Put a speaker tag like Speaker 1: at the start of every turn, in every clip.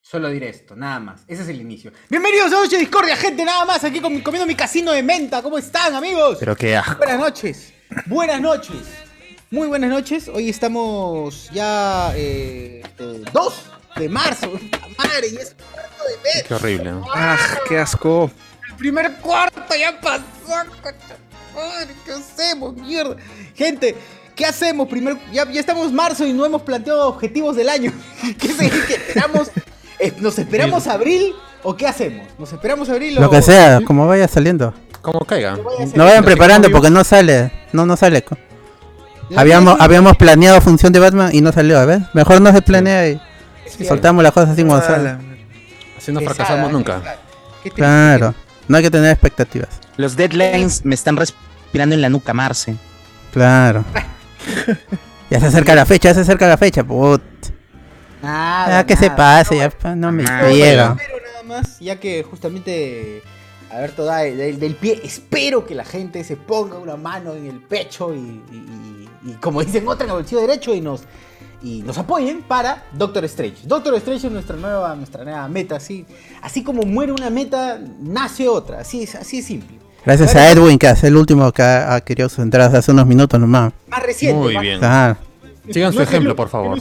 Speaker 1: Solo diré esto, nada más. Ese es el inicio. Bienvenidos a Noche Discordia, gente, nada más. Aquí comi- comiendo mi casino de menta. ¿Cómo están, amigos?
Speaker 2: Pero qué asco.
Speaker 1: Buenas noches. Buenas noches. Muy buenas noches. Hoy estamos ya eh, eh, 2 de marzo. Puta Madre, y es cuarto de mes.
Speaker 2: Qué horrible, ¿no?
Speaker 3: ¡Ah, qué asco!
Speaker 1: El primer cuarto ya pasó. concha madre, ¿Qué hacemos, mierda? Gente, ¿qué hacemos? Primer, ya, ya estamos en marzo y no hemos planteado objetivos del año. ¿Qué se- qué esperamos? Eh, ¿Nos esperamos abril o qué hacemos? ¿Nos esperamos abril o
Speaker 4: Lo que sea, como vaya saliendo.
Speaker 2: Como caiga.
Speaker 1: Lo vaya a hacer.
Speaker 4: No vayan
Speaker 2: Pero
Speaker 4: preparando
Speaker 2: como yo-
Speaker 4: porque no sale. No, no sale. co-
Speaker 1: La
Speaker 4: Habíamos,
Speaker 1: idea es-
Speaker 4: habíamos planeado función de Batman y no salió, a ver. Mejor no se planea y
Speaker 1: Sí,
Speaker 4: soltamos las cosas así
Speaker 1: ah,
Speaker 4: como
Speaker 3: Ala.
Speaker 4: salen.
Speaker 2: Así no
Speaker 1: pesada,
Speaker 2: fracasamos
Speaker 1: ¿eh?
Speaker 2: nunca.
Speaker 1: Qué triste.
Speaker 4: Claro. No hay que tener expectativas.
Speaker 5: Los deadlines me están respirando en la nuca, Marce.
Speaker 4: Claro. Ya se acerca la fecha, ya se acerca la fecha. Put.
Speaker 1: Nada,
Speaker 4: Ah, que se
Speaker 1: nada.
Speaker 4: pase, ya pa, no me
Speaker 5: Nada.
Speaker 4: llega.
Speaker 1: Pero nada más, ya que justamente Alberto da el- del, del pie, espero que la gente se ponga una mano en el pecho y, y- y- y como dicen, otra en el bolsillo derecho y nos, y nos apoyen para Doctor Strange. Doctor Strange es nuestra nueva, nuestra nueva meta, así, así como muere una meta, nace otra, así, es- así es simple.
Speaker 4: Gracias a Edwin, que es el último que ha, ha querido su entrada hace unos minutos nomás.
Speaker 1: Más reciente.
Speaker 2: Muy
Speaker 1: más-
Speaker 2: bien.
Speaker 4: Claro.
Speaker 2: Sigan su ejemplo, por favor.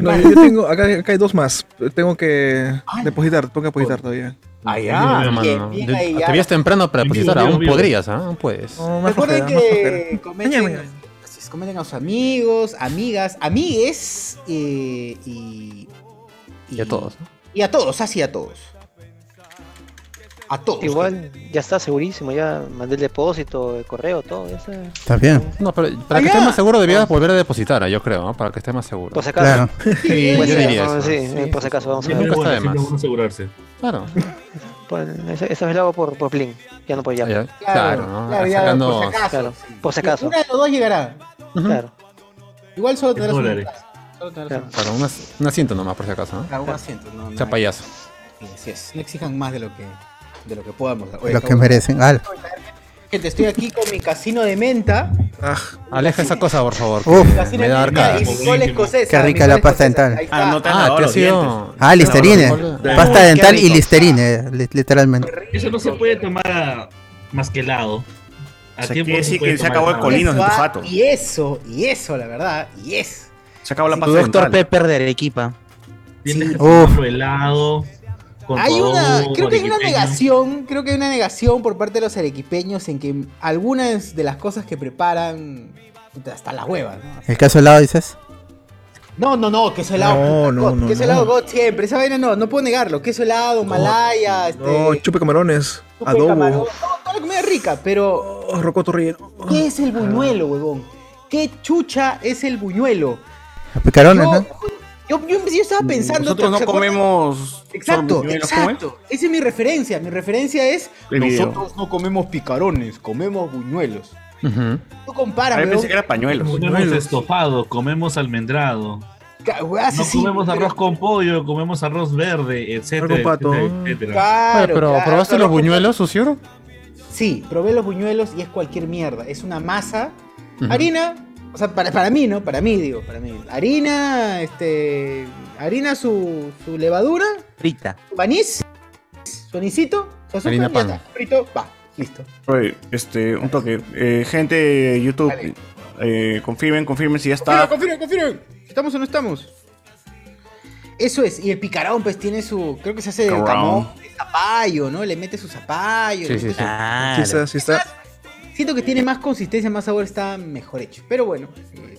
Speaker 3: No, yo tengo, acá, acá hay dos más. Tengo que
Speaker 1: Ala.
Speaker 3: depositar, tengo que depositar todavía.
Speaker 1: Ah,
Speaker 2: Muy
Speaker 1: ya,
Speaker 2: bien,
Speaker 1: bien,
Speaker 2: mano.
Speaker 1: bien
Speaker 2: Yo-
Speaker 1: ahí, ya.
Speaker 2: Te vías temprano para depositar.
Speaker 6: Bien,
Speaker 2: Aún
Speaker 6: bien.
Speaker 2: podrías, ¿ah? Aún puedes.
Speaker 3: No, Oh, más
Speaker 1: Recuerden
Speaker 3: flojera, más
Speaker 1: que este
Speaker 3: flojera. Mañana,
Speaker 1: comenten,
Speaker 3: mañana.
Speaker 1: pues, comenten a sus amigos, amigas, amigues eh, y,
Speaker 2: Y a todos. ¿no?
Speaker 1: Y a todos, así a todos. A todos.
Speaker 7: Igual ya está segurísimo, ya mandé el depósito, el correo, todo. Ya está.
Speaker 4: Está bien.
Speaker 2: No, pero para que
Speaker 1: Allá.
Speaker 2: estés más seguro debías volver a depositar, ¿ah? yo creo, ¿no? Para que estés más seguro.
Speaker 7: Por si acaso.
Speaker 4: Claro.
Speaker 2: Sí, yo
Speaker 7: Pues, eh,
Speaker 2: diría
Speaker 7: no,
Speaker 2: eso.
Speaker 7: sí,
Speaker 2: Sí,
Speaker 7: eh, por
Speaker 2: sí,
Speaker 7: si acaso, vamos a
Speaker 2: Siempre
Speaker 7: ver.
Speaker 2: Nunca está de
Speaker 6: siempre
Speaker 2: más.
Speaker 6: bueno asegurarse.
Speaker 2: Claro.
Speaker 7: Pues, esa, esa vez la hago por, por Blink, ya no por ya.
Speaker 2: Allá. Claro, ¿no? Sacando-
Speaker 1: por si acaso.
Speaker 7: Claro,
Speaker 1: sí.
Speaker 7: por si acaso.
Speaker 1: Una de los dos llegará.
Speaker 2: Ujú.
Speaker 7: Claro.
Speaker 1: Igual solo tendrás una
Speaker 6: dólares.
Speaker 1: plaza. Solo tendrás una.
Speaker 2: Claro, un as- un asiento nomás, por si acaso, ¿no?
Speaker 1: Claro, un asiento. No, no
Speaker 2: Sea
Speaker 1: hay-
Speaker 2: payaso.
Speaker 1: sí, Así es. No exijan más de lo que, de lo que podamos. dar. Oye,
Speaker 4: Lo que
Speaker 1: acabo-
Speaker 4: merecen. Al.
Speaker 1: Gente, estoy aquí con mi casino de menta.
Speaker 3: Ah,
Speaker 2: Aleja esa cosa, por favor. que
Speaker 4: Uf.
Speaker 1: Casino
Speaker 2: me
Speaker 1: de
Speaker 2: da
Speaker 1: menta
Speaker 2: arcada.
Speaker 1: y mi
Speaker 6: Buenísimo.
Speaker 1: sol escocesa.
Speaker 4: Qué rica
Speaker 1: mi
Speaker 4: la
Speaker 1: sol
Speaker 4: pasta
Speaker 1: escocesa.
Speaker 4: dental.
Speaker 1: Ahí está.
Speaker 8: Ah, no te han
Speaker 2: Ah,
Speaker 8: lavado
Speaker 2: te ha
Speaker 8: los dientes.
Speaker 2: sido.
Speaker 4: Ah, listerine.
Speaker 2: No, no,
Speaker 4: Pasta
Speaker 7: qué
Speaker 4: dental y
Speaker 7: rico.
Speaker 4: listerine, eh, li- literalmente.
Speaker 6: Eso no se puede tomar a- más que helado. A
Speaker 8: O
Speaker 6: tiempo
Speaker 8: sea, quiere
Speaker 6: no
Speaker 8: decir
Speaker 6: puede
Speaker 8: que se
Speaker 6: tomar
Speaker 8: acabó el
Speaker 6: helado.
Speaker 8: colín. Colinos
Speaker 1: Eso,
Speaker 8: en tu
Speaker 1: ah,
Speaker 8: jato.
Speaker 1: Y eso, y eso, la verdad. Y es.
Speaker 8: Se acabó la
Speaker 5: Tu
Speaker 8: pasta
Speaker 5: Dr.
Speaker 8: dental.
Speaker 5: Pepper de Arequipa.
Speaker 6: Tienes que
Speaker 4: Uf.
Speaker 6: tomarlo helado. con
Speaker 1: Hay una,
Speaker 6: adobo,
Speaker 1: creo que hay una
Speaker 6: arequipeño.
Speaker 1: negación, creo que hay una negación por parte de los arequipeños en que algunas de las cosas que preparan puta, hasta las huevas. ¿no?
Speaker 4: El caso helado dices.
Speaker 1: No, no, no, queso helado.
Speaker 3: No, no,
Speaker 1: God,
Speaker 3: no,
Speaker 1: Queso
Speaker 3: no.
Speaker 1: helado God siempre, esa vaina no, no puedo negarlo. Queso helado, malaya, este,
Speaker 3: no, chupe camarones,
Speaker 1: chupe de camarón,
Speaker 3: adobo,
Speaker 1: no, toda la comida es rica, pero
Speaker 3: oh, rocoto relleno.
Speaker 1: ¿qué es el buñuelo, huevón? ¿Qué chucha es el buñuelo?
Speaker 4: Los picarones,
Speaker 1: Yo,
Speaker 4: ¿no?
Speaker 1: yo- yo- yo estaba pensando...
Speaker 8: Nosotros
Speaker 1: ¿se
Speaker 8: no
Speaker 1: acuerdan?
Speaker 8: comemos.
Speaker 1: Exacto,
Speaker 8: sorbuñuelos, ¿cómo es?
Speaker 1: exacto. Esa es mi referencia. Mi referencia es
Speaker 8: El video.
Speaker 1: nosotros no comemos picarones, comemos buñuelos.
Speaker 2: Ujú.
Speaker 1: Tú
Speaker 8: A
Speaker 1: comparas,
Speaker 8: mí
Speaker 1: weón.
Speaker 8: pensé que era pañuelos.
Speaker 6: Comemos estofado, comemos almendrado.
Speaker 1: Ca- weón, hace
Speaker 6: pues, No
Speaker 1: sí,
Speaker 6: comemos
Speaker 1: pero-
Speaker 6: arroz con pollo, comemos arroz verde, etcétera.
Speaker 3: Arroz pato.
Speaker 6: etcétera, etcétera.
Speaker 1: Claro,
Speaker 2: Oye, pero
Speaker 1: claro,
Speaker 2: ¿probaste
Speaker 1: arroz
Speaker 2: los
Speaker 1: con-
Speaker 2: buñuelos, Sucio?
Speaker 1: Sí, probé los buñuelos y es cualquier mierda. Es una masa, harina, o sea, para, para mí, ¿no? Para mí, digo, para mí. Harina, este. Harina, su, su levadura,
Speaker 5: Frita.
Speaker 1: su anís, su anisito, su azúcar,
Speaker 2: Harina
Speaker 1: y ya
Speaker 2: pan.
Speaker 1: está. Frito, va, listo.
Speaker 8: Oye, Este, un toque. Eh, gente de YouTube,
Speaker 1: Dale.
Speaker 8: eh, confirmen, confirmen si ya
Speaker 1: Confirmen,
Speaker 8: está.
Speaker 1: confirmen, confirmen. ¿Estamos o no estamos? Eso es, y el picarón pues tiene su, creo que se hace de
Speaker 8: Carón.
Speaker 1: camón, de zapallo, ¿no? Le mete su zapallo.
Speaker 2: Sí,
Speaker 1: le
Speaker 2: sí, sí.
Speaker 1: mete
Speaker 3: Sí
Speaker 5: Claro.
Speaker 3: está, sí está.
Speaker 1: su- Siento que tiene más consistencia, más sabor, está mejor hecho. Pero bueno, eh,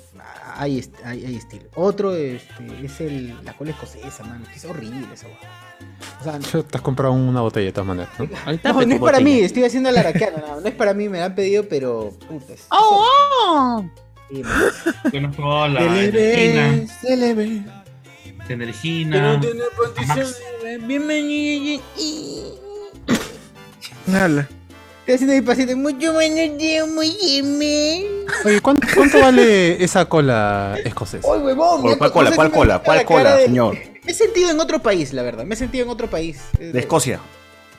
Speaker 1: hay, est- hay, hay estilo. Otro este, es el, la cola escocesa, mano, que es horrible esa hueá. O sea, no,
Speaker 2: Yo te has comprado una botella de todas maneras, ¿no? Ahí está.
Speaker 1: no,
Speaker 5: tu
Speaker 1: es para
Speaker 5: botella.
Speaker 1: mí, estoy haciendo el araquiano, no, no es para mí, me la han pedido, pero... Puta, es- oh. Sí, man.
Speaker 6: Que hemos probado la energina, energina, amax.
Speaker 3: Ala.
Speaker 1: Estoy haciendo mi paciente mucho buenos días, muy bien.
Speaker 2: Oye, ¿cuánto, cuánto vale esa cola escocesa?
Speaker 1: Ay, huevón,
Speaker 8: ¿Cuál
Speaker 1: me
Speaker 8: cuál
Speaker 1: ha-
Speaker 8: cola?
Speaker 1: no sé
Speaker 8: ¿Cuál
Speaker 1: cómo me
Speaker 8: cola?
Speaker 1: ha visto
Speaker 8: ¿Cuál
Speaker 1: la cara
Speaker 8: cola,
Speaker 1: de-
Speaker 8: señor?
Speaker 1: Me he sentido en otro país, la verdad. Me he sentido en otro país. Eh,
Speaker 8: De Escocia.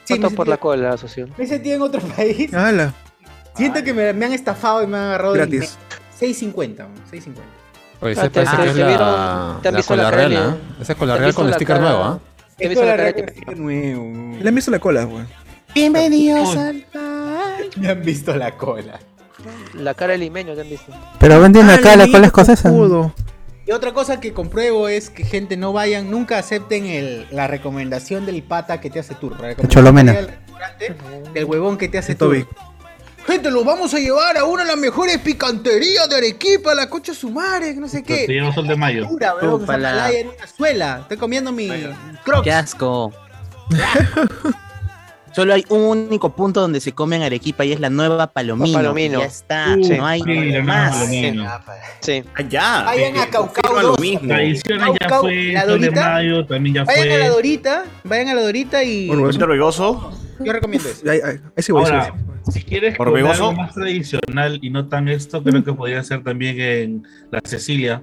Speaker 1: sí, me he
Speaker 7: Tanto por la
Speaker 1: sentido-
Speaker 7: cola, socio.
Speaker 1: me he sentido en otro país.
Speaker 3: Ala.
Speaker 1: Siento que me, me han estafado y me han agarrado del
Speaker 3: Gratis.
Speaker 1: me- 6.50, man, 6.50.
Speaker 2: Oye,
Speaker 9: Ah,
Speaker 2: esa
Speaker 9: te-
Speaker 2: parece
Speaker 9: te-
Speaker 2: que es
Speaker 9: te
Speaker 2: la,
Speaker 9: vieron- te han
Speaker 2: la
Speaker 9: visto la
Speaker 2: cola
Speaker 9: cara
Speaker 2: real, ¿ah?
Speaker 9: y-
Speaker 2: Esa es cola
Speaker 9: te han
Speaker 2: real
Speaker 9: visto
Speaker 2: con
Speaker 9: la
Speaker 2: sticker
Speaker 9: cara-
Speaker 2: nuevo, ¿ah?
Speaker 9: Te he visto la cara que me-
Speaker 8: nuevo.
Speaker 3: Le han visto la cola, weón.
Speaker 5: Bienvenidos
Speaker 6: No.
Speaker 5: al país.
Speaker 1: Me han visto la cola.
Speaker 9: La cara del limeño te han visto.
Speaker 4: Pero venden acá la cola escocesa.
Speaker 3: Pudo.
Speaker 1: Y otra cosa que compruebo es que gente no vayan, nunca acepten el- la recomendación del pata que te hace tour. La recomendación
Speaker 4: Cholomena.
Speaker 1: del restaurante, Del huevón que te hace
Speaker 3: El Toby.
Speaker 1: tour. Gente, los vamos a llevar a una de las mejores picanterías de Arequipa, la cocha Sumares, no sé
Speaker 6: Te
Speaker 1: qué.
Speaker 6: llevo sol de mayo.
Speaker 1: Pura, weón, esa
Speaker 5: Úpala.
Speaker 1: malaya en una suela. Estoy comiendo mi crocs.
Speaker 5: Qué asco. Solo hay un único punto donde se come en Arequipa y es la nueva Palomino.
Speaker 9: Palomino.
Speaker 5: Ya está,
Speaker 9: Sí.
Speaker 5: no hay
Speaker 6: Sí, la
Speaker 5: más.
Speaker 6: nueva Palomino.
Speaker 9: Sí.
Speaker 1: Ah,
Speaker 8: Allá.
Speaker 1: Vayan Eh, a Caucao
Speaker 8: confirma
Speaker 1: dos.
Speaker 8: lo mismo.
Speaker 6: Tradiciones ya
Speaker 1: Caucao,
Speaker 6: fue,
Speaker 1: la
Speaker 6: sol de
Speaker 1: Dorita.
Speaker 6: mayo también ya
Speaker 1: Vayan a la
Speaker 6: fue.
Speaker 1: Dorita, vayan a la Dorita y
Speaker 8: Orgulloso, orgulloso.
Speaker 1: yo recomiendo eso.
Speaker 3: Ahí, ahí, ahí sí voy.
Speaker 6: Ahora,
Speaker 3: sí voy.
Speaker 6: si quieres
Speaker 8: Por
Speaker 6: comer
Speaker 8: Begoso.
Speaker 6: algo más tradicional y no tan esto, creo que podría ser también en la Cecilia.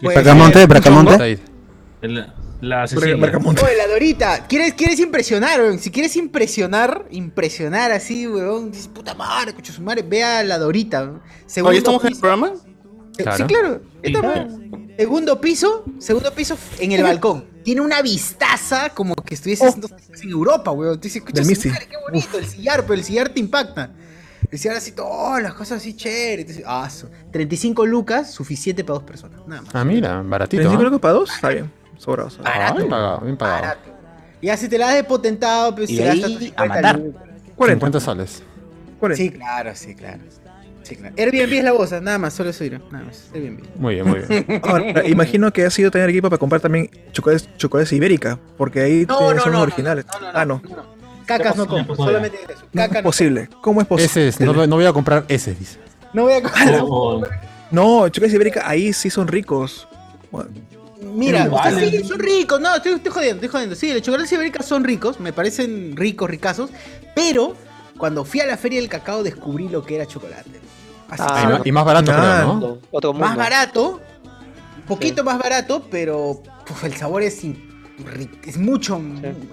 Speaker 1: Pues,
Speaker 4: Bracamonte, Bracamonte.
Speaker 2: Ahí.
Speaker 6: El- la
Speaker 3: Marca-
Speaker 6: Cecilia.
Speaker 3: Marcamonte.
Speaker 1: Oye, la Dorita, ¿quieres, quieres impresionar, weón? Si quieres impresionar, impresionar así, weón, dices, puta madre, escucha su madre, ve a la Dorita. weón. Segundo
Speaker 8: Oye, estamos en el
Speaker 1: piso- Eh,
Speaker 8: programa.
Speaker 1: Sí,
Speaker 2: Claro.
Speaker 1: claro. esta
Speaker 6: Sí.
Speaker 1: madre. Segundo piso, segundo piso f- en el balcón. Tiene una vistaza como que estuvieses
Speaker 8: Oh.
Speaker 1: no sé, en Europa, weón. Tú dices, escucha
Speaker 3: Del
Speaker 1: su
Speaker 3: Missy.
Speaker 1: madre, qué bonito, el sillar, pero el sillar te impacta. El sillar así, todas las cosas así chéveres. Entonces, Ah, su- 35 lucas, suficiente para dos personas, nada más.
Speaker 2: Ah, mira, baratito.
Speaker 3: ¿35
Speaker 2: ¿ah?
Speaker 3: lucas para dos? Está bien. Sobrado. sobrado.
Speaker 2: Ah, bien pagado, bien pagado.
Speaker 1: Barato. Ya si te la has despotentado, pues
Speaker 5: Y
Speaker 1: se
Speaker 5: ahí,
Speaker 1: gasta tus
Speaker 5: a matar.
Speaker 1: 50 lucas.
Speaker 3: 40.
Speaker 2: 50 soles.
Speaker 3: 40.
Speaker 1: Sí, claro, sí, claro. Sí, claro. Airbnb es la bolsa, nada más, solo eso diré, nada más. Airbnb.
Speaker 2: Muy bien, muy bien.
Speaker 3: Ahora, imagino que ha sido tener equipo para comprar también chocolates, chocolates ibérica, porque ahí eh, son los originales. ah, no.
Speaker 1: Cacas no
Speaker 6: Pues,
Speaker 1: compro,
Speaker 6: pues,
Speaker 1: solamente eso.
Speaker 3: No
Speaker 1: Cacas
Speaker 3: es
Speaker 1: no.
Speaker 3: posible. ¿Cómo es posible? Ah,
Speaker 2: Ese es, no, no voy a comprar ese, dice.
Speaker 1: No voy a comprar.
Speaker 6: O- o-
Speaker 3: No, chocolates ibérica ahí sí son ricos. Bueno,
Speaker 1: Mira, o sea,
Speaker 6: Vale.
Speaker 1: sí, son ricos. No, estoy, estoy jodiendo, estoy jodiendo. Sí, los chocolates ibéricas son ricos, me parecen ricos, ricazos. Pero cuando fui a la Feria del Cacao descubrí lo que era chocolate. Así
Speaker 9: Ah,
Speaker 2: y,
Speaker 1: que-
Speaker 2: ma- y más barato,
Speaker 3: Ah,
Speaker 2: creo, ¿no?
Speaker 9: Mundo, Otro mundo.
Speaker 1: más barato, un poquito más barato, pero puf, el sabor es, in- ri- es mucho,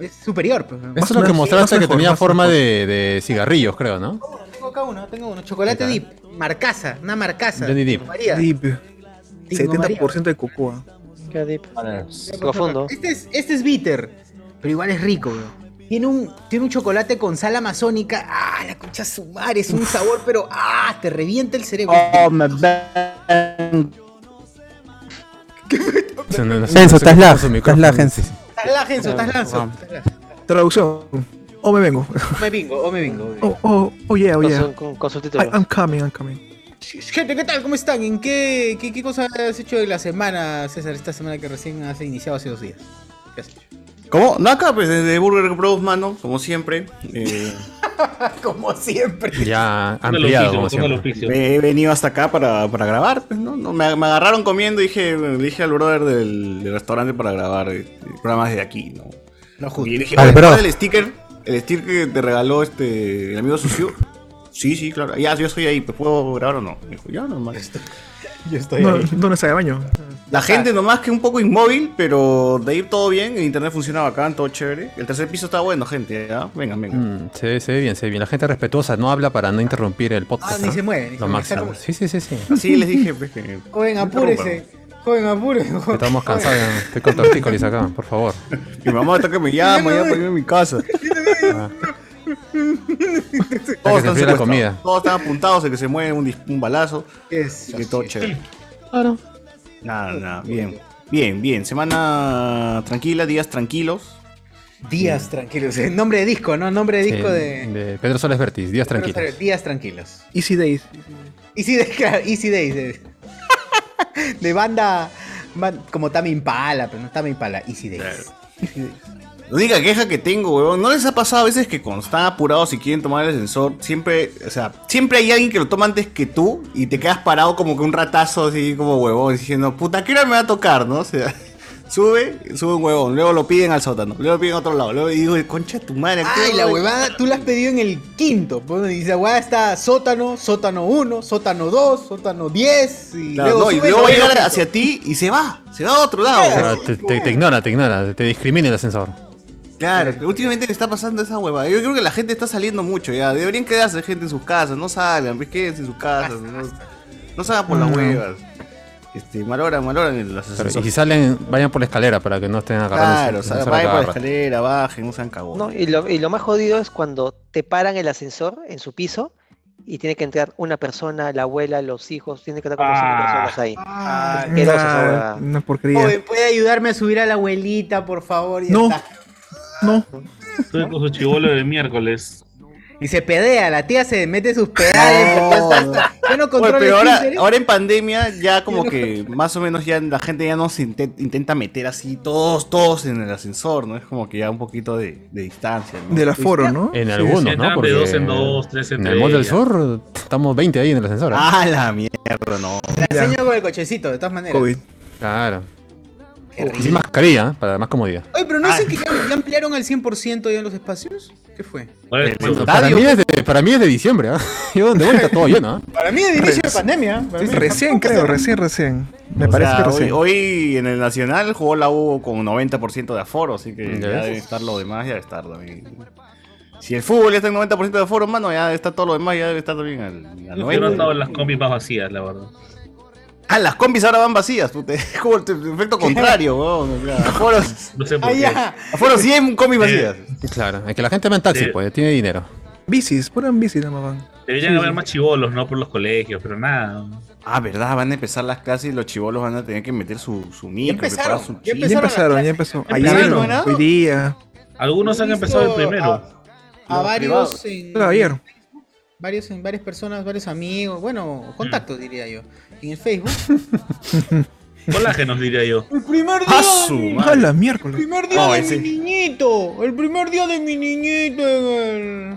Speaker 1: es superior. pues, ¿no?
Speaker 2: Eso
Speaker 3: Más
Speaker 2: es lo que
Speaker 3: mejor,
Speaker 2: mostraste
Speaker 3: más
Speaker 2: que
Speaker 3: mejor,
Speaker 2: tenía
Speaker 3: más
Speaker 2: forma
Speaker 3: mejor.
Speaker 2: de, de cigarrillos, creo, ¿no?
Speaker 1: Tengo acá uno, tengo uno, chocolate
Speaker 2: Ahí
Speaker 1: dip, marcaza, una marcaza.
Speaker 2: Johnny Deep.
Speaker 1: Tipo María,
Speaker 3: deep.
Speaker 1: tipo María.
Speaker 3: 70% de cocoa.
Speaker 9: Qué deep.
Speaker 1: Tipo
Speaker 9: Profundo.
Speaker 1: chocolate. Este es, este es bitter, pero igual es rico, bro. Tiene un, tiene un chocolate con sal amazónica. ¡Ah, la concha de su madre! Es un sabor, pero ¡ah! Te revienta el cerebro.
Speaker 5: Oh, me ven.
Speaker 2: No, no, no sé-
Speaker 4: Genso,
Speaker 2: no sé
Speaker 4: estás
Speaker 2: qué
Speaker 4: lag, estás
Speaker 2: puso su
Speaker 4: lag,
Speaker 2: micrófono.
Speaker 4: Genso.
Speaker 1: Estás la, Genso, estás lanzo.
Speaker 3: Traducción. Oh, me vengo.
Speaker 1: Me bingo, oh, me bingo. oh, me bingo.
Speaker 3: Oh, oh, oh yeah, oh
Speaker 9: Con,
Speaker 3: yeah.
Speaker 9: su, con, con subtítulos.
Speaker 3: I- I'm coming, I'm coming.
Speaker 1: Gente, ¿qué tal? ¿Cómo están? ¿En qué, qué, qué cosa has hecho de la semana, César? Esta semana que recién has iniciado hace dos días. ¿Qué has hecho?
Speaker 8: ¿Cómo? Naka, pues desde Burger Bros, mano, como siempre. Eh,
Speaker 1: Como siempre.
Speaker 2: Ya
Speaker 6: Ponga el
Speaker 2: ampliado,
Speaker 6: oficio,
Speaker 2: como
Speaker 6: ponga el
Speaker 2: siempre.
Speaker 6: oficio.
Speaker 8: he venido hasta acá para, para grabar, pues, ¿no? No, me, me agarraron comiendo y dije, le dije al brother del, del restaurante para grabar eh, programas de aquí, ¿no?
Speaker 1: No justo.
Speaker 8: Y le dije,
Speaker 4: Al
Speaker 8: "Oye,
Speaker 4: bro.
Speaker 8: ¿cuál es el sticker? El sticker que te regaló este el amigo sucio. Sí, sí, claro. Ya, yo soy ahí, ¿te puedo grabar o no? Me dijo, ya, normal.
Speaker 1: Yo estoy
Speaker 3: No, ¿Dónde está el baño?
Speaker 8: La gente nomás que un poco inmóvil, pero de ahí todo bien, el internet funciona bacán, todo chévere. El tercer piso está bueno, gente, ¿ya? Vengan, vengan.
Speaker 2: Mm, se, ve- se ve bien, se ve bien. La gente respetuosa no habla para no interrumpir el podcast.
Speaker 1: Ah, ni
Speaker 2: ¿no?
Speaker 1: se mueve, ni se
Speaker 2: Lo
Speaker 1: mueve,
Speaker 2: máximo.
Speaker 1: está
Speaker 2: Sí, sí, sí, sí.
Speaker 8: Así les dije, pues, que...
Speaker 1: Joven, apúrese. Joven, apúrese. joven.
Speaker 2: Estamos cansados, estoy con tortícolis acá, por favor.
Speaker 8: Mi mamá está que me llama ya para irme a mi casa.
Speaker 2: Ya que
Speaker 8: Todos
Speaker 2: se
Speaker 8: están
Speaker 2: enfría la
Speaker 8: secuestrados,
Speaker 2: comida.
Speaker 8: Todos están apuntados, el que se mueve un, dis- un balazo.
Speaker 1: Es-
Speaker 8: Así que todo chévere.
Speaker 2: Claro.
Speaker 8: Nada, nada, bien. Bien, bien. Semana tranquila, días tranquilos.
Speaker 1: Días tranquilos. Eh, Nombre de disco, ¿no? Nombre de disco de.
Speaker 2: Pedro Soles Vertiz, días tranquilos.
Speaker 1: Días tranquilos.
Speaker 3: Easy Days.
Speaker 1: Easy Days, claro, Easy Days. eh. De, banda. ban- como Tame Impala, pero no Tame Impala, Easy Days.
Speaker 8: La única queja que tengo, weón, ¿no les ha pasado a veces que cuando están apurados y quieren tomar el ascensor, siempre, o sea, siempre hay alguien que lo toma antes que tú y te quedas parado como que un ratazo así como huevón, diciendo, puta, ¿qué hora me va a tocar, no? O sea, sube, sube un huevón, luego lo piden al sótano, luego lo piden a otro lado, luego y digo, concha de tu madre, ¿qué
Speaker 1: Ay,
Speaker 8: hora
Speaker 1: la
Speaker 8: de-
Speaker 1: huevada, tú la has pedido en el quinto. pues, Y esa huevada está sótano, sótano 1, sótano 2, sótano 10. Y
Speaker 8: Claro,
Speaker 1: luego,
Speaker 8: no, y
Speaker 1: sube,
Speaker 8: luego va a
Speaker 1: sube,
Speaker 8: llegar
Speaker 1: sube.
Speaker 8: hacia ti y se va, se va a otro lado.
Speaker 2: O sea, te, te- te ignora, te ignora, te discrimina el ascensor.
Speaker 8: Claro, pero últimamente le está pasando esa hueva. Yo creo que la gente está saliendo mucho ya. Deberían quedarse gente en sus casas, no salgan, pues quédense en sus casas. no, no salgan por las huevas. Este, malogran, malogran los
Speaker 2: Pero, y si
Speaker 8: ascensores.
Speaker 2: salen, vayan por la escalera para que no estén agarrando.
Speaker 8: Claro, o sea, vayan por la escalera, bajen, no sean cagón.
Speaker 7: No, y, lo, y lo más jodido es cuando te paran el ascensor en su piso y tiene que entrar una persona, la abuela, los hijos, tiene que entrar como cinco
Speaker 6: Ah.
Speaker 7: personas ahí.
Speaker 1: Ah,
Speaker 7: Qué
Speaker 3: Nah,
Speaker 7: cosa esa huevada.
Speaker 3: una porquería.
Speaker 1: Oye, ¿puede ayudarme a subir a la abuelita, por favor? Y
Speaker 3: No.
Speaker 1: está.
Speaker 3: No,
Speaker 6: Estuve con su chivolo de miércoles.
Speaker 1: Y se pedea, la tía se mete sus pedales. Yo no
Speaker 8: Oye,
Speaker 1: controlo
Speaker 8: pero
Speaker 1: el
Speaker 8: ahora,
Speaker 1: títere.
Speaker 8: ahora en pandemia ya como que más o menos ya la gente ya no se inte- intenta meter así todos, todos en el ascensor, ¿no? Es como que ya un poquito de, de distancia, ¿no?
Speaker 3: del aforo, ¿no?
Speaker 2: En
Speaker 6: Sí,
Speaker 2: algunos,
Speaker 6: sí,
Speaker 2: ¿no?
Speaker 6: andaban de dos en dos, tres
Speaker 2: en
Speaker 6: entre
Speaker 2: el Mall del
Speaker 6: ellas.
Speaker 2: Sur estamos 20 ahí en el ascensor. ¿eh?
Speaker 8: Ah, la mierda, no.
Speaker 1: La
Speaker 3: Ya.
Speaker 1: enseño con el cochecito, de todas maneras.
Speaker 3: COVID.
Speaker 2: Claro.
Speaker 1: Qué
Speaker 2: Y sin
Speaker 1: rico.
Speaker 2: mascarilla, ¿eh? para más comodidad.
Speaker 1: Oye, pero no
Speaker 6: Ah.
Speaker 1: dicen que ya, ya ampliaron al 100% ya los espacios. ¿Qué fue?
Speaker 6: Oye,
Speaker 8: Del
Speaker 6: su-
Speaker 2: Para
Speaker 8: estadio.
Speaker 2: mí, es de, para mí es de diciembre, ¿ah? Yo donde voy está todo lleno, ¿ah?
Speaker 1: Para mí, es inicio de pandemia. ¿eh? para mí.
Speaker 3: Recién, creo, recién, recién. Me
Speaker 8: O
Speaker 3: parece
Speaker 8: sea,
Speaker 3: que
Speaker 8: hoy,
Speaker 3: recién.
Speaker 8: hoy en el Nacional jugó la U con 90% de aforo, así que
Speaker 2: Ya
Speaker 8: ya,
Speaker 2: ves.
Speaker 8: debe estar lo demás, ya debe estar también. Si el fútbol ya está en 90% de aforo, mano, ya debe estar todo lo demás, ya debe estar también al, al
Speaker 6: Yo no
Speaker 8: 90%.
Speaker 6: andaba en las combis más vacías, la verdad.
Speaker 8: Ah, las combis ahora van vacías, puta. Es como el te- efecto contrario, weón. o sea, aforos,
Speaker 6: No sé por
Speaker 1: Ah,
Speaker 6: qué. Eh,
Speaker 1: ya.
Speaker 8: aforos 100 combis vacías.
Speaker 2: Claro, es que la gente va en taxi,
Speaker 6: Sí.
Speaker 2: pues, tiene dinero.
Speaker 3: Bicis, ponen bicis nada más van.
Speaker 6: Deberían haber más chivolos, ¿no? Por los colegios, pero nada.
Speaker 8: Ah, verdad, van a empezar las clases y los chivolos van a tener que meter su, su micro,
Speaker 1: empezaron,
Speaker 8: preparar su
Speaker 1: ya
Speaker 8: chip.
Speaker 3: Ya
Speaker 1: Empezaron
Speaker 3: empezaron,
Speaker 1: las
Speaker 3: ya empezó.
Speaker 1: ¿Empezaron
Speaker 3: Ayer,
Speaker 1: con nada?
Speaker 3: hoy día.
Speaker 6: Algunos han
Speaker 1: He
Speaker 6: empezado el
Speaker 1: visto
Speaker 6: primero.
Speaker 1: A, a
Speaker 8: Los
Speaker 1: varios.
Speaker 8: privados.
Speaker 1: En,
Speaker 3: Claro, ayer.
Speaker 1: Varios, en varias personas, varios amigos. Bueno, contactos, diría yo. En el Facebook.
Speaker 6: Colágenos, diría yo.
Speaker 1: el primer día.
Speaker 8: ¡Ah, su
Speaker 1: mi-
Speaker 8: madre!
Speaker 3: ¡Hala,
Speaker 1: el
Speaker 3: miércoles!
Speaker 1: primer día
Speaker 8: No,
Speaker 1: de
Speaker 8: ese-
Speaker 1: mi niñito. El primer día de mi niñito en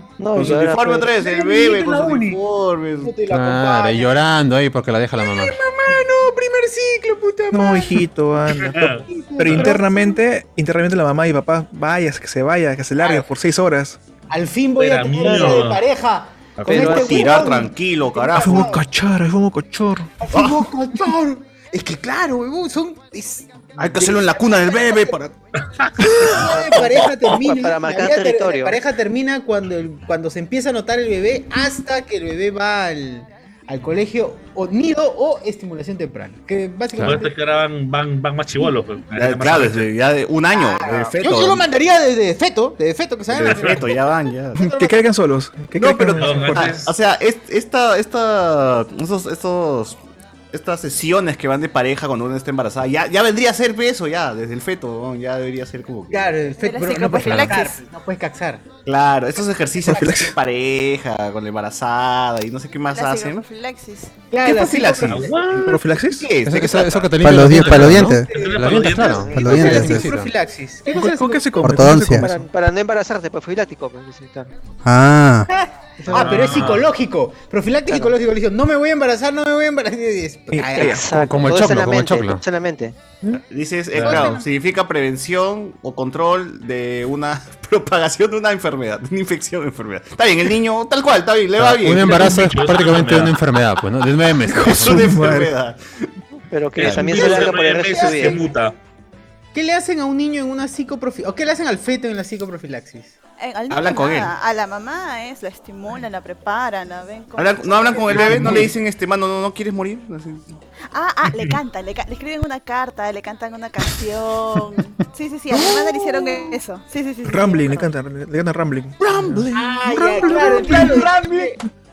Speaker 1: el.
Speaker 7: No,
Speaker 8: Con
Speaker 7: y
Speaker 8: su
Speaker 7: ahora
Speaker 8: uniforme
Speaker 7: fue-
Speaker 8: otra vez, el bebé con su uniforme.
Speaker 2: Claro, y
Speaker 1: Te la acompaña.
Speaker 2: llorando ahí porque la deja la mamá.
Speaker 1: Ah, no, primer ciclo, puta
Speaker 3: No, hijito, anda. Pero internamente, internamente la mamá y papá, vayas, que se vaya, que se largue por seis horas.
Speaker 1: Al fin voy a
Speaker 6: Era
Speaker 1: tener
Speaker 6: mío.
Speaker 1: vida de pareja.
Speaker 8: Al
Speaker 1: Con
Speaker 8: fin
Speaker 1: este
Speaker 8: va a tirar
Speaker 1: huevón.
Speaker 8: tranquilo,
Speaker 3: Ah, fue
Speaker 8: carajo.
Speaker 3: un cachar, fue un cochor.
Speaker 1: Al fin voy a cachar. Es que claro, huevón, son. es-
Speaker 8: Hay que hacerlo en la cuna del bebé para.
Speaker 1: vida de pareja termina.
Speaker 7: Para
Speaker 1: la
Speaker 7: marcar
Speaker 1: vida ter-
Speaker 7: territorio.
Speaker 1: La pareja termina cuando, el- cuando se empieza a notar el bebé hasta que el bebé va al, al colegio o nido o estimulación temprana. Que
Speaker 6: Por
Speaker 1: básicamente.
Speaker 6: esto que ahora van, van, van más chivolos. pues.
Speaker 8: Ya, claro, desde ya de un año, de feto.
Speaker 1: Yo, yo lo mandaría desde feto, desde feto, que
Speaker 8: De
Speaker 1: sabemos.
Speaker 8: feto, ya van, ya.
Speaker 3: Que caigan solos. Que
Speaker 8: No,
Speaker 3: caigan
Speaker 8: pero-
Speaker 3: solos,
Speaker 6: no,
Speaker 3: por-
Speaker 8: Ah,
Speaker 6: Entonces-
Speaker 8: o sea, es- esta, esta, estos, estos, estas sesiones que van de pareja cuando uno está embarazada, ya, ya vendría a ser eso, ya, desde el feto, ¿no? ya debería ser como que...
Speaker 1: Claro, el feto,
Speaker 10: Pero
Speaker 1: pero
Speaker 10: sí,
Speaker 1: no puedes caxar.
Speaker 10: profilaxis.
Speaker 1: No puedes caxar.
Speaker 8: Ah, Claro, estos ejercicios que
Speaker 3: Profilaxis.
Speaker 8: hacen pareja, con la embarazada y no sé qué más
Speaker 10: La
Speaker 8: hacen.
Speaker 10: psicoprofilaxis.
Speaker 1: Claro,
Speaker 8: ¿Qué
Speaker 1: la
Speaker 8: profilaxis?
Speaker 3: ¿Profilaxis?
Speaker 8: ¿Qué es?
Speaker 2: Eso,
Speaker 8: ¿De qué
Speaker 2: eso,
Speaker 8: trata?
Speaker 2: eso que te
Speaker 4: Para
Speaker 2: limpia
Speaker 4: los,
Speaker 2: los
Speaker 4: di- para los
Speaker 2: ¿no?
Speaker 4: dientes.
Speaker 6: Para
Speaker 2: Los
Speaker 6: los
Speaker 2: dientes,
Speaker 6: dientes.
Speaker 2: claro.
Speaker 4: Para los
Speaker 1: psicoprofilaxis,
Speaker 4: dientes.
Speaker 2: sí, sí.
Speaker 1: profilaxis. ¿Qué
Speaker 3: ¿Con,
Speaker 1: cosa es
Speaker 3: con qué se come?
Speaker 4: Ortodoncia.
Speaker 3: ¿Con qué se
Speaker 7: Para,
Speaker 3: come eso?
Speaker 7: para no embarazarte, profiláctico. pues, sí, está.
Speaker 4: Ah,
Speaker 1: Ah, pero es
Speaker 6: Ah.
Speaker 1: psicológico. Profiláctico
Speaker 7: Claro.
Speaker 1: psicológico. Le dijo, no me voy a embarazar, no me voy a embarazar. Y es- Ay,
Speaker 7: Exacto,
Speaker 2: como el
Speaker 7: todo está en
Speaker 2: choclo,
Speaker 7: la
Speaker 2: como el
Speaker 7: mente,
Speaker 2: choclo.
Speaker 7: todo está en la mente.
Speaker 8: Dices, eh,
Speaker 2: Claro.
Speaker 8: claro. significa prevención o control de una propagación de una enfermedad, de una infección de enfermedad. Está bien, el niño, tal cual, está bien, le va bien.
Speaker 2: Ah, Un embarazo es
Speaker 6: bicho, es
Speaker 2: prácticamente una
Speaker 6: una
Speaker 2: enfermedad, pues, ¿no? De nueve meses. Pues,
Speaker 8: Es una enfermedad.
Speaker 7: Pero que
Speaker 6: Ya,
Speaker 7: también
Speaker 6: el
Speaker 7: se
Speaker 6: virus
Speaker 7: larga
Speaker 6: de
Speaker 7: por el resto
Speaker 6: nueve
Speaker 7: de su
Speaker 6: meses se
Speaker 7: vida.
Speaker 6: muta.
Speaker 1: ¿Qué le hacen a un niño en una psicoprofilaxis? ¿O qué le hacen al feto en la psicoprofilaxis?
Speaker 10: Eh, al niño
Speaker 8: Hablan con
Speaker 10: nada, A la mamá es, la estimulan, la preparan, la ven con...
Speaker 8: Hablan- ¿No hablan con el bebé? ¿No le dicen, este, mano, no, no quieres morir? Así.
Speaker 10: Ah, ah, le cantan, le, ca- le escriben una carta, le cantan una canción. Sí, sí, sí, a mi hermana le hicieron eso. Sí, sí, sí. sí,
Speaker 3: Rambling,
Speaker 10: sí,
Speaker 3: le
Speaker 10: me acuerdo.
Speaker 3: cantan, le le cantan Rambling.
Speaker 1: Ah, ya, claro, claro.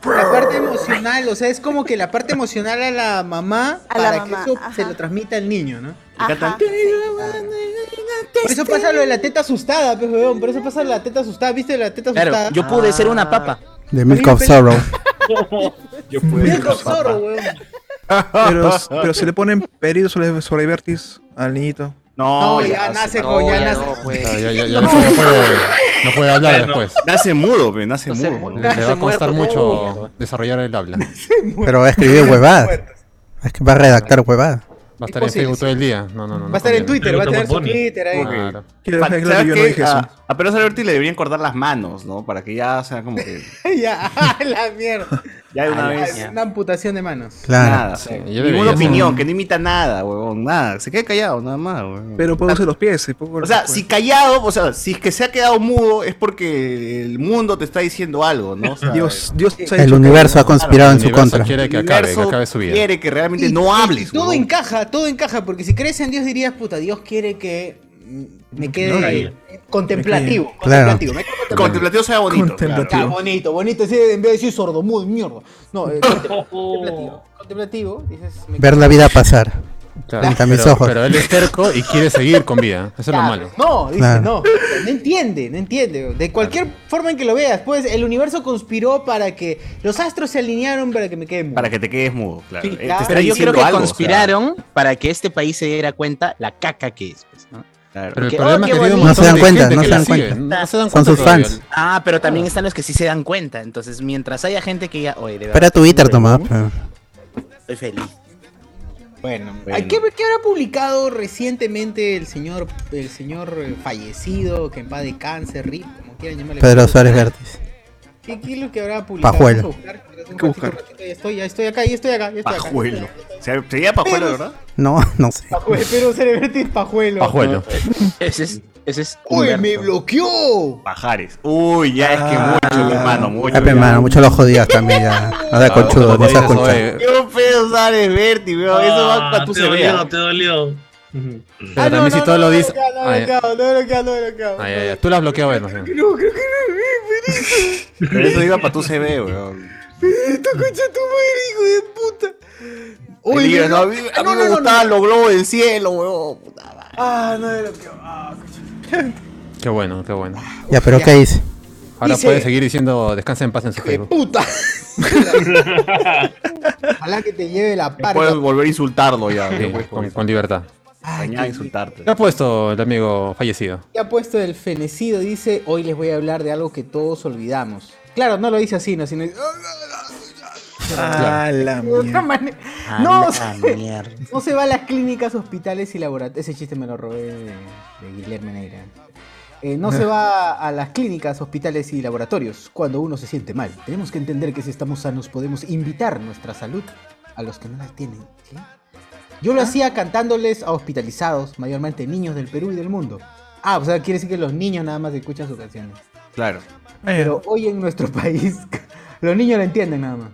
Speaker 1: La parte emocional, o sea, es como que la parte emocional a la mamá
Speaker 10: A la
Speaker 1: para
Speaker 10: mamá,
Speaker 1: que eso
Speaker 10: ajá.
Speaker 1: se lo transmita al niño, ¿no?
Speaker 10: Ajá, sí.
Speaker 1: Por eso pasa lo de la teta asustada, pues, weón. Por eso pasa lo de la teta asustada. ¿Viste la teta
Speaker 9: Claro,
Speaker 1: asustada?
Speaker 9: yo pude ser
Speaker 8: Ah.
Speaker 9: una papa.
Speaker 4: The Milk of Sorrow.
Speaker 8: Yo
Speaker 1: Mira el zorro, weón.
Speaker 3: Pero, pero se le ponen peridos sobre, sobre vertis al niñito.
Speaker 8: No,
Speaker 1: No, ya
Speaker 8: ya,
Speaker 1: nace,
Speaker 7: No,
Speaker 1: con- ya
Speaker 7: ya
Speaker 1: nace.
Speaker 7: no, pues.
Speaker 2: Ya, ya, ya, ya no, puede, no puede- no puede hablar
Speaker 6: Bueno.
Speaker 2: después.
Speaker 8: nace mudo, pe, nace
Speaker 7: No sé,
Speaker 8: mudo.
Speaker 7: mudo.
Speaker 8: ¿no?
Speaker 2: Le va a costar
Speaker 7: Uy,
Speaker 2: mucho desarrollar el habla. Va
Speaker 4: Pero va a escribir huevadas. Es que va a redactar huevadas.
Speaker 2: a estar en
Speaker 1: posible,
Speaker 2: Facebook todo el día. No, no, no.
Speaker 1: Va a estar en
Speaker 2: conviene.
Speaker 1: Twitter, va a
Speaker 6: Pregunta por
Speaker 1: tener su
Speaker 6: Bonnie.
Speaker 1: Twitter ahí.
Speaker 2: Claro.
Speaker 3: Quiero
Speaker 8: Pa-
Speaker 3: dejar claro
Speaker 8: ¿sabes
Speaker 3: que yo no
Speaker 8: qué?
Speaker 3: dije
Speaker 8: A-
Speaker 3: eso.
Speaker 8: A Pedro Alberti le deberían cortar las manos, ¿no? Para que ya sea como que.
Speaker 1: ya, a la mierda.
Speaker 8: Ya de una
Speaker 1: Ah,
Speaker 8: vez.
Speaker 1: es Una amputación de manos.
Speaker 4: Claro.
Speaker 8: Nada,
Speaker 2: Sí,
Speaker 8: sí.
Speaker 2: yo debería
Speaker 8: Ninguna
Speaker 2: hacer
Speaker 8: opinión,
Speaker 2: un-
Speaker 8: que no imita nada, huevón, nada. Se queda callado, nada más, huevón.
Speaker 3: Pero puedo usar los pies. y puedo-
Speaker 8: O sea, si callado, o sea, si es que se ha quedado mudo, es porque el mundo te está diciendo algo, ¿no? O sea, eh,
Speaker 3: Dios, Dios se ha
Speaker 4: El
Speaker 3: hecho
Speaker 4: universo ha
Speaker 3: cagado.
Speaker 4: conspirado en
Speaker 2: El
Speaker 4: su
Speaker 2: universo
Speaker 4: contra.
Speaker 2: Quiere que
Speaker 8: el
Speaker 2: acabe, que
Speaker 8: universo
Speaker 2: acabe su vida.
Speaker 8: Quiere que realmente
Speaker 1: Y-
Speaker 8: no
Speaker 1: y-
Speaker 8: hables.
Speaker 1: y todo
Speaker 8: huevón.
Speaker 1: encaja, todo encaja, porque si crees en Dios dirías, puta, Dios quiere que mm, me quede
Speaker 9: calle.
Speaker 1: contemplativo.
Speaker 4: Me calle.
Speaker 1: contemplativo, me quedo contemplativo.
Speaker 8: Contemplativo sea bonito.
Speaker 3: Contemplativo.
Speaker 8: claro.
Speaker 1: Ya, bonito, bonito. Así, en vez de decir sordo, mudo, mierda. No, eh, contemplativo. contemplativo. Contemplativo, dices. me
Speaker 4: Ver la vida pasar.
Speaker 2: Claro,
Speaker 4: Frente a mis
Speaker 2: pero,
Speaker 4: ojos.
Speaker 2: pero él es terco y quiere seguir con vida. Eso es lo
Speaker 1: Claro,
Speaker 2: malo.
Speaker 1: No, dice,
Speaker 4: Claro.
Speaker 1: no. No entiende, no entiende. De cualquier forma en que lo veas, pues el universo conspiró para que los astros se alinearon para que me quede mudo.
Speaker 8: Para que te quedes mudo, claro.
Speaker 1: Sí,
Speaker 8: Eh, te
Speaker 1: claro.
Speaker 8: está
Speaker 5: Pero yo
Speaker 8: diciendo
Speaker 5: creo que
Speaker 8: algo, o sea,
Speaker 5: conspiraron para que este país se diera cuenta la caca que es. pues, ¿no?
Speaker 8: claro.
Speaker 2: Pero el
Speaker 5: Porque,
Speaker 2: problema
Speaker 5: oh,
Speaker 2: es que
Speaker 5: qué
Speaker 2: tiene un
Speaker 5: bonito.
Speaker 4: No se
Speaker 2: montón
Speaker 4: dan
Speaker 2: de
Speaker 4: cuenta,
Speaker 2: gente
Speaker 4: no
Speaker 2: que
Speaker 4: se
Speaker 2: la
Speaker 4: dan
Speaker 2: sigue.
Speaker 4: cuenta.
Speaker 2: No se dan
Speaker 4: Son
Speaker 2: cuenta
Speaker 4: sus
Speaker 2: todavía.
Speaker 4: fans.
Speaker 5: Ah, pero también están los que sí se dan cuenta. Entonces, mientras haya gente que diga, oye, de verdad.
Speaker 4: Espera tu Twitter
Speaker 5: soy un
Speaker 4: nomás.
Speaker 5: huevón,
Speaker 4: pero-
Speaker 5: Estoy feliz.
Speaker 1: Bueno,
Speaker 8: bueno.
Speaker 1: ¿Qué, qué habrá publicado recientemente el señor, el señor eh, fallecido, que en paz de cáncer, RIP, como quieran llamarle?
Speaker 4: Pedro Suárez Vértiz.
Speaker 1: ¿Qué, qué es lo que habrá publicado?
Speaker 4: Pajuelo.
Speaker 1: Vamos a buscar, espérate un
Speaker 3: ¿Qué
Speaker 1: ratito,
Speaker 3: buscar?
Speaker 1: un ratito, ya estoy, ya estoy acá, ya estoy acá, ya estoy acá.
Speaker 8: Pajuelo. Se- Sería pajuelo,
Speaker 1: Pero-
Speaker 8: ¿verdad?
Speaker 4: No, no sé.
Speaker 1: Pajuelo, Pedro Cerebertis Pajuelo.
Speaker 2: Pajuelo.
Speaker 8: eh,
Speaker 5: Ese es. Ese es
Speaker 1: ¡Uy, me
Speaker 5: Humberto.
Speaker 1: bloqueó!
Speaker 8: Pajares. Uy, ya es que mucho, hermano, mucho.
Speaker 4: Ah, pero, hermano, mucho lo jodías también ya. No da conchudo, no
Speaker 2: Como
Speaker 4: seas
Speaker 2: dices,
Speaker 4: conchudo.
Speaker 2: oye,
Speaker 8: Qué feo sales, Berti, weón. Eso va para tu
Speaker 9: Ah, te dolió,
Speaker 8: cerebro.
Speaker 9: te dolió.
Speaker 2: Pero también si todo lo dice.
Speaker 1: Ah, No, no,
Speaker 2: Ah, ya.
Speaker 1: bloqueado, no, bloqueado, no, bloqueado.
Speaker 2: Ay, ay, ay, Tú lo has bloqueado a él, más bien.
Speaker 1: No, creo que no, eh,
Speaker 8: Pero eso iba para tu CB, weón.
Speaker 1: Pedrito, concha tu madre, hijo de puta. Ah,
Speaker 8: Oye,
Speaker 1: Oye,
Speaker 8: no, a mí, a mí me gustaban los globos del cielo, weón. Puta madre.
Speaker 1: Ah, no, lo que. Ah, concha.
Speaker 2: Qué bueno, qué bueno.
Speaker 4: Ya, pero
Speaker 1: Ya.
Speaker 4: ¿qué dice?
Speaker 2: Ahora
Speaker 1: Dice-
Speaker 2: puede seguir diciendo descansa en paz en su
Speaker 1: ¡Qué
Speaker 2: Facebook.
Speaker 1: puta! Ojalá que te lleve la
Speaker 8: Puedes
Speaker 1: parca.
Speaker 8: volver a insultarlo ya.
Speaker 2: Sí,
Speaker 8: después con
Speaker 2: con,
Speaker 8: eso.
Speaker 2: con libertad.
Speaker 1: Ay,
Speaker 8: Mañana
Speaker 1: qué-
Speaker 8: insultarte.
Speaker 2: ¿Qué ha puesto el amigo fallecido?
Speaker 1: que ha puesto el fenecido dice, hoy les voy a hablar de algo que todos olvidamos. Claro, no lo dice así, no, sino...
Speaker 3: Ah, la
Speaker 1: De otra
Speaker 3: mierda.
Speaker 1: manera.
Speaker 5: Ah,
Speaker 1: No,
Speaker 5: la
Speaker 1: se,
Speaker 5: mierda.
Speaker 1: no se va a las clínicas, hospitales y laboratorios. Ese chiste me lo robé de, de Guillermo Neira. Eh, no se va a las clínicas, hospitales y laboratorios cuando uno se siente mal. Tenemos que entender que si estamos sanos podemos invitar nuestra salud a los que no la tienen. ¿sí? Yo lo hacía cantándoles a hospitalizados, mayormente niños del Perú y del mundo. Ah, o sea, quiere decir que los niños nada más escuchan sus canciones.
Speaker 8: Claro.
Speaker 1: Pero hoy en nuestro país, los niños lo entienden nada más.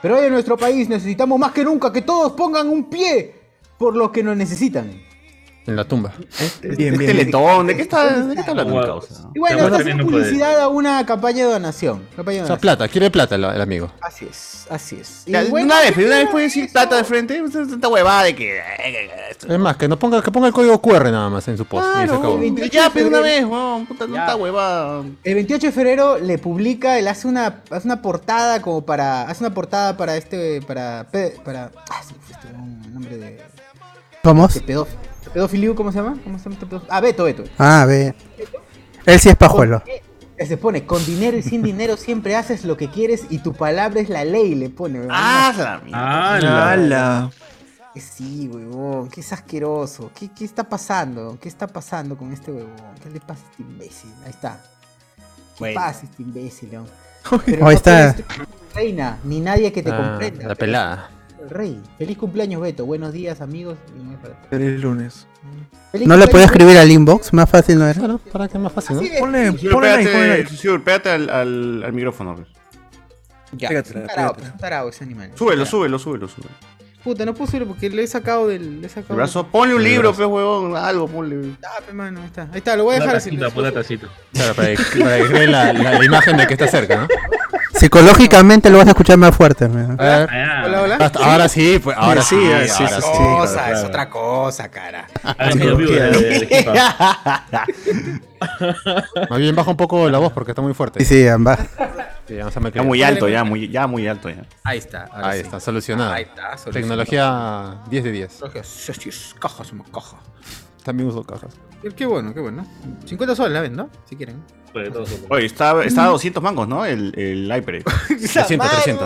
Speaker 1: Pero hoy en nuestro país necesitamos más que nunca que todos pongan un pie por los que nos necesitan.
Speaker 2: En la tumba.
Speaker 1: ¿Eh?
Speaker 3: Bien,
Speaker 8: ¿Es
Speaker 3: bien.
Speaker 8: teletón? Este, ¿De qué está, de qué está hablando
Speaker 9: Wow.
Speaker 8: el causa?
Speaker 1: Y bueno,
Speaker 9: Pero
Speaker 1: está
Speaker 9: bueno,
Speaker 1: haciendo
Speaker 9: también no
Speaker 1: publicidad a una campaña de donación. Campaña de
Speaker 2: O sea,
Speaker 1: donación.
Speaker 2: plata. Quiere plata el, el amigo.
Speaker 1: Así es, así es. Y
Speaker 8: Ya,
Speaker 1: bueno,
Speaker 8: una vez,
Speaker 1: ¿qué
Speaker 8: una vez
Speaker 1: quiero?
Speaker 8: puedes decir plata de frente, esta huevada de que. eh, eh, eh, esto-
Speaker 2: Es más, que, no ponga, que ponga el código QR nada más en su post. y se acabó.
Speaker 1: el 28
Speaker 8: Ya,
Speaker 1: de
Speaker 8: pero una
Speaker 1: febrero.
Speaker 8: vez, weón, puta, no
Speaker 1: Ya.
Speaker 8: está huevada.
Speaker 1: El 28 de febrero le publica, él hace una, hace una portada como para. Hace una portada para este. Para. pe- Para. Ah, se me fue este un nombre de.
Speaker 4: ¿Cómo?
Speaker 1: de pedof- pedófilo, ¿cómo se llama? ¿Cómo se llama este pedófilo? Ah, Beto, Beto.
Speaker 4: Ah, ve. Él sí es pajuelo.
Speaker 1: Eh, Se pone, con dinero y sin dinero siempre haces lo que quieres y tu palabra es la ley, le pone. weón.
Speaker 8: Ah, la mierda.
Speaker 3: Ah,
Speaker 9: ¡Hala!
Speaker 3: la.
Speaker 1: Que Sí, huevón, que es asqueroso. ¿Qué, ¿Qué está pasando? ¿Qué está pasando con este huevón? ¿Qué le pasa a este imbécil? Ahí está. ¿Qué
Speaker 8: Bueno.
Speaker 1: pasa a este imbécil, weón?
Speaker 4: Ahí está.
Speaker 1: Reina, ni nadie que te
Speaker 2: Ah,
Speaker 1: comprenda.
Speaker 2: la pelada.
Speaker 1: El rey. Feliz cumpleaños, Beto. Buenos días, amigos. Y no es para ti.
Speaker 3: Feliz lunes.
Speaker 1: Feliz
Speaker 4: ¿No le
Speaker 1: cumpleaños,
Speaker 4: puedo escribir al inbox? Más fácil, ¿no era?
Speaker 2: Claro, para que es más fácil, ¿no?
Speaker 1: Así es.
Speaker 3: Ponle,
Speaker 8: Susur,
Speaker 3: ponle like, ponle
Speaker 8: pégate,
Speaker 3: like.
Speaker 8: Susur, pégate al, al, al micrófono. pues.
Speaker 1: Ya,
Speaker 3: Pégatela,
Speaker 1: es un tarao,
Speaker 3: pégatela.
Speaker 1: es un tarao ese animal.
Speaker 8: Súbelo, súbelo, súbelo, súbelo.
Speaker 1: Puta, no puedo subirlo porque lo he sacado del. Lo he sacado
Speaker 8: El brazo, ponle un
Speaker 2: El
Speaker 8: libro,
Speaker 2: brazo.
Speaker 8: pues, huevón, algo, ponle.
Speaker 1: Ah, pe, mano, ahí está. Ahí está, lo voy a
Speaker 9: Una
Speaker 1: dejar así.
Speaker 9: tacita,
Speaker 1: lo-
Speaker 9: una tacita.
Speaker 2: Claro, para que, para que cree la, la- la imagen de que está cerca, ¿no?
Speaker 4: Psicológicamente lo vas a escuchar más fuerte. man.
Speaker 2: A ver.
Speaker 9: Ah,
Speaker 1: Hola, hola.
Speaker 2: Hasta- ahora sí, pues, ahora sí, ahora sí.
Speaker 1: Es
Speaker 3: sí,
Speaker 1: otra cosa,
Speaker 9: claro,
Speaker 1: es
Speaker 9: claro.
Speaker 1: otra cosa, cara.
Speaker 9: ah, es que yo vivo de- de Arequipa.
Speaker 2: Más bien baja un poco la voz porque está muy fuerte.
Speaker 4: Sí, sí, ambas.
Speaker 2: Sí, vamos a
Speaker 8: Ya
Speaker 2: meter-
Speaker 8: muy alto, ya muy, ya muy alto, ya.
Speaker 1: Ahí está, ahora
Speaker 2: Ahí
Speaker 1: sí.
Speaker 2: está, solucionado.
Speaker 1: Ahí está, solucionado.
Speaker 2: Tecnología 10 de 10.
Speaker 1: Creo que sí, sí, es Caja, somos caja.
Speaker 2: También uso cajas.
Speaker 1: Qué- Qué bueno, qué bueno. 50 soles la ven, ¿no? Si quieren.
Speaker 9: Pues, todo eso.
Speaker 8: Oye, está, está a 200 mangos, ¿no? El, el iPad.
Speaker 2: 300, 300, 300.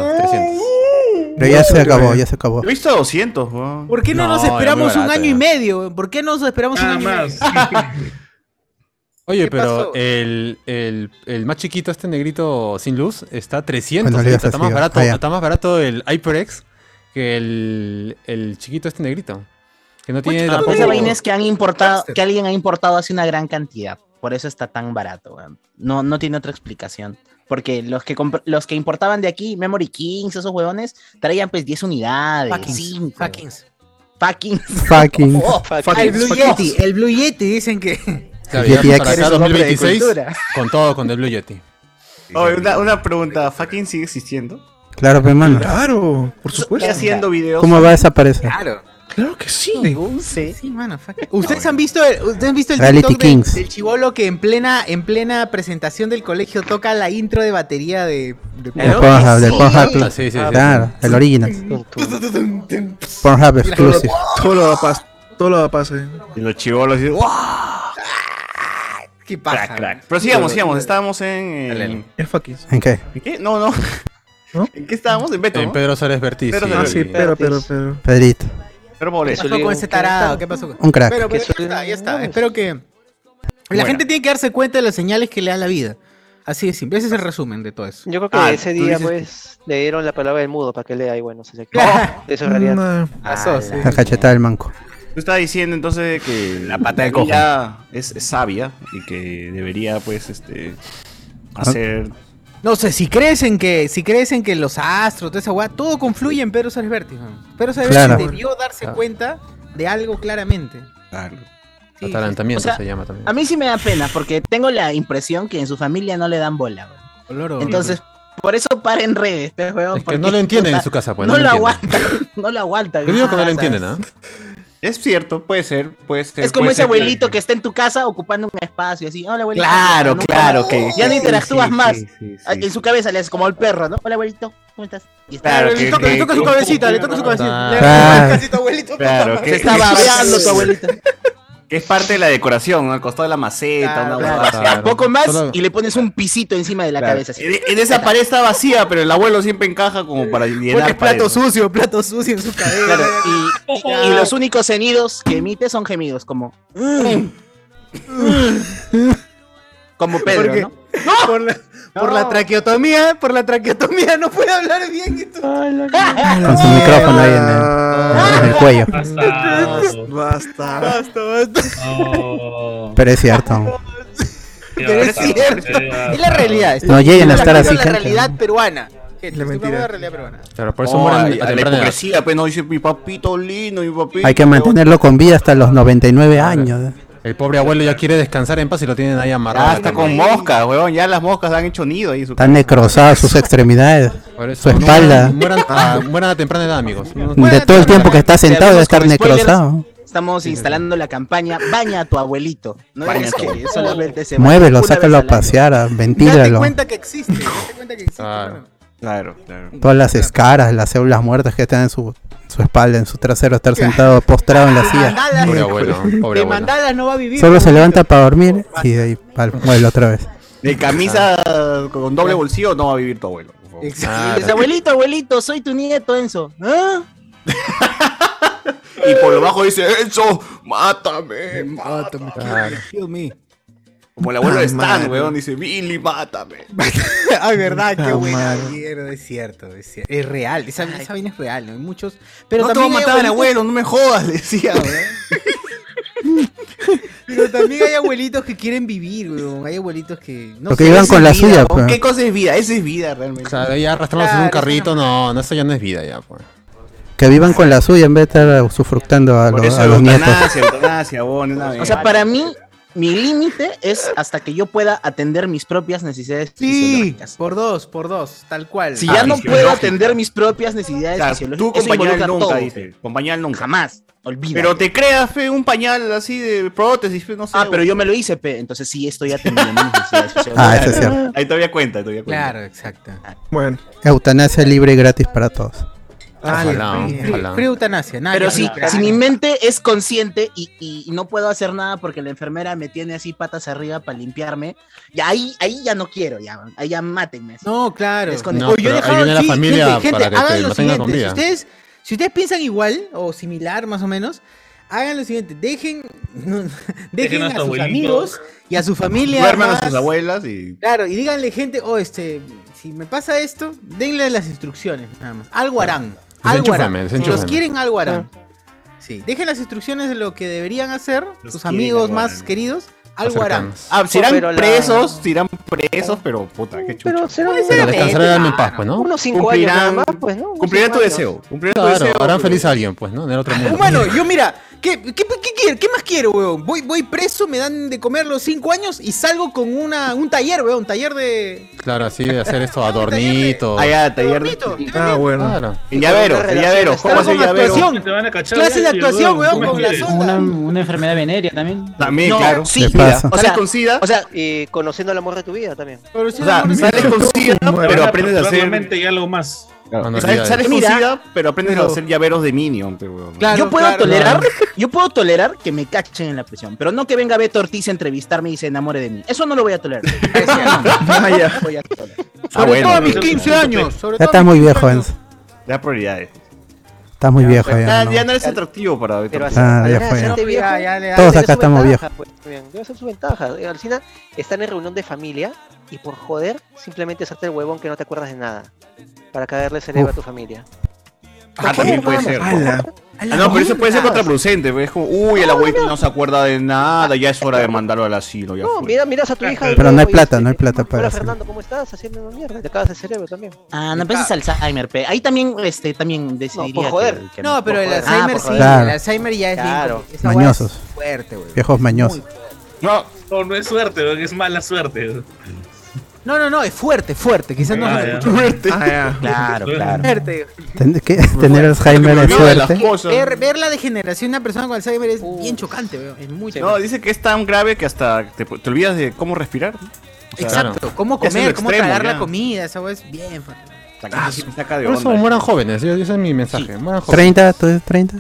Speaker 4: Pero ya se acabó, ya se acabó.
Speaker 8: Lo he visto a 200, weón.
Speaker 1: ¿Por qué no,
Speaker 2: No,
Speaker 1: nos
Speaker 2: era muy
Speaker 1: esperamos un
Speaker 2: barata,
Speaker 1: año y
Speaker 2: ya.
Speaker 1: medio? ¿Por qué no nos esperamos un
Speaker 9: Nada
Speaker 1: año y medio?
Speaker 9: más.
Speaker 2: Oye,
Speaker 11: ¿Qué
Speaker 2: pero
Speaker 11: pasó?
Speaker 2: el, el, el más chiquito, este negrito sin luz, está 300.
Speaker 4: Bueno, le
Speaker 2: ahorita.
Speaker 4: ibas a
Speaker 2: está, más
Speaker 4: decir,
Speaker 2: barato,
Speaker 4: ah, ya.
Speaker 2: está más barato el HyperX que el, el chiquito, este negrito. Que no tiene
Speaker 5: Ah,
Speaker 2: tampoco-
Speaker 5: esa vaina es que han importado, que alguien ha importado hace una gran cantidad. Por eso está tan barato, weón. No, no tiene otra explicación. Porque los que compr- los que importaban de aquí, Memory Kings, esos huevones, traían pues 10 unidades.
Speaker 1: Fuckings,
Speaker 5: 5.
Speaker 1: fuckings.
Speaker 5: Fucking.
Speaker 4: Fucking.
Speaker 5: Ah, el Blue Yeti.
Speaker 1: el Blue Yeti dicen que.
Speaker 2: Claro,
Speaker 4: Yeti
Speaker 2: ya
Speaker 4: X.
Speaker 2: para acá
Speaker 4: Eres un hombre de
Speaker 2: 2026,
Speaker 1: cultura.
Speaker 2: con todo, con el Blue Yeti.
Speaker 8: Oye, una, una pregunta, ¿fucking sigue existiendo?
Speaker 4: Claro, pe mano.
Speaker 3: Claro, por supuesto.
Speaker 8: ¿Sigue haciendo videos?
Speaker 4: ¿Cómo va a desaparecer?
Speaker 1: Claro.
Speaker 3: Claro que sí.
Speaker 1: Sí, mano, fucking. ¿Ustedes han visto el, ustedes han visto el
Speaker 4: Reality
Speaker 1: TikTok del,
Speaker 4: Kings.
Speaker 1: del chivolo que en plena, en plena presentación del colegio toca la intro de batería de, de
Speaker 4: De
Speaker 1: Pornhub?
Speaker 4: Pornhub, de Pornhub
Speaker 2: Ah,
Speaker 4: Plus.
Speaker 2: sí, sí, sí.
Speaker 4: Claro, el
Speaker 1: Mm.
Speaker 4: original. Pornhub exclusive.
Speaker 3: Todo lo va a pasar. Todo lo va a pasar.
Speaker 8: Y los chivolos dicen, ¡guau!
Speaker 1: ¿Qué pasa?
Speaker 8: Crack, crack. Pero sigamos, sigamos, estábamos en...
Speaker 6: Dale,
Speaker 8: en-
Speaker 6: dale.
Speaker 3: Es fucking.
Speaker 4: ¿En qué?
Speaker 8: ¿En qué? No, no.
Speaker 3: ¿No?
Speaker 8: ¿En qué estábamos? En Beto,
Speaker 2: En
Speaker 8: ¿no?
Speaker 2: Pedro Suárez Bertiz.
Speaker 8: Pedro
Speaker 3: Ah,
Speaker 8: Suárez.
Speaker 3: sí, pero, pero, pero.
Speaker 4: Pedrito.
Speaker 8: Pero por
Speaker 1: ¿Qué
Speaker 8: eso.
Speaker 1: pasó con ese tarado? ¿Qué pasó con-
Speaker 4: Un crack.
Speaker 1: Pero,
Speaker 7: Que
Speaker 1: pero ya
Speaker 7: soy-
Speaker 1: está, ya está. Espero que. La
Speaker 8: Bueno.
Speaker 1: gente tiene que darse cuenta de las señales que le da la vida. Así de simple. Ese es el resumen de todo eso.
Speaker 7: Yo creo que
Speaker 8: Ah,
Speaker 7: ese
Speaker 8: tú
Speaker 7: día,
Speaker 8: dices-
Speaker 7: pues, le dieron la palabra del mudo para que lea y bueno, se le
Speaker 1: Claro.
Speaker 7: De Ah, eso en realidad.
Speaker 3: Nah,
Speaker 1: Pasó, sí.
Speaker 4: La cachetada del manco.
Speaker 8: Tú estabas diciendo entonces que la
Speaker 11: pata del cojo.
Speaker 8: vida es, es sabia y que debería pues este hacer
Speaker 1: No sé, si crees en que, si crees en que los astros, toda esa weá, todo confluye en Pedro Suárez Vértiz, ¿no? Pedro Suárez
Speaker 4: Claro.
Speaker 1: Vértiz debió darse cuenta de algo claramente. Sí,
Speaker 2: Atalantamiento
Speaker 5: O sea,
Speaker 2: se llama también.
Speaker 5: A mí sí me da pena, porque tengo la impresión que en su familia no le dan bola, weón.
Speaker 1: sí, olor a-
Speaker 5: Entonces, por eso para en redes, este juego.
Speaker 2: Es que no lo entienden en su casa, pues.
Speaker 5: No, lo
Speaker 2: entienden.
Speaker 5: aguanta, no lo aguanta.
Speaker 2: Yo digo que no lo
Speaker 5: ¿sabes?
Speaker 2: entienden, ¿ah?
Speaker 8: es cierto, puede ser, puede ser.
Speaker 5: Es como
Speaker 8: puede
Speaker 5: ese
Speaker 8: ser que-
Speaker 5: abuelito que está en tu casa ocupando un espacio así. Hola, abuelito.
Speaker 8: Claro,
Speaker 5: Nunca
Speaker 8: claro
Speaker 5: más.
Speaker 8: que
Speaker 5: Ya no interactúas más.
Speaker 8: sí,
Speaker 5: Ah, En su cabeza le haces como al perro, ¿no? Hola, abuelito. ¿Cómo estás? Y está,
Speaker 8: Claro,
Speaker 1: Le
Speaker 8: que-
Speaker 1: toca, le toca su
Speaker 8: que-
Speaker 1: cabecita, le toca su cabecita.
Speaker 4: Ah.
Speaker 1: Le toca su cabecita, abuelito.
Speaker 8: Claro, que
Speaker 5: se está babeando tu abuelito.
Speaker 8: que es parte de la decoración, ¿no? al costado de la maceta,
Speaker 1: Claro,
Speaker 8: una
Speaker 1: claro.
Speaker 8: huevada así.
Speaker 2: Claro.
Speaker 5: Poco más
Speaker 2: Solo-
Speaker 5: y le pones un pisito encima de la cabeza. así.
Speaker 8: En, en esa pared está vacía, pero el abuelo siempre encaja como para
Speaker 1: Pones
Speaker 8: llenar
Speaker 1: plato
Speaker 8: pared.
Speaker 1: sucio, plato sucio en su cabeza.
Speaker 5: Claro, y, y- y los únicos sonidos que emite son gemidos, como. "Mm". como Pedro,
Speaker 1: Porque-
Speaker 5: ¿no?
Speaker 1: Por la, por la traqueotomía, por la traqueotomía no puede hablar bien. y todo.
Speaker 4: Con su micrófono ahí en el, en el cuello.
Speaker 6: Pasado.
Speaker 3: Basta.
Speaker 1: Basta, basta.
Speaker 6: No.
Speaker 4: Pero es cierto.
Speaker 6: Qué
Speaker 1: Pero es
Speaker 6: basado,
Speaker 1: cierto.
Speaker 6: qué basado.
Speaker 1: Es la realidad.
Speaker 4: No lleguen a
Speaker 1: Estoy
Speaker 4: estar
Speaker 1: hablando
Speaker 4: así,
Speaker 1: de la
Speaker 4: gente.
Speaker 1: realidad peruana. Gente, estoy hablando de
Speaker 3: mentira.
Speaker 1: la realidad peruana.
Speaker 2: Claro, por
Speaker 8: Por
Speaker 2: eso
Speaker 8: eso
Speaker 2: mueren a
Speaker 8: a la
Speaker 2: temprana edad.
Speaker 8: hipocresía, pues no dice mi papito lindo, mi papito.
Speaker 4: Hay que mantenerlo con vida hasta los 99 años.
Speaker 2: El pobre abuelo ya quiere descansar en paz y lo tienen ahí amarrado.
Speaker 8: Ya está con moscas, weón. Ya las moscas han hecho nido ahí. en su
Speaker 4: Están necrosadas sus extremidades.
Speaker 2: Por eso,
Speaker 4: Su espalda.
Speaker 2: Mueran,
Speaker 8: Ah.
Speaker 2: mueran a, mueran a temprana edad, amigos. No-
Speaker 4: De todo el tiempo que está sentado debe estar
Speaker 5: Con spoilers,
Speaker 4: necrosado.
Speaker 5: Estamos instalando la campaña Baña a tu abuelito. No
Speaker 8: Baña
Speaker 5: es
Speaker 8: a tu
Speaker 5: que solamente se baña
Speaker 4: Muévelo,
Speaker 5: una
Speaker 4: sácalo
Speaker 5: vez
Speaker 4: a
Speaker 5: al año.
Speaker 4: pasear,
Speaker 1: Date
Speaker 4: ventílalo.
Speaker 1: cuenta que existe. Date cuenta que existe.
Speaker 2: Claro.
Speaker 1: hermano.
Speaker 8: Claro, claro.
Speaker 4: Todas las escaras, las células muertas que están en su, su espalda, en su trasero, estar sentado postrado en la silla.
Speaker 1: Mandalas,
Speaker 2: Pobre abuelo, pobre
Speaker 1: de
Speaker 2: abuelo.
Speaker 1: mandalas no va a vivir.
Speaker 4: Solo se levanta para dormir y de ahí al vuelo otra vez.
Speaker 8: De camisa con doble bolsillo no va a vivir tu abuelo. por favor.
Speaker 1: Exacto.
Speaker 2: Ah,
Speaker 5: Y dices, abuelito, abuelito, soy tu nieto, Enzo. ¿Ah?
Speaker 8: Y por lo bajo dice, Enzo, mátame, mátame.
Speaker 2: Claro.
Speaker 1: Kill me.
Speaker 8: Como el abuelo de
Speaker 2: Ah,
Speaker 8: Stan, "Ah, weón, dice, Billy, mátame.
Speaker 1: Ay, verdad, qué
Speaker 3: Ah,
Speaker 1: buena
Speaker 3: madre.
Speaker 1: mierda, es cierto, es cier- Es real, esa, esa vaina es real, ¿no? Hay muchos. Pero
Speaker 8: no te voy
Speaker 1: también
Speaker 8: a
Speaker 1: hay
Speaker 8: matar al
Speaker 1: abuelitos-
Speaker 8: abuelo, no me jodas, le decía, weón.
Speaker 1: Pero también hay abuelitos que quieren vivir, weón. Hay abuelitos que. No
Speaker 4: Porque
Speaker 1: sé,
Speaker 4: iban
Speaker 1: es
Speaker 4: con la
Speaker 1: vida,
Speaker 4: suya,
Speaker 8: ¿Con
Speaker 4: pues.
Speaker 8: ¿Qué cosa es vida? Esa es vida realmente.
Speaker 2: O sea, ya arrastrarnos en un
Speaker 1: Claro,
Speaker 2: carrito, no, no, eso ya no es vida ya, pues.
Speaker 4: Que vivan con la suya en vez de estar usufructando a,
Speaker 8: Por
Speaker 4: los-
Speaker 8: eso
Speaker 4: a los nietos.
Speaker 8: eutanasia, eutanasia, weón, una vez.
Speaker 5: O sea, para mí, mi límite es hasta que yo pueda atender mis propias necesidades
Speaker 1: Sí,
Speaker 5: fisiológicas.
Speaker 1: por dos, por dos, tal cual.
Speaker 5: Si ya
Speaker 8: Ah,
Speaker 5: no puedo
Speaker 8: fisiológico.
Speaker 5: atender mis propias necesidades
Speaker 8: O sea, tú
Speaker 5: fisiológicas,
Speaker 8: con
Speaker 5: eso
Speaker 8: pañal
Speaker 5: involucra
Speaker 8: nunca,
Speaker 5: todo.
Speaker 8: dice. Con pañal nunca.
Speaker 5: Jamás, olvídate.
Speaker 8: Pero te creas, fe, un pañal así de prótesis, fe, no sé.
Speaker 5: Ah, pero
Speaker 8: weón.
Speaker 5: yo me lo hice, pe. Entonces sí estoy atendiendo mis necesidades
Speaker 4: Ah,
Speaker 5: fisiológicas.
Speaker 4: eso es cierto.
Speaker 8: Ahí todavía cuenta, todavía cuenta.
Speaker 1: Claro, exacto.
Speaker 3: Bueno.
Speaker 4: Eutanasia libre y gratis para todos.
Speaker 2: Ah, Ojalá,
Speaker 1: Free-
Speaker 2: ojalá.
Speaker 1: free eutanasia, nada.
Speaker 5: Pero
Speaker 1: ya,
Speaker 5: si,
Speaker 1: nada.
Speaker 5: si mi mente es consciente y, y- y no puedo hacer nada porque la enfermera me tiene así patas arriba para limpiarme, ya ahí, ahí ya no quiero, ya, ahí ya mátenme. así.
Speaker 1: No, claro.
Speaker 5: Desconecto.
Speaker 2: No,
Speaker 1: Oye, yo
Speaker 2: pero
Speaker 1: he
Speaker 2: ahí
Speaker 1: dejado-
Speaker 2: viene la
Speaker 1: sí,
Speaker 2: familia
Speaker 1: gente, gente,
Speaker 2: para que te
Speaker 1: hagan lo
Speaker 2: mantenga con
Speaker 1: siguiente. Si
Speaker 2: vida.
Speaker 1: ustedes, si ustedes piensan igual o similar, más o menos, hagan lo siguiente, dejen, dejen
Speaker 8: Dejen a
Speaker 1: a,
Speaker 8: su
Speaker 1: sus
Speaker 8: abuelito.
Speaker 1: amigos y a su familia.
Speaker 8: Duerman a
Speaker 1: más-
Speaker 8: sus abuelas y.
Speaker 1: Claro, y díganle gente, oh, este, si me pasa esto, denle las instrucciones, nada más. Algo harán. Algo harán.
Speaker 2: Desenchúfame,
Speaker 1: Si
Speaker 2: desenchúfame.
Speaker 1: los quieren, algo harán.
Speaker 7: Ah.
Speaker 1: Sí, dejen las instrucciones de lo que deberían hacer, sus
Speaker 8: quieren,
Speaker 1: amigos
Speaker 8: algo
Speaker 1: más
Speaker 8: harán.
Speaker 1: queridos, algo harán. pues,
Speaker 8: Ah, si irán
Speaker 1: Pero la-
Speaker 8: presos, si irán presos, pero puta, qué chucha.
Speaker 7: Pero será
Speaker 2: Pero descansarán en paz, pues, ¿no?
Speaker 7: unos cinco
Speaker 8: Cumplirán-
Speaker 7: años nada más, pues, ¿no? Unos
Speaker 8: Cumplirá
Speaker 7: cinco
Speaker 8: tu
Speaker 7: años.
Speaker 8: deseo. Cumplirá tu
Speaker 2: Claro,
Speaker 8: deseo. Ah,
Speaker 2: harán
Speaker 8: pero-
Speaker 2: feliz a alguien, pues, ¿no? En el otro mundo.
Speaker 1: Humano, yo mira, ¿qué, qué, qué quiero? ¿Qué más quiero, weón? Voy, voy preso, me dan de comer los cinco años y salgo con una, un taller, weón, un taller de...
Speaker 2: Claro, así de hacer estos adornitos.
Speaker 8: Ah, ya, taller.
Speaker 1: Tornito.
Speaker 3: Ah, bueno.
Speaker 2: Claro.
Speaker 8: En llavero, en llavero. ¿Cómo
Speaker 1: Claro,
Speaker 8: hace
Speaker 1: con
Speaker 8: llavero?
Speaker 1: actuación.
Speaker 6: Te van a cachar.
Speaker 1: Clases de
Speaker 6: ya, tío,
Speaker 1: actuación, weón,
Speaker 6: ¿cómo
Speaker 1: con la
Speaker 6: quieres?
Speaker 11: Una,
Speaker 1: zona.
Speaker 11: una enfermedad venérea también.
Speaker 8: También,
Speaker 7: No,
Speaker 8: claro.
Speaker 7: sí.
Speaker 4: ¿Qué pasa?
Speaker 8: O sea, con SIDA.
Speaker 7: O sea, y conociendo el amor de tu vida también.
Speaker 1: Pero si
Speaker 8: O sea,
Speaker 1: no, no sé-
Speaker 8: sales con SIDA,
Speaker 6: Te
Speaker 8: pero
Speaker 6: van a
Speaker 8: aprendes a
Speaker 6: perturbar la
Speaker 8: hacer. Ah,
Speaker 6: mente y algo más.
Speaker 8: Claro.
Speaker 2: Manualidades.
Speaker 8: Sales sales con
Speaker 5: Mira.
Speaker 8: SIDA, pero aprendes a
Speaker 1: Pero-
Speaker 8: hacer llaveros de Minion. pe, huevón.
Speaker 1: Claro,
Speaker 5: yo puedo
Speaker 1: claro.
Speaker 5: tolerar, yo puedo tolerar que me cachen en la prisión, pero no que venga Beto Ortiz a entrevistarme y se enamore de mí. Eso no lo voy a tolerar. Eso no,
Speaker 3: Ah,
Speaker 5: no
Speaker 3: ya.
Speaker 5: lo voy a tolerar.
Speaker 8: Ah,
Speaker 1: Sobre todo a
Speaker 8: bueno.
Speaker 1: mis 15 años. Sobre
Speaker 4: Ya
Speaker 1: todo a
Speaker 4: estás
Speaker 1: mis
Speaker 4: muy
Speaker 1: 15
Speaker 4: viejo,
Speaker 1: años.
Speaker 4: Enzo.
Speaker 8: Ya prioridades.
Speaker 4: Estás muy viejo ya.
Speaker 1: pues,
Speaker 8: Pues, Ya
Speaker 4: ¿no?
Speaker 8: ya no eres atractivo para Beto.
Speaker 7: Pero así,
Speaker 4: Ah,
Speaker 7: al
Speaker 4: ya
Speaker 7: final
Speaker 4: fue.
Speaker 7: hacerte
Speaker 1: No,
Speaker 7: viejo,
Speaker 1: ya, ya, ya.
Speaker 7: debe
Speaker 4: Todos
Speaker 7: ser
Speaker 4: acá
Speaker 7: su
Speaker 4: estamos
Speaker 7: ventaja, pues, también. Debe ser su ventaja. Eh, Al final están en reunión de familia y por joder, simplemente hacerte el huevón que no te acuerdas de nada. Para caerle cerebro
Speaker 4: Uf.
Speaker 7: a tu familia.
Speaker 8: Ah, también puede ser.
Speaker 3: Ala.
Speaker 8: Ah, no, pero eso puede ser contraproducente. pues, Es como, uy, el abuelito no se acuerda de nada, ya es hora de mandarlo al asilo. Ya
Speaker 7: No,
Speaker 8: fue.
Speaker 7: mira, miras a tu hija. y
Speaker 4: Pero no
Speaker 7: luego,
Speaker 4: hay
Speaker 7: oye,
Speaker 4: plata,
Speaker 7: este,
Speaker 4: no hay plata para
Speaker 7: Hola
Speaker 4: hacer-
Speaker 7: Fernando, ¿cómo estás? Haciendo una mierda. Te acabas de cerebro también.
Speaker 5: Ah, no penses Alzheimer, pe. Ahí también, este, también decidiría.
Speaker 7: por joder.
Speaker 5: que- que
Speaker 1: No, pero el
Speaker 7: Ah,
Speaker 1: Alzheimer
Speaker 7: por
Speaker 1: sí,
Speaker 7: joder.
Speaker 4: Claro.
Speaker 1: el Alzheimer ya es bien-
Speaker 7: Claro.
Speaker 1: esa hueá es
Speaker 4: Mañosos.
Speaker 1: Fuerte, weón.
Speaker 4: Viejos mañosos.
Speaker 1: Muy-
Speaker 8: No,
Speaker 6: No, no es suerte, weón, es mala suerte. weón.
Speaker 1: No, no, no, es fuerte, fuerte, quizás no
Speaker 6: Ah,
Speaker 1: se
Speaker 6: ya.
Speaker 1: escuchó.
Speaker 3: Ah, ya.
Speaker 5: Claro, claro.
Speaker 1: Fuerte.
Speaker 4: Ten- que- Tener Alzheimer
Speaker 8: Lo
Speaker 4: es
Speaker 8: vio de las
Speaker 4: suerte.
Speaker 8: cosas.
Speaker 1: Ver, Er, ver la degeneración de una persona con Alzheimer es bien chocante, weón. Es muy
Speaker 8: No,
Speaker 1: chocante.
Speaker 8: dice que es tan grave que hasta te, te olvidas de cómo respirar. ¿no? O sea,
Speaker 1: Exacto, cómo
Speaker 8: es el
Speaker 1: comer, cómo
Speaker 8: extremo,
Speaker 1: tragar
Speaker 8: ya.
Speaker 1: la comida, esa hueá es bien fuerte.
Speaker 8: Ah, sí me saca de
Speaker 2: Por eso
Speaker 8: onda.
Speaker 2: mueran jóvenes. yo- Ese es mi mensaje. Mueran jóvenes.
Speaker 4: 30, ¿tú dices 30?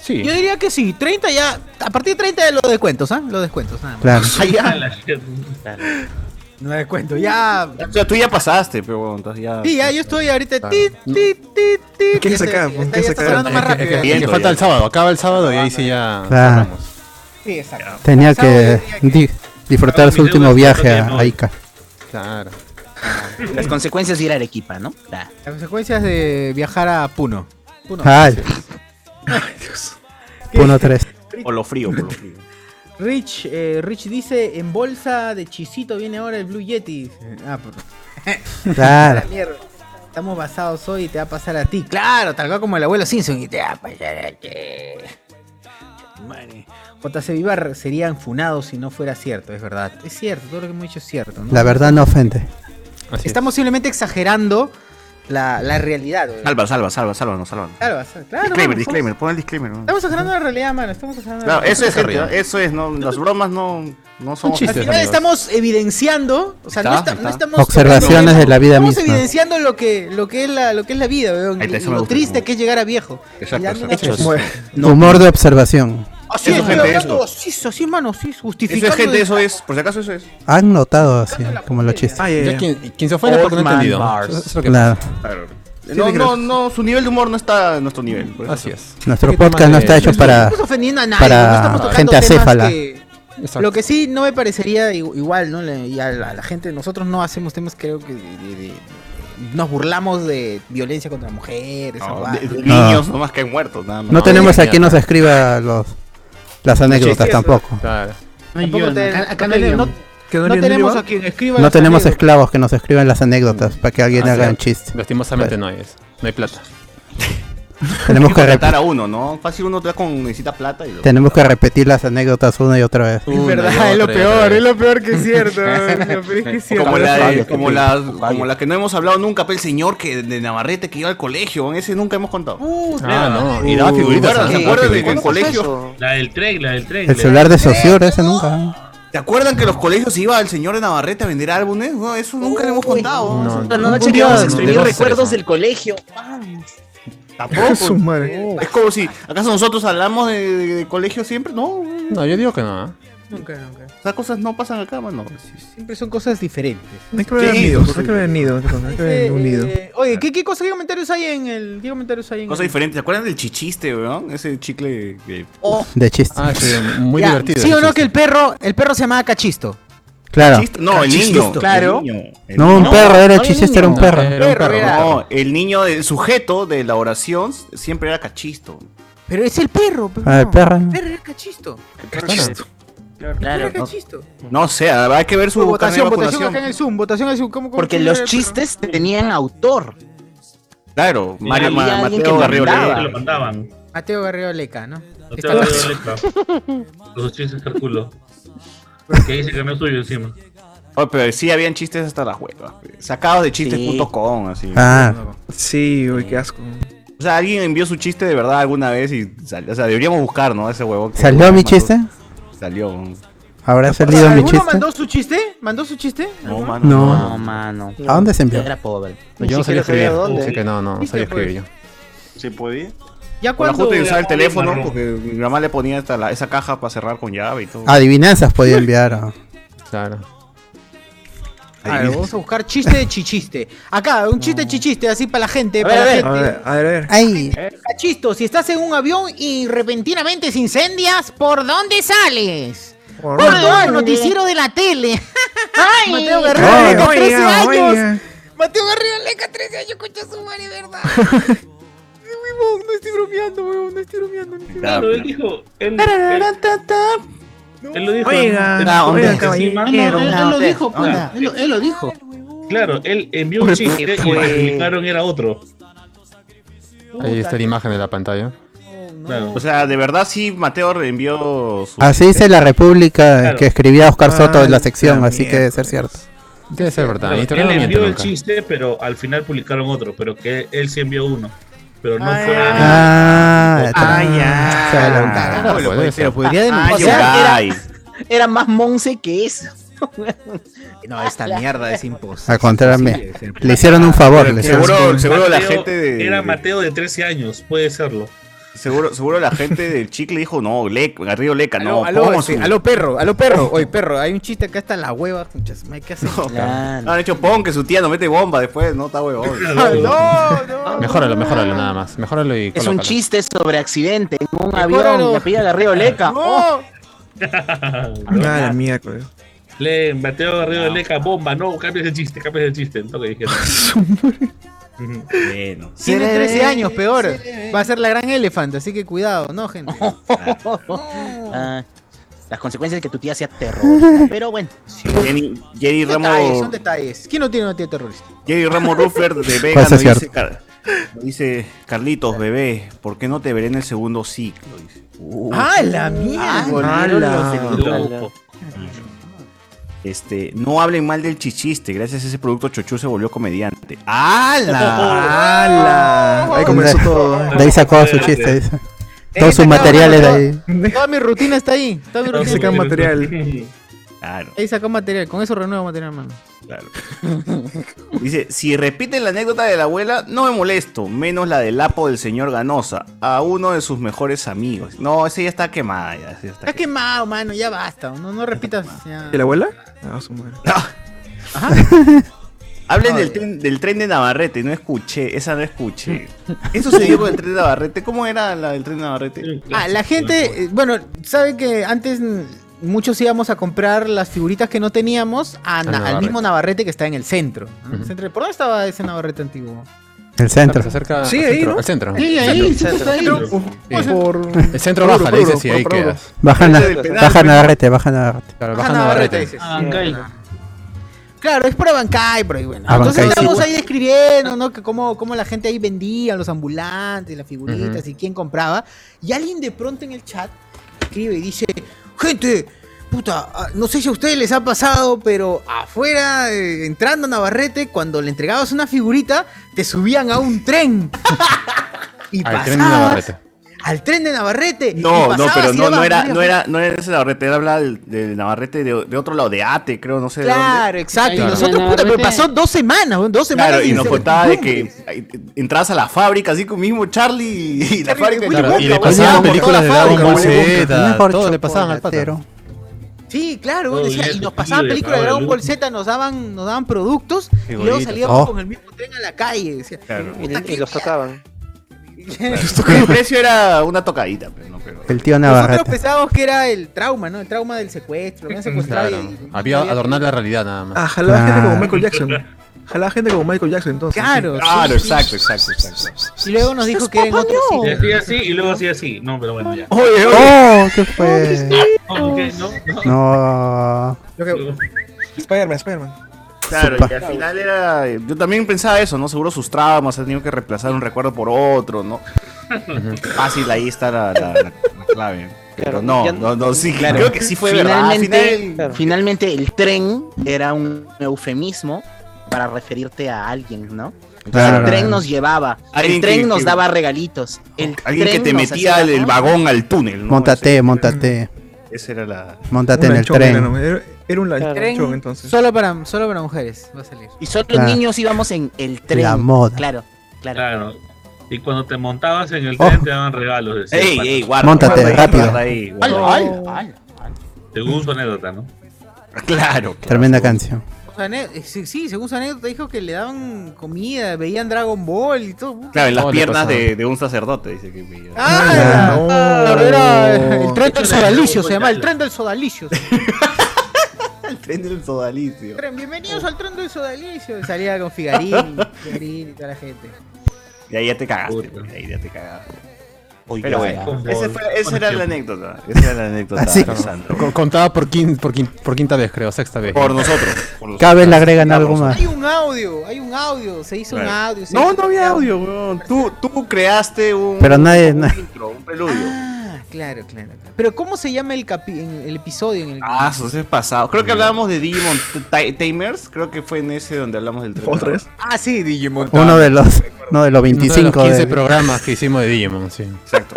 Speaker 2: Sí.
Speaker 1: Yo diría que sí, 30 ya, a partir de 30 de los descuentos, ¿ah? Los descuentos, nada más.
Speaker 4: Claro.
Speaker 8: Ah, ya.
Speaker 6: La gente.
Speaker 1: No descuento, ya.
Speaker 8: O sea, tú ya pasaste, pero bueno, entonces ya.
Speaker 1: Sí, ya, yo estoy ahorita.
Speaker 2: Claro.
Speaker 1: Tit, tit, tit, tit.
Speaker 3: ¿Qué
Speaker 1: Ya
Speaker 3: se
Speaker 1: estoy-
Speaker 3: acaba?
Speaker 1: ya
Speaker 3: ¿Qué
Speaker 1: está- ya
Speaker 3: se
Speaker 1: está
Speaker 3: acaba?
Speaker 1: sonando más
Speaker 8: Es que- es que-
Speaker 1: rápido.
Speaker 8: Bien,
Speaker 2: Y
Speaker 8: ya.
Speaker 2: falta el sábado. Acaba el sábado y ahí sí ya.
Speaker 4: Claro.
Speaker 2: cerramos.
Speaker 1: Sí, exacto.
Speaker 4: Ah. Tenía que di- disfrutar su último viaje a a Ica.
Speaker 2: Claro.
Speaker 5: Las consecuencias de ir a Arequipa, ¿no? Claro.
Speaker 1: Las consecuencias de viajar a Puno. Puno.
Speaker 4: Ay. 1-3.
Speaker 8: O lo frío, por lo frío.
Speaker 1: Rich, eh, Rich dice, en bolsa de chisito viene ahora el Blue Yeti. Dice, Ah, por la
Speaker 4: Claro.
Speaker 1: mierda. Estamos basados hoy y te va a pasar a ti. Claro, tal cual como el abuelo Simpson. Y te va a pasar a ti. Madre. JC Vivar serían funados si no fuera cierto, es verdad. Es cierto, todo lo que hemos dicho es cierto. ¿no?
Speaker 4: La verdad no ofende.
Speaker 2: Así es.
Speaker 1: Estamos simplemente exagerando la, la realidad. güey.
Speaker 8: Salva, salva, salva, salva, no salva.
Speaker 1: Claro, basa- claro.
Speaker 8: disclaimer,
Speaker 1: mano, estamos-
Speaker 8: disclaimer, pon el disclaimer. ¿no?
Speaker 1: Estamos exagerando la realidad, mano. Estamos exagerando la
Speaker 8: Claro, eso
Speaker 2: Eso
Speaker 8: es,
Speaker 2: es
Speaker 8: gente,
Speaker 2: real.
Speaker 8: ¿no? eso es, no, las bromas no, no son
Speaker 2: chistes,
Speaker 1: Al final
Speaker 2: amigos.
Speaker 1: estamos evidenciando, o sea, no,
Speaker 8: Está,
Speaker 1: esta-
Speaker 8: está.
Speaker 1: no estamos
Speaker 4: Observaciones de la vida
Speaker 1: estamos
Speaker 4: misma.
Speaker 1: evidenciando lo que lo que es la lo que es la vida, weón,
Speaker 8: Ahí
Speaker 1: y
Speaker 8: está, eso me
Speaker 1: lo
Speaker 8: gusta.
Speaker 1: triste que es llegar a viejo.
Speaker 8: Exacto,
Speaker 1: Y dando
Speaker 8: exacto.
Speaker 1: una-
Speaker 3: Bueno,
Speaker 4: Humor de observación.
Speaker 1: Así es,
Speaker 8: Eso es gente,
Speaker 1: estoy hablando
Speaker 8: eso.
Speaker 1: así, es, así, mano, así es,
Speaker 8: Eso
Speaker 1: justificando.
Speaker 8: es gente,
Speaker 1: de-
Speaker 8: eso es, por si acaso eso es.
Speaker 4: Han notado así, como los chistes.
Speaker 3: Ah,
Speaker 2: Ya
Speaker 3: ya, ya.
Speaker 2: quien, quien se ofende
Speaker 5: Old
Speaker 2: porque no ha
Speaker 5: man
Speaker 2: entendido.
Speaker 5: Mars.
Speaker 2: Eso es lo que
Speaker 4: Claro.
Speaker 8: No, no, no, su nivel de humor no está a nuestro nivel. por
Speaker 2: pasa.
Speaker 8: eso.
Speaker 2: Así es.
Speaker 4: Nuestro
Speaker 2: Un poquito
Speaker 4: podcast no
Speaker 2: más de-
Speaker 4: está hecho para.
Speaker 1: No estamos ofendiendo a nadie,
Speaker 4: para
Speaker 1: no estamos tocando
Speaker 4: gente
Speaker 1: temas
Speaker 4: acéfala.
Speaker 1: que-
Speaker 2: Exacto.
Speaker 1: Lo que sí no me parecería i- igual, ¿no? Le- Y a la, a la gente, nosotros no hacemos temas, creo que de- de- de- nos burlamos de violencia contra mujeres. esa
Speaker 8: No,
Speaker 1: huevada.
Speaker 8: de- de niños nomás que han muerto, nada más.
Speaker 4: No tenemos a
Speaker 2: mierda.
Speaker 4: quien nos escriba los las anécdotas tampoco.
Speaker 2: Claro.
Speaker 11: No hay
Speaker 1: Tampoco
Speaker 11: guión,
Speaker 1: te-
Speaker 11: acá- acá
Speaker 1: no
Speaker 11: no hay
Speaker 1: te-
Speaker 11: guión.
Speaker 1: no-
Speaker 3: ¿Quedó ni
Speaker 1: No
Speaker 3: en
Speaker 1: tenemos
Speaker 3: vivo?
Speaker 1: a quien escriba.
Speaker 4: No
Speaker 1: las
Speaker 4: tenemos
Speaker 1: anécdotas.
Speaker 4: esclavos que nos escriban las anécdotas para que alguien
Speaker 2: Ah,
Speaker 4: haga
Speaker 2: sí.
Speaker 4: un chiste.
Speaker 2: Lastimosamente no hay eso. No hay plata.
Speaker 4: Tenemos que, rep-
Speaker 8: retar a uno, ¿no? Fácil uno te da con necesita plata y lo-
Speaker 4: tenemos que repetir las anécdotas una y otra vez.
Speaker 2: Una y
Speaker 1: verdad, es lo
Speaker 2: otra y
Speaker 1: peor,
Speaker 2: otra.
Speaker 1: es lo peor que es cierto. lo peor es que es cierto.
Speaker 8: Como la, de-
Speaker 4: Fabio,
Speaker 8: como,
Speaker 4: Fabio.
Speaker 8: la, como la que no hemos hablado nunca, pe, el señor que de Navarrete que iba al colegio, en ese nunca hemos contado. Uh,
Speaker 2: Ah, no. Y
Speaker 8: ¿Se
Speaker 2: daba figuritas.
Speaker 8: acuerdan?
Speaker 2: ¿no?
Speaker 8: ¿Se
Speaker 2: Daba
Speaker 8: acuerdan de que en
Speaker 2: figuritas.
Speaker 8: colegio?
Speaker 6: La del tren, la del tren.
Speaker 4: El
Speaker 6: la-
Speaker 4: celular de Saussure, ese nunca.
Speaker 8: ¿Se acuerdan que los colegios iba el señor de Navarrete a vender álbumes? No, eso nunca lo hemos contado.
Speaker 2: no,
Speaker 8: Eso-
Speaker 5: No, no,
Speaker 2: Un
Speaker 5: noche que
Speaker 2: día
Speaker 5: vamos a
Speaker 2: nos
Speaker 5: exprimir
Speaker 2: debemos hacer
Speaker 5: recuerdos
Speaker 2: eso.
Speaker 5: del colegio.
Speaker 8: Tampoco.
Speaker 3: Su madre.
Speaker 8: Es como si, ¿acaso nosotros hablamos de, de- de colegio siempre? No,
Speaker 2: No, yo digo que no. ¿eh?
Speaker 1: Nunca, nunca.
Speaker 8: Esas cosas no pasan acá, mano.
Speaker 1: Siempre son cosas diferentes.
Speaker 3: Hay que ver el nido, hay que ver el nido, hay que ver un nido.
Speaker 1: Eh, oye, ¿qué, qué cosas, qué comentarios hay en el. ¿Qué comentarios hay en
Speaker 8: Cosa
Speaker 1: el-
Speaker 8: diferente. ¿Se acuerdan del chichiste, weón? Ese chicle que.
Speaker 1: Oh.
Speaker 4: De chiste.
Speaker 2: muy
Speaker 1: Ya,
Speaker 2: divertido
Speaker 1: ¿Sí
Speaker 2: el
Speaker 1: o no que el perro, el perro se llamaba Cachisto?
Speaker 4: Claro.
Speaker 8: No, el niño.
Speaker 1: Cachisto. Claro.
Speaker 8: El niño. El
Speaker 4: No, un
Speaker 8: niño.
Speaker 4: perro, era el chiste, este era un perro.
Speaker 8: No, el niño, el sujeto de la oración siempre era cachisto.
Speaker 1: Pero es el perro. pe-
Speaker 4: Ah, el
Speaker 1: no.
Speaker 4: perro.
Speaker 1: El perro era Cachisto.
Speaker 8: Cachisto.
Speaker 1: Claro.
Speaker 8: No, no sé, hay que ver su carnet
Speaker 1: Pues, Votación, votación
Speaker 8: de vacunación.
Speaker 1: acá en el Zoom, votación en el Zoom. ¿Cómo, cómo
Speaker 5: Porque
Speaker 1: cómo
Speaker 5: los
Speaker 1: era el
Speaker 5: chistes tenían autor.
Speaker 8: Claro, Mario
Speaker 5: había
Speaker 8: Ma-
Speaker 5: alguien
Speaker 8: Mateo
Speaker 5: que
Speaker 8: Garrido
Speaker 5: mandaba.
Speaker 8: Leal.
Speaker 6: Lo mandaban.
Speaker 1: perro? Mateo Garrido Leca, ¿no?
Speaker 6: No te
Speaker 1: Está-
Speaker 6: hagas de letra. Los chistes calculo. Que ahí se cambió suyo encima.
Speaker 8: Oh, pero sí habían chistes hasta las huevas. pe. Sacados de chistes.com, así.
Speaker 4: Ah.
Speaker 3: Sí, uy, qué asco.
Speaker 8: O sea, alguien envió su chiste de verdad alguna vez y salió. O sea, deberíamos buscar, ¿no? Ese huevo. que-
Speaker 4: ¿Salió mi chiste?
Speaker 8: Salió.
Speaker 4: ¿Habrá salido mi
Speaker 1: ¿Alguno
Speaker 4: chiste?
Speaker 1: mandó su chiste? ¿Mandó su chiste?
Speaker 8: No, mano.
Speaker 4: No.
Speaker 5: mano.
Speaker 4: ¿A dónde se envió?
Speaker 5: Era pobre.
Speaker 2: Yo no
Speaker 7: siquiera
Speaker 2: sabía
Speaker 7: sabía
Speaker 2: escribir.
Speaker 7: dónde.
Speaker 2: Así que no, no, no
Speaker 1: Viste,
Speaker 2: sabía escribir yo.
Speaker 1: pues.
Speaker 8: ¿Se podía?
Speaker 1: Ya
Speaker 8: Bueno,
Speaker 1: cuando...
Speaker 8: justo yo usaba el teléfono
Speaker 6: Marrón.
Speaker 8: porque mi mamá le ponía hasta la- esa caja para cerrar con llave y todo.
Speaker 4: Adivinanzas podía enviar. ah.
Speaker 2: Claro.
Speaker 1: A ver, vamos a buscar chiste de chichiste. Acá, un chiste de chichiste, así para la gente.
Speaker 3: A ver,
Speaker 1: para
Speaker 3: a
Speaker 1: la
Speaker 3: ver,
Speaker 1: gente.
Speaker 3: a ver, a ver, a ver.
Speaker 4: Ay,
Speaker 1: Eh, Cachisto, si estás en un avión y repentinamente se incendias, ¿por dónde sales?
Speaker 3: Por
Speaker 1: Por
Speaker 3: dónde.
Speaker 1: todo el noticiero de la tele. Mateo Guerrero,
Speaker 3: Oye,
Speaker 1: Leca, 13
Speaker 3: oye,
Speaker 1: años.
Speaker 3: oye.
Speaker 1: Mateo Garrido Leca, 13 años, concha su madre, ¿verdad? Huevón, no estoy bromeando, huevón, no estoy bromeando. No estoy
Speaker 6: Claro, él dijo. Él, él- él lo dijo.
Speaker 3: Oiga,
Speaker 6: él-
Speaker 3: oiga,
Speaker 6: él-
Speaker 3: caballero.
Speaker 6: encima-
Speaker 5: Él, él lo dijo,
Speaker 6: Onda.
Speaker 5: puta. Él, lo- él lo dijo.
Speaker 6: Claro, él envió un chiste pues. y lo que publicaron era otro.
Speaker 2: Ahí está la imagen de la pantalla.
Speaker 6: Claro.
Speaker 8: O sea, de verdad sí, Mateo envió
Speaker 1: Ah,
Speaker 8: su.
Speaker 4: así Ah, dice la República eh,
Speaker 6: Claro.
Speaker 4: que escribía Oscar Soto en la
Speaker 3: Ay,
Speaker 4: sección,
Speaker 3: Ah, la
Speaker 4: así que debe ser cierto.
Speaker 2: Debe ser verdad.
Speaker 6: Claro,
Speaker 2: en
Speaker 6: él
Speaker 2: internet no miente
Speaker 6: envió el
Speaker 2: nunca.
Speaker 6: chiste, pero al final publicaron otro. Pero que él sí envió uno. Pero no fue.
Speaker 4: Ah,
Speaker 3: Ah,
Speaker 4: ya.
Speaker 3: ya.
Speaker 4: Se lo
Speaker 2: Ah,
Speaker 4: cagaron.
Speaker 6: pues,
Speaker 2: puede ser.
Speaker 1: podría
Speaker 8: Ay,
Speaker 5: O sea,
Speaker 8: ay,
Speaker 5: Era más monse que eso.
Speaker 1: No, esta mierda es imposible.
Speaker 4: Al contrario, me-
Speaker 1: Imposible de ser.
Speaker 4: le hicieron un favor. le hicieron-
Speaker 8: Seguro, seguro la
Speaker 6: Mateo-
Speaker 8: gente de.
Speaker 6: Era Mateo de 13 años, puede serlo.
Speaker 8: Seguro, seguro la gente del chicle dijo, no, Lec, Garrido Leca, no.
Speaker 1: Aló, aló,
Speaker 8: Pongo
Speaker 1: este,
Speaker 8: su-
Speaker 1: aló, perro, aló, perro. Oye, perro, hay un chiste acá está la hueva. Concha su madre, ¿Qué haces?
Speaker 8: No,
Speaker 5: Claro.
Speaker 8: han hecho pon que su tía no mete bomba después, no está huevón.
Speaker 2: Mejóralo, mejóralo nada más. Mejóralo y
Speaker 5: Es un
Speaker 2: colócalo.
Speaker 5: chiste sobre accidente en un
Speaker 1: Mejóralo.
Speaker 5: avión. La pilla Garrido Leca. Oh,
Speaker 3: Ah, la miércoles.
Speaker 6: Le Mateo Garrido Leca, bomba, no, cambies el chiste, cambias el chiste. Entonces dije,
Speaker 8: Bueno.
Speaker 1: Tiene 13 años, peor. Va a ser la gran elefante, así que cuidado, no, gente.
Speaker 5: ah, las consecuencias de que tu tía sea terrorista. Pero bueno.
Speaker 8: Jenny, Jenny
Speaker 1: detalles, son
Speaker 8: Ramos,
Speaker 1: detalles. ¿Quién no tiene una tía terrorista?
Speaker 8: Jenny Ramos Ruffer de Vega
Speaker 4: Cosa
Speaker 8: nos dice,
Speaker 4: cierta.
Speaker 8: Car- nos dice, Carlitos, bebé, ¿por qué no te veré en el segundo ciclo? Dice. Uh,
Speaker 1: ¡Ah, la mierda!
Speaker 6: no.
Speaker 8: Este, no hablen mal del chichiste, gracias a ese producto Chochu se volvió comediante. ¡Hala!
Speaker 3: ¡Hala! Ahí comenzó Ah, todo. ¿eh?
Speaker 4: De ahí sacó su chiste. dice. Todos
Speaker 8: Eh,
Speaker 4: sus
Speaker 1: sacaba,
Speaker 4: materiales de
Speaker 1: sacaba.
Speaker 4: ahí.
Speaker 1: Toda mi rutina está ahí. Toda mi
Speaker 3: Ahí
Speaker 1: rutina.
Speaker 3: saca material.
Speaker 8: Claro,
Speaker 1: Ahí sacó material, con eso renuevo material, mano.
Speaker 8: claro. Dice, si repiten la anécdota de la abuela, no me molesto, menos la del lapo del señor Ganosa, a uno de sus mejores amigos. No, ese ya está quemada, ya, ese ya está
Speaker 1: Está quemado, mano, ya basta. No, no repitas. ya.
Speaker 3: ¿De la abuela? Ah, su madre.
Speaker 8: Hablen del tren, del tren de Navarrete, no escuché, esa no escuché. Eso se dio con el tren de Navarrete. ¿Cómo era la del tren de Navarrete?
Speaker 1: Ah, la gente, eh, bueno, sabe que antes mm, muchos íbamos a comprar las figuritas que no teníamos a na- al
Speaker 2: Navarrete.
Speaker 1: mismo Navarrete que está en el centro. ¿no?
Speaker 2: Ujú.
Speaker 1: Centro- ¿Por dónde estaba ese Navarrete antiguo?
Speaker 4: El
Speaker 2: Ah, pero
Speaker 4: centro.
Speaker 2: Se acerca
Speaker 3: Sí,
Speaker 2: al
Speaker 3: ahí,
Speaker 2: centro.
Speaker 3: ¿no?
Speaker 2: Al centro.
Speaker 1: Sí, ahí, justo ahí. pues,
Speaker 2: Sí.
Speaker 3: Por...
Speaker 2: El centro baja, le dices, y ahí quedas.
Speaker 4: Bajan a,
Speaker 8: Ese de
Speaker 4: bajan a Garrete, bajan a Garrete.
Speaker 2: Claro,
Speaker 1: Baja
Speaker 2: baja Navarrete.
Speaker 1: Navarrete, dices.
Speaker 11: Abancay.
Speaker 1: Claro, es por Abancay, por ahí, bueno.
Speaker 4: Abancay,
Speaker 1: Entonces
Speaker 4: Ah, sí.
Speaker 1: estábamos ahí describiendo, ¿no? Que cómo, cómo la gente ahí vendía, los ambulantes, las figuritas
Speaker 2: Ujú.
Speaker 1: y quién compraba. Y alguien de pronto en el chat escribe y dice, gente, puta, ah, no sé si a ustedes les ha pasado, pero afuera, eh, entrando a Navarrete, cuando le entregabas una figurita, te subían a un tren. y
Speaker 2: Al
Speaker 1: pasabas
Speaker 2: tren de Navarrete.
Speaker 1: al tren de Navarrete. y
Speaker 8: No, no,
Speaker 1: pasaba
Speaker 8: pero
Speaker 1: así
Speaker 8: no, no
Speaker 1: abajo,
Speaker 8: era,
Speaker 1: mira,
Speaker 8: no era, no era ese Navarrete, él hablaba del, del Navarrete de, de otro lado, de Ate, creo, no sé de dónde.
Speaker 1: Claro, exacto. Y nosotros,
Speaker 8: Claro.
Speaker 1: puta, pero pasó dos semanas, weón, dos semanas.
Speaker 8: Claro, y nos
Speaker 1: se-
Speaker 8: contaba de que eh, entrabas a la fábrica, así como mismo Charlie y, y la fábrica
Speaker 2: Claro,
Speaker 8: Willy
Speaker 2: y le
Speaker 8: Wonka,
Speaker 2: pasaban
Speaker 8: weón, por toda
Speaker 2: películas de
Speaker 8: la
Speaker 2: Dragon
Speaker 8: fábrica,
Speaker 2: Ball
Speaker 8: weón.
Speaker 2: Z,
Speaker 4: Mejor
Speaker 2: todo le
Speaker 4: chocolate.
Speaker 2: pasaban al pato.
Speaker 1: Sí, claro, weón,
Speaker 2: Todo
Speaker 1: decía,
Speaker 2: bien,
Speaker 1: y nos pasaban
Speaker 2: sentido,
Speaker 1: películas de
Speaker 2: claro,
Speaker 1: Dragon Ball
Speaker 2: Luke.
Speaker 1: Z, nos daban, nos daban productos
Speaker 8: Qué
Speaker 1: y luego
Speaker 8: bonito.
Speaker 1: salíamos
Speaker 8: Oh.
Speaker 1: con el mismo tren a la calle. decía, puta,
Speaker 7: Y, y los tocaban.
Speaker 8: El precio era una tocadita, pero no, pero.
Speaker 4: El tío
Speaker 1: Nosotros
Speaker 4: Navarrete.
Speaker 1: pensábamos que era el trauma, ¿no? El trauma del secuestro. lo habían secuestrado
Speaker 2: Claro.
Speaker 1: y-
Speaker 2: Había adornar la realidad nada más.
Speaker 3: Ah, jalaba gente como Michael Jackson. Jalaba gente como Michael Jackson, entonces.
Speaker 1: Claro,
Speaker 8: Claro,
Speaker 1: sí,
Speaker 8: exacto, exacto, exacto.
Speaker 1: Y luego nos dijo que era en otro
Speaker 6: Y
Speaker 1: sitio.
Speaker 6: hacía así y luego hacía así. No, pero bueno, ya.
Speaker 8: Oye,
Speaker 4: ¡Oh! ¿Qué fue?
Speaker 6: No, ¿qué? No, no.
Speaker 4: No.
Speaker 3: Spider-Man, Spider-Man.
Speaker 8: Claro,
Speaker 4: Supa-
Speaker 8: y al final era. Yo también pensaba eso, ¿no? Seguro sus traumas, ha tenido que reemplazar un recuerdo por otro, ¿no? Fácil, ahí está la, la- la- la clave. Pero
Speaker 7: Claro,
Speaker 8: no,
Speaker 7: ya-
Speaker 8: no, no, sí, creo que sí fue verdad. Al
Speaker 5: finalmente,
Speaker 8: final,
Speaker 7: Claro.
Speaker 5: finalmente el tren era un eufemismo para referirte a alguien, ¿no?
Speaker 4: Claro.
Speaker 5: el tren nos llevaba,
Speaker 8: Alguien
Speaker 5: el tren
Speaker 8: que-
Speaker 5: nos
Speaker 8: que-
Speaker 5: daba regalitos, el
Speaker 8: alguien que
Speaker 5: tren
Speaker 8: te
Speaker 5: nos
Speaker 8: metía
Speaker 5: hacía-
Speaker 8: el, el vagón al túnel, ¿no?
Speaker 4: Montate,
Speaker 8: Ese-
Speaker 4: montate.
Speaker 8: Esa era la.
Speaker 4: Montate en
Speaker 3: Un
Speaker 4: el
Speaker 3: lanchón, Era,
Speaker 4: tren.
Speaker 3: no, era- era un
Speaker 7: Claro.
Speaker 3: lanchón,
Speaker 1: Tren
Speaker 3: entonces.
Speaker 1: Solo para, solo para mujeres va a salir.
Speaker 5: Y solo
Speaker 4: Claro.
Speaker 5: los niños íbamos en el tren.
Speaker 4: La moda.
Speaker 5: Claro, claro.
Speaker 6: Claro. Y cuando te montabas en el
Speaker 4: Oh.
Speaker 6: tren te daban regalos. decía el
Speaker 8: Ey,
Speaker 6: pata.
Speaker 8: ey, guarda.
Speaker 4: Móntate,
Speaker 8: guarda ahí,
Speaker 4: rápido.
Speaker 8: guarda ahí, guarda
Speaker 1: Oh.
Speaker 5: Ala,
Speaker 8: ahí.
Speaker 5: ala, ala.
Speaker 6: Según su anécdota, ¿no?
Speaker 8: Claro.
Speaker 4: Tremenda canción.
Speaker 1: O sea, ne- eh, sí, sí, según su anécdota dijo que le daban comida, veían Dragon Ball y todo. puta.
Speaker 8: Claro, en las
Speaker 2: Oh, le
Speaker 8: piernas
Speaker 2: pasaba.
Speaker 8: de, de un sacerdote, dice que me-
Speaker 1: ¡Ah!
Speaker 3: No.
Speaker 1: Claro,
Speaker 5: Oh.
Speaker 1: era el tren
Speaker 6: Eso
Speaker 1: del
Speaker 6: era
Speaker 1: sodalicio,
Speaker 6: el
Speaker 1: se llama el
Speaker 6: regalo.
Speaker 1: tren del sodalicio.
Speaker 8: El tren del sodalicio.
Speaker 1: Tren, Bienvenidos al tren del sodalicio. Y Salía con Figarín, Figarín y toda la gente.
Speaker 8: Y ahí ya te cagaste.
Speaker 6: Puta.
Speaker 8: Ahí ya te cagaste.
Speaker 5: ya.
Speaker 8: Pero bueno,
Speaker 6: Como-
Speaker 8: ese fue- esa era
Speaker 6: Bueno,
Speaker 8: la anécdota. Esa era la anécdota.
Speaker 4: Así.
Speaker 8: Alessandro.
Speaker 2: Co- Contaba por, quin- por, quin- por quinta vez, creo, sexta vez.
Speaker 8: Por nosotros. por nosotros.
Speaker 4: Cada vez le agregan
Speaker 8: Por
Speaker 4: algo
Speaker 8: nosotros.
Speaker 4: más.
Speaker 1: Hay un audio, hay un audio, se hizo un
Speaker 8: Claro.
Speaker 1: audio. se
Speaker 8: No,
Speaker 1: hizo
Speaker 8: no
Speaker 1: un
Speaker 8: había audio, weón. Tú, tú creaste un.
Speaker 4: Pero nadie-
Speaker 8: Un,
Speaker 4: nadie-
Speaker 8: intro, un preludio.
Speaker 1: Ah, claro, claro. claro. Pero ¿cómo se llama el, capi en el episodio en el que-
Speaker 8: Ah, eso es pasado. Creo que hablábamos de Digimon T- Tamers. Creo que fue en ese donde hablamos del tren.
Speaker 3: ¿Otra vez?
Speaker 1: Ah, sí, Digimon.
Speaker 4: Uno de los, uno de los
Speaker 2: Uno de
Speaker 4: 25
Speaker 2: los
Speaker 4: de-
Speaker 2: 15 programas que hicimos de Digimon, sí.
Speaker 8: Exacto.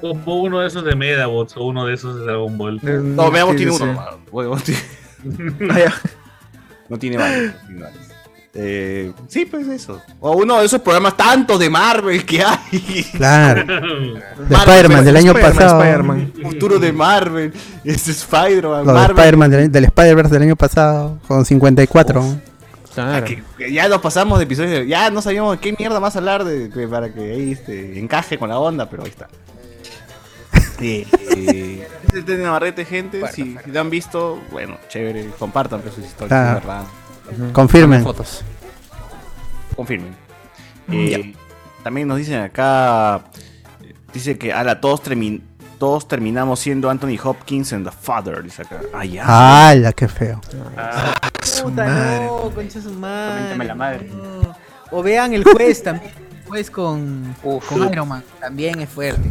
Speaker 6: Como uno de esos de Medabots o uno de esos de Dragon Ball.
Speaker 8: No, veamos,
Speaker 3: Sí,
Speaker 8: tiene
Speaker 3: sí,
Speaker 8: uno.
Speaker 3: sí.
Speaker 8: weón. Weón, tiene-
Speaker 3: Ah, ya.
Speaker 8: No tiene varios. no tiene varios. Eh, sí, pues eso.
Speaker 9: Oh,
Speaker 8: O uno de esos programas tantos de Marvel que hay.
Speaker 4: Claro. De
Speaker 8: Marvel,
Speaker 4: Spider-Man del año
Speaker 3: Spider-Man,
Speaker 4: pasado.
Speaker 3: Spider-Man.
Speaker 8: Futuro de Marvel. Es Spider-Man.
Speaker 4: Lo de
Speaker 8: Marvel.
Speaker 4: Spider-Man del, del Spider-Verse del año pasado. Con 54.
Speaker 2: Claro.
Speaker 8: Ah, Que- que ya nos pasamos de episodios. de- Ya no sabíamos de qué mierda más hablar de, de- para que ahí este, encaje con la onda, pero ahí está. Sí, sí. Este es de Navarrete, gente. si, si lo han visto, bueno, chévere. Compartan pues, sus historias,
Speaker 4: Claro.
Speaker 8: es verdad.
Speaker 4: Confirmen.
Speaker 2: Fotos.
Speaker 8: Confirmen.
Speaker 4: Mm,
Speaker 8: Eh, También nos dicen acá. eh, Dice que ala, todos, termin- todos terminamos siendo Anthony Hopkins en The Father. Dice acá. Ah, ya. Ah,
Speaker 4: ¡Hala, qué feo!
Speaker 2: Ah.
Speaker 1: Puta, no, concha su madre.
Speaker 5: Coméntame la madre.
Speaker 1: no. O vean el juez también. El juez con,
Speaker 7: Uf.
Speaker 1: con Iron Man. También es fuerte.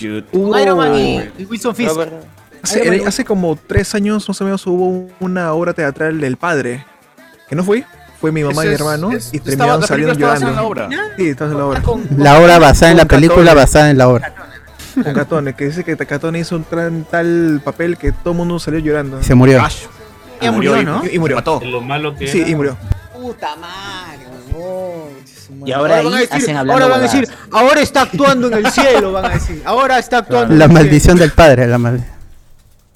Speaker 8: Dude.
Speaker 1: Con Iron Man y, y Wilson Fisk.
Speaker 7: Robert-
Speaker 3: Hace, era- hace como tres años más o menos hubo una obra teatral del padre. Que no fui, fue mi mamá y mi
Speaker 8: Ese es-
Speaker 3: hermano.
Speaker 8: es-
Speaker 3: y
Speaker 8: estaba-
Speaker 3: terminaron
Speaker 8: la película
Speaker 3: saliendo
Speaker 8: estaba basada en
Speaker 3: llorando.
Speaker 8: la obra. Ah,
Speaker 3: Sí, estás en la obra.
Speaker 1: Con- con-
Speaker 4: La obra basada en la película basada en la obra.
Speaker 3: Con Catone, que dice que Catone hizo un tran- tal papel que todo el mundo salió llorando.
Speaker 4: Y se murió.
Speaker 8: Ash.
Speaker 1: Ya
Speaker 8: Ah,
Speaker 1: murió,
Speaker 8: y-
Speaker 1: ¿no?
Speaker 8: y, y murió. Mató.
Speaker 6: Lo malo que
Speaker 3: Sí,
Speaker 6: era.
Speaker 3: y murió.
Speaker 1: Puta madre, no, concha su madre.
Speaker 5: Y ahora
Speaker 1: van a
Speaker 5: ahí
Speaker 1: decir-
Speaker 5: hacen hablando
Speaker 1: ahora van a
Speaker 5: huevadas.
Speaker 1: decir, ahora está actuando en el cielo, van a decir. Ahora está actuando
Speaker 4: La
Speaker 1: en el cielo.
Speaker 4: maldición del padre. La mal-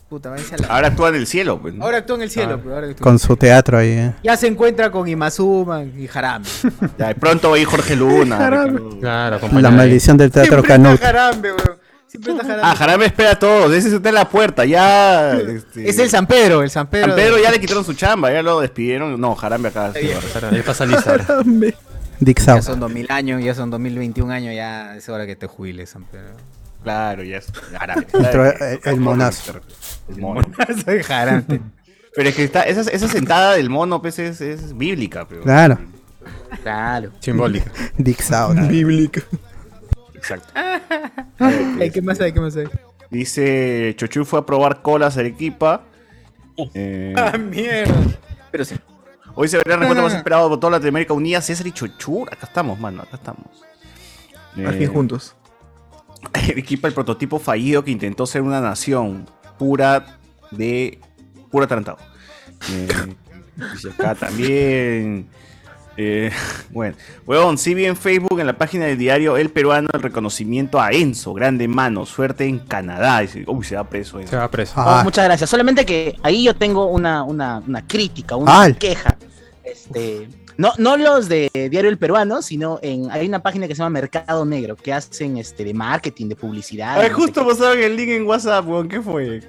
Speaker 1: Puta, van a decir a la-
Speaker 8: Ahora actúa en el cielo. Pues, ¿no?
Speaker 1: Ahora actúa en el
Speaker 5: Ah.
Speaker 1: cielo, pero ahora actúa.
Speaker 4: Con su teatro ahí. eh.
Speaker 1: Ya se encuentra con Imazuma y Harambe.
Speaker 8: Ya, de pronto va a ir Jorge Luna. Ricardo.
Speaker 2: Claro,
Speaker 4: La
Speaker 2: acompañada ahí.
Speaker 4: maldición del teatro Canut.
Speaker 1: está Harambe, weón. Siempre está Harambe.
Speaker 8: Ah, Jarambe espera a todos. Ese está en la puerta. Ya. este,
Speaker 1: es el San Pedro, el San Pedro.
Speaker 8: San Pedro ya le quitaron su chamba. Ya lo despidieron. No, Jarambe acá. sí, ahora está.
Speaker 2: Claro, Ahí pasa lista. ahora.
Speaker 4: Dick
Speaker 1: Ya
Speaker 4: South.
Speaker 1: son 2000 años, ya son 2021 años, ya es hora que te jubiles, San Pedro.
Speaker 8: Claro, ya es. Jarambe.
Speaker 4: Entró el- eh, el monazo.
Speaker 8: El mono.
Speaker 1: Soy Harambe.
Speaker 8: Pero es que está, esa, esa sentada del mono, pues, es, es bíblica. Pero,
Speaker 4: Claro.
Speaker 5: Claro.
Speaker 2: Simbólica.
Speaker 4: Dick South.
Speaker 3: Bíblico.
Speaker 8: Exacto.
Speaker 1: Ay, ¿Qué más hay? ¿Qué más hay?
Speaker 8: Dice: Chochu fue a probar colas a Arequipa. Eh,
Speaker 1: mierda!
Speaker 8: pero sí. Hoy se verá el reencuentro más esperado por toda Latinoamérica Unida. César y Chochu. Acá estamos, mano. Acá estamos.
Speaker 3: Al fin
Speaker 8: Eh,
Speaker 3: juntos.
Speaker 8: Arequipa el prototipo fallido que intentó ser una nación pura de. pura tarantado. Eh, dice acá también. Eh, bueno, huevón, sí vi en Facebook en la página del diario El Peruano el reconocimiento a Enzo, grande mano, suerte en Canadá. Dice, uy, se va preso. eh. Enzo.
Speaker 2: Se va preso.
Speaker 1: Ah,
Speaker 3: Ah.
Speaker 5: Oh, muchas gracias. Solamente que ahí yo tengo una, una, una crítica, una
Speaker 2: Al.
Speaker 5: queja.
Speaker 8: Eh,
Speaker 5: Este, no, no los de Diario El Peruano, sino en, hay una página que se llama Mercado Negro, que hacen este, de marketing, de publicidad.
Speaker 8: Ay,
Speaker 5: de-
Speaker 8: justo pasaron el link en WhatsApp, weón, ¿qué fue?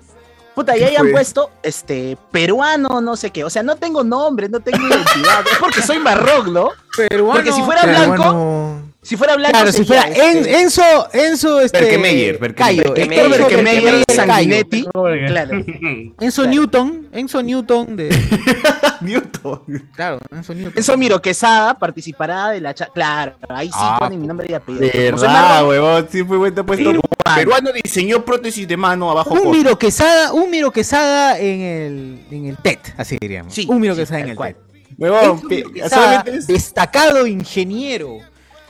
Speaker 5: Puta, y
Speaker 8: ¿Qué
Speaker 5: ahí han
Speaker 8: fue?
Speaker 5: puesto este peruano, no sé qué. O sea, no tengo nombre, no tengo identidad. Es porque soy marroglo.
Speaker 1: Peruano.
Speaker 5: Porque si fuera
Speaker 1: Peruano.
Speaker 5: blanco. Si fuera blanco.
Speaker 1: Claro, si
Speaker 5: sería,
Speaker 1: fuera
Speaker 5: este,
Speaker 1: En- Enzo, Enzo, este.
Speaker 8: Berkemeyer, Berkemeyer.
Speaker 1: Cayo,
Speaker 8: Berkemeyer,
Speaker 1: Héctor
Speaker 8: Berkemeyer,
Speaker 1: Berkemeyer
Speaker 5: Sanguinetti.
Speaker 1: Cayo.
Speaker 5: Claro.
Speaker 1: Enzo Newton, Enzo Newton de.
Speaker 8: Newton.
Speaker 1: Claro, Enzo Newton.
Speaker 5: Enzo Miro Quesada participará de la cha- Claro, ahí sí
Speaker 8: Ah,
Speaker 5: ponen mi nombre y apellido.
Speaker 8: De
Speaker 5: Como soy marroglo,
Speaker 8: verdad, huevón, sí fue te ha puesto. Peruano diseñó prótesis de mano abajo.
Speaker 1: Un
Speaker 8: corta.
Speaker 1: Miro Quesada, un Miro Quesada en el, en el TED, así diríamos.
Speaker 5: Sí,
Speaker 1: un Miro
Speaker 5: sí,
Speaker 1: Quesada en
Speaker 5: tal
Speaker 1: el
Speaker 5: cual.
Speaker 1: TED.
Speaker 8: Huevón,
Speaker 1: Enzo
Speaker 8: pe-
Speaker 1: Miro Quesada,
Speaker 8: solamente es-
Speaker 1: destacado ingeniero.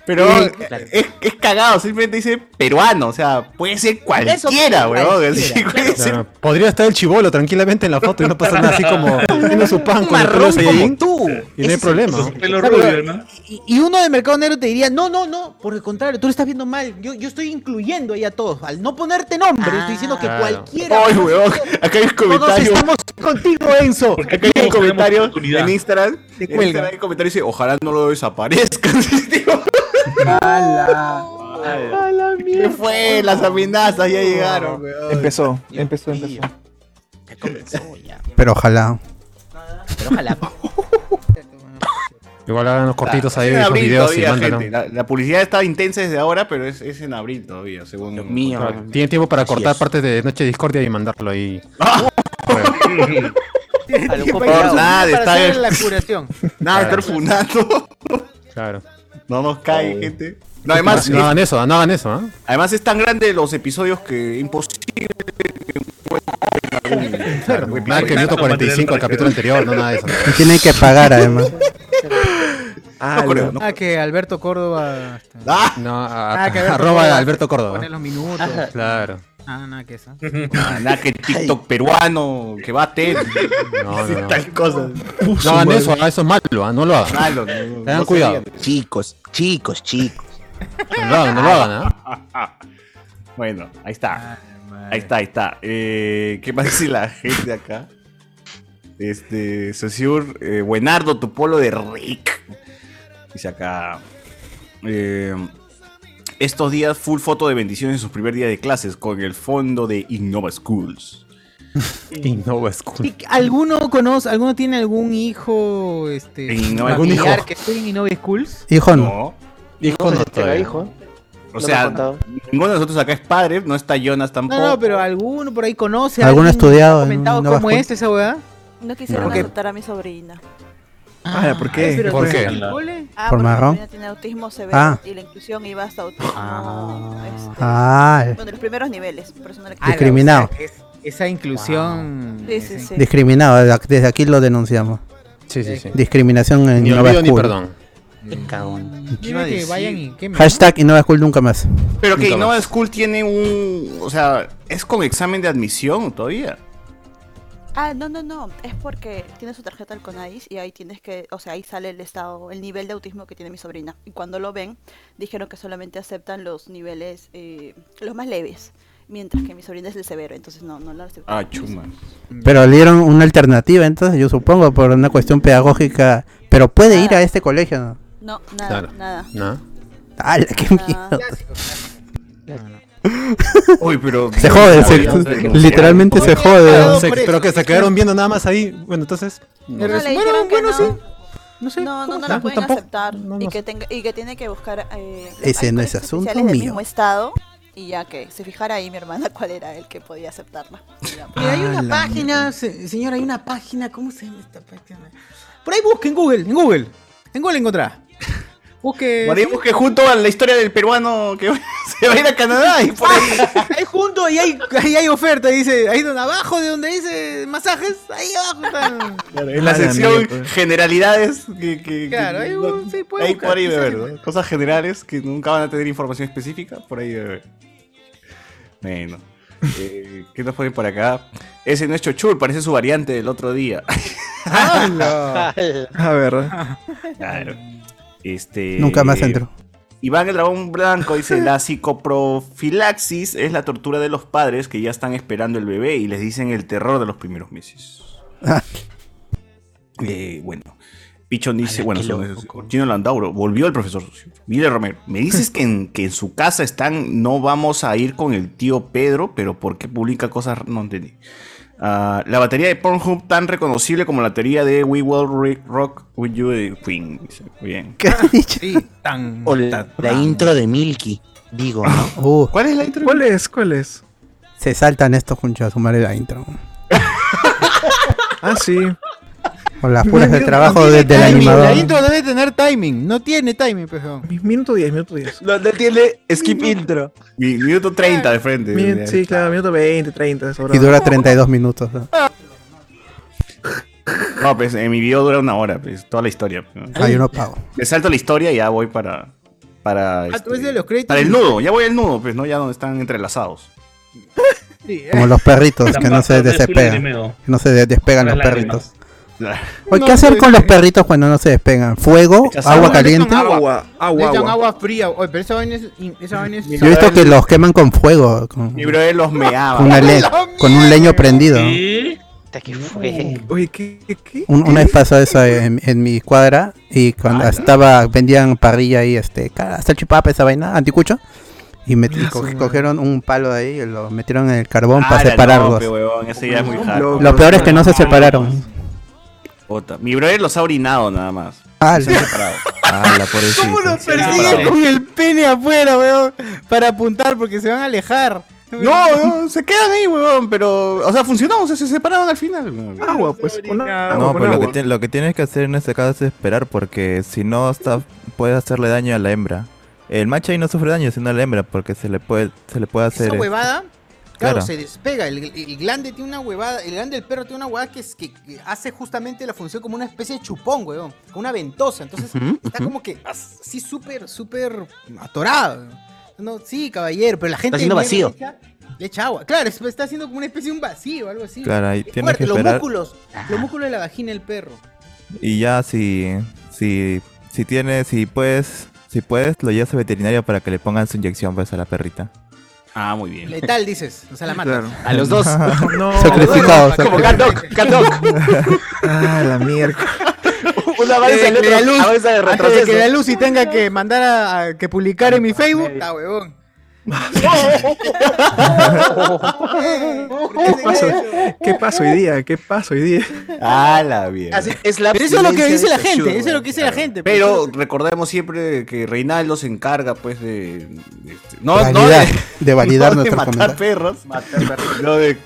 Speaker 8: Pero
Speaker 1: Eh,
Speaker 8: es, es cagado, simplemente dice peruano, o sea, puede ser cualquiera,
Speaker 1: Eso,
Speaker 8: huevón. así,
Speaker 1: cualquiera,
Speaker 8: puede ser-
Speaker 2: Claro, podría estar el chivolo tranquilamente en la foto y no pasa nada así como comiendo su pan con el pelo
Speaker 1: marrón como
Speaker 2: Saiyajin.
Speaker 1: tú.
Speaker 2: Y no hay problema.
Speaker 6: pelo
Speaker 1: Claro,
Speaker 6: rubio, ¿no?
Speaker 1: Y, y uno de Mercado Negro te diría, no, no, no, por el contrario, tú lo estás viendo mal. Yo, yo estoy incluyendo ahí a todos. Al no ponerte nombre, Ah. estoy diciendo que
Speaker 4: Ah,
Speaker 2: claro.
Speaker 1: cualquiera.
Speaker 8: Ay, huevón, acá hay
Speaker 1: Todos
Speaker 8: un comentario.
Speaker 1: estamos contigo, Enzo.
Speaker 8: Acá hay un comentario
Speaker 6: oportunidad.
Speaker 8: en Instagram. En
Speaker 1: cuelga.
Speaker 8: Instagram hay un comentario que dice, ojalá no lo desaparezcan.
Speaker 1: Ah,
Speaker 8: ¿Qué fue? Las amenazas ya llegaron, huevón.
Speaker 3: Empezó, empezó, empezó.
Speaker 5: Ya comenzó, ya.
Speaker 4: Pero ojalá.
Speaker 5: Pero ojalá.
Speaker 2: Igual hagan los cortitos ahí
Speaker 8: Es en
Speaker 2: de los
Speaker 8: abril
Speaker 2: videos y
Speaker 8: todavía,
Speaker 2: mandan.
Speaker 8: gente. La, la publicidad está intensa desde ahora, pero es, es en abril todavía, según.
Speaker 5: mío.
Speaker 8: Claro.
Speaker 2: Tienen tiempo para
Speaker 5: Así
Speaker 2: cortar
Speaker 5: es.
Speaker 2: partes de Noche Discordia y mandarlo ahí.
Speaker 7: A lo
Speaker 1: Tiene
Speaker 8: Ah. por
Speaker 1: para-
Speaker 8: nada,
Speaker 1: para
Speaker 8: está
Speaker 1: hacer
Speaker 8: bien.
Speaker 1: la curación.
Speaker 8: Nada,
Speaker 2: Claro.
Speaker 8: estar funando.
Speaker 2: Claro.
Speaker 8: No nos cae,
Speaker 1: Oh.
Speaker 8: gente. No, además,
Speaker 2: no
Speaker 8: es-
Speaker 2: hagan eso, no hagan eso, ¿ah?
Speaker 8: además es tan grande los episodios que imposible que encuentren algún-
Speaker 2: Nada que el minuto 45 del capítulo anterior, no nada de eso.
Speaker 4: Y tienen que pagar además.
Speaker 8: No creo, no
Speaker 1: Ah, que Alberto Córdoba.
Speaker 8: Ah,
Speaker 2: No, a-
Speaker 1: Ah, que Alberto
Speaker 2: arroba
Speaker 1: Córdoba
Speaker 2: Alberto Córdoba.
Speaker 1: Pone los minutos.
Speaker 2: Claro.
Speaker 1: Ah, nada, que eso.
Speaker 8: nada, nada que TikTok peruano, que va a TED,
Speaker 2: No, no, no.
Speaker 8: tal cosa.
Speaker 2: No hagan eso, ah, eso es malo, ah, no lo hagan.
Speaker 8: Malo, no, no,
Speaker 2: Tengan
Speaker 8: no
Speaker 2: cuidado.
Speaker 8: sabía.
Speaker 5: Chicos, chicos, chicos.
Speaker 2: No lo hagan, no lo hagan, ¿ah?
Speaker 8: Bueno, ahí está. Ahí está, ahí está. Eh, ¿Qué más dice la gente acá? Este, Sosur, eh, Buenardo, tu polo de Rick. Dice acá. eh, estos días, full foto de bendiciones en su primer día de clases con el fondo de Innova Schools.
Speaker 2: Innova School.
Speaker 1: Sí, ¿Alguno conoce, alguno tine algún hijo, este,
Speaker 8: En Innova-
Speaker 2: ¿Algún hijo?
Speaker 1: familiar que esté en Innova Schools?
Speaker 4: Hijo no.
Speaker 8: No.
Speaker 2: Hijo no
Speaker 7: sé si tenga
Speaker 2: todavía.
Speaker 7: hijo.
Speaker 8: O
Speaker 7: No me
Speaker 8: sea,
Speaker 7: han contado.
Speaker 8: ninguno de nosotros acá es padre, no está Jonas tampoco.
Speaker 1: No, no, pero alguno por ahí conoce.
Speaker 4: ¿Alguno
Speaker 1: alguien
Speaker 4: estudiado
Speaker 1: ha
Speaker 4: en
Speaker 1: comentado
Speaker 4: Innova
Speaker 1: cómo
Speaker 4: School?
Speaker 1: es esa weá?
Speaker 10: No quisieron
Speaker 2: No. Porque-
Speaker 10: aceptar a mi sobrina.
Speaker 3: Ah, ¿por qué?
Speaker 1: Pero
Speaker 2: ¿Por
Speaker 1: ¿tú
Speaker 2: qué?
Speaker 1: eres el cole?
Speaker 10: Ah,
Speaker 4: ¿Por
Speaker 10: porque mi
Speaker 4: marrón?
Speaker 10: sobrina tiene autismo severo
Speaker 4: Ah.
Speaker 10: y la inclusión iba hasta autismo. este,
Speaker 4: Ah,
Speaker 10: Bueno, los primeros niveles, por eso no le
Speaker 1: Ah, la-
Speaker 4: Discriminado.
Speaker 1: o sea, es- esa inclusión.
Speaker 10: Sí, sí, sí.
Speaker 4: discriminado. Desde aquí lo denunciamos.
Speaker 2: Sí, sí, sí.
Speaker 4: Discriminación en
Speaker 2: Ni
Speaker 4: Innova
Speaker 2: olvido ni
Speaker 4: School.
Speaker 2: perdón.
Speaker 5: Qué cagón.
Speaker 1: Dime que vayan y quemen.
Speaker 4: Hashtag Innova School nunca más.
Speaker 8: Pero que
Speaker 2: Nunca
Speaker 8: Innova
Speaker 2: más.
Speaker 8: School tiene un. O sea, es con examen de admisión todavía.
Speaker 10: Ah, no, no, no. Es porque tiene su tarjeta al CONAIS y ahí tienes que, o sea, ahí sale el estado, el nivel de autismo que tiene mi sobrina. Y cuando lo ven, dijeron que solamente aceptan los niveles, eh, los más leves, mientras que mi sobrina es el severo, entonces no, no la aceptan.
Speaker 8: Ah, chuma.
Speaker 4: Pero le dieron una alternativa, entonces yo supongo por una cuestión pedagógica. Pero puede ir a este colegio. ¿no?
Speaker 10: No, nada,
Speaker 2: Claro.
Speaker 10: nada.
Speaker 2: ¿No?
Speaker 4: ¡Hala, qué miedo!
Speaker 8: Uy, pero.
Speaker 4: Se jode, se- literalmente se jode.
Speaker 2: Se- pero que se quedaron viendo nada más ahí. Bueno, entonces.
Speaker 10: No, le
Speaker 1: Bueno,
Speaker 10: dijeron que
Speaker 1: bueno,
Speaker 10: no.
Speaker 1: sí. No sé.
Speaker 10: No, no, no la
Speaker 2: ¿Tampoco?
Speaker 10: pueden aceptar
Speaker 2: No,
Speaker 10: y,
Speaker 2: no
Speaker 10: que tenga, y que tiene que buscar eh, los
Speaker 4: Ese no es
Speaker 10: alcoholes
Speaker 4: asunto
Speaker 10: oficiales del
Speaker 4: mío.
Speaker 10: mismo estado y ya que se fijara ahí mi hermana cuál era el que podía aceptarla. Y ya, pues.
Speaker 1: Mira, hay una página, se- señora, hay una página, ¿cómo se llama esta página? Por ahí busca en Google, en Google. En Google encontrás. Eh, Busque.
Speaker 8: Maremos que junto a la historia del peruano que se va a ir a Canadá y por ahí.
Speaker 1: Ahí junto y hay, ahí hay oferta, dice, ahí donde abajo de donde dice masajes, ahí abajo están.
Speaker 8: En la sección generalidades que. que-
Speaker 1: Claro,
Speaker 8: que-
Speaker 1: ahí,
Speaker 8: no-
Speaker 1: sí, puede
Speaker 8: ahí
Speaker 1: buscar,
Speaker 8: por ahí de
Speaker 1: quizás
Speaker 8: ver, ¿no? Cosas generales que nunca van a tener información específica, por ahí de ver. Bueno. Eh, ¿Qué nos ponen por acá? Ese no es Chochur, parece su variante del otro día.
Speaker 3: ¡Hala!
Speaker 8: A ver. Claro. Este,
Speaker 4: Nunca más entro.
Speaker 8: Iván el Dragón Blanco dice, la psicoprofilaxis es la tortura de los padres que ya están esperando el bebé y les dicen el terror de los primeros meses. Eh, bueno, Pichón dice, bueno,
Speaker 5: qué
Speaker 8: son- Gino Landauro, volvió el profesor sucio. Mire Romero, me dices que en, que en su casa están, no vamos a ir con el tío Pedro, pero ¿por qué publica cosas? No entendí. Ah, la batería de Pornhub tan reconocible como la batería de We Will Re- Rock With You de Queen. dice. Muy bien.
Speaker 4: ¿Qué has dicho?
Speaker 5: Tan, o la, la intro de Milky, digo, ¿no?
Speaker 8: ¿Cuál es la intro?
Speaker 3: ¿Cuál es? ¿Cuál es?
Speaker 4: Ah. Uh. Se saltan estos juntos a sumar la intro.
Speaker 3: Ah, sí.
Speaker 4: Con las puras del
Speaker 1: No
Speaker 4: trabajo
Speaker 1: tiene
Speaker 4: de- del
Speaker 1: timing, La
Speaker 4: animador.
Speaker 1: intro debe tener timing. No tiene timing, pejón.
Speaker 3: Minuto 10, minuto 10.
Speaker 1: No, tiene skip intro.
Speaker 8: Mi- Minuto 30 de frente.
Speaker 3: Min- sí, claro, minuto 20, 30. sobrado.
Speaker 4: Y dura 32 minutos. ¿no?
Speaker 8: Ah, No, pues en mi video dura una hora, pues, toda la historia.
Speaker 4: Ah, yo no pago.
Speaker 8: Me salto la historia y ya voy para. Para,
Speaker 1: Ah, tú
Speaker 8: este,
Speaker 1: ves de los créditos.
Speaker 8: para el nudo, ya voy al nudo, pues, ¿no? Ya donde están entrelazados.
Speaker 1: eh.
Speaker 4: Como los perritos que no se
Speaker 8: Tampoco es
Speaker 4: desespegan.
Speaker 8: Filipineo.
Speaker 4: Que no se de- despegan los
Speaker 8: Las
Speaker 4: perritos.
Speaker 8: lágrimas.
Speaker 4: Oye, ¿qué hacer con los perritos cuando no se despegan? ¿Fuego?
Speaker 8: Echas
Speaker 4: ¿Agua
Speaker 8: agua,
Speaker 4: caliente?
Speaker 1: Agua,
Speaker 3: agua,
Speaker 1: Le
Speaker 3: agua.
Speaker 1: echan
Speaker 3: agua.
Speaker 1: agua fría. Oye, pero esa vaina es. Esa vaina es
Speaker 4: Yo he visto que los queman con fuego. Con,
Speaker 8: Mi brother los meaba.
Speaker 4: con una le- con un leño prendido.
Speaker 7: ¿Qué fue?
Speaker 3: Oye, ¿qué? qué, qué?
Speaker 4: Un- una vez pasó eso en, en mi cuadra y cuando
Speaker 8: Ah,
Speaker 4: estaba vendían parrilla ahí este cara, salchipapa esa vaina anticucho y, me, y
Speaker 3: Ah,
Speaker 4: co-
Speaker 3: su madre.
Speaker 4: cogieron un palo de ahí y lo metieron en el carbón
Speaker 8: Ah,
Speaker 4: para
Speaker 8: no,
Speaker 4: separarlos.
Speaker 8: pe, huevón, ese ya es muy
Speaker 3: Lo-
Speaker 8: hardcore. Ah,
Speaker 4: Lo peor es que no se separaron.
Speaker 8: Puta, Mi brother los ha orinado nada más.
Speaker 4: Ah,
Speaker 8: Se han separado. Ah, la pobrecita.
Speaker 1: ¿Cómo los
Speaker 8: Se han
Speaker 1: persiguen
Speaker 8: separado.
Speaker 1: con el pene afuera, weón? Para apuntar porque se van a alejar.
Speaker 8: No, no, se quedan ahí, huevón, pero. O sea, funcionó, o sea, se separaron al
Speaker 1: Ah,
Speaker 8: final. huevón.
Speaker 3: Agua, pues. con agua,
Speaker 12: No,
Speaker 3: con
Speaker 12: pero lo que,
Speaker 3: agua.
Speaker 12: ti- lo que tienes que hacer en este caso es esperar, porque si no, hasta puedes hacerle daño a la hembra. El macho ahí no sufre daño, sino a la hembra, porque se le puede, se le puede hacer.
Speaker 1: Esa
Speaker 12: eh,
Speaker 1: huevada, claro,
Speaker 12: Claro.
Speaker 1: se despega. El, el- el glande tiene una huevada, el glande del perro tiene una huevada que, es- que- que hace justamente la función como una especie de chupón, weón. Como una ventosa. Entonces,
Speaker 5: Ujú,
Speaker 1: está
Speaker 5: ujú.
Speaker 1: como que así súper, súper atorado. weón. No, sí, caballero, pero la gente.
Speaker 5: haciendo
Speaker 1: de
Speaker 5: vacío.
Speaker 1: mierda Le echa, le echa agua. Claro, es- está haciendo como una especie de un vacío, algo así.
Speaker 12: Claro, ahí
Speaker 1: Es
Speaker 12: tienes
Speaker 1: fuerte,
Speaker 12: que
Speaker 1: los
Speaker 12: esperar.
Speaker 1: músculos. Los músculos de la vagina del perro.
Speaker 12: Y ya si, si, si tienes, si puedes, si puedes, lo llevas al veterinario para que le pongan su inyección pues, a la perrita.
Speaker 8: Ah, muy bien.
Speaker 1: Letal, dices. O sea, la mata.
Speaker 3: Claro.
Speaker 5: A los dos.
Speaker 3: No,
Speaker 4: Sacrificado,
Speaker 5: Como
Speaker 4: sacrificado.
Speaker 5: Cat Dog, Cat Dog.
Speaker 3: Ah, la mierda.
Speaker 9: Pues
Speaker 5: Una balsa y la
Speaker 1: Antes de que
Speaker 5: otra
Speaker 1: la luz-
Speaker 5: balsa de
Speaker 1: Antes de que la
Speaker 5: retroceso.
Speaker 1: luz y tenga que mandar a, a que publicar en mi Facebook, está huevón.
Speaker 3: ¿Qué pasó? ¿Qué pasó hoy día? ¿Qué pasó hoy día?
Speaker 8: Ah, la mierda.
Speaker 5: Así Es la
Speaker 1: Pero eso es lo que dice
Speaker 5: abstinencia de
Speaker 1: la este gente,
Speaker 5: Chochur,
Speaker 1: eso es lo que dice la
Speaker 5: claro.
Speaker 1: gente. pues,
Speaker 8: Pero
Speaker 1: eso-
Speaker 8: recordemos siempre que Reinaldo se encarga, pues, de. este, no,
Speaker 4: Validar, de validar
Speaker 8: no de
Speaker 4: nuestros
Speaker 8: matar
Speaker 4: comentarios.
Speaker 8: perros, no de,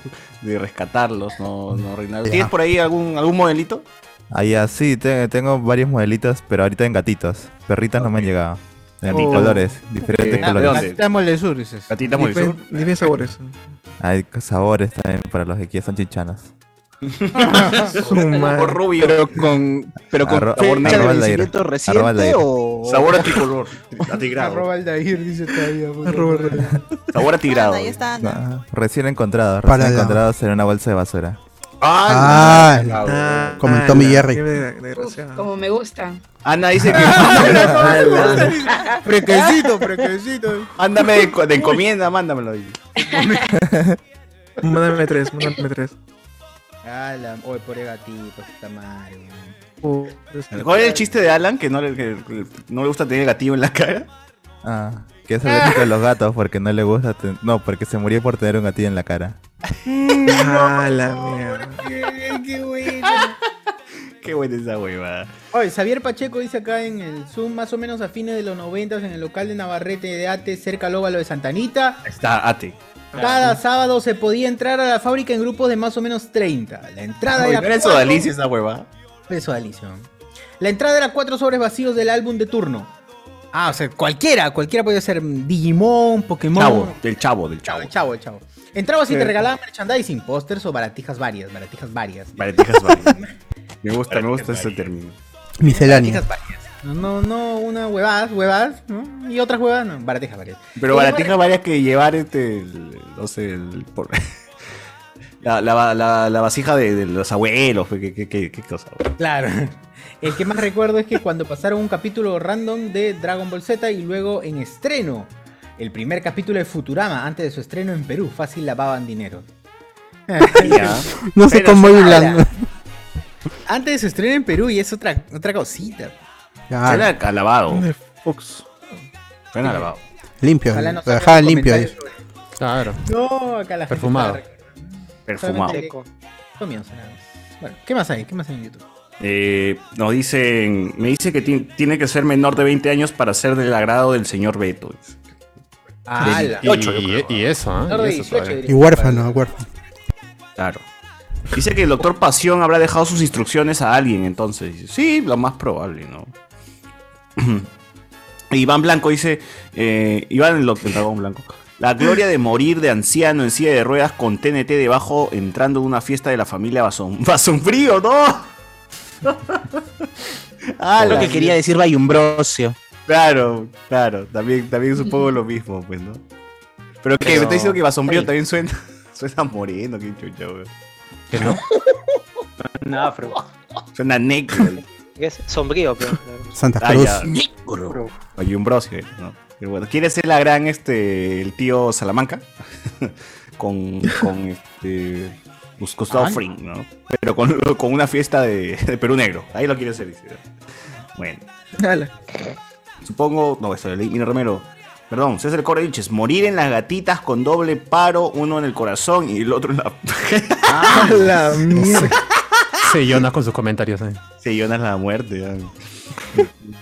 Speaker 8: de rescatarlos, no, no Reinaldo.
Speaker 4: Ya.
Speaker 8: ¿Tienes por ahí algún, algún modelito?
Speaker 12: Ahí así, te- tengo varios modelitos, pero ahorita en gatitos. Perritas no me han llegado. En
Speaker 3: Oh.
Speaker 8: Gatitos.
Speaker 12: colores, diferentes
Speaker 8: Eh, ¿de
Speaker 12: colores.
Speaker 8: dónde?
Speaker 1: Gatita Mole Sur, dices.
Speaker 8: Gatita
Speaker 3: Dife-
Speaker 8: Molisur.
Speaker 3: Diferentes sabores.
Speaker 12: Hay sabores también para los que ya son chichanas.
Speaker 3: Su madre.
Speaker 8: rubio.
Speaker 5: Pero con, pero con
Speaker 12: Arro-
Speaker 5: fecha de
Speaker 12: arroba al aire.
Speaker 5: vencimiento
Speaker 12: Arroba al
Speaker 5: reciente
Speaker 12: aire.
Speaker 5: o...
Speaker 8: Sabor a tricolor. Atigrado.
Speaker 1: Arroba Aldair, dice todavía. pues, por
Speaker 3: Arroba
Speaker 1: favor.
Speaker 8: Sabor
Speaker 10: Anda,
Speaker 8: atigrado.
Speaker 10: ahí está Ana.
Speaker 12: Ah, Recién encontrados,
Speaker 4: Para
Speaker 12: recién
Speaker 4: allá.
Speaker 12: encontrados en una bolsa de basura.
Speaker 8: Ah,
Speaker 4: Ah,
Speaker 8: la-
Speaker 3: Ah,
Speaker 4: Como en
Speaker 3: ah,
Speaker 4: Tommy
Speaker 3: la-
Speaker 4: Jerry.
Speaker 3: qué de- desgraciado.
Speaker 13: Como me gusta.
Speaker 8: Ana dice que.
Speaker 1: Frequecito, frequecito.
Speaker 8: Ándame de, enco- de encomienda, mándamelo. dice.
Speaker 3: Mándame tres, mándame tres.
Speaker 1: Ala, oye, pobre gatito, está mal.
Speaker 3: Oh,
Speaker 1: weón.
Speaker 3: es-
Speaker 8: ¿Cuál es el chiste de Alan que no le, que- que no le gusta tener el gatillo en la cara?
Speaker 12: Ah, que es alérgico a los gatos porque no le gusta. ten- No, porque se murió por tener un gatillo en la cara.
Speaker 3: Ah, la mierda.
Speaker 8: Qué buena esa huevada.
Speaker 1: Oye, Xavier Pacheco dice acá en el Zoom, más o menos a fines de los 90 en el local de Navarrete de Ate, cerca al óvalo de Santanita.
Speaker 8: Ahí Está Ate.
Speaker 1: Cada sábado se podía entrar a la fábrica en grupos de más o menos 30. La entrada
Speaker 8: Uy,
Speaker 1: era
Speaker 8: no era
Speaker 1: cuatro-
Speaker 8: sodalicio esa huevada.
Speaker 1: Eso, Alicia. La entrada era cuatro sobres vacíos del álbum de turno. Ah, o sea, cualquiera, cualquiera podía ser mm, Digimon, Pokémon.
Speaker 8: Chavo, del chavo, del chavo. Eh.
Speaker 1: Chavo, chavo, chavo. Entrabas y te
Speaker 3: Sí.
Speaker 1: regalaban merchandising, pósters o baratijas varias, baratijas varias.
Speaker 8: Baratijas varias. Me gusta, me gusta ese término.
Speaker 4: Misceláneo.
Speaker 1: Baratijas varias. No, no, no, una huevadas, huevadas, ¿no? Y otras huevadas, no. Barateja, varias.
Speaker 8: Pero baratija varias que llevar este, el- no sé, el, por- la, la- la- la vasija de, de los abuelos, pues, qué, qué- qué- qué cosa. güey.
Speaker 1: Claro. El que más recuerdo es que cuando pasaron un capítulo random de Dragon Ball Z y luego en estreno, el primer capítulo de Futurama, antes de su estreno en Perú, fácil lavaban dinero.
Speaker 4: No sé
Speaker 1: Pero
Speaker 4: cómo
Speaker 1: se
Speaker 4: hilan.
Speaker 1: habla. Antes de su estreno en Perú y es otra, otra cosita.
Speaker 8: Suena alabado. Suena alabado.
Speaker 4: Limpio.
Speaker 1: Ojalá no
Speaker 4: Lo
Speaker 1: salga
Speaker 4: dejaba
Speaker 1: un
Speaker 4: limpio ahí.
Speaker 1: comentario
Speaker 2: Claro.
Speaker 1: No, acá la gente
Speaker 2: Perfumado.
Speaker 1: está
Speaker 8: Perfumado.
Speaker 1: Solamente Comienza nada más. Bueno, ¿qué más hay? ¿Qué más hay en YouTube?
Speaker 8: Eh, nos dicen, me dice que ti- tiene que ser menor de 20 años para ser del agrado del señor Beto.
Speaker 1: Ah,
Speaker 8: Del
Speaker 1: la-
Speaker 8: 18,
Speaker 2: y, y eso,
Speaker 8: ¿eh?
Speaker 2: ¿ah?
Speaker 1: Claro,
Speaker 2: Y eso
Speaker 1: 18
Speaker 2: todavía.
Speaker 4: Y huérfano, huérfano.
Speaker 8: Claro. Dice que el doctor Pasión habrá dejado sus instrucciones a alguien, entonces. Dice, Sí, lo más probable, ¿no? Iván Blanco dice, eh, Iván el doctor Dragón Blanco. La gloria de morir de anciano en silla de ruedas con TNT debajo entrando en una fiesta de la familia Basón. Basón frío, ¿no? Ah,
Speaker 5: Lo
Speaker 8: la
Speaker 5: que quería
Speaker 8: mierda.
Speaker 5: decir Bayumbrosio.
Speaker 8: Claro, claro. También, también supongo lo mismo, pues, ¿no? Pero que me
Speaker 5: Pero-
Speaker 8: está diciendo que Basón frío
Speaker 5: Sí.
Speaker 8: también suena, suena moreno, qué chucha, weón.
Speaker 2: ¿Que no?
Speaker 7: Nada, afro.
Speaker 8: Suena negro.
Speaker 7: Es sombrío, pero.
Speaker 4: Santa
Speaker 8: Ah,
Speaker 4: Cruz.
Speaker 8: ya. Oye, un brosio, eh, ¿no? Pero bueno, ¿quiere ser la gran, este, el tío Salamanca? con, con, este, Gus- Gustavo
Speaker 6: Ah.
Speaker 8: Fring, ¿no? Pero con, con una fiesta de, de Perú Negro. Ahí lo quiere hacer, dice. Bueno. Supongo, no, esto lo leí. Mira, Romero. Perdón, César Correa dices, morir en las gatitas con doble paro, uno en el corazón y el otro en la...
Speaker 2: ¡Ah,
Speaker 1: la mierda!
Speaker 2: Sí, Jonas con sus comentarios. ¿eh?
Speaker 8: Sí, Jonas la muerte. ya.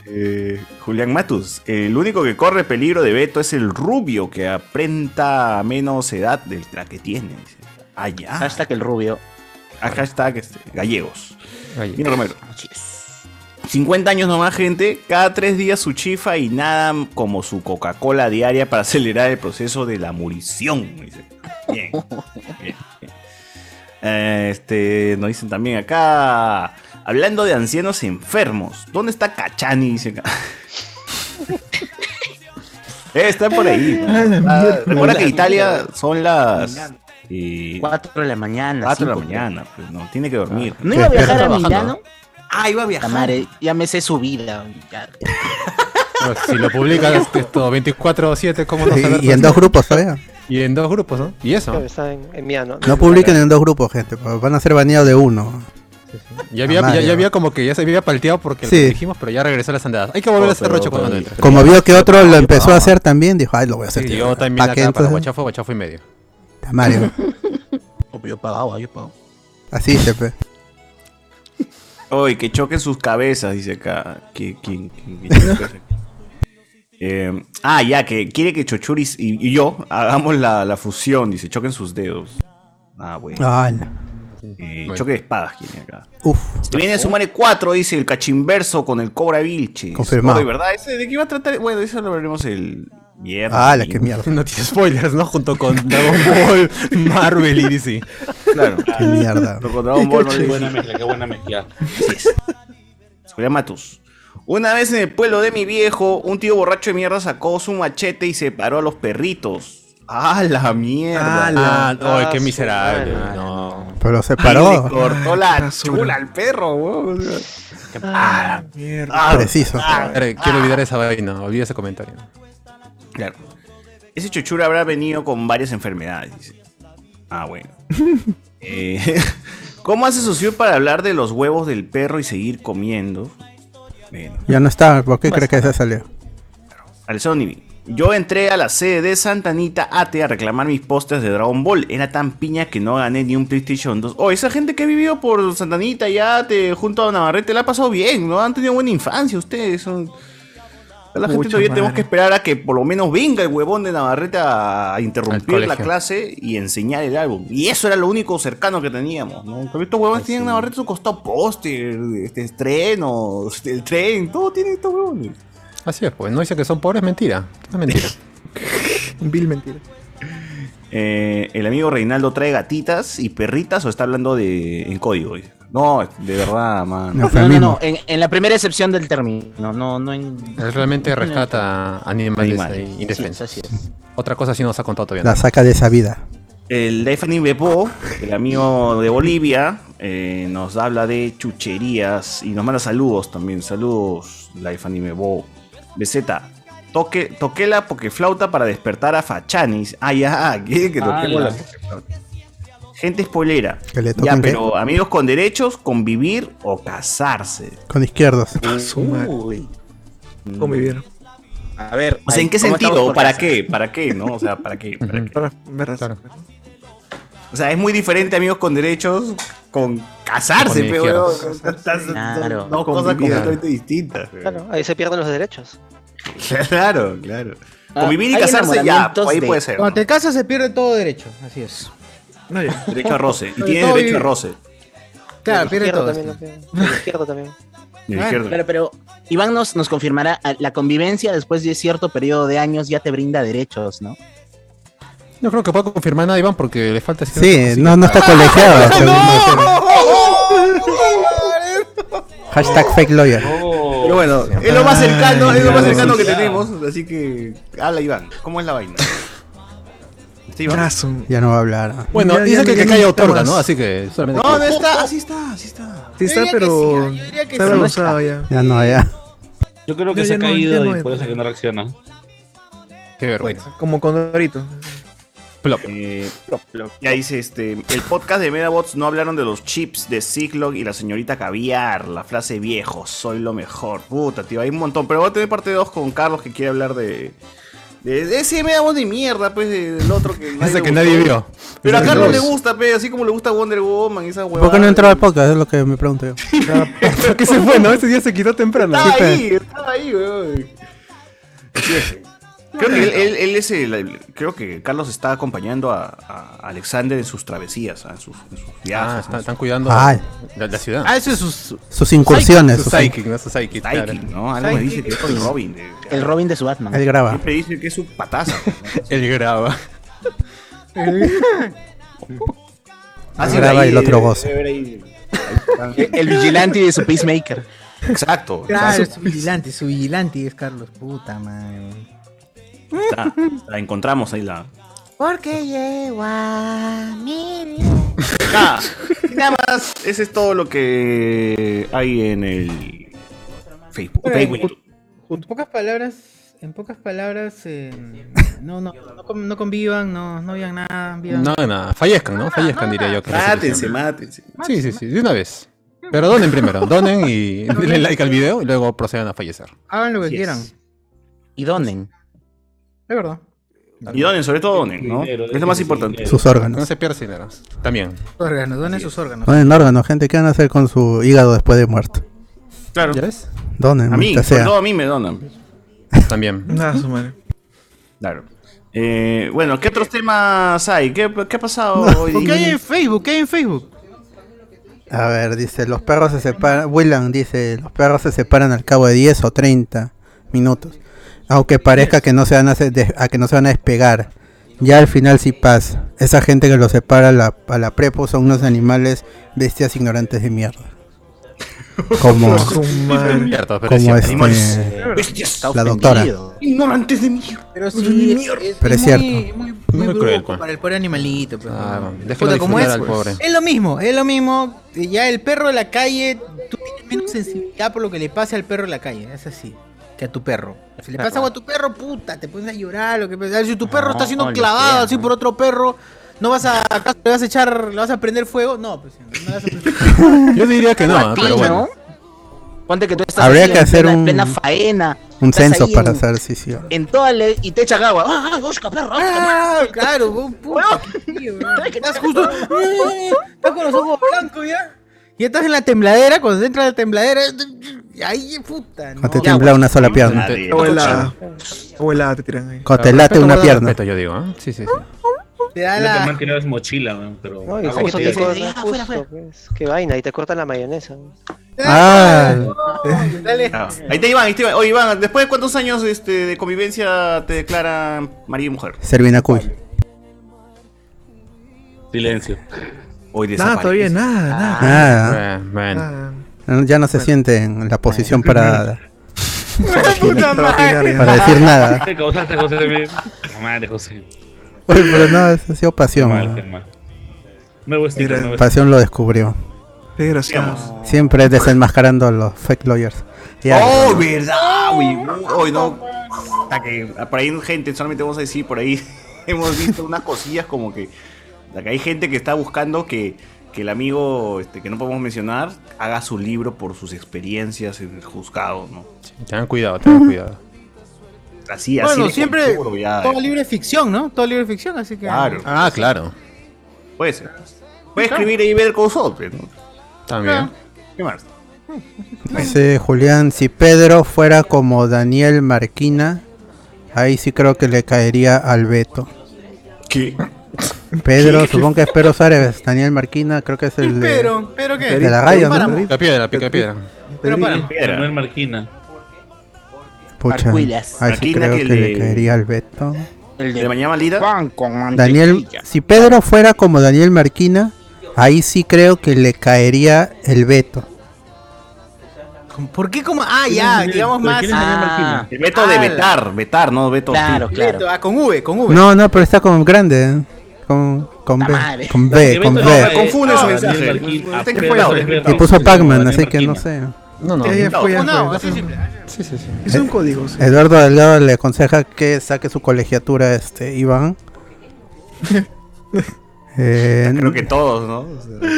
Speaker 8: Eh, Julián Matus, el único que corre peligro de Beto es el rubio que aprenta a menos edad de la que tiene. dice. Ah, ya. Hashtag
Speaker 5: el rubio.
Speaker 8: Hashtag este, gallegos. Mira, Romero. 50 años nomás, gente. Cada tres días su chifa y nada como su Coca-Cola diaria para acelerar el proceso de la murición. dice. Bien. bien, bien. Eh, Este, nos dicen también acá. Hablando de ancianos enfermos. ¿Dónde está Cachani? Dice acá. Eh, está por ahí.
Speaker 5: Ah, la
Speaker 8: Ah,
Speaker 5: mierda.
Speaker 8: Recuerda que
Speaker 5: La
Speaker 8: Italia
Speaker 5: mierda.
Speaker 8: son las. 4
Speaker 5: de la mañana.
Speaker 8: 4 de la
Speaker 5: cinco, Ah.
Speaker 8: mañana, pues no, tiene que dormir.
Speaker 5: ¿No iba a viajar a
Speaker 8: Trabajando,
Speaker 5: Milano?
Speaker 8: Ah, iba a
Speaker 5: viajar. Madre, ya me sé su vida. ya.
Speaker 2: Pero si lo este, publicas esto 24 o 7, ¿cómo no
Speaker 4: Y-
Speaker 2: saber?
Speaker 4: Y en dos grupos todavía.
Speaker 2: Y en dos grupos, ¿no? Y eso.
Speaker 7: Está en, en Miano.
Speaker 4: No publiquen en dos grupos, gente. pues Van a ser baneados de uno.
Speaker 2: Ya había,
Speaker 4: Amalia.
Speaker 2: ya, ya había como que ya se había palteado porque
Speaker 4: Sí.
Speaker 2: lo dijimos, pero ya regresó a las andadas. Hay que volver a hacer rocho cuando entra.
Speaker 4: Como vio que otro lo empezó a hacer también, dijo, ay, lo voy a hacer.
Speaker 2: Sí,
Speaker 4: tío".
Speaker 2: yo también
Speaker 4: Pa' que
Speaker 2: acá para
Speaker 4: entonces-
Speaker 2: guachafo, guachafo y medio.
Speaker 4: Mario.
Speaker 5: Yo pagaba, yo pagaba.
Speaker 4: Así se pe.
Speaker 8: Oy, que choquen sus cabezas, dice acá. Que- que- que- que choquen. Eh, ah, ya, que quiere que Chochuris y, y yo hagamos la, la fusión, dice, choquen sus dedos. Ah, bueno.
Speaker 4: Ala.
Speaker 8: Eh, choque de espadas, quiere acá.
Speaker 4: Uf.
Speaker 8: Si viene a sumar 4, dice el cachimverso con el Cobra Vilche.
Speaker 4: Confirmado.
Speaker 8: de verdad, ese, ¿de qué va a tratar? Bueno, eso lo veremos el viernes.
Speaker 4: Ah, la que mierda.
Speaker 2: No tiene spoilers, ¿no? Junto con Dragon Ball, Marvel y DC.
Speaker 8: Claro.
Speaker 4: Qué mierda.
Speaker 8: Lo con Dragon Ball no le
Speaker 6: Qué buena
Speaker 8: dije.
Speaker 6: mezcla, qué buena mezcla.
Speaker 8: Julián Matus. Una vez en el pueblo de mi viejo, un tío borracho de mierda sacó su machete y separó a los perritos. ¡Ah, la mierda!
Speaker 2: Ah, oy, qué miserable. No.
Speaker 4: Pero se
Speaker 8: Ay,
Speaker 4: paró.
Speaker 8: le cortó la chula al perro, weón. ¡Ah, la mierda!
Speaker 4: Preciso.
Speaker 8: Ah,
Speaker 2: Quiero quiero olvidar esa vaina, olvida ese comentario.
Speaker 8: Claro. Ese chochura habrá venido con varias enfermedades, dice. Ah, bueno. Eh, ¿Cómo hace socio para hablar de los huevos del perro y seguir comiendo? Bueno.
Speaker 4: Ya no está. ¿Por qué crees que se salió?
Speaker 8: Alessandro Nivi. Yo entré a la sede de Santa Anita ATE a reclamar mis postres de Dragon Ball. Era tan piña que no gané ni un PlayStation 2. Oh, esa gente que ha vivido por Santa Anita y ATE junto a Navarrete la ha pasado bien, ¿no? Han tenido buena infancia ustedes. Son... A La gente
Speaker 12: Pucha
Speaker 8: todavía
Speaker 12: madre.
Speaker 8: tenemos que esperar a que por lo menos venga el huevón de Navarrete a a interrumpir
Speaker 2: Al
Speaker 8: la
Speaker 2: colegio.
Speaker 8: clase y enseñar el álbum. Y eso era lo único cercano que teníamos, ¿no? Porque estos huevones tienen Navarrete a su costado póster, este estrenos, el tren, todo tiene estos huevones.
Speaker 2: Así es, pues. No dice que son pobres, mentira. Es mentira.
Speaker 3: Vil mentira.
Speaker 8: Eh, el amigo Reinaldo trae gatitas y perritas o está hablando de en código. dice? No, de verdad, man.
Speaker 5: No, no, no, en, en la primera excepción del término. No, no, no en...
Speaker 2: Él realmente rescata animales, ahí indefensos. Otra cosa sí nos ha contado todavía.
Speaker 4: La saca de esa vida.
Speaker 8: El Stephanie Bepó, el amigo de Bolivia, eh, nos habla de chucherías y nos manda saludos también. Saludos, Stephanie Bepó. BZ, toque, toquela porque flauta para despertar a Fachanis. Ah, ya, ¿qué? que toquemos
Speaker 5: Ala.
Speaker 8: Ah, la pokeflauta. Gente spoilera.
Speaker 4: Que le
Speaker 8: Ya,
Speaker 4: Eh, toquen qué?
Speaker 8: pero amigos con derechos, convivir o casarse.
Speaker 4: Con izquierdos.
Speaker 8: Uy. Uh,
Speaker 3: Convivir.
Speaker 8: A ver, o sea, ¿en qué
Speaker 3: ¿cómo estamos
Speaker 8: sentido?
Speaker 3: por
Speaker 8: ¿Para
Speaker 3: casa?
Speaker 8: qué? ¿Para qué? ¿No? O sea, ¿para qué? ¿Para qué?
Speaker 3: Claro.
Speaker 8: O sea, es muy diferente amigos con derechos con casarse,
Speaker 3: Con
Speaker 8: pero
Speaker 3: izquierdos.
Speaker 8: claro.
Speaker 7: Claro.
Speaker 8: dos cosas
Speaker 7: Convivir.
Speaker 8: completamente distintas. pe.
Speaker 7: Claro, ahí se pierden los derechos.
Speaker 8: Claro, claro.
Speaker 7: Ah,
Speaker 8: Convivir y
Speaker 7: hay
Speaker 8: casarse ya,
Speaker 7: enamoramientos
Speaker 8: ahí
Speaker 7: de-
Speaker 8: puede ser.
Speaker 1: Cuando te casas se pierde todo derecho, así es.
Speaker 8: Derecho a roce. Y
Speaker 1: Sobre
Speaker 8: tiene
Speaker 1: todo
Speaker 8: derecho a
Speaker 1: vivir-
Speaker 8: roce.
Speaker 1: Claro,
Speaker 5: pierde
Speaker 7: izquierdo
Speaker 5: todo.
Speaker 7: También, lo pierden. El izquierdo también.
Speaker 8: De izquierda.
Speaker 5: Ah, Claro, pero Iván nos, nos confirmará, ah, la convivencia después de cierto periodo de años ya te brinda derechos, ¿no?
Speaker 2: No creo que pueda confirmar nada, Iván, porque le falta. Ah,
Speaker 4: Sí, no, no está colegiado. según dicen. Hashtag fake lawyer.
Speaker 8: Pero bueno, es lo más cercano, es lo más cercano que
Speaker 4: Dios.
Speaker 8: tenemos. Así que. Habla, Iván. ¿Cómo es la vaina? ¿Está Iván?
Speaker 4: Ya no va a hablar.
Speaker 8: Bueno, Ya, ya, dice que- ya, que ya calla no está otorga, más. ¿no? Así
Speaker 2: que
Speaker 8: solamente-
Speaker 4: No,
Speaker 8: No, no está, así está, así está.
Speaker 3: Sí está, pero. está abusado ya.
Speaker 4: Ya no, ya.
Speaker 6: Yo creo que
Speaker 3: Yo
Speaker 6: se ha
Speaker 3: ya no
Speaker 6: caído
Speaker 3: entiendo
Speaker 6: y por eso que no reacciona.
Speaker 2: Qué vergüenza.
Speaker 3: Como con Dorito.
Speaker 8: Eh, ya dice este. El podcast de Medabots no hablaron de los chips de Ziglock y la señorita Caviar. La frase viejo, soy lo mejor. Puta, tío, hay un montón. Pero voy a tener parte 2 con Carlos que quiere hablar de. De de ese Medabots de mierda, pues, de- del otro que. nadie
Speaker 2: Ese
Speaker 8: le
Speaker 2: que
Speaker 8: gustó.
Speaker 2: nadie vio.
Speaker 8: Pero a
Speaker 2: Ese que
Speaker 8: Carlos le
Speaker 2: vio.
Speaker 8: gusta, pe, así como le gusta Wonder Woman, esa huevada.
Speaker 4: ¿Por qué no entró al podcast? Es lo que me pregunto yo.
Speaker 2: ¿Por qué se fue, no? Ese día se quitó temprano.
Speaker 8: Estaba
Speaker 2: Sí,
Speaker 8: ahí, estaba ahí, weón. Creo que él, él- él es el, el- Creo que Carlos está acompañando a, a Alexander en sus travesías, ah, en sus, en sus viajes.
Speaker 2: Ah, está- están cuidando
Speaker 4: Ay.
Speaker 2: la, la ciudad.
Speaker 8: Ah,
Speaker 1: eso es
Speaker 8: sus.
Speaker 4: Sus incursiones.
Speaker 2: Su
Speaker 4: sus-
Speaker 2: psychic, ¿no? Su psychic. claro.
Speaker 8: ¿no? Algo me dice que es el Robin. de-
Speaker 5: El Robin de su Batman.
Speaker 4: Él graba.
Speaker 8: Siempre dice que es un pataza.
Speaker 2: Él graba.
Speaker 8: Así
Speaker 4: graba
Speaker 8: ahí,
Speaker 4: y el otro
Speaker 8: debe-
Speaker 4: goza.
Speaker 8: debe haber ahí- ahí
Speaker 5: El,
Speaker 8: está.
Speaker 5: el vigilante de su Peacemaker.
Speaker 8: Exacto.
Speaker 1: Claro,
Speaker 8: Está-
Speaker 1: su vigilante, su vigilante es Carlos, puta madre.
Speaker 8: está- la encontramos ahí la.
Speaker 1: Porque llego a mi
Speaker 8: Nada, nada más, ese es todo lo que hay en el Facebook.
Speaker 1: Bueno,
Speaker 8: Facebook.
Speaker 1: En pocas palabras, en pocas palabras, eh, no, no, no, con- no convivan, no, no vean nada, vean-
Speaker 2: No, nada. Fallezcan, ¿no? Fallezcan, diría yo. que la
Speaker 8: Mátense,
Speaker 2: solución.
Speaker 8: mátense.
Speaker 2: Sí, sí, sí. De una vez. Pero donen primero. Donen y denle like al video y luego procedan a fallecer.
Speaker 1: hagan lo que quieran,
Speaker 5: Y donen.
Speaker 1: es verdad.
Speaker 8: Y donen, sobre todo donen, ¿no? Es lo más importante.
Speaker 4: Sus órganos.
Speaker 2: No se pierdan dinero. También.
Speaker 1: Órganos, donen sus órganos.
Speaker 4: Donen órganos, gente. ¿Qué van a hacer con su hígado después de muerto?
Speaker 8: Claro.
Speaker 4: Donen,
Speaker 8: A mí,
Speaker 4: maldita
Speaker 8: sobre
Speaker 4: sea.
Speaker 8: todo a mí me donan.
Speaker 2: También.
Speaker 1: Ah,
Speaker 3: Nada, su madre.
Speaker 8: Claro. Eh, bueno, ¿qué otros temas hay? ¿Qué, qué ha pasado hoy?
Speaker 1: ¿Qué hay en Facebook? ¿Qué hay en Facebook?
Speaker 4: A ver, dice, los perros se separan. Willan dice, los perros se separan al cabo de 10 o 30 minutos. Aunque parezca que no se van a, se- de- a que no se van a despegar. Ya al final sí pasa. Esa gente que los separa a la, a la prepo son unos animales bestias ignorantes de mierda. Como,
Speaker 3: Su madre.
Speaker 2: Cierto, pero
Speaker 4: como
Speaker 2: es cierto.
Speaker 4: este,
Speaker 2: Animales.
Speaker 8: Bestias.
Speaker 4: la doctora.
Speaker 8: Ignorantes de mierda.
Speaker 1: Pero sí, es, es-
Speaker 4: Pero es
Speaker 1: muy-
Speaker 4: cierto.
Speaker 1: Muy, muy,
Speaker 2: Muy
Speaker 1: bruco
Speaker 2: cruel, pues.
Speaker 1: para el pobre animalito. pues,
Speaker 2: Ah,
Speaker 1: ¿no?
Speaker 2: déjalo
Speaker 1: Puta, como
Speaker 2: disfrutar
Speaker 1: es,
Speaker 2: al pobre.
Speaker 1: Pues, es lo mismo, es lo mismo. eh, Ya el perro de la calle, tú tienes menos sensibilidad por lo que le pase al perro de la calle, es así. Que a tu perro. Si le
Speaker 2: Ah,
Speaker 1: pasa algo a tu perro, puta, te pones a llorar. Lo que pasa. Si tu perro está siendo
Speaker 5: le
Speaker 1: clavado
Speaker 5: pega,
Speaker 1: así
Speaker 2: pues.
Speaker 1: por otro perro, ¿no vas a, acaso le vas a echar, le vas a prender fuego? No, pues no le vas a prender
Speaker 2: Yo diría que no,
Speaker 5: A
Speaker 2: ah,
Speaker 5: ti,
Speaker 2: pero bueno.
Speaker 5: ¿no? Ponte que tú estás
Speaker 4: Habría
Speaker 5: así
Speaker 4: que
Speaker 5: en
Speaker 4: hacer
Speaker 5: plena-
Speaker 4: un-
Speaker 5: plena faena.
Speaker 4: Un
Speaker 5: Estás
Speaker 4: censo
Speaker 5: ahí
Speaker 4: para
Speaker 5: en-
Speaker 4: saber si sí. o-
Speaker 5: En toda ley y te echas agua. ¡Ah, ah, Oscar, perro!
Speaker 1: Ah, claro, vos, puta, qué tío, bro. Estás justo. Estás con los ojos blancos ya. Y estás en la tembladera, cuando entras en la tembladera. y Ahí, puta. No.
Speaker 4: Cuando te tiembla una sola pierna.
Speaker 3: O helada. O helada te tiran ahí.
Speaker 4: Cuando te late
Speaker 2: Respeto,
Speaker 4: una
Speaker 2: guarda
Speaker 4: pierna.
Speaker 2: respeto, yo digo, ¿eh? Sí, sí, sí.
Speaker 1: Te da
Speaker 6: Yo lo que me
Speaker 1: la.
Speaker 6: han tirado es mochila, weón, pero.
Speaker 7: No, y
Speaker 6: Ah,
Speaker 7: justo
Speaker 6: bueno,
Speaker 7: te
Speaker 6: sí.
Speaker 7: cortan, justo, pues, Qué vaina, y te cortan la mayonesa.
Speaker 5: Eh,
Speaker 4: Ah,
Speaker 1: Dale.
Speaker 8: Ah, Ahí está Iván, ahí está Iván. Oye, Iván, ¿después de cuántos años este, de convivencia te
Speaker 5: eh,
Speaker 8: declaran marido y mujer?
Speaker 4: Servina Cuy.
Speaker 6: Silencio.
Speaker 8: Hoy
Speaker 3: Nada, todavía,
Speaker 8: desaparece.
Speaker 3: nada, nada.
Speaker 4: Nada.
Speaker 2: Bueno, bueno.
Speaker 3: Nada.
Speaker 4: No, Ah. Ya no se siente en la posición para,
Speaker 6: Puta madre.
Speaker 4: para decir nada.
Speaker 6: Te causaste, José. mi- La madre, José.
Speaker 4: Oye, pero no, eso ha sido pasión.
Speaker 6: Mal, qué mal. Nuevo sticker, nuevo
Speaker 4: Pasión lo descubrió.
Speaker 3: Qué gracioso.
Speaker 4: Siempre desenmascarando a los fake lawyers. Ya.
Speaker 8: ¡Oh, verdad, güey! Hoy no. Hasta que por ahí, gente, solamente vamos a decir, por ahí hemos visto unas cosillas como que. de que hay gente que está buscando que, que el amigo este, que no podemos mencionar haga su libro por sus experiencias en el juzgado, ¿no?
Speaker 2: Tengan cuidado, tengan cuidado.
Speaker 8: Así, así.
Speaker 1: Bueno,
Speaker 8: de
Speaker 1: siempre
Speaker 8: conchudo ya,
Speaker 1: todo
Speaker 8: eh.
Speaker 1: libre de ficción, ¿no? Todo libre de ficción, así que...
Speaker 8: Claro.
Speaker 2: Ah, claro.
Speaker 8: Puede ser. Puede escribir ahí ver con Saul, ¿no?
Speaker 2: También.
Speaker 8: ¿Qué más?
Speaker 4: Dice Julián, si Pedro fuera como Daniel Marquina, ahí sí creo que le caería al Beto.
Speaker 8: ¿Qué?
Speaker 4: Pedro,
Speaker 8: ¿Qué?
Speaker 4: supongo que es Pedro Suárez, Daniel Marquina, creo que es el de,
Speaker 1: Pero, pero qué?
Speaker 4: de la radio, ¿no?
Speaker 2: La piedra, pica piedra.
Speaker 1: Pero para.
Speaker 6: Piedra. Manuel Marquina.
Speaker 4: Pucha,
Speaker 5: Arquilas.
Speaker 4: ahí sí
Speaker 8: Marquina
Speaker 4: creo
Speaker 8: que
Speaker 4: que
Speaker 8: le-
Speaker 4: le caería al Beto.
Speaker 5: El
Speaker 8: ¿De mañana Lira?
Speaker 5: Pan con
Speaker 4: Daniel,
Speaker 5: mantequilla.
Speaker 4: si Pedro fuera como Daniel Marquina, ahí sí creo que le caería el Beto.
Speaker 1: ¿Por qué como...? Ah, ya, digamos más...
Speaker 5: Ah,
Speaker 8: El Beto de
Speaker 1: ala.
Speaker 8: Betar, Betar, no Beto.
Speaker 5: claro,
Speaker 8: Ortiz.
Speaker 5: claro.
Speaker 1: Ah, con V, con V.
Speaker 4: No, no, pero está con grande, ¿eh? con, con
Speaker 5: Ta
Speaker 4: B,
Speaker 5: madre.
Speaker 4: con B, con
Speaker 8: No,
Speaker 4: B.
Speaker 8: me confunde su
Speaker 1: No,
Speaker 8: mensaje.
Speaker 6: Daniel Marquina.
Speaker 8: Usted que
Speaker 6: Ah,
Speaker 8: fue
Speaker 6: Beto,
Speaker 8: ahora.
Speaker 6: Beto.
Speaker 4: Y puso Pac-Man, así que no sé.
Speaker 2: No, no.
Speaker 3: Ya, ya fue, ya
Speaker 1: O no,
Speaker 3: fue.
Speaker 1: así simple.
Speaker 2: Sí, sí, sí.
Speaker 3: Es un código, sí.
Speaker 4: Eduardo Delgado le aconseja que saque su colegiatura, este, Iván. Eh,
Speaker 8: Creo que todos, ¿no? O sea,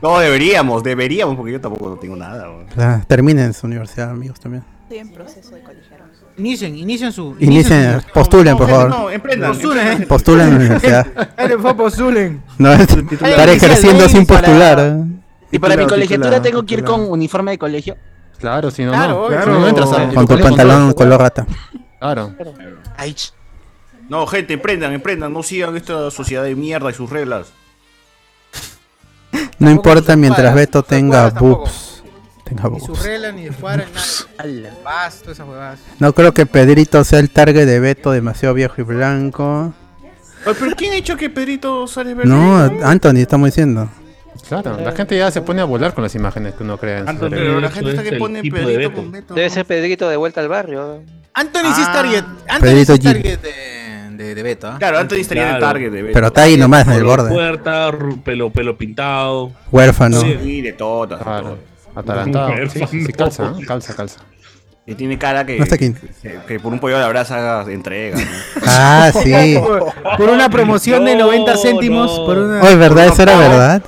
Speaker 8: no, deberíamos, deberíamos, porque yo tampoco tengo nada. güey.
Speaker 4: la- terminen ah, su universidad, amigos, también.
Speaker 10: Estoy en proceso de colegiaron.
Speaker 1: Inicien, inicien su...
Speaker 4: Inicien, postulen, por favor.
Speaker 8: No, emprendan.
Speaker 1: Postulen, ¿eh?
Speaker 4: Postulen en la universidad.
Speaker 1: Dale, fue postulen.
Speaker 4: No, es- estar ejerciendo sin postular. ¿eh?
Speaker 5: Y para mi
Speaker 12: Titulado,
Speaker 5: colegiatura
Speaker 12: titulado,
Speaker 5: tengo que ir
Speaker 12: titulado.
Speaker 5: con uniforme de colegio.
Speaker 2: Claro, si no,
Speaker 1: Claro,
Speaker 2: no.
Speaker 1: obvio.
Speaker 2: Si no, no entras a-
Speaker 4: Con tu
Speaker 2: colegio,
Speaker 4: pantalón
Speaker 2: no.
Speaker 4: color rata.
Speaker 2: Claro.
Speaker 5: Ay, ch-
Speaker 8: No, gente, emprendan, emprendan. No sigan esta sociedad de mierda y sus reglas.
Speaker 4: No importa
Speaker 1: sus
Speaker 4: mientras
Speaker 1: cuadras,
Speaker 4: Beto
Speaker 1: sus
Speaker 4: tenga
Speaker 1: cuadras tampoco.
Speaker 4: boobs. Tenga
Speaker 1: Ni su
Speaker 4: boobs.
Speaker 1: regla, ni de cuadra, ni
Speaker 4: pues,
Speaker 1: nada.
Speaker 5: ala.
Speaker 1: Vas, todas esas huevadas.
Speaker 4: No creo que Pedrito sea el target de Beto, demasiado viejo y blanco.
Speaker 8: Ay, ¿Pero quién ha hecho que Pedrito Suárez Verde-
Speaker 4: No, Anthony, estamos diciendo.
Speaker 2: Claro, la gente ya se pone a volar con las imágenes que uno crea en su
Speaker 6: Anthony,
Speaker 2: cerebro.
Speaker 8: Pero la gente está
Speaker 6: Es
Speaker 8: que
Speaker 6: el
Speaker 8: pone
Speaker 6: tipo de
Speaker 8: Pedrito
Speaker 6: Beto.
Speaker 8: con Beto.
Speaker 7: Debe ser Pedrito de vuelta al barrio. ¿eh?
Speaker 1: Anthony sí es target. Anthony sí
Speaker 4: Pedrito
Speaker 1: es
Speaker 4: Gil.
Speaker 1: target de, de, de Beto, ¿ah?
Speaker 8: Claro, Anthony estaría en el
Speaker 6: Claro.
Speaker 8: target de Beto.
Speaker 4: Pero está ahí nomás, en el borde.
Speaker 6: Puerta, ru- pelo, pelo pintado.
Speaker 4: Huérfano.
Speaker 6: Sí.
Speaker 8: Sí, de todas. de
Speaker 2: Claro.
Speaker 8: todas.
Speaker 2: Atarantado.
Speaker 6: Mujer,
Speaker 2: Sí, sí, sí,
Speaker 6: no.
Speaker 2: calza, ¿eh? calza, calza.
Speaker 8: Y tiene cara que,
Speaker 4: No está aquí.
Speaker 8: que, que por un pollo de abraza entrega. ¿no?
Speaker 4: Ah, sí.
Speaker 1: Por una promoción de
Speaker 6: No,
Speaker 1: 90 céntimos.
Speaker 6: no.
Speaker 1: Por una.
Speaker 4: Oye, ¿verdad? Eso era verdad.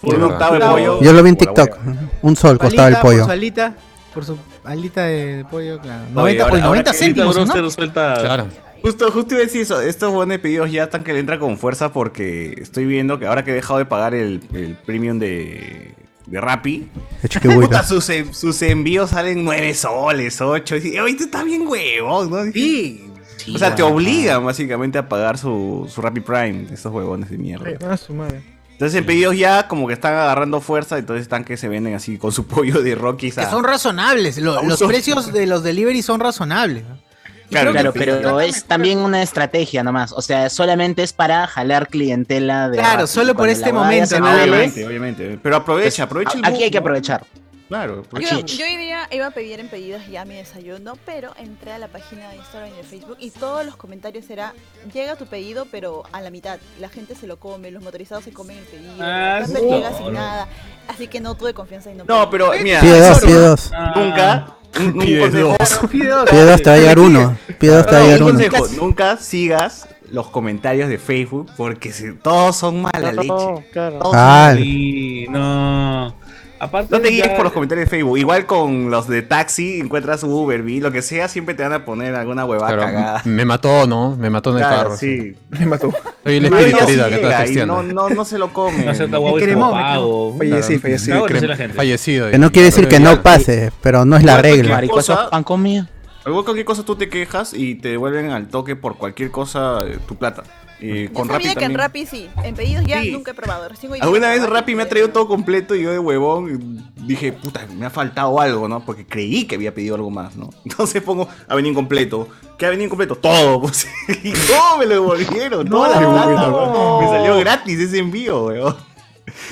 Speaker 8: Por un octavo de
Speaker 1: Claro.
Speaker 8: pollo.
Speaker 4: Yo lo vi en
Speaker 8: por la
Speaker 4: TikTok.
Speaker 8: hueva.
Speaker 4: Un sol costaba el
Speaker 1: Alita,
Speaker 4: pollo.
Speaker 1: Por su alita, por su alita de pollo, claro. 90,
Speaker 8: ahora-
Speaker 1: oye,
Speaker 8: ahora
Speaker 1: 90
Speaker 8: que
Speaker 1: céntimos,
Speaker 6: Ahorita
Speaker 1: ¿no?
Speaker 6: Bronster suelta.
Speaker 2: Claro.
Speaker 8: Justo, justo iba a decir eso. Estos buenos pedidos ya están que le entra con fuerza porque estoy viendo que ahora que he dejado de pagar el, el premium de, de Rappi,
Speaker 4: De chiquihuita.
Speaker 8: puta, sus, en- sus envíos salen 9 soles, 8. Y, oye, tú estás bien huevón, ¿no?
Speaker 1: Sí.
Speaker 8: o sea, te obligan básicamente a pagar su, su Rappi Prime, esos huevones de mierda.
Speaker 3: Ah, su madre.
Speaker 8: Entonces, en pedidos ya como que están agarrando fuerza, entonces están que se venden así con su pollo de Rocky.
Speaker 1: Que son razonables. lo- los
Speaker 8: son-
Speaker 1: precios de los delivery son razonables. ¿no? Y
Speaker 8: Claro,
Speaker 1: creo
Speaker 5: Claro,
Speaker 1: que-
Speaker 5: pero es también una estrategia nomás. O sea, solamente es para jalar clientela de.
Speaker 1: Claro,
Speaker 5: Rappi.
Speaker 1: solo por
Speaker 5: Cuando
Speaker 1: este
Speaker 5: la huevada
Speaker 1: momento,
Speaker 5: se
Speaker 1: nada
Speaker 5: vaya,
Speaker 8: obviamente, obviamente. Pero aprovecha, aprovecha el
Speaker 5: Aquí hay que
Speaker 8: boom, ¿no?
Speaker 5: aprovechar.
Speaker 8: Claro, pues, aprovecha.
Speaker 10: Yo, yo hoy día iba a pedir en pedidos ya mi desayuno, pero entré a la página de Instagram y de Facebook y todos los comentarios era llega tu pedido, pero a la mitad. La gente se lo come, los motorizados se comen el pedido,
Speaker 6: Ah,
Speaker 10: la
Speaker 6: sí.
Speaker 10: gente llega
Speaker 6: No,
Speaker 10: sin
Speaker 6: no.
Speaker 10: nada. Así que no tuve confianza y no.
Speaker 8: No,
Speaker 10: pedí.
Speaker 8: pero mira,
Speaker 4: Pide dos,
Speaker 8: eso
Speaker 4: pide dos.
Speaker 8: nunca. Un, un consejo,
Speaker 4: Pide dos, te va a llegar uno. Pide dos, te va a
Speaker 8: No,
Speaker 4: llegar
Speaker 8: un
Speaker 4: uno.
Speaker 8: consejo, nunca sigas los comentarios de Facebook porque se- todos son mala leche. Todos
Speaker 4: Ah,
Speaker 6: Sí, no. Aparte,
Speaker 8: No te guíes
Speaker 6: ya-
Speaker 8: por los comentarios de Facebook. Igual con los de taxi, encuentras Uber, Vi, lo que sea, siempre te van a poner alguna huevada
Speaker 2: Claro,
Speaker 8: cagada.
Speaker 2: me mató, ¿no? Me mató en el
Speaker 8: Claro,
Speaker 2: carro.
Speaker 8: sí.
Speaker 3: Me mató.
Speaker 2: Soy el
Speaker 8: Pero
Speaker 2: espíritu
Speaker 8: no
Speaker 2: herida que
Speaker 8: ciega
Speaker 2: estás
Speaker 8: y
Speaker 2: texteando.
Speaker 8: no, no, no se lo comen.
Speaker 6: No acepta huevos
Speaker 1: Me
Speaker 6: como
Speaker 1: cremó, me
Speaker 6: pago.
Speaker 3: Fallecí, fallecí.
Speaker 6: Ahora sí
Speaker 2: Crem-
Speaker 6: la gente.
Speaker 2: Fallecido.
Speaker 4: que no quiere decir que no pase, pero no es la regla.
Speaker 5: Maricosos
Speaker 8: Cosa-
Speaker 5: pan comido.
Speaker 8: Luego cualquier cosa tú te quejas y te devuelven al toque por cualquier cosa eh, tu plata. Y
Speaker 10: Yo
Speaker 8: con
Speaker 10: sabía
Speaker 8: Rappi
Speaker 10: que en
Speaker 8: también.
Speaker 10: Rappi sí. En pedidos ya
Speaker 8: Sí.
Speaker 10: nunca he probado. Recién hoy día
Speaker 8: Alguna vez
Speaker 10: probé
Speaker 8: Rappi me ha
Speaker 10: pedido.
Speaker 8: traído todo completo y yo de huevón dije, puta, me ha faltado algo, ¿no? Porque creí que había pedido algo más, ¿no? Entonces pongo, ha venido incompleto. ¿Qué ha venido incompleto? Todo, pues. Y todo me lo devolvieron, toda la plata, weón. Me salió gratis ese envío, weón.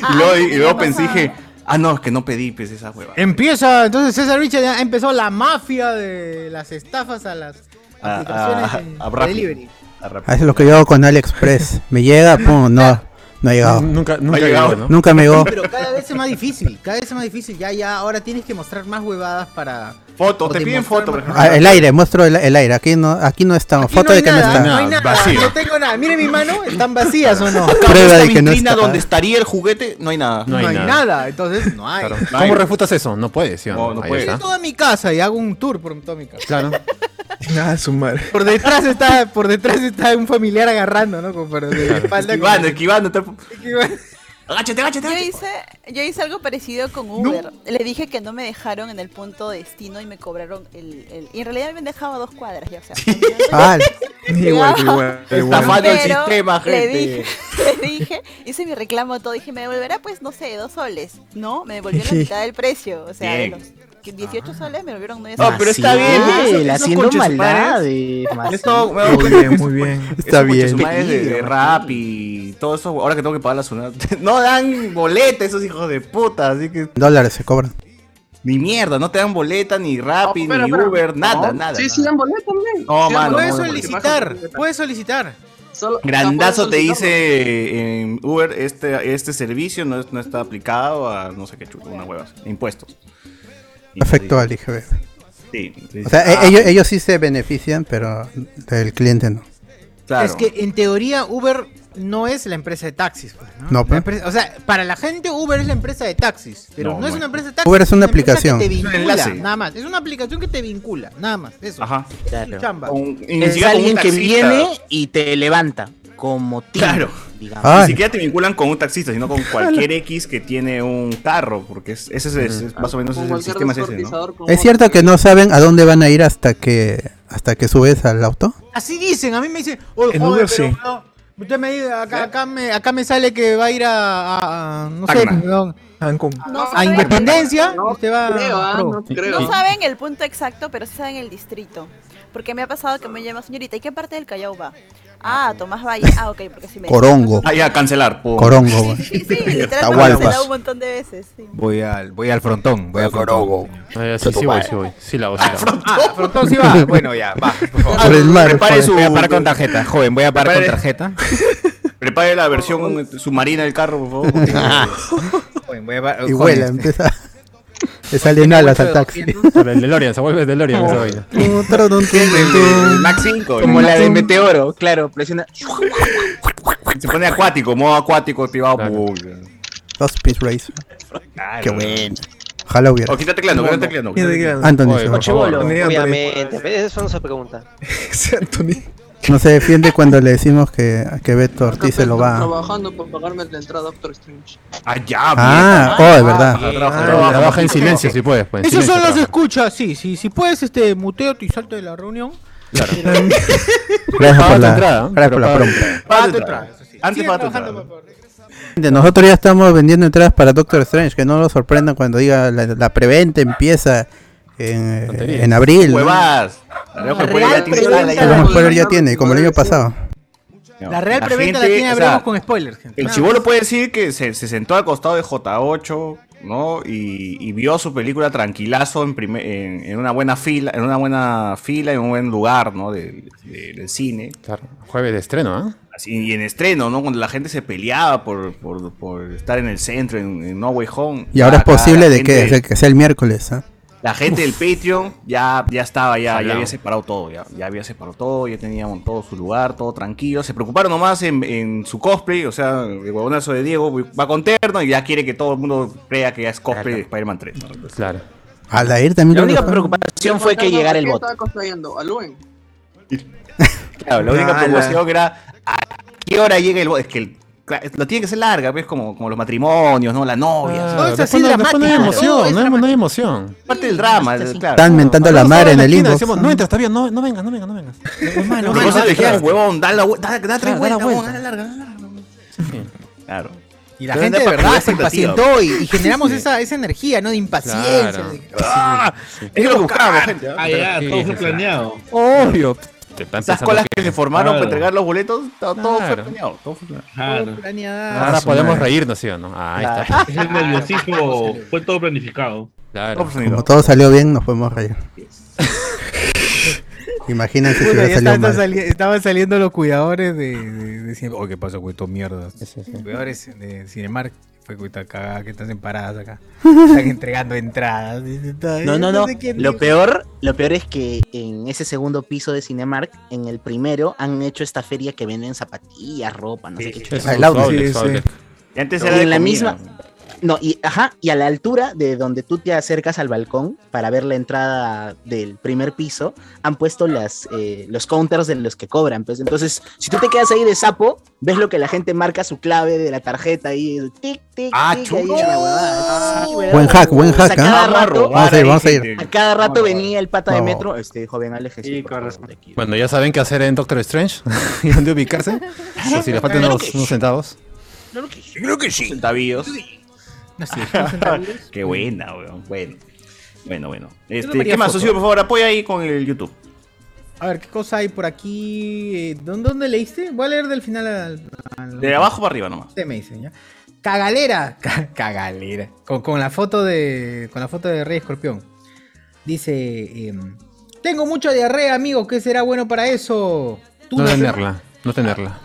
Speaker 10: Ah,
Speaker 8: Y luego, y luego pensé, dije, ah, no, es que no pedí pues, esa hueva.
Speaker 1: Empieza, entonces César Richard ya empezó la mafia de las estafas a las
Speaker 8: A,
Speaker 1: aplicaciones
Speaker 8: a-
Speaker 1: en
Speaker 8: a Rappi.
Speaker 1: delivery.
Speaker 8: A Rappi.
Speaker 4: Ah, eso es lo que yo hago con AliExpress. Me llega, pum, no, no ha llegado.
Speaker 2: Nunca,
Speaker 8: nunca llegado, llegado, ¿no?
Speaker 4: Nunca me llegó.
Speaker 1: Pero cada vez es más difícil, cada vez es más difícil. Ya, ya, ahora tienes que mostrar más huevadas para.
Speaker 8: Foto,
Speaker 1: o
Speaker 8: te piden
Speaker 1: demostrar
Speaker 8: foto, por
Speaker 1: más-
Speaker 8: ejemplo.
Speaker 4: Ah, el aire, muestro el, el aire. Aquí no, aquí no estamos. Foto
Speaker 1: no hay
Speaker 4: de que
Speaker 1: nada,
Speaker 4: no
Speaker 1: No
Speaker 4: está.
Speaker 1: hay nada,
Speaker 8: vacío.
Speaker 1: no tengo nada. Miren mi mano, ¿están vacías o no?
Speaker 8: Acá
Speaker 4: Prueba
Speaker 8: en esta
Speaker 4: de que no
Speaker 8: vitrina
Speaker 4: está.
Speaker 8: donde estaría el juguete, no hay nada.
Speaker 2: No hay
Speaker 1: No hay
Speaker 2: nada.
Speaker 1: nada, entonces no hay.
Speaker 2: Claro.
Speaker 8: hay.
Speaker 2: ¿Cómo refutas eso? No puedes, ¿sí? o
Speaker 8: No, no
Speaker 2: Ahí
Speaker 8: puedes.
Speaker 13: ¿Ah?
Speaker 2: está.
Speaker 1: Toda mi casa y hago un tour por toda mi casa.
Speaker 2: Claro.
Speaker 3: Ah, su madre.
Speaker 1: Por detrás está, por detrás está un familiar agarrando, ¿no? Como para- de la espalda, como-
Speaker 8: Esquivando, esquivando. tal-
Speaker 1: esquivando.
Speaker 7: Ah,
Speaker 8: Agáchate, agáchate.
Speaker 10: Yo hice, yo hice algo parecido con Uber. Le dije que no me dejaron en el punto de destino y me cobraron el... el- Y en realidad me han dejado a dos cuadras, ya, o sea...
Speaker 4: Ah,
Speaker 3: Igual, igual, igual.
Speaker 8: Estafando el
Speaker 10: Pero
Speaker 8: sistema,
Speaker 10: Le
Speaker 8: gente.
Speaker 10: dije, le dije, hice mi reclamo todo, dije, me devolverá pues, no sé, dos soles. No, me devolvió la mitad del precio, o sea, de
Speaker 8: Bien.
Speaker 10: los 18 soles me devolvieron 9
Speaker 8: No,
Speaker 10: soles.
Speaker 8: pero está bien. porque esos- esos
Speaker 5: haciendo
Speaker 8: conches su madre-
Speaker 13: Ah,
Speaker 5: maldades.
Speaker 8: Esto,
Speaker 5: Maciel.
Speaker 8: weón,
Speaker 3: Muy bien, muy bien.
Speaker 4: está
Speaker 8: esos conches su
Speaker 4: bien.
Speaker 8: madre de, de rap y todo eso. Ahora que tengo que pagar la zona. No dan boleta esos hijos de puta. Así que
Speaker 4: Dólares se cobran.
Speaker 8: ni mierda. No te dan boleta, ni rap,
Speaker 13: No, pero,
Speaker 8: ni
Speaker 13: pero,
Speaker 8: Uber, nada,
Speaker 13: no.
Speaker 8: nada.
Speaker 13: Sí,
Speaker 8: nada.
Speaker 13: sí, dan boleto también.
Speaker 8: No,
Speaker 13: Sí dan boleto.
Speaker 8: mano,
Speaker 1: Puedes
Speaker 8: no, no,
Speaker 1: solicitar, puedes solicitar.
Speaker 13: Solo-
Speaker 8: Grandazo
Speaker 13: no puedes
Speaker 8: te
Speaker 13: solicitarlo.
Speaker 8: dice en Uber, este, este servicio no, es- no está aplicado a no sé qué chulo, una hueva, impuestos. Y
Speaker 4: Afectó
Speaker 8: te
Speaker 4: al IGB.
Speaker 8: dice- sí, te
Speaker 4: O
Speaker 8: dice,
Speaker 4: sea, e-
Speaker 8: ah,
Speaker 4: ellos, ellos sí se benefician, pero el cliente no.
Speaker 8: claro.
Speaker 1: Es que en teoría Uber no es la empresa de taxis, pues, ¿no?
Speaker 4: No,
Speaker 1: La
Speaker 8: ¿Eh?
Speaker 4: pe.
Speaker 1: empresa- o sea, para la gente Uber es la empresa de taxis, pero
Speaker 8: No,
Speaker 1: no, es
Speaker 8: bueno.
Speaker 1: una empresa de taxis.
Speaker 4: Uber es una
Speaker 1: empresa
Speaker 4: aplicación.
Speaker 1: que te
Speaker 8: Es un
Speaker 1: vincula,
Speaker 8: enlace.
Speaker 1: nada más. Es una aplicación que te vincula, nada más. Eso.
Speaker 8: Ajá.
Speaker 1: Es su chamba.
Speaker 8: Con- y ni
Speaker 5: Es
Speaker 8: siquiera con un
Speaker 5: alguien que
Speaker 8: taxista.
Speaker 5: viene y te levanta como Tinder,
Speaker 8: Claro.
Speaker 5: digamos.
Speaker 4: Ah,
Speaker 8: Ni siquiera te vinculan con un taxista, sino con cualquier X que tiene un carro, porque es- ese es, es- es más o menos
Speaker 13: Con
Speaker 8: es el
Speaker 13: cualquier
Speaker 8: sistema es ese, ¿no?
Speaker 13: desorganizador, con
Speaker 4: es cierto que no saben a dónde van a ir hasta que hasta que subes al auto.
Speaker 1: Así dicen, a mí me dicen, oye,
Speaker 3: En
Speaker 1: joven,
Speaker 3: Uber
Speaker 1: pero
Speaker 3: sí.
Speaker 1: no, usted me dice,
Speaker 8: ¿Eh?
Speaker 1: acá, acá me, acá me sale que va a ir a, a- a- no sé,
Speaker 8: Tacna.
Speaker 1: no,
Speaker 3: Cancún.
Speaker 10: No
Speaker 1: a
Speaker 10: saben,
Speaker 1: Independencia,
Speaker 13: No
Speaker 1: usted va
Speaker 13: creo, ah,
Speaker 1: a Pro.
Speaker 13: no creo.
Speaker 10: no saben el punto exacto, pero sí saben el distrito. Porque me ha pasado que me llama señorita, ¿y qué parte del Callao va? Ah, Tomás Valle. Ah, ok, porque si me
Speaker 4: Corongo.
Speaker 8: Ah, ya, cancelar. po.
Speaker 4: Corongo.
Speaker 10: Sí,
Speaker 4: güey.
Speaker 10: sí, sí, sí, literal, me
Speaker 14: Atahualpas.
Speaker 10: ha pasado un montón de veces. sí.
Speaker 14: Voy al, voy al frontón, voy al frontón.
Speaker 2: Ah, sí, sí voy, sí voy. Sí la voy, sí la voy.
Speaker 14: Ah, frontón sí va. Bueno, ya, va, por favor.
Speaker 4: Por el mar.
Speaker 8: Prepare su-
Speaker 14: Voy a parar con tarjeta, joven, voy a parar con tarjeta.
Speaker 8: Prepare la versión submarina del carro, por favor. porque-
Speaker 14: Joven, voy a parar-
Speaker 4: Y
Speaker 14: joven,
Speaker 4: vuela,
Speaker 14: este,
Speaker 4: empieza. Le salen alas al taxi. Ah,
Speaker 2: Por el DeLorean, se vuelve DeLorean esa vaina.
Speaker 5: El Max 5, como la de Meteoro, claro, presiona.
Speaker 8: Se pone acuático, modo acuático activado.
Speaker 2: Claro.
Speaker 8: po.
Speaker 4: Dos Speed Race. Qué bueno. Ojalá hubiera.
Speaker 8: O quita tecleando, quita tecleando.
Speaker 3: Mira, diga,
Speaker 4: Anthony,
Speaker 2: Oye,
Speaker 4: se
Speaker 2: por
Speaker 4: va.
Speaker 2: favor.
Speaker 3: Anthony, Anthony.
Speaker 7: Obviamente, pero esa no se pregunta.
Speaker 3: Ese Anthony.
Speaker 4: no se defiende cuando le decimos que, que Beto
Speaker 13: Acá
Speaker 4: Ortiz se lo
Speaker 13: están
Speaker 4: va.
Speaker 13: Trabajando por pagarme la entrada a Doctor Strange.
Speaker 8: Allá,
Speaker 4: Ah, oh, es verdad.
Speaker 2: Trabaja trabaja en silencio si puedes. pues, en
Speaker 1: Esos
Speaker 2: silencio
Speaker 1: son los
Speaker 2: trabaja.
Speaker 1: escuchas, sí, sí, si puedes, este, muteo y salto de la reunión.
Speaker 4: Gracias por
Speaker 2: Paga tu
Speaker 4: la,
Speaker 2: entrada, ¿eh?
Speaker 4: gracias por la
Speaker 2: Pero paga-
Speaker 4: promo.
Speaker 8: Paga tu
Speaker 1: Paga tu
Speaker 8: entrada.
Speaker 1: entrada, sí.
Speaker 8: Antes
Speaker 1: Sigue
Speaker 8: paga tu
Speaker 1: trabajando,
Speaker 8: entrada.
Speaker 1: por favor.
Speaker 4: Gente, Nosotros ya estamos vendiendo entradas para Doctor Strange, que no lo sorprendan cuando diga la, la preventa empieza en,
Speaker 2: Tonterías.
Speaker 4: en abril. ¿no?
Speaker 8: Huevas. Alejo de Puebla ya tiene
Speaker 1: preventa.
Speaker 8: sala
Speaker 4: Que los
Speaker 8: ya.
Speaker 4: spoilers ya tiene, como el año pasado.
Speaker 1: La real preventa la
Speaker 8: gente,
Speaker 1: tiene,
Speaker 8: o sea,
Speaker 1: hablemos con spoilers, gente.
Speaker 8: El
Speaker 1: Nada
Speaker 8: chivolo puede decir que se, se sentó al costado de J8, ¿no? Y, y vio su película tranquilazo en, primer- en, en una buena fila, en una buena fila, en un buen lugar, ¿no? Del- del- del cine.
Speaker 2: Claro, Jueves de estreno, ¿ah?
Speaker 8: Así, y en estreno, ¿no? Cuando la gente se peleaba por, por, por estar en el centro, en, en No Way Home.
Speaker 4: Y
Speaker 1: Ah,
Speaker 4: ahora es
Speaker 8: Acá
Speaker 4: posible
Speaker 8: la
Speaker 4: de que,
Speaker 8: gente-
Speaker 4: de que sea el miércoles. ¿ah?
Speaker 8: La gente del Patreon ya, ya estaba, ya, ya
Speaker 2: Jalao.
Speaker 8: había separado todo, ya, ya había separado todo, ya teníamos todo su lugar, todo tranquilo. Se preocuparon nomás en, en su cosplay, o sea, el huevonazo de Diego va con terno y ya quiere que todo el mundo crea que ya es cosplay de Spider-Man 3. ¿no? Entonces,
Speaker 2: Claro.
Speaker 4: Aldair también
Speaker 5: La
Speaker 4: creo que
Speaker 5: única
Speaker 4: fue.
Speaker 5: preocupación fue que
Speaker 13: Ricardo,
Speaker 5: llegara el
Speaker 13: ¿quién
Speaker 5: voto.
Speaker 13: estaba cosplayando? ¿A Luen?
Speaker 8: claro, Ah, la única
Speaker 3: Ala.
Speaker 8: preocupación que era a qué hora llega el bo- Es que el- claro, lo tiene que ser larga, ¿ves? Como, como los matrimonios, ¿no? La novia.
Speaker 2: Claro,
Speaker 1: No, es así
Speaker 2: Ah, después no- después no hay
Speaker 1: dramático, todo es
Speaker 2: emoción, no hay- no hay emoción.
Speaker 8: Parte del drama,
Speaker 2: Este
Speaker 8: el- claro.
Speaker 4: Están mentando la madre en el
Speaker 2: inbox.
Speaker 4: inbox.
Speaker 2: Decimos, no entras, está bien, no, no vengas, no vengas, no vengas.
Speaker 8: Lo
Speaker 2: Hermano,
Speaker 8: que pasa es que dijeron,
Speaker 2: claro.
Speaker 8: huevón, da la vu- da-
Speaker 2: Claro,
Speaker 8: da tres
Speaker 2: da la
Speaker 8: vueltas, huevón,
Speaker 2: vuelta.
Speaker 8: da la larga, da la larga. Claro.
Speaker 1: Y la
Speaker 8: Entonces,
Speaker 1: gente de
Speaker 8: para
Speaker 1: verdad
Speaker 8: crear
Speaker 1: se
Speaker 8: expectativa.
Speaker 1: impacientó y, y generamos esa, esa energía, ¿no? De impaciencia.
Speaker 2: Claro.
Speaker 1: de-
Speaker 8: Es que lo buscábamos, gente. ¿ah?
Speaker 6: Ah, ya,
Speaker 2: Sí,
Speaker 6: todo
Speaker 2: sí,
Speaker 6: fue
Speaker 2: sí.
Speaker 6: planeado.
Speaker 2: Obvio. te están
Speaker 8: Esas
Speaker 2: pensando
Speaker 8: colas que se formaron para
Speaker 2: Claro.
Speaker 8: entregar los boletos, to- todo fue
Speaker 2: Claro.
Speaker 8: planeado. Todo fue planeado.
Speaker 6: Claro.
Speaker 2: Ahora podemos reírnos, ¿sí o no? Ah, ahí está.
Speaker 6: Es el nerviosismo, fue todo planificado.
Speaker 2: Claro.
Speaker 4: Como todo salió bien, nos podemos reír. Imagínense si
Speaker 1: Puta,
Speaker 4: hubiera
Speaker 1: ya
Speaker 4: salido
Speaker 1: estaban,
Speaker 4: mal.
Speaker 1: sali- estaban saliendo los cuidadores de, de, de Cine- Oh, ¿qué pasó, güey? Todo mierda. Cuidadores de Cinemark. Fue cuita cagada que están paradas acá. Están entregando entradas.
Speaker 5: No, no, no.
Speaker 1: eh, sé qué
Speaker 5: Lo
Speaker 1: mierda.
Speaker 5: peor, lo peor es que en ese segundo piso de Cinemark, en el primero, han hecho esta feria que venden zapatillas, ropa, no sé qué chucha.
Speaker 4: Ah,
Speaker 2: Es un outlet, outlet.
Speaker 8: Y antes
Speaker 5: Y
Speaker 8: era de
Speaker 5: en la
Speaker 8: comida.
Speaker 5: misma. No, y ajá, y a la altura de donde tú te acercas al balcón para ver la entrada del primer piso, han puesto las, eh, los counters de los que cobran. Pues. Entonces, si tú te quedas ahí de sapo, ves lo que la gente marca su clave de la tarjeta y tic, tic,
Speaker 8: Ah,
Speaker 5: tic, ahí
Speaker 8: chulo.
Speaker 5: en la huevada. Sí, huevada.
Speaker 4: Buen hack, buen hack,
Speaker 5: O sea,
Speaker 4: ¿ah?
Speaker 5: cada
Speaker 4: Vamos a
Speaker 5: rato-
Speaker 4: robar ahí, vamos a ir.
Speaker 5: A cada rato venía el pata de
Speaker 4: Vamos.
Speaker 5: metro, este joven Alex. Sí, con
Speaker 2: Bueno, ya saben qué hacer en Doctor Strange y dónde ubicarse. Por si les faltan
Speaker 8: Claro
Speaker 2: unos,
Speaker 8: que
Speaker 2: unos
Speaker 8: sí.
Speaker 2: centavos.
Speaker 5: Claro que sí.
Speaker 8: Creo que sí. Centavillos.
Speaker 5: centavillos.
Speaker 8: Qué buena, weón. Bueno, bueno. bueno.
Speaker 1: no
Speaker 8: Este,
Speaker 1: me haría
Speaker 8: ¿Qué más,
Speaker 1: foto.
Speaker 8: socio? Por favor, apoya ahí con el YouTube.
Speaker 1: A ver, ¿qué cosa hay por aquí? Eh, ¿Dónde, dónde leíste? Voy a leer del final al. al-
Speaker 8: De abajo para arriba nomás.
Speaker 1: Usted me dice, ¿ya? Cagalera. ca- cagalera. Con, con la foto de. Con la foto de Rey Escorpión. Dice. em, Tengo mucha diarrea, amigo. ¿Qué será bueno para eso? Tú
Speaker 2: No
Speaker 1: no sé-
Speaker 2: tenerla, no tenerla.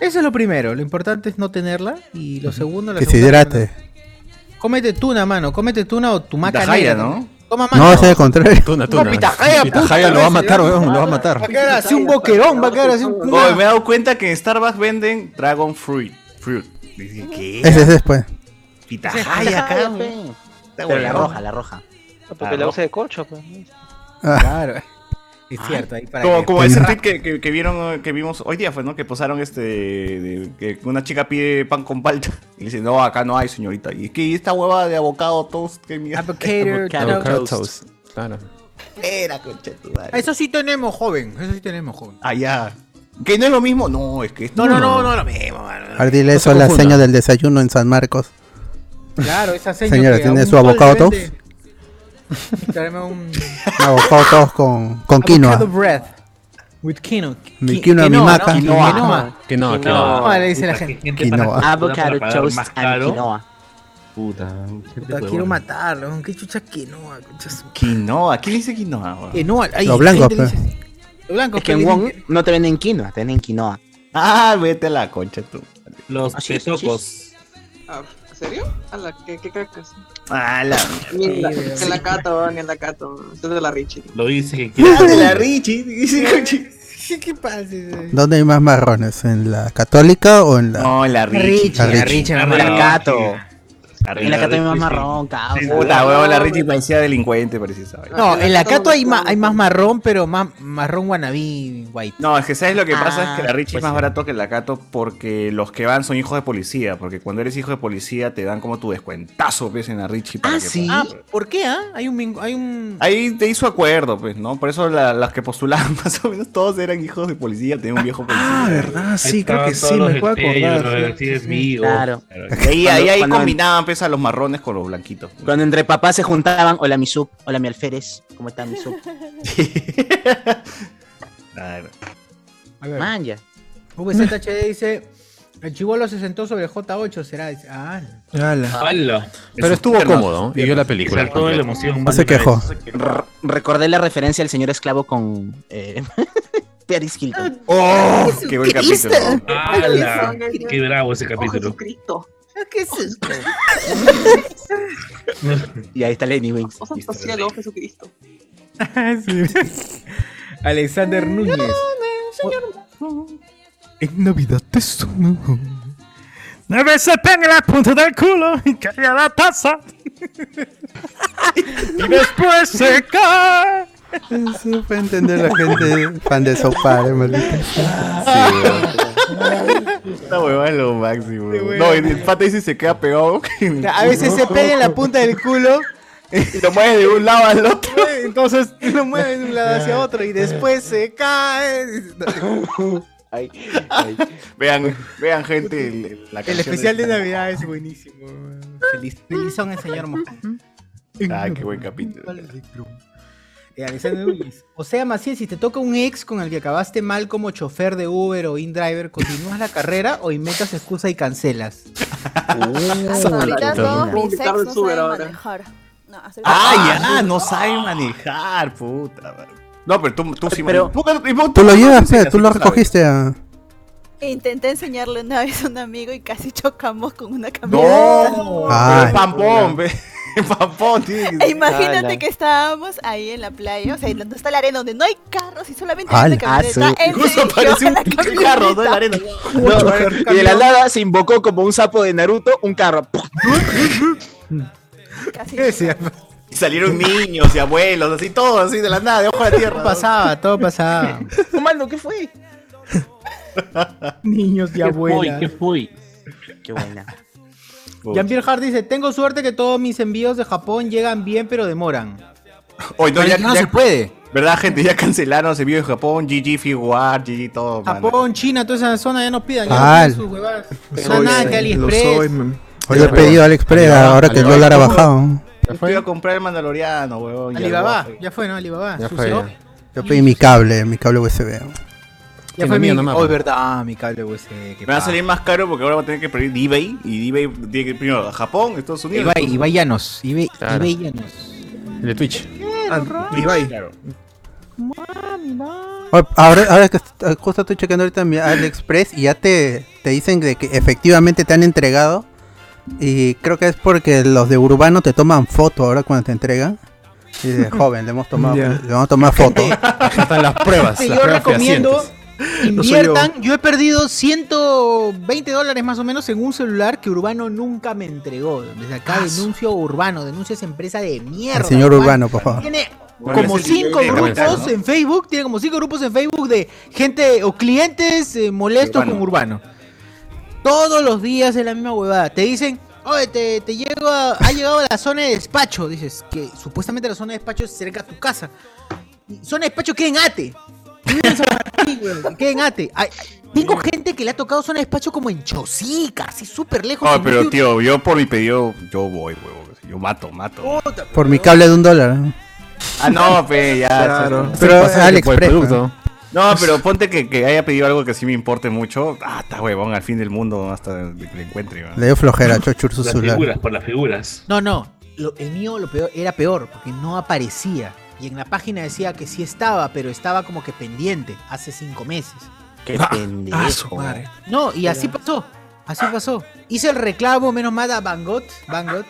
Speaker 1: Eso es lo primero. Lo importante es no tenerla. Y lo segundo, la
Speaker 4: Que se
Speaker 1: segunda-
Speaker 4: hidrate.
Speaker 1: Cómete tuna, mano. Cómete tuna o tu maca
Speaker 4: Pitahaya,
Speaker 1: negra,
Speaker 4: ¿no?
Speaker 1: también. Toma
Speaker 4: No, es el contrario.
Speaker 2: Tuna,
Speaker 1: tuna. pitahaya,
Speaker 2: Pitahaya
Speaker 1: puta,
Speaker 2: lo va a
Speaker 1: ese,
Speaker 2: matar,
Speaker 1: ya.
Speaker 2: weón, lo va a matar.
Speaker 1: Va a quedar así un boquerón, va a quedar así un
Speaker 8: Oye, Oh, me he dado cuenta que en Starbucks venden Dragon Fruit. Fruit. Dije, ¿Qué?
Speaker 4: Ese es pues. después.
Speaker 8: Pitahaya, acá,
Speaker 5: pe.
Speaker 8: weón. Está
Speaker 5: Pero la
Speaker 8: huevón.
Speaker 5: roja, la roja.
Speaker 8: Ah,
Speaker 7: Porque la usa de corcho, pues.
Speaker 1: Claro. Es cierto, ahí para
Speaker 8: Ah. Como,
Speaker 1: que-
Speaker 8: como ese tweet que, que, que vieron, eh, que vimos hoy día fue, ¿no? Que posaron este, de- que una chica pide pan con palta. Y dice, no, acá no hay, señorita. Y es que esta hueva de avocado toast, que mierda.
Speaker 2: Avocado toast. Claro.
Speaker 8: Era, concha de tu madre.
Speaker 1: Eso sí tenemos, joven. Eso sí tenemos, joven.
Speaker 8: Allá. Que no es lo mismo. No, es que esto
Speaker 1: No, no, no, no, lo mismo, mano.
Speaker 4: A ver, dile
Speaker 1: No
Speaker 4: eso
Speaker 1: se
Speaker 4: a la
Speaker 1: confunda.
Speaker 4: seña del desayuno en San Marcos.
Speaker 1: Claro, esa seña
Speaker 4: Señora,
Speaker 1: que
Speaker 4: ¿tiene
Speaker 1: aún
Speaker 4: su
Speaker 1: no le
Speaker 4: avocado toast?
Speaker 1: vende. Tráeme un
Speaker 4: Un Avocado todos con, con quinoa.
Speaker 1: avocado breath. With quinoa.
Speaker 4: Mi
Speaker 1: Qui-
Speaker 4: quinoa, mi maca.
Speaker 1: Quinoa.
Speaker 4: Quinoa.
Speaker 2: Quinoa,
Speaker 1: quinoa.
Speaker 2: quinoa.
Speaker 1: le dice la
Speaker 6: Puta,
Speaker 1: gente.
Speaker 6: qué gente para-
Speaker 4: Quinoa.
Speaker 6: para
Speaker 5: Avocado
Speaker 6: pagar
Speaker 5: toast
Speaker 6: más
Speaker 5: and
Speaker 6: caro.
Speaker 5: quinoa.
Speaker 6: Puta, gente
Speaker 1: Puta,
Speaker 6: huevona.
Speaker 1: quiero matarlo. weón. Qué chucha quinoa. concha su-
Speaker 8: Quinoa, ¿quién dice quinoa? weón?
Speaker 5: eh,
Speaker 1: Quinoa. ay,
Speaker 4: Lo blanco, pues.
Speaker 1: gente le dice así. Lo blanco.
Speaker 5: Es que en
Speaker 1: pe,
Speaker 5: Wong
Speaker 1: dice-
Speaker 5: no te venden quinoa, te venden quinoa.
Speaker 8: Ah, vete a la concha tú.
Speaker 6: Los petocos.
Speaker 13: Ah, ¿En serio? A la que, que cacas.
Speaker 8: Ah, la.
Speaker 13: Ni en la,
Speaker 8: Sí,
Speaker 13: ni en la cata, va, ni en la cata. va. Esto es de la Richie.
Speaker 6: Lo dice que
Speaker 8: Ah, de
Speaker 6: quiere.
Speaker 8: la Richie. Dice, concha-
Speaker 1: Sí, ¿Qué pasa? weón?
Speaker 4: ¿Dónde hay más marrones? ¿En la católica o en la.?
Speaker 8: No, Ah. la Richie.
Speaker 4: La Richie.
Speaker 8: La
Speaker 5: En la Cato. En la Cato hay más
Speaker 8: Richie, sí.
Speaker 5: marrón,
Speaker 8: Sí,
Speaker 5: cabrón.
Speaker 8: Puta, huevón, la Richie parecía delincuente, parecía esa vaina.
Speaker 1: No, en la Cato hay, ma- hay más marrón, pero más marrón wannabe white.
Speaker 8: No, es que sabes lo que pasa
Speaker 5: Ah,
Speaker 8: es que la Richie
Speaker 5: pues
Speaker 8: es más
Speaker 5: sí.
Speaker 8: barato que la Cato porque los que van son hijos de policía, porque cuando eres hijo de policía te dan como tu descuentazo, pues, en la Richie. para
Speaker 5: Ah,
Speaker 8: que
Speaker 5: sí.
Speaker 1: Ah, ¿por qué? ah? Hay un. min- Hay un...
Speaker 8: Ahí te hizo acuerdo, pues, ¿no? Por eso la- las que postulaban más o menos todos eran hijos de policía, tenía un viejo policía.
Speaker 3: Ah, verdad,
Speaker 6: Ahí
Speaker 3: sí, creo
Speaker 6: estaban
Speaker 3: que
Speaker 6: todos
Speaker 3: sí, me
Speaker 6: los
Speaker 3: puedo
Speaker 6: destellos,
Speaker 3: acordar.
Speaker 6: los
Speaker 3: sí, sí, sí.
Speaker 6: DSV, oh.
Speaker 5: Claro.
Speaker 8: Y ahí, ahí, ahí
Speaker 5: Cuando-
Speaker 8: combinaban, pues, a los marrones con los blanquitos.
Speaker 5: Cuando entre papás se juntaban, hola mi sub, hola mi alférez, ¿cómo está mi sub?
Speaker 8: Claro.
Speaker 1: A ver.
Speaker 5: Man, ya.
Speaker 1: VZHD dice: El chivolo se sentó sobre el J8. Será. Dice, Ah, no.
Speaker 4: Ala.
Speaker 6: Palo.
Speaker 2: Pero estuvo cómodo y vio la
Speaker 6: Y
Speaker 2: película.
Speaker 6: saltó de la emoción.
Speaker 4: No se quejó.
Speaker 5: R- Recordé la referencia del señor esclavo con eh, Paris Hilton.
Speaker 8: ¡Oh! ¡Qué buen capítulo!
Speaker 6: Ah, ¡Hala! ¡Qué bravo ese capítulo!
Speaker 13: Jesucristo.
Speaker 1: ¿Qué es esto?
Speaker 5: Y ahí está Lenny Wings.
Speaker 13: O sea, hasta cielo, Jesucristo.
Speaker 1: Sí. Alexander Núñez.
Speaker 3: En Navidad te sumo. Una vez se pega la punta del culo y cae a la taza. y después se cae.
Speaker 4: Eso fue entender la gente fan de eh, Sopar,
Speaker 8: Esta huevada es lo máximo. weón. No, el pata dice se queda pegado.
Speaker 1: A veces se pega en la punta del culo.
Speaker 8: Y lo mueve de un lado al otro.
Speaker 1: Entonces lo mueve de un lado hacia otro y después se cae.
Speaker 8: Vean, vean, gente, el, el- la
Speaker 1: El
Speaker 8: canción
Speaker 1: especial de Navidad es buenísimo. Feliz, felizón el señor Mojón.
Speaker 8: este Ah, qué buen capítulo.
Speaker 1: Eh, Alexander Núñez. O sea, Maciel, si te toca un ex con el que acabaste mal como chofer de Uber o InDriver, ¿continúas la carrera o inventas excusa y cancelas?
Speaker 10: Hasta ahorita todos
Speaker 13: Como
Speaker 10: mis
Speaker 13: que
Speaker 10: ex no
Speaker 13: Carlos Uber
Speaker 10: saben
Speaker 13: ahora.
Speaker 10: manejar. No, hasta ahorita-
Speaker 8: Ah, ya, no sabe manejar, puta. madre. No, pero tú, tú sí
Speaker 4: pero-
Speaker 8: manejas. ¿Tú,
Speaker 4: Tú lo llevas,
Speaker 8: enseñas,
Speaker 4: pe, tú lo
Speaker 8: sabes.
Speaker 4: recogiste a...
Speaker 10: Intenté enseñarle una vez a un amigo y casi chocamos con una camioneta.
Speaker 8: No,
Speaker 4: Ay.
Speaker 8: pero es pampón, ve. Es Pampón, tiene que
Speaker 10: E
Speaker 8: ser.
Speaker 10: Imagínate que estábamos ahí en la playa, o sea, donde está la arena, donde no hay carros y solamente hay
Speaker 8: Ala.
Speaker 10: una camioneta.
Speaker 5: Ah, sí.
Speaker 10: Él se
Speaker 5: Justo
Speaker 10: dirigió
Speaker 5: apareció
Speaker 10: a la camioneta.
Speaker 5: No, y de la nada se invocó como un sapo de Naruto, un carro.
Speaker 8: Y salieron niños y abuelos, así todo, así de la nada, de ojo a la tierra.
Speaker 1: Todo pasaba, todo pasaba.
Speaker 5: Humano, ¿qué fue?
Speaker 1: Niños y
Speaker 11: ¿Qué fui?
Speaker 1: abuelas.
Speaker 11: ¿Qué fui?
Speaker 5: Qué buena.
Speaker 1: Jean-Pierre Hart dice, tengo suerte que todos mis envíos de Japón llegan bien pero demoran.
Speaker 8: Hoy
Speaker 1: Pero ya no se
Speaker 8: puede. ¿Verdad, gente? Ya cancelaron ese video de Japón, GG Figuar, GG todo. mano.
Speaker 1: Japón, China, toda esa zona ya nos pidan. Ya
Speaker 8: Ah,
Speaker 1: no pidan sus huevadas.
Speaker 8: Lo
Speaker 1: No,
Speaker 8: soy,
Speaker 1: nada que
Speaker 8: sí, lo
Speaker 1: AliExpress.
Speaker 8: soy, me-
Speaker 4: Hoy le he pedido a AliExpress
Speaker 8: Alibaba,
Speaker 4: ahora que el
Speaker 8: Alibaba.
Speaker 4: dólar ha
Speaker 8: ¿Cómo?
Speaker 4: bajado.
Speaker 8: Fui a comprar el Mandaloriano, weón.
Speaker 1: Alibaba, ya fue, ¿no? Alibaba.
Speaker 4: Ya
Speaker 1: Su
Speaker 4: fue,
Speaker 1: CEO.
Speaker 4: ya. Yo pedí mi cable, mi cable USB.
Speaker 1: Ah, Ya
Speaker 4: Que
Speaker 1: fue
Speaker 4: lo
Speaker 1: mi...
Speaker 4: mío no me
Speaker 1: oh,
Speaker 4: hago.
Speaker 1: es
Speaker 8: ah,
Speaker 1: verdad, mi cable USB.
Speaker 8: Me va a salir más caro porque ahora va a tener que pedir de eBay. Y de eBay tiene que ir primero a Japón, Estados Unidos.
Speaker 1: Ibai, Ibai Llanos. Ibai,
Speaker 8: Claro.
Speaker 1: Ibai Llanos.
Speaker 2: El de Twitch.
Speaker 9: pues.
Speaker 8: Ibai.
Speaker 4: Oye, Ahora, ahora que est- eh, justo estoy checando ahorita mi AliExpress y ya te, te dicen de que efectivamente te han entregado. Y creo que es porque los de Urbano te toman foto ahora cuando te entregan. Y de joven, le hemos tomado,
Speaker 3: Ya.
Speaker 4: le vamos a tomar foto.
Speaker 2: están las
Speaker 1: Gente, yo recomiendo
Speaker 4: No soy yo.
Speaker 1: inviertan. yo. he perdido 120 dólares más o menos en un celular que Urbano nunca me entregó. Desde acá denuncio a Urbano, denuncio a esa empresa de mierda.
Speaker 4: Ah, El señor Urbano, por favor.
Speaker 1: Tiene
Speaker 4: Bueno,
Speaker 1: como
Speaker 4: es el nivel
Speaker 1: cinco
Speaker 4: de
Speaker 1: grupos
Speaker 4: cabeza, ¿no?
Speaker 1: en Facebook, tiene como cinco grupos en Facebook de gente o clientes eh, molestos con Urbano. Todos los días es la misma huevada. Te dicen, oye, te, te llego a- ha llegado a la zona de despacho. Dices que supuestamente la zona de despacho es cerca a tu casa. Y Zona de despacho queda en Ate. Yo vivo en San Martín, weón, Queda en Ate. Ay, ay, tengo gente que le ha tocado zona de despacho como en Chosica, así súper lejos.
Speaker 8: No,
Speaker 1: en
Speaker 8: Ah, pero
Speaker 1: medio-
Speaker 8: tío, yo por mi pedido, yo voy, huevón. Yo mato, mato.
Speaker 4: Por mi cable de un dólar.
Speaker 8: Ah, no, pe, ya.
Speaker 4: Claro.
Speaker 8: eso-
Speaker 4: Pero,
Speaker 8: eso pasa
Speaker 4: Alex,
Speaker 8: por el
Speaker 4: pre-
Speaker 8: producto. No, pero ponte que, que haya pedido algo que sí me importe mucho. Ah, está huevón, al fin del mundo, hasta que le encuentre. man.
Speaker 4: Le dio flojera, chochur su
Speaker 8: Las
Speaker 4: celular.
Speaker 8: figuras, por las figuras.
Speaker 1: No, no. lo- el mío lo peor, era peor, porque no aparecía. Y en la página decía que sí estaba, pero estaba como que pendiente hace cinco meses.
Speaker 5: Qué pendejo.
Speaker 1: No, y así pasó. Así pasó. Hice el reclamo, menos mal a Bangot. Bangot.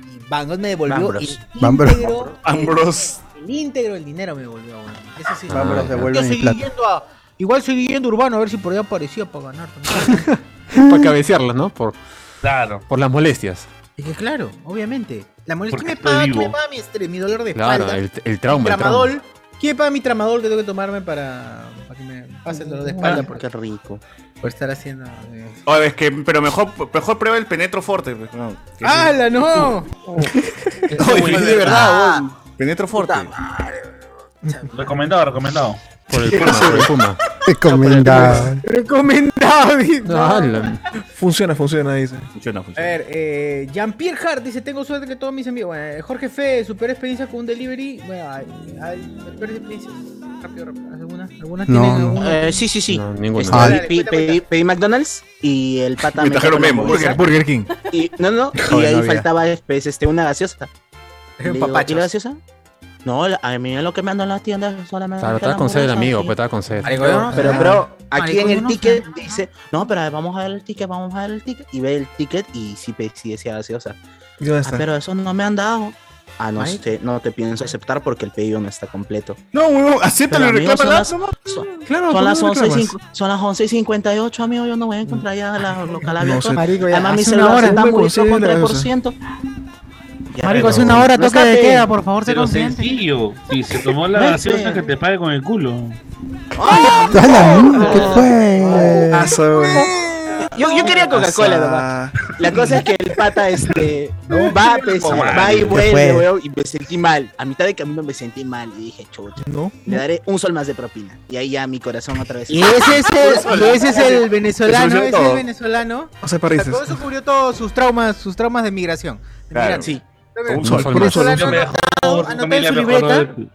Speaker 1: Y Bangot me devolvió.
Speaker 4: Bambros.
Speaker 1: el
Speaker 4: Bambros.
Speaker 1: íntegro-
Speaker 4: Bambros.
Speaker 1: El íntegro del dinero me devolvió. weón. Eso sí.
Speaker 4: Bambros
Speaker 1: Yo
Speaker 4: devuelve mi
Speaker 1: seguí
Speaker 4: plata.
Speaker 1: yendo a- Igual seguí yendo a Urbano a ver si por ahí aparecía para ganar. también.
Speaker 2: Para cabecearlas, ¿no? Por, claro. por las molestias.
Speaker 1: Es que claro, obviamente. La molestia. ¿Quién me
Speaker 2: estoy
Speaker 1: paga,
Speaker 2: vivo.
Speaker 1: ¿Quién me paga mi, estre- mi dolor de
Speaker 2: Claro,
Speaker 1: espalda?
Speaker 2: el, el trauma. el trauma.
Speaker 1: tramadol. ¿Quién me paga mi tramadol que tengo que tomarme para, para que me pase el dolor de espalda?
Speaker 8: Ah,
Speaker 1: por,
Speaker 5: qué rico.
Speaker 1: Por estar haciendo. eh.
Speaker 8: Oye, Oh, es que, pero mejor, mejor prueba el penetro forte. pues, No, que-
Speaker 1: ¡Hala, no!
Speaker 8: Oye, de verdad, weón. Penetro forte.
Speaker 6: Recomendado, recomendado.
Speaker 2: Por el puma, por el puma.
Speaker 4: Recomendado.
Speaker 1: Recomendado,
Speaker 3: Funciona, funciona, dice.
Speaker 8: Funciona,
Speaker 1: A ver, eh, Jean-Pierre Hart dice, tengo suerte que todos mis amigos... Bueno, eh, Jorge Fe, super experiencia con un delivery. Bueno, ay, ay, peor experiencia. Rápido, rápido. ¿Alguna? ¿Alguna?
Speaker 4: No,
Speaker 1: ¿Tienen
Speaker 4: no.
Speaker 1: alguna?
Speaker 5: Eh, sí, sí, sí.
Speaker 2: ninguno.
Speaker 5: Este,
Speaker 4: Ah,
Speaker 5: pe-
Speaker 4: dale,
Speaker 5: pe- pedí, pedí McDonald's y el pata
Speaker 8: Me trajeron
Speaker 5: trajo la
Speaker 8: Memo.
Speaker 5: hamburguesa.
Speaker 8: Burger- Burger King.
Speaker 5: Y, no, no, y
Speaker 8: Joder,
Speaker 5: ahí
Speaker 8: no había.
Speaker 5: faltaba pues, este, una gaseosa. Le digo,
Speaker 1: papachos.
Speaker 5: ¿Y la gaseosa? No, la- a mí lo que me andan las tiendas solamente.
Speaker 2: Claro, estaba con sed el amigo, pues estaba con sed.
Speaker 5: No, pero, pero aquí en
Speaker 2: Maricón,
Speaker 5: el
Speaker 2: no
Speaker 5: ticket dice, no, pero vamos a ver el ticket, vamos a ver el ticket. Y ve el ticket y sí, pe- sí decía gaseosa.
Speaker 3: ¿Y dónde
Speaker 5: Ah,
Speaker 3: está?
Speaker 5: pero eso no me han dado. Ah, no,
Speaker 3: Ay.
Speaker 5: sé, no te pienso aceptar porque el pedido no está completo.
Speaker 8: No, huevón, acéptalo y
Speaker 5: Pero, amigo,
Speaker 8: reclámala.
Speaker 5: son
Speaker 8: Claro,
Speaker 5: son,
Speaker 8: ¿por
Speaker 5: las
Speaker 8: qué no
Speaker 5: 11 y
Speaker 8: reclamas?
Speaker 5: cincu- son las 11 y 58, amigo. Yo no voy a encontrar ya la local abierta.
Speaker 3: sé. Marico, ya
Speaker 5: Además, mi
Speaker 3: hace una
Speaker 5: celular
Speaker 3: hora
Speaker 5: se está
Speaker 3: no me
Speaker 5: muriendo con
Speaker 3: consigue la cosa.
Speaker 5: 3%. Ya,
Speaker 1: Marico,
Speaker 5: pero-
Speaker 1: hace una hora
Speaker 5: no
Speaker 1: toque de
Speaker 5: escape.
Speaker 1: queda, por favor, se
Speaker 6: Pero
Speaker 1: consciente.
Speaker 6: sencillo. Si se tomó la
Speaker 1: No es
Speaker 6: gaseosa,
Speaker 1: feo.
Speaker 6: que te pague con el culo.
Speaker 4: ¡A la mierda! ¿Qué fue?
Speaker 1: Ah,
Speaker 5: Ah, Yo, yo quería Coca-Cola, nomás. La cosa es que el pata este, va, pues, va y
Speaker 4: ¿Qué
Speaker 5: vuelve,
Speaker 4: fue?
Speaker 5: weón, y me sentí mal. A mitad de camino me sentí mal y dije, chucha,
Speaker 3: No.
Speaker 5: le daré un sol más de propina. Y ahí ya mi corazón otra vez.
Speaker 1: Y ese es el, y ese es el venezolano, ese es el venezolano.
Speaker 3: O sea, parrices.
Speaker 1: Con eso cubrió todos sus traumas, sus traumas de migración. De
Speaker 3: Claro.
Speaker 1: migración.
Speaker 5: Sí.
Speaker 1: Con
Speaker 3: un sol,
Speaker 1: El
Speaker 3: con un sol.
Speaker 1: venezolano
Speaker 3: Mejor,
Speaker 1: anotado,
Speaker 3: tu
Speaker 1: anotó en su
Speaker 3: familia mejor,
Speaker 1: libreta.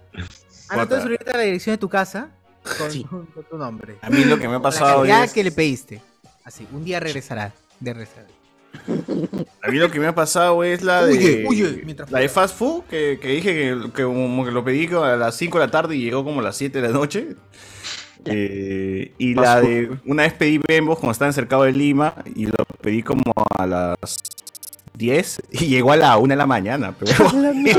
Speaker 1: Anota ahorita la dirección de tu casa con, con tu nombre.
Speaker 8: A mí lo que me ha
Speaker 1: Con la
Speaker 8: pasado
Speaker 1: cantidad
Speaker 8: es-
Speaker 1: que le pediste. Así, un día regresará. De regresar.
Speaker 8: A mí lo que me ha pasado es la de.
Speaker 1: Huye, huye, mientras
Speaker 8: la de fast food, que, que dije que, que como que lo pedí como a las 5 de la tarde y llegó como a las 7 de la noche. Eh, y la de. Una vez pedí Bembos cuando estaba en cercado de Lima y lo pedí como a las 10 y llegó a la 1 de la mañana. Pero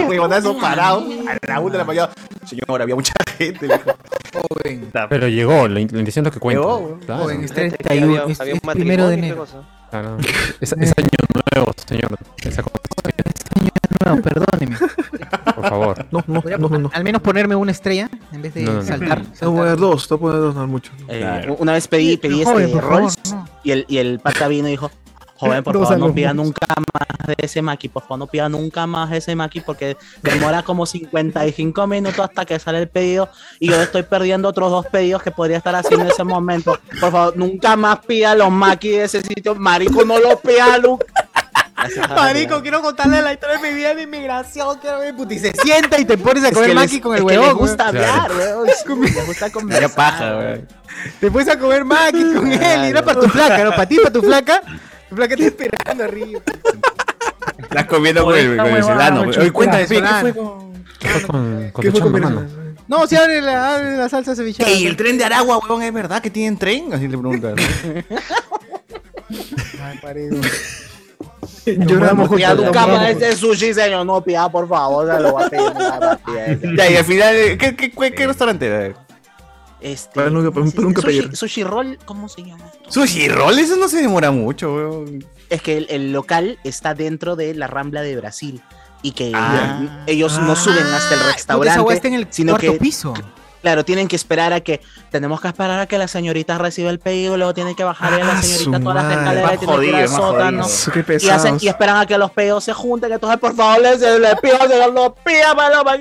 Speaker 8: huevonazo parado a la 1 de la mañana. Señor, había mucha gente. le dijo.
Speaker 2: Pero llegó, la, in- la intención es lo que cuenta.
Speaker 8: Llegó, weón.
Speaker 2: Claro.
Speaker 8: Joven, es 31, Había- es- había es un primero de matrimonio, enero.
Speaker 2: Claro. Es, es año nuevo, señor. Esa cosa.
Speaker 1: No, perdóneme.
Speaker 2: Por favor.
Speaker 3: No, no,
Speaker 1: ¿Podría
Speaker 3: no, no.
Speaker 1: Al menos ponerme una estrella en vez de
Speaker 2: No, no, no.
Speaker 1: saltar.
Speaker 3: No voy a dar dos, no voy a dar dos, no mucho.
Speaker 5: Eh, Una vez pedí, pedí
Speaker 1: joven,
Speaker 5: este
Speaker 1: por favor,
Speaker 5: Rolls y, el, y el pata vino y dijo, joven, por
Speaker 1: Dos
Speaker 5: favor, no
Speaker 1: alumnos.
Speaker 5: pida nunca más de ese maqui, por favor, no pida nunca más de ese maqui porque demora como 55 minutos hasta que sale el pedido y yo estoy perdiendo otros dos pedidos que podría estar haciendo en ese momento. Por favor, nunca más pida los maqui de ese sitio, marico, no los pida, Luke.
Speaker 1: Marico, quiero contarle la historia de mi vida de inmigración. Quiero ver, puti. Se sienta y te pones a
Speaker 5: Es
Speaker 1: comer
Speaker 5: que les-
Speaker 1: maki con el
Speaker 5: es que les
Speaker 1: huevón.
Speaker 5: gusta
Speaker 1: weón.
Speaker 5: hablar, weón. sí, les gusta conversar.
Speaker 1: Te pones a comer maki con él. Y no para tu flaca, no para ti, para tu flaca. Tu flaca está esperando arriba.
Speaker 8: Estás comiendo con el, con el venezolano. Oye, cuéntame, ¿qué fue con-
Speaker 2: ¿Qué fue con, con
Speaker 8: ¿Qué
Speaker 2: tu
Speaker 8: fue con
Speaker 2: chamba,
Speaker 8: Venezuela?
Speaker 2: mano?
Speaker 1: No, si abre la, abre la salsa sevillana.
Speaker 8: Ey, el tren de Aragua, huevón, ¿es verdad que tienen tren? Así le preguntan.
Speaker 3: Lloramos
Speaker 5: Pida
Speaker 3: juntos.
Speaker 5: nunca más ese sushi, señor, no pida, por favor, se lo voy a pedir nunca más, pida ese.
Speaker 8: Ya, y al final, eh, ¿qué, qué, qué, qué restaurante era?
Speaker 5: Este,
Speaker 8: Para nunca, para nunca pedir.
Speaker 5: Sushi, sushi roll, ¿cómo se llama?
Speaker 8: Sushi roll, eso no se demora mucho, weón.
Speaker 5: Es que el, el local está dentro de la Rambla de Brasil y que
Speaker 8: Ah.
Speaker 5: ellos no suben hasta el
Speaker 1: Puta, esa hueá
Speaker 5: restaurante,
Speaker 1: está en el
Speaker 5: sino
Speaker 1: cuarto
Speaker 5: que
Speaker 1: piso.
Speaker 5: claro, tienen que esperar a que tenemos que esperar a que la señorita reciba el pedido, luego tienen que bajar a la
Speaker 3: Ah,
Speaker 5: señorita
Speaker 3: su
Speaker 5: todas las
Speaker 3: madre.
Speaker 5: escaleras,
Speaker 3: Más
Speaker 5: tienen que ir
Speaker 3: jodido,
Speaker 5: al
Speaker 3: más
Speaker 5: sótano.
Speaker 3: jodido. Qué
Speaker 5: Y, hacen-
Speaker 3: pesados.
Speaker 5: y esperan a que los pedidos se junten, entonces por favor les, les pido, se los pido, para la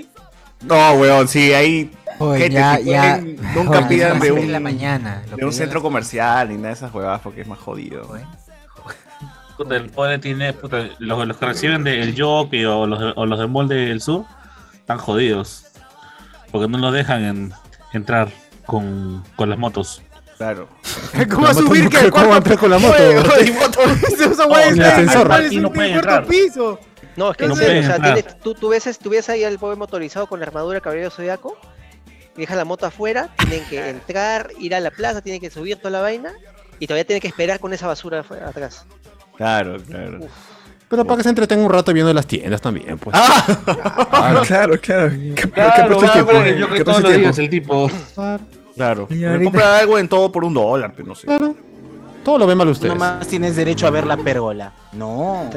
Speaker 8: No, weón, sí, ahí.
Speaker 15: Oye,
Speaker 8: gente,
Speaker 15: ya,
Speaker 8: si
Speaker 15: ya.
Speaker 8: pueden, Nunca
Speaker 15: Oye,
Speaker 8: pidan
Speaker 15: son
Speaker 8: de
Speaker 15: las
Speaker 8: un,
Speaker 15: tres de la mañana, lo
Speaker 8: de un
Speaker 15: pidió
Speaker 8: centro comercial ni nada de esas huevadas porque es más jodido.
Speaker 6: Puta, el pobre tiene, puta, los, los que reciben del Jockey o los, o los del molde del sur están jodidos. Porque no los dejan en- entrar con, con las motos.
Speaker 8: Claro.
Speaker 1: ¿Cómo va a subir que el
Speaker 2: ¿Cómo va a entrar con la moto?
Speaker 1: Esa
Speaker 2: Oh,
Speaker 1: hueá
Speaker 2: en el
Speaker 1: está
Speaker 2: ascensor.
Speaker 1: igual, es
Speaker 2: Aquí
Speaker 1: un
Speaker 2: no
Speaker 1: cuarto
Speaker 2: pueden entrar.
Speaker 1: piso.
Speaker 7: No, es que
Speaker 1: No
Speaker 7: en serio, o sea,
Speaker 1: pueden entrar.
Speaker 7: tienes- tú, tú ves, tú ves ahí al pobre motorizado con la armadura de caballero zodiaco, y deja la moto afuera, tienen que entrar, ir a la plaza, tienen que subir toda la vaina, y todavía tienen que esperar con esa basura afuera- atrás.
Speaker 8: Claro, claro.
Speaker 2: Pero para que se entretenga un rato viendo las tiendas también, pues.
Speaker 3: Ah, claro, claro. ¿Qué,
Speaker 2: Claro,
Speaker 3: pasa
Speaker 2: claro,
Speaker 3: tiempo? eh.
Speaker 2: pero yo que
Speaker 3: ¿Qué
Speaker 2: todos
Speaker 3: pasa
Speaker 2: los
Speaker 3: tiempo?
Speaker 2: días el
Speaker 6: tipo.
Speaker 8: Claro.
Speaker 2: Y
Speaker 8: Me
Speaker 2: ahorita-
Speaker 8: compra algo en todo por un dólar, pero no sé.
Speaker 2: Claro. Todo lo ve mal usted.
Speaker 5: Nomás tienes derecho a ver la pérgola. No.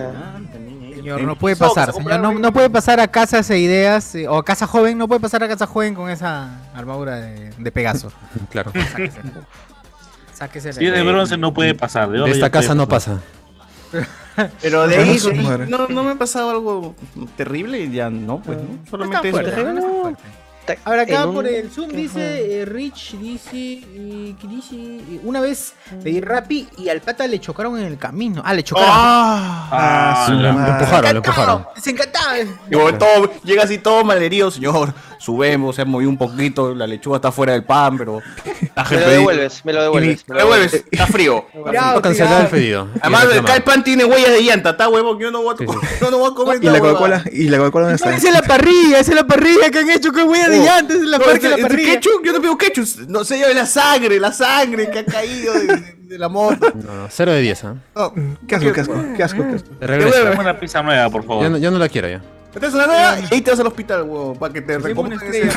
Speaker 1: Señor, no puede pasar, señor. No, no puede pasar a casas e ideas eh, o a casa joven. No puede pasar a casa joven con esa armadura de, de Pegaso.
Speaker 2: Claro.
Speaker 1: Sáquese la-
Speaker 6: Si es de bronce no puede pasar. De, oro
Speaker 2: De esta
Speaker 6: ya puede
Speaker 2: casa no
Speaker 6: pasar.
Speaker 2: pasa.
Speaker 8: Pero de
Speaker 2: Claro,
Speaker 8: ahí,
Speaker 2: su
Speaker 8: de ahí,
Speaker 2: madre.
Speaker 8: no, no me ha pasado algo terrible y ya no, pues no. Solamente
Speaker 1: está
Speaker 8: eso.
Speaker 1: fuerte,
Speaker 8: terrible.
Speaker 1: Ahora acá
Speaker 8: En un-
Speaker 1: por el Zoom dice eh, Rich, dice, eh, ¿qué dice? Eh, Una vez pedí Rappi y al pata le chocaron en el camino. Ah, le chocaron.
Speaker 8: Ah,
Speaker 2: su madre. Lo empujaron, lo empujaron.
Speaker 1: Desencantado.
Speaker 8: Y bueno, todo, llega así todo malherido, señor. Subemos, se ha movido un poquito, la lechuga está fuera del pan, pero.
Speaker 7: Me lo devuelves, me lo devuelves.
Speaker 8: Me lo devuelves, está frío.
Speaker 2: Tirado, Cancelar el tirado. pedido.
Speaker 8: Además,
Speaker 2: Y reclamar.
Speaker 8: acá el pan tiene huellas de llanta, está huevo, yo no voy a, yo no voy a comer
Speaker 3: Y la
Speaker 8: esta huevada.
Speaker 3: Coca-Cola, y la Coca-Cola dónde está.
Speaker 1: Esa es la parrilla, esa es la parrilla que han hecho. Qué hueá de
Speaker 8: Oh.
Speaker 1: llantas. Es la
Speaker 8: No,
Speaker 1: parque
Speaker 8: es-
Speaker 1: la
Speaker 8: es
Speaker 1: parrilla.
Speaker 8: ketchup, yo no pido ketchup. No sé, yo de la sangre, la sangre que ha caído de, de- de la moto.
Speaker 2: No, no, cero de 10, ¿ah?
Speaker 8: No,
Speaker 3: Qué asco, qué asco, qué asco, qué asco.
Speaker 2: De regreso.
Speaker 6: Dame una pizza nueva, por favor.
Speaker 2: Ya no, ya no la quiero ya.
Speaker 8: Esta es una nueva y ahí te vas al hospital, huevo, para que te recompren ese-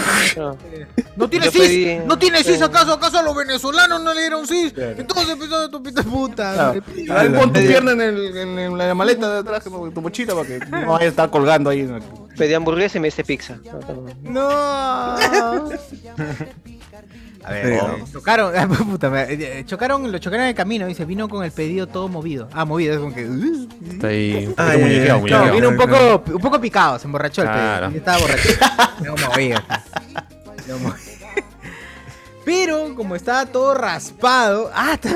Speaker 1: No tiene
Speaker 8: este, Yo
Speaker 1: cis.
Speaker 8: pedí- este, ah,
Speaker 1: No tiene
Speaker 8: sí.
Speaker 1: cis. ¿Acaso, acaso a los venezolanos no le dieron cis? Entonces
Speaker 8: pues,
Speaker 1: empezó a tu pita puta.
Speaker 8: Claro. Ahí Pon tu pierna en, el- en- en la maleta de atrás, como en tu mochila, para que no vayas a estar colgando ahí. en el-
Speaker 7: Pedí hamburguesa y me hice pizza.
Speaker 1: No.
Speaker 8: A ver,
Speaker 1: Oh. Chocaron, puta, me- eh, chocaron, lo chocaron en el camino, dice, vino con el pedido todo movido. Ah, movido, es como que. uh,
Speaker 2: Está ahí un poquito
Speaker 3: Ay,
Speaker 2: muñequeado,
Speaker 3: ay, ay,
Speaker 2: muñequeado.
Speaker 3: claro,
Speaker 1: vino un poco, un poco picado, se emborrachó el
Speaker 2: Claro.
Speaker 1: pedido. Yo estaba borracho. No movido. No movido. Pero como estaba todo raspado, ah, ta-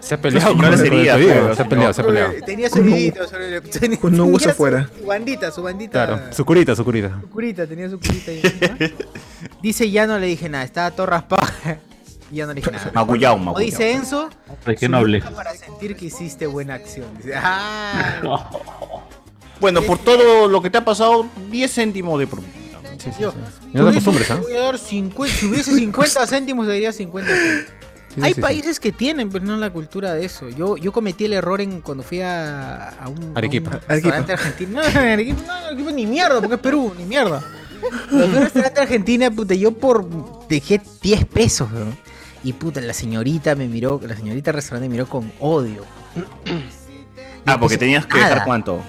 Speaker 2: Se ha peleado
Speaker 8: Señor,
Speaker 2: con el
Speaker 8: sería,
Speaker 2: pedido,
Speaker 8: pero,
Speaker 2: Se ha peleado, se ha peleado.
Speaker 1: tenía su vidito, sobre el- tenía-
Speaker 3: Con un hueso
Speaker 1: tenía su-
Speaker 3: afuera.
Speaker 1: Su bandita, su bandita.
Speaker 2: Claro. Su curita, su curita.
Speaker 1: Su curita, tenía su curita ahí. Dice ya no le dije nada, estaba todo raspado. y ya no le dije nada.
Speaker 8: Magullao,
Speaker 1: Como
Speaker 8: magullao.
Speaker 1: dice Enzo,
Speaker 6: Ay, qué noble.
Speaker 1: "Soluca para sentir que hiciste buena acción. Dice, ah,
Speaker 8: Bueno, por todo lo que te ha pasado, 10 céntimos de promedio.
Speaker 1: yo,
Speaker 8: No te acostumbres, ¿ah?
Speaker 1: voy a dar 50, si hubiese 50 céntimos, le daría 50 céntimos.
Speaker 15: Sí,
Speaker 1: Hay
Speaker 15: sí, sí.
Speaker 1: países que tienen, pero no la cultura de eso. Yo, yo cometí el error en cuando fui a, a un, a
Speaker 2: Arequipa.
Speaker 1: un restaurante argentino. No, Arequipa, no, Arequipa ni mierda, porque es Perú, ni mierda. Pero fui a un restaurante argentino, puta, yo por dejé 10 pesos, bro. Y puta, la señorita me miró, la señorita del restaurante me miró con odio.
Speaker 8: Ah, porque tenías que
Speaker 1: Nada.
Speaker 8: dejar cuánto.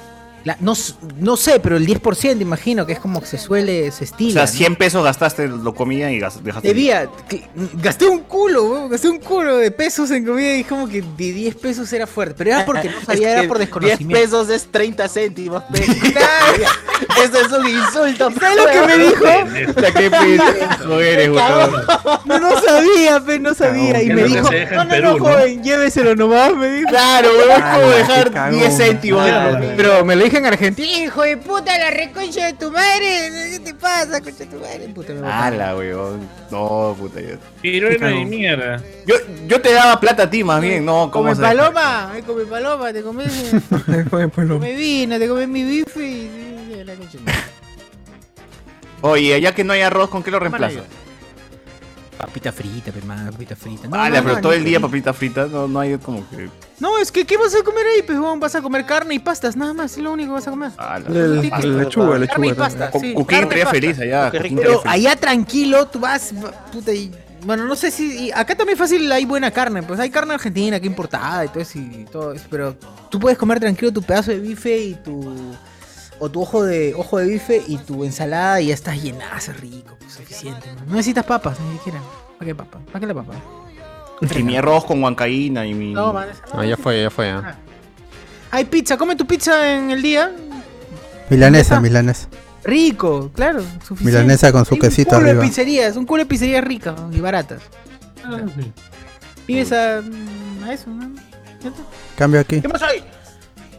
Speaker 1: La- no, s- no sé, pero el 10% imagino que es como que se suele, se
Speaker 8: O
Speaker 1: estila.
Speaker 8: sea,
Speaker 1: ¿no?
Speaker 8: 100 pesos gastaste, lo comía y gas- dejaste.
Speaker 1: Debía, que- gasté un culo, weón, gasté un culo de pesos en comida y como que de 10 pesos era fuerte, pero era porque no sabía, era por desconocimiento.
Speaker 5: 10 pesos es 30 céntimos. pe. Eso es un insulto.
Speaker 1: ¿Sabes lo que me dijo?
Speaker 8: La que pendejo eres, weón.
Speaker 1: No, no sabía, pe, no sabía. Y
Speaker 8: que
Speaker 1: me
Speaker 8: no se
Speaker 1: dijo,
Speaker 8: deja en
Speaker 1: no, no,
Speaker 8: Perú,
Speaker 1: no,
Speaker 8: ¿no?
Speaker 1: joven, lléveselo nomás, me dijo.
Speaker 8: Claro, weón, es como dejar 10 céntimos.
Speaker 2: Pero me lo dije en Argentina.
Speaker 1: Hijo de puta, la reconcha de tu madre, ¿qué te pasa, concha de tu madre? Puta, me botaron.
Speaker 8: Ala, weón. No, puta. yo-
Speaker 6: Pirona de mierda.
Speaker 8: Yo, yo te daba plata a ti más bien, no, ¿cómo
Speaker 1: Come
Speaker 8: se-
Speaker 1: paloma, eh, come paloma, te comes, come vino, te comes mi bife y... y- y la concha de tu madre.
Speaker 8: Oye, ya que no hay arroz, ¿con qué lo reemplazas?
Speaker 1: Papita frita, pe, man, papita frita. No,
Speaker 8: Vale,
Speaker 1: no,
Speaker 8: pero
Speaker 1: no,
Speaker 8: todo
Speaker 1: ni
Speaker 8: el
Speaker 1: que-
Speaker 8: día papita frita, no, no hay como que.
Speaker 1: No, es que ¿qué vas a comer ahí, pues, huevón? Vas a comer carne y pastas, nada más, es lo único que vas a comer.
Speaker 8: Ah, la-
Speaker 1: Carne y
Speaker 8: la-
Speaker 1: pasta.
Speaker 8: la lechuga, la
Speaker 1: Carne y
Speaker 8: lechuga
Speaker 1: pasta,
Speaker 8: también.
Speaker 1: sí.
Speaker 8: Cu- cuquín
Speaker 1: carne y
Speaker 8: ría
Speaker 1: pasta.
Speaker 8: feliz allá, cuquín ría
Speaker 1: Pero
Speaker 8: feliz.
Speaker 1: allá tranquilo, tú vas, va- puta, y... Bueno, no sé si... y acá también fácil hay buena carne, pues hay carne argentina, que importada y todo eso, y todo eso, pero tú puedes comer tranquilo tu pedazo de bife y tu... O tu ojo de ojo de bife y tu ensalada y ya estás llenazo, rico, pues, suficiente. No, No necesitas papas, ni siquiera. ¿Para qué papa? ¿Para qué la papa?
Speaker 8: Y mi arroz con huancaína y mi.
Speaker 1: No, man, esa no.
Speaker 2: Ah, ya fue, ya fue. ah.
Speaker 1: Hay pizza, come tu pizza en el día.
Speaker 4: Milanesa, milanesa.
Speaker 1: Rico, claro, suficiente.
Speaker 4: Milanesa con su
Speaker 1: Hay
Speaker 4: quesito
Speaker 1: Un culo
Speaker 4: arriba.
Speaker 1: de pizzerías, un culo de pizzerías ricas ¿no? y baratas. Vives a, a eso, ¿no? Ya está.
Speaker 4: Cambio aquí.
Speaker 1: ¿Qué más hay?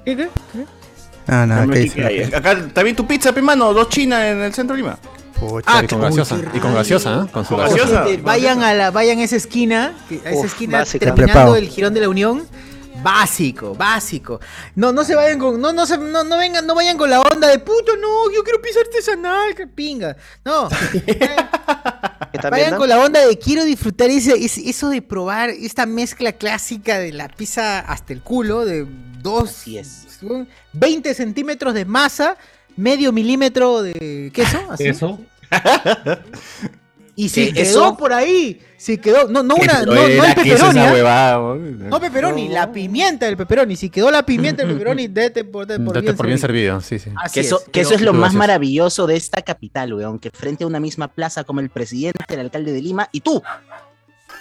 Speaker 1: ¿Qué, qué? ¿Qué?
Speaker 4: Ah, nada,
Speaker 8: Cambio
Speaker 4: ¿qué
Speaker 8: aquí que hay.
Speaker 4: hice?
Speaker 8: Acá también tu pizza, pe, mano, dos chinas en el centro de Lima.
Speaker 2: Ah, y con gaseosa. Y con gaseosa, ¿eh? Con su
Speaker 8: Con
Speaker 2: gaseosa.
Speaker 1: Gente, Este, vayan a la, vayan a esa esquina, que- a esa
Speaker 8: Uf,
Speaker 1: esquina
Speaker 8: básico.
Speaker 1: terminando
Speaker 4: Prepago.
Speaker 1: el girón de la Unión. Básico, básico. No, no se vayan con, no, no se, no, no vengan, no vayan con la onda de puto, no, yo quiero pizza artesanal, que pinga. No. Vayan con la onda de quiero disfrutar ese, ese- eso de probar esta mezcla clásica de la pizza hasta el culo, de dos, 20 centímetros de masa, medio milímetro de queso, así.
Speaker 6: Eso.
Speaker 1: Y se
Speaker 6: ¿Qué
Speaker 1: quedó
Speaker 6: eso?
Speaker 1: por ahí, se quedó, no, no una, no,
Speaker 8: Pero
Speaker 1: no
Speaker 8: era
Speaker 1: el
Speaker 8: queso
Speaker 1: pepperoni,
Speaker 8: esa
Speaker 1: ¿ah?
Speaker 8: huevada, weón.
Speaker 1: no pepperoni, la pimienta del pepperoni, si quedó la pimienta del pepperoni, dete por, dete por
Speaker 2: Date
Speaker 1: bien
Speaker 2: por bien
Speaker 1: servido.
Speaker 2: servido, sí, sí.
Speaker 1: Así
Speaker 5: Que eso,
Speaker 1: es,
Speaker 5: que eso
Speaker 2: pero-
Speaker 5: es lo
Speaker 2: pero
Speaker 5: más
Speaker 2: gracias.
Speaker 5: maravilloso de esta capital, weón. Que frente a una misma plaza como el presidente, el alcalde de Lima y tú,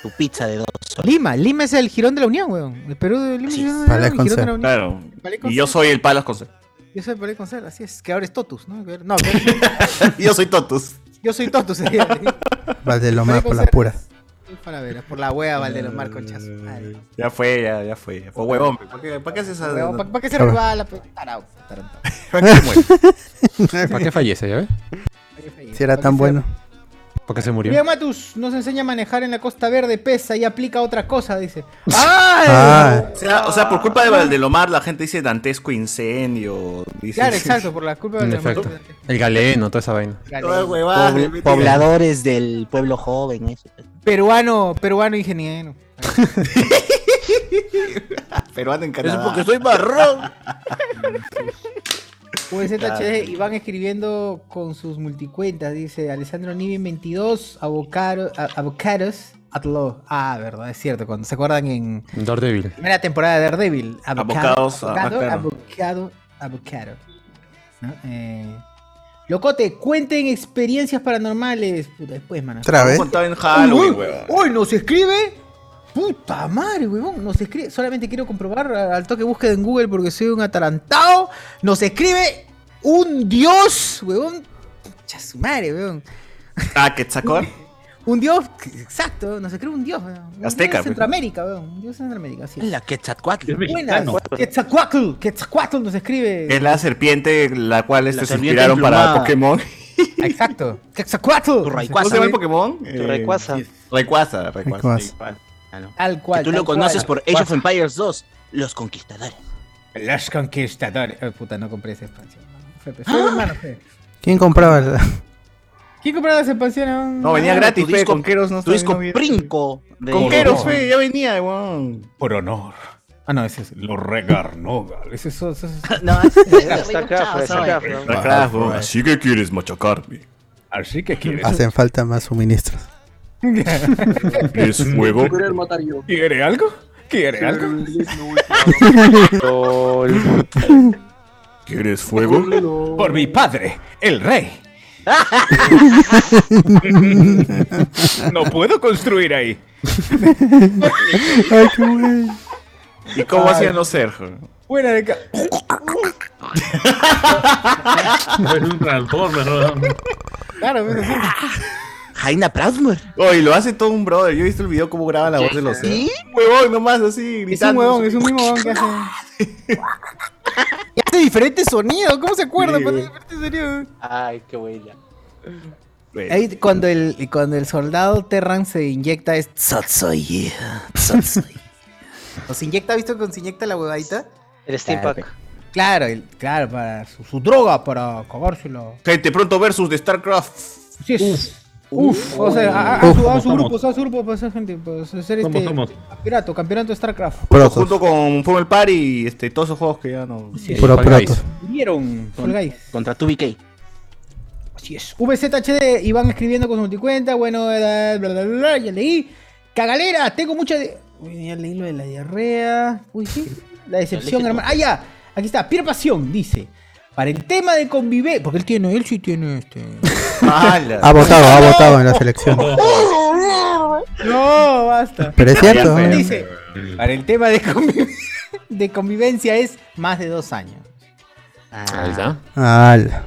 Speaker 5: tu pizza de dos.
Speaker 1: Lima, Lima es el girón de la Unión, weón. El Perú de Lima es el girón de la
Speaker 4: Palais
Speaker 1: Unión, el girón de la Unión.
Speaker 8: Claro.
Speaker 1: Palais con
Speaker 8: Y yo
Speaker 1: sal.
Speaker 8: soy el palas con sal.
Speaker 1: Yo soy Palais con sal, así es. Que ahora es Totus, ¿no? Que- No, que-
Speaker 8: Yo soy Totus.
Speaker 1: yo soy Totus. sería.
Speaker 4: Valdelomar por las puras.
Speaker 1: Falaveras, por la wea, Valdelomar, conchazo. Madre.
Speaker 8: Ya fue, ya, ya fue. ya fue huevón, pe. ¿Para qué, Eh, para qué haces esa.?
Speaker 1: Weón, ¿Para qué se
Speaker 4: A ver.
Speaker 1: resbala? pe? Tarao, tarao.
Speaker 2: ¿Para qué fallece, ya ves?
Speaker 4: Si era tan bueno.
Speaker 2: Porque se murió.
Speaker 1: Bien, Matus nos enseña a manejar en la Costa Verde, pesa y aplica otra cosa, dice.
Speaker 4: Ah,
Speaker 8: O sea, o sea, por culpa de Valdelomar la gente dice dantesco incendio. Dice,
Speaker 1: Claro, exacto, por la culpa
Speaker 2: En
Speaker 1: de
Speaker 2: efecto. El galeno, toda esa vaina.
Speaker 8: Todas
Speaker 1: Galeno.
Speaker 8: huevadas,
Speaker 5: Pobl-
Speaker 8: le meten-
Speaker 5: pobladores del pueblo joven, eso.
Speaker 1: Peruano, peruano ingeniero.
Speaker 8: Peruano en
Speaker 1: Eso
Speaker 8: Canadá.
Speaker 1: es porque
Speaker 8: soy marrón.
Speaker 1: VZHD, Iván eh, escribiendo con sus multicuentas, dice Alessandro Niven 22, avocado, a- avocados at law. Ah, verdad, es cierto, cuando se acuerdan en
Speaker 2: Daredevil.
Speaker 1: primera temporada de Daredevil.
Speaker 8: Avocados, ah,
Speaker 1: avocado,
Speaker 8: claro.
Speaker 1: avocado, avocado. ¿No? Eh, Locote, cuenten experiencias paranormales. Puta, después, mano.
Speaker 4: Otra vez.
Speaker 8: Contaba en Halloween,
Speaker 1: Uy,
Speaker 8: huevón.
Speaker 1: uy, nos escribe. Puta madre, huevón. Nos escribe. Solamente quiero comprobar a- al toque búsqueda en Google porque soy un atarantado. Nos escribe un dios, huevón. Pucha su madre, huevón.
Speaker 8: Ah, Quetzalcóatl.
Speaker 1: Un dios, exacto, nos escribe un dios, huevón. Un
Speaker 8: Azteca, pues.
Speaker 1: dios
Speaker 8: huevón.
Speaker 1: de Centroamérica, huevón. Un dios de Centroamérica, sí.
Speaker 5: La Quetzalcoatl.
Speaker 6: Es
Speaker 1: Buenas.
Speaker 6: mexicano.
Speaker 1: Quetzalcoatl, Quetzalcoatl nos escribe.
Speaker 8: Es la serpiente la cual este, se
Speaker 5: serpiente
Speaker 8: inspiraron para
Speaker 5: emplumada.
Speaker 8: Pokémon.
Speaker 1: Exacto. ¡Quexacuatl!
Speaker 8: ¿Cómo se llama el Pokémon? Eh, Rayquaza, Rayquaza.
Speaker 5: Rayquaza.
Speaker 8: sí, pa-
Speaker 1: Tal cual.
Speaker 5: Que tú lo
Speaker 1: tal cual.
Speaker 5: conoces por Age of Empires 2, Los Conquistadores.
Speaker 1: Los conquistadores. Ay, puta, no compré esa expansión. Fue, fue, fue, hermano, fue.
Speaker 4: ¿Quién compraba la-
Speaker 1: ¿Quién compraba esa expansión? ah?
Speaker 8: No, venía gratis, fe, con Keros no
Speaker 1: tu disco
Speaker 5: Princo.
Speaker 8: Con Keros, fe, ya venía, weón.
Speaker 1: Por honor. Ah, no, ese es Los Regarnogal. Ese es. Ese es... pues.
Speaker 5: no,
Speaker 9: pues,
Speaker 13: pues,
Speaker 8: Starcraft, weón.
Speaker 16: Así que quieres machacarme.
Speaker 1: Así que quieres.
Speaker 4: Hacen falta más suministros.
Speaker 16: Es un juego.
Speaker 13: Querer matar yo.
Speaker 1: ¿Quiere algo? ¿Quiere algo?
Speaker 16: ¿Quieres fuego?
Speaker 1: Por mi padre, el rey. no puedo construir ahí.
Speaker 4: Ay, qué bueno.
Speaker 8: ¿Y cómo
Speaker 1: Ay.
Speaker 8: hacía no ser? joder?
Speaker 1: Fuera de acá.
Speaker 6: Es un transformer, weón.
Speaker 1: Claro, pero sí.
Speaker 5: Jaina Proudmoore.
Speaker 8: Oye, lo hace todo un brother. Yo he visto el video cómo graba la voz de los.
Speaker 1: ¿Sí?
Speaker 8: Huevón, nomás así,
Speaker 1: Es un
Speaker 8: gritando.
Speaker 1: huevón, es un mismo huevón que hace. Y hace diferentes sonidos, ¿cómo se acuerda? pues?
Speaker 8: Sí,
Speaker 1: Pero-
Speaker 8: güey.
Speaker 9: Pues,
Speaker 5: Ay, qué buena.
Speaker 1: Ahí cuando el, cuando el soldado Terran se inyecta es Tsotsoye. Tsotsoye. O se inyecta, ¿visto con se inyecta la huevadita?
Speaker 7: El
Speaker 1: Claro, claro, el- claro, para su, su droga, para cagárselo.
Speaker 8: Gente, pronto versus de StarCraft.
Speaker 1: Sí es. Uf, o sea, a, a- a su, a su grupo, a su grupo, pues a gente, pues a ser este
Speaker 8: Somos, somos.
Speaker 1: campeonato, campeonato de StarCraft.
Speaker 8: Junto con Pummel Party y este, todos esos juegos que ya no.
Speaker 1: Sí,
Speaker 8: Eh,
Speaker 1: Puro
Speaker 8: Fall Guys.
Speaker 4: proto.
Speaker 1: Vieron, Fall Guys.
Speaker 5: Contra tu BK.
Speaker 1: Así es. VZHD, Iván escribiendo con su multicuenta. Bueno, bla, bla, bla, bla, ya leí. Cagalera, tengo mucha. di- Uy, ya leí lo de la diarrea. Uy, sí. La decepción,
Speaker 15: Elige
Speaker 1: hermano. Ah, ya. Aquí está. Pier Pasión dice. Para el tema de convivencia. Porque él tiene, él sí tiene este.
Speaker 4: Ha votado, ha votado en la selección.
Speaker 1: No, basta.
Speaker 4: Pero es cierto,
Speaker 1: Él
Speaker 4: ¿eh?
Speaker 1: Dice, para el tema de, conviv- de convivencia es más de dos años.
Speaker 2: Ahí está.
Speaker 4: Al.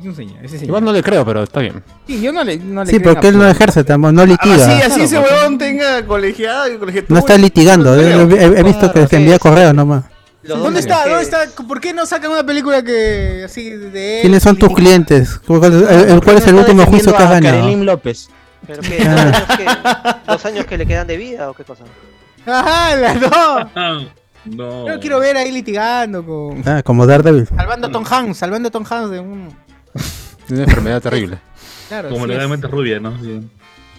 Speaker 1: Es un señor, ese señor.
Speaker 2: Igual no le creo, pero está bien.
Speaker 1: Sí, yo no le, no le
Speaker 4: Sí,
Speaker 1: creo
Speaker 4: porque él
Speaker 1: nada.
Speaker 4: no ejerce tampoco, no
Speaker 8: Ah, sí,
Speaker 4: litiga.
Speaker 8: así ese huevón tenga colegiado y colegiatura.
Speaker 4: No está litigando, eh,
Speaker 8: No
Speaker 4: he,
Speaker 8: creo.
Speaker 4: he- he visto que te envía correo nomás.
Speaker 1: ¿Dónde está? ¿Dónde está? ¿Por qué no sacan una película que así de él?
Speaker 4: ¿Quiénes son tus clientes? ¿Cuál, el- el- cuál es el último juicio que has ganado?
Speaker 5: López.
Speaker 7: ¿Pero qué? ¿Dos años, que, ¿Dos años que le quedan de vida o qué cosa?
Speaker 1: Ajá, las dos.
Speaker 6: No.
Speaker 1: Yo quiero ver ahí litigando con.
Speaker 4: Ah, como Daredevil.
Speaker 1: Salvando a Tom
Speaker 8: Mm.
Speaker 1: Hanks, salvando a Tom Hanks de un.
Speaker 2: Tiene una enfermedad terrible.
Speaker 1: Claro,
Speaker 6: Como
Speaker 1: sí,
Speaker 6: legalmente rubia, ¿no? Sí.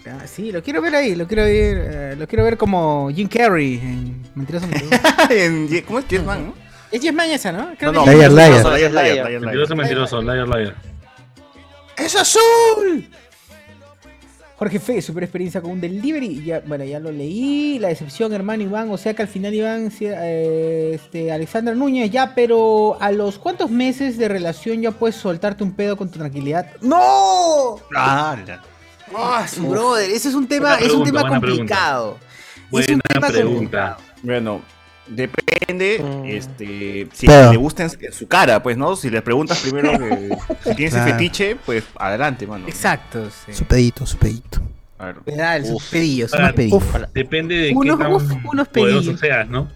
Speaker 1: es- ah, sí, lo quiero ver ahí, lo quiero ver, eh, lo quiero ver como Jim Carrey en Mentiroso Mentiroso.
Speaker 8: En- ¿Cómo es Yes Man, no?
Speaker 1: es Yes Man esa, ¿no? Creo
Speaker 8: No,
Speaker 1: que-
Speaker 8: no,
Speaker 4: Liar,
Speaker 8: mentiroso,
Speaker 4: liar.
Speaker 8: liar, liar, liar, liar.
Speaker 6: Mentiroso, mentiroso, liar, liar.
Speaker 1: ¡Es azul! Jorge Fe, super experiencia con un delivery. Ya, bueno, ya lo leí. La decepción, hermano Iván. O sea que al final Iván, sí, eh, este, Alexander Núñez, ya, pero a los cuántos meses de relación ya puedes soltarte un pedo con tu tranquilidad. ¡No! Ah, su brother, ese es un tema,
Speaker 8: Buena
Speaker 1: es un
Speaker 8: pregunta,
Speaker 1: tema
Speaker 8: buena pregunta.
Speaker 1: complicado. Es
Speaker 8: Buena
Speaker 1: un tema Mm.
Speaker 8: pregunta. Bueno, depende, este, si
Speaker 4: Pero-
Speaker 8: le gusta en, en su cara, pues, ¿no? Si le preguntas primero que si tienes ese
Speaker 4: Claro.
Speaker 8: fetiche, pues adelante, mano.
Speaker 1: Exacto, sí.
Speaker 4: Su pedito, su pedito.
Speaker 8: Claro.
Speaker 1: Le da el- sus
Speaker 8: Uf.
Speaker 1: pedillos, son
Speaker 6: Claro.
Speaker 1: los pedillos.
Speaker 6: Uf. Depende de
Speaker 1: Unos-
Speaker 6: qué tan
Speaker 1: uf, unos
Speaker 6: poderoso
Speaker 1: pedillos.
Speaker 6: seas, ¿no?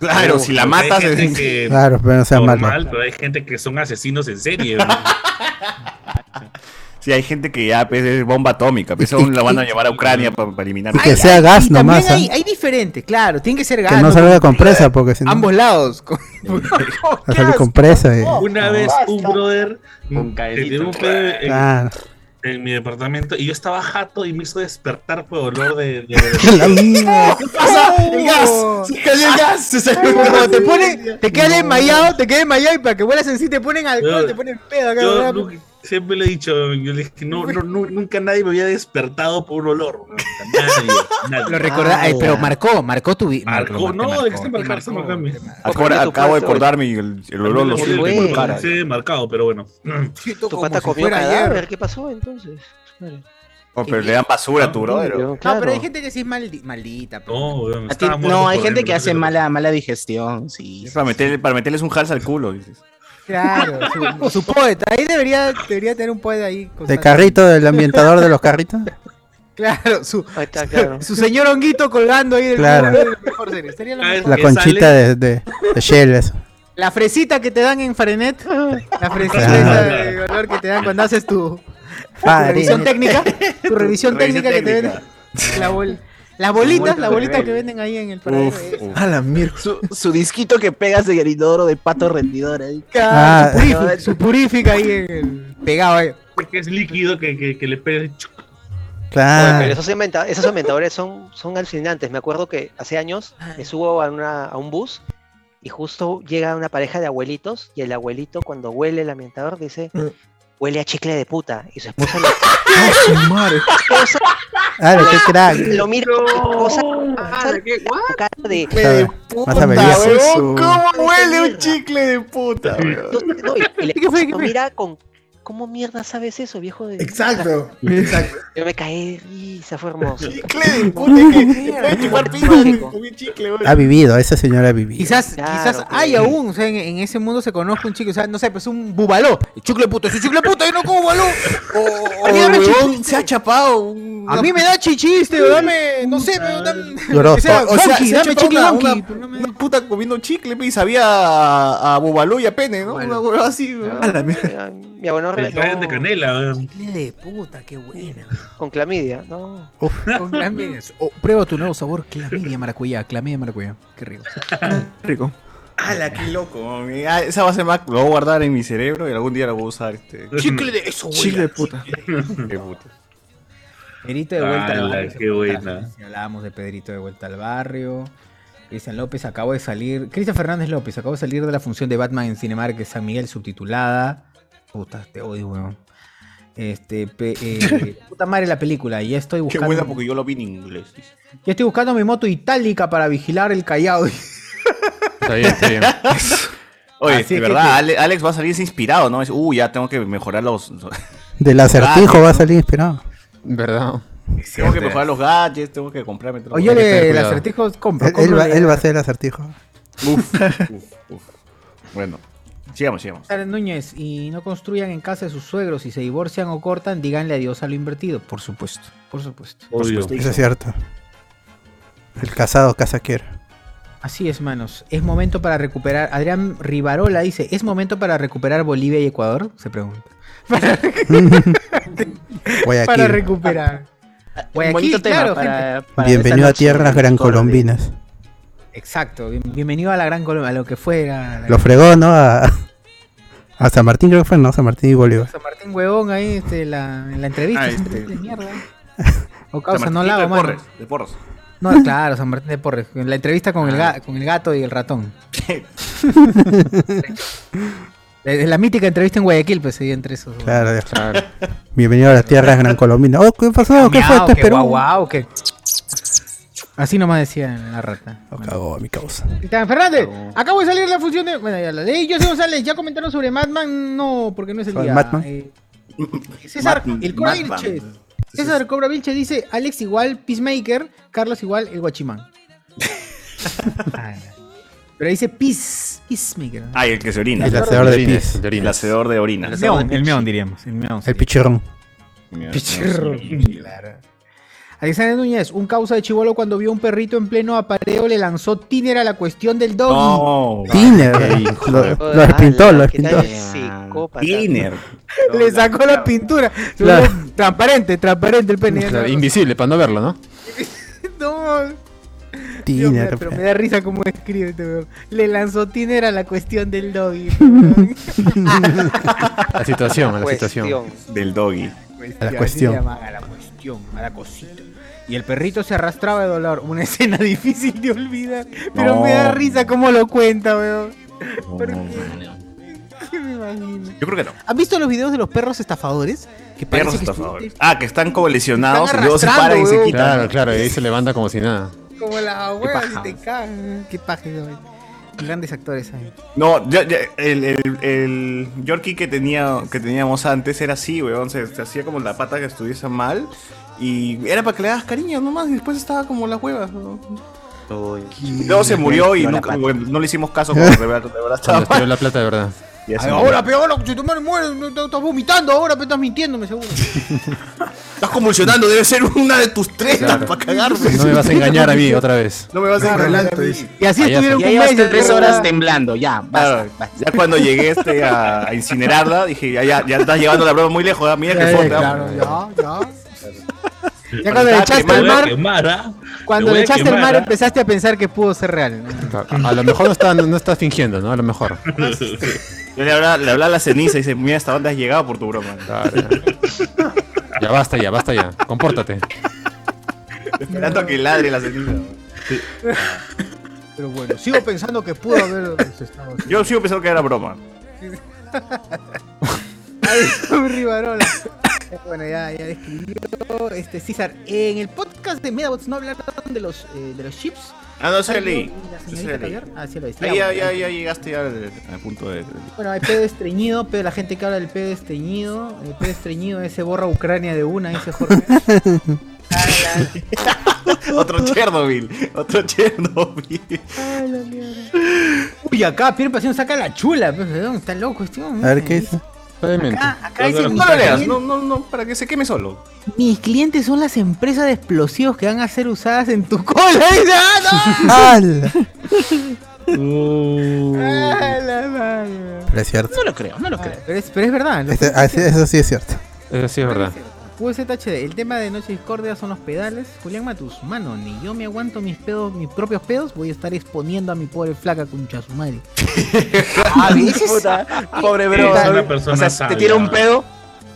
Speaker 8: Claro, si la
Speaker 6: porque hay
Speaker 8: matas,
Speaker 6: gente
Speaker 8: es-
Speaker 6: que-
Speaker 4: Claro, pero no sea
Speaker 6: normal,
Speaker 4: malo.
Speaker 6: pero hay gente que son asesinos en serie.
Speaker 8: Ah,
Speaker 6: ¿no?
Speaker 8: Si hay gente que ya pues, es bomba atómica, pues, aún la van a llevar a Ucrania para, eliminar.
Speaker 4: Y que sea gas
Speaker 1: Y también
Speaker 4: nomás. ¿ah?
Speaker 1: hay, hay diferente, claro, tiene que ser gas.
Speaker 4: Que no
Speaker 1: ¿no?
Speaker 4: salga con presa, porque si no.
Speaker 1: Ambos lados. con- Oh,
Speaker 4: Va a salir con presa. eh.
Speaker 6: Una vez un brother que dio un pedo en,
Speaker 4: Claro.
Speaker 6: en mi departamento y yo estaba jato y me hizo despertar por olor de. de-
Speaker 4: La mierda.
Speaker 8: ¿Qué pasa? ¡El gas! ¡Se
Speaker 1: Ah.
Speaker 8: cayó el gas! ¡Se salió el
Speaker 1: Cuando
Speaker 8: gas!
Speaker 1: te pone, te quedas desmayado, te quedas desmayado y para que vuelas en sí te ponen alcohol,
Speaker 6: Yo-
Speaker 1: te ponen pedo acá.
Speaker 6: Yo
Speaker 1: ¿verdad?
Speaker 6: nunca- siempre le he dicho, yo le dije, no, no, nu- nunca nadie me había despertado por un olor. ¿no? Nadie, nadie.
Speaker 1: Lo recordás, ay, pero marcó, marcó tu vida.
Speaker 6: Marcó, no, este dejaste marcar, está marcando.
Speaker 8: Acora- acabo de acordarme y el, el olor lo
Speaker 6: Sí,
Speaker 8: siento
Speaker 6: sí,
Speaker 8: en mi cara.
Speaker 6: Sí, marcado, pero bueno.
Speaker 7: Tu pata comió cadáver, ¿qué pasó entonces?
Speaker 8: Oh, pero le dan basura a tu brother.
Speaker 7: Yo,
Speaker 1: No, pero
Speaker 7: claro.
Speaker 1: hay gente que sí es maldi- maldita. pues.
Speaker 6: No, weón,
Speaker 5: A ti-
Speaker 6: estaba muerto
Speaker 5: no, hay
Speaker 6: por
Speaker 5: gente
Speaker 6: dentro,
Speaker 5: que
Speaker 6: no
Speaker 5: hace
Speaker 6: sé.
Speaker 5: mala, mala digestión, sí.
Speaker 8: Es Para, meterle- para meterles un hals al culo. dices.
Speaker 1: Claro, su, su poeta. Ahí debería, debería tener un poeta ahí.
Speaker 4: De
Speaker 1: constante.
Speaker 4: carrito, del ambientador de los carritos.
Speaker 1: Claro, su,
Speaker 7: Ahí está, claro.
Speaker 1: su señor honguito colgando ahí del
Speaker 4: Claro.
Speaker 1: culo, mejor sería, sería lo
Speaker 6: Ah,
Speaker 1: mejor.
Speaker 4: La
Speaker 6: Que
Speaker 4: conchita
Speaker 6: sale-
Speaker 4: de, de, de Shell, eso.
Speaker 1: La fresita que te dan en Farenet. La fresita
Speaker 4: Claro.
Speaker 1: esa de olor que te dan cuando haces tu, Tu revisión técnica. Tu revisión
Speaker 15: Revisión
Speaker 1: técnica que te
Speaker 15: técnica.
Speaker 1: venden. La bol- las bolitas,
Speaker 5: Vuelta
Speaker 1: las
Speaker 5: de
Speaker 1: bolitas
Speaker 5: nivel.
Speaker 1: que venden ahí en el paradero.
Speaker 3: A la mierda.
Speaker 5: Su, su disquito que pegas de garidoro de pato rendidor. ahí.
Speaker 1: Ah, su purifi-
Speaker 5: Su
Speaker 1: purifica ahí eh. en el. Pegado eh. ahí.
Speaker 6: Porque es líquido que, que, que le pega.
Speaker 4: Ah.
Speaker 7: Oye, pero esos, inventa- esos inventadores son, son alucinantes. Me acuerdo que hace años
Speaker 4: Ah.
Speaker 7: me subo a, una- a un bus y justo llega una pareja de abuelitos y el abuelito cuando huele el ambientador dice,
Speaker 4: Ah.
Speaker 7: huele a chicle de puta. Y su esposa lo,
Speaker 4: Claro, qué Ah, crack.
Speaker 7: lo mira con cosa, con cara de...
Speaker 4: Más habilidoso.
Speaker 7: huele un
Speaker 8: chicle de puta, weón?
Speaker 7: No, y, y le- lo mira con... ¿Cómo mierda sabes eso, viejo? De...
Speaker 17: Exacto,
Speaker 7: exacto. Yo me caí de risa, fue hermoso.
Speaker 8: Chicle de puta, que puede chupar pico con un chicle, weón.
Speaker 4: Ha vivido, esa señora ha vivido.
Speaker 1: Quizás, quizás hay aún, o sea, en, en ese mundo se conozca un chico, o sea, no sé, pues un bubaló. El chicle puto, ese chicle puto, yo no como bubaló.
Speaker 8: O,
Speaker 1: A mí dame
Speaker 8: huevón,
Speaker 1: chichiste.
Speaker 8: se ha chapado.
Speaker 1: A mí me da chichiste, o Este, dame, no sé, pero dame.
Speaker 4: Grosso.
Speaker 1: que sea
Speaker 8: O sea,
Speaker 1: wonky,
Speaker 8: se ha
Speaker 1: dame
Speaker 8: chupado
Speaker 1: chicle
Speaker 8: una,
Speaker 1: wonky.
Speaker 8: una- una puta comiendo chicle pe, y sabía a, a Bubalú y a Pene, ¿no? Una hueva así.
Speaker 1: Ah,
Speaker 8: weón.
Speaker 7: Mi abuelo
Speaker 6: El traje de canela, weón.
Speaker 1: de puta, qué buena.
Speaker 7: Con clamidia, no.
Speaker 1: Con clamidia. Oh, prueba tu nuevo sabor, clamidia maracuyá, clamidia maracuyá. Qué rico.
Speaker 3: Rico.
Speaker 8: ¡Hala, qué loco! mi- ah, Esa base Mac lo voy a guardar en mi cerebro y algún día la voy a usar. Este.
Speaker 1: Chicle de- eso, güey.
Speaker 8: Chicle de puta.
Speaker 1: Qué Pedrito de vuelta al barrio. Hablábamos de Pedrito de vuelta al barrio. Cristian López acabó de salir. Cristian Fernández López acabó de salir de la función de Batman en Cinemark de San Miguel subtitulada. Puta, te odio, weón. Este, pe- eh, puta madre la película. Y ya estoy
Speaker 8: Qué
Speaker 1: buscando.
Speaker 8: buena porque yo lo vi en inglés.
Speaker 1: Ya estoy buscando mi moto itálica para vigilar el callado.
Speaker 8: Está bien, está bien.
Speaker 1: Así
Speaker 8: Oye, de
Speaker 1: es que
Speaker 8: verdad,
Speaker 1: te-
Speaker 8: Ale- Alex va a salirse inspirado, ¿no? Es, uh, ya tengo que mejorar los.
Speaker 4: Del acertijo va a salir inspirado.
Speaker 2: ¿Verdad?
Speaker 8: Tengo que mejorar los gadgets, tengo que comprarme. otro-
Speaker 1: Oye, el acertijo compra.
Speaker 4: Él, él va, él va a ser el acertijo.
Speaker 8: Uf, uf, uf. Bueno, sigamos, sigamos.
Speaker 1: Sara Núñez, y no construyan en casa de sus suegros, si se divorcian o cortan, díganle adiós a lo invertido. Por supuesto, por supuesto. Por supuesto.
Speaker 4: Eso es cierto. El casado casa quiere.
Speaker 1: Así es, manos. Es momento para recuperar. Adrián Rivarola dice: ¿Es momento para recuperar Bolivia y Ecuador? Se pregunta. Para,
Speaker 4: Guayaquil.
Speaker 1: para recuperar. Guayaquil,
Speaker 5: Ah, bonito tema
Speaker 1: claro,
Speaker 5: para-
Speaker 1: gente.
Speaker 4: Bienvenido a tierras gran colombinas.
Speaker 1: Exacto, bien- bienvenido a la Gran Colombia, a lo que fuera. a la-
Speaker 4: Lo fregó, ¿no? A, a San Martín creo que fue, ¿no? San Martín y Bolívar.
Speaker 1: San Martín Huevón ahí este, la- en la entrevista.
Speaker 8: Ah,
Speaker 1: siempre
Speaker 8: este.
Speaker 1: dice mierda. O
Speaker 8: San
Speaker 1: causa,
Speaker 8: Martín
Speaker 1: no la hago,
Speaker 8: de
Speaker 1: mano.
Speaker 8: porros, de porros.
Speaker 1: No, claro, San Martín de Porres. En la entrevista con, el, ga- con el gato y el ratón. la, la mítica entrevista en Guayaquil, pues se dio entre esos.
Speaker 4: Claro, ya. Bienvenido a las tierras gran colombinas. Oh, ¿qué pasó? ¿Qué fue?
Speaker 1: Miau,
Speaker 4: Esto es
Speaker 1: que
Speaker 4: Perú.
Speaker 1: guau, guau, que... Así nomás decía la rata.
Speaker 4: Lo cagó mi causa.
Speaker 1: Cristian Fernández, acabo de salir la función de. Bueno, ya la leí. José González, ya comentaron sobre Madman. No, porque no es el
Speaker 4: Sobre
Speaker 1: día.
Speaker 4: Madman.
Speaker 1: Eh, César,
Speaker 4: Madman,
Speaker 1: el Cobra
Speaker 4: Madman.
Speaker 1: Vilches. César Cobra Vilches dice: Alex igual, Peacemaker. Carlos igual, el Guachimán. Ah, Pero dice Peace, Peacemaker.
Speaker 8: Ah, y el que se orina.
Speaker 4: El hacedor de pis.
Speaker 8: El hacedor de orina.
Speaker 1: El hacedor de pis. El meón, diríamos, el meón.
Speaker 4: El pichirrón.
Speaker 1: Pichirro. Claro. Alexander Núñez, un causa de chivolo cuando vio un perrito en pleno apareo le lanzó tiner a la cuestión del doggy.
Speaker 4: Tiner. eh. Lo, lo espintó, lo espintó.
Speaker 8: Tiner.
Speaker 1: Le sacó la pintura. Se
Speaker 2: Claro.
Speaker 1: volvió Transparente, transparente el pene.
Speaker 2: Claro, invisible, para no verlo, ¿no?
Speaker 1: No, Dios mío,
Speaker 2: Tiner.
Speaker 1: pero me da risa cómo escribe este weón. Le lanzó Tiner a la cuestión del doggy. weón.
Speaker 2: La situación, la situación.
Speaker 8: Del doggy.
Speaker 1: Cuestión, así se llama, A la cuestión, a la cosita. Y el perrito se arrastraba de dolor. Una escena difícil de olvidar. Pero
Speaker 8: No.
Speaker 1: me da risa cómo lo cuenta, weón. ¿Por
Speaker 8: No,
Speaker 1: qué? ¿Qué me imagino?
Speaker 8: Yo creo que no.
Speaker 1: ¿Han visto los videos de los perros estafadores? Que parece
Speaker 8: Perros
Speaker 1: que
Speaker 8: estafadores. Ah, que están como lesionados
Speaker 1: Están
Speaker 8: y luego se
Speaker 1: arrastrando,
Speaker 8: paran y se
Speaker 1: weón.
Speaker 8: quitan.
Speaker 2: Claro, claro, y ahí se levanta como si nada.
Speaker 1: Como la
Speaker 8: hueva,
Speaker 1: hueva
Speaker 8: paja.
Speaker 1: si te cagan. Qué página, Grandes actores ahí.
Speaker 8: No, ya- ya, el, el, el Yorkie que, tenía, que teníamos antes era así, weón. Se, se hacía como la pata que estuviese mal. Y era para que le hagas cariño nomás. Y después estaba como las huevas. ¿no? Y luego se murió y nunca- bueno, no le hicimos caso. Como de verdad, de verdad estaba
Speaker 2: Cuando estiró
Speaker 8: mal.
Speaker 2: la plata, de verdad.
Speaker 8: Y así
Speaker 1: Ay,
Speaker 8: murió.
Speaker 1: ahora, peor, si tu madre muere, no, estás vomitando ahora, pero estás mintiéndome, seguro.
Speaker 8: Estás convulsionando, debe ser una de tus tretas para cagarme.
Speaker 2: No me vas a engañar a mí otra vez.
Speaker 8: No me vas a engañar. a mí.
Speaker 5: Y así estuvieron un mes de tres horas temblando, ya, basta.
Speaker 8: Claro, ya cuando llegué este, a, a incinerarla, dije, ya, ya, ya estás llevando la broma muy lejos, ¿ah? mira que
Speaker 1: Ya,
Speaker 8: fuerte.
Speaker 1: claro,
Speaker 8: ¿ah?
Speaker 1: ya, ya. Ya cuando le echaste al mar, cuando le echaste
Speaker 8: ¿ah?
Speaker 1: al mar empezaste a pensar que pudo ser real. ¿no?
Speaker 2: A a lo mejor no estás no estás fingiendo, ¿no? A lo mejor.
Speaker 8: Yo le hablaba, le hablaba a la ceniza y dice, mira hasta dónde has llegado por tu broma.
Speaker 2: Ya basta ya, basta ya. Compórtate.
Speaker 8: Esperando a que ladre la ceniza.
Speaker 1: Pero bueno, sigo pensando que pudo haber estado así.
Speaker 8: Yo sigo pensando que era broma.
Speaker 1: Ay, Rivarola. Bueno, ya, ya describió este César. En el podcast de Medabots no hablaron de los eh, de los chips.
Speaker 8: Ah, no, se leí.
Speaker 1: ¿Y la
Speaker 8: Sí,
Speaker 1: señorita
Speaker 8: leí.
Speaker 1: Caviar? Ah, sí lo decía.
Speaker 8: Ahí ya,
Speaker 1: Bueno,
Speaker 8: ya, ya llegaste ya al al punto de...
Speaker 1: Bueno, hay pedo estreñido, pero la gente que habla del pedo estreñido, el pedo estreñido ese borra Ucrania de una, dice Jorge.
Speaker 8: otro Chernobyl, otro Chernobyl.
Speaker 1: Uy, acá Pierre Pasión saca la chula, pues, ¿de dónde está loco este hombre?
Speaker 4: A ver qué dice.
Speaker 1: Acá, acá
Speaker 8: No
Speaker 1: dice,
Speaker 8: lo
Speaker 1: mis,
Speaker 8: leas,
Speaker 1: clientes-
Speaker 8: no, no, no, para que se queme solo.
Speaker 1: mis clientes son las empresas de explosivos que van a ser usadas en tu cola. Dice, ¡ah,
Speaker 4: ¡Al!
Speaker 1: no! ¡Ah, la madre!
Speaker 4: Pero es cierto.
Speaker 5: No lo creo, no lo creo.
Speaker 1: Pero es, pero es verdad. ¿no?
Speaker 4: Este- ah, sí, eso sí es cierto.
Speaker 2: Eso sí es verdad.
Speaker 1: USHD, el tema de Noche Discordia son los pedales. Julián Matus, mano, ni yo me aguanto mis pedos, mis propios pedos, voy a estar exponiendo a mi pobre flaca concha su madre.
Speaker 17: Ah, ese es- Pobre bro.
Speaker 6: Es una
Speaker 17: ¿no?
Speaker 6: persona
Speaker 17: o sea, te
Speaker 6: sabia.
Speaker 17: tira un pedo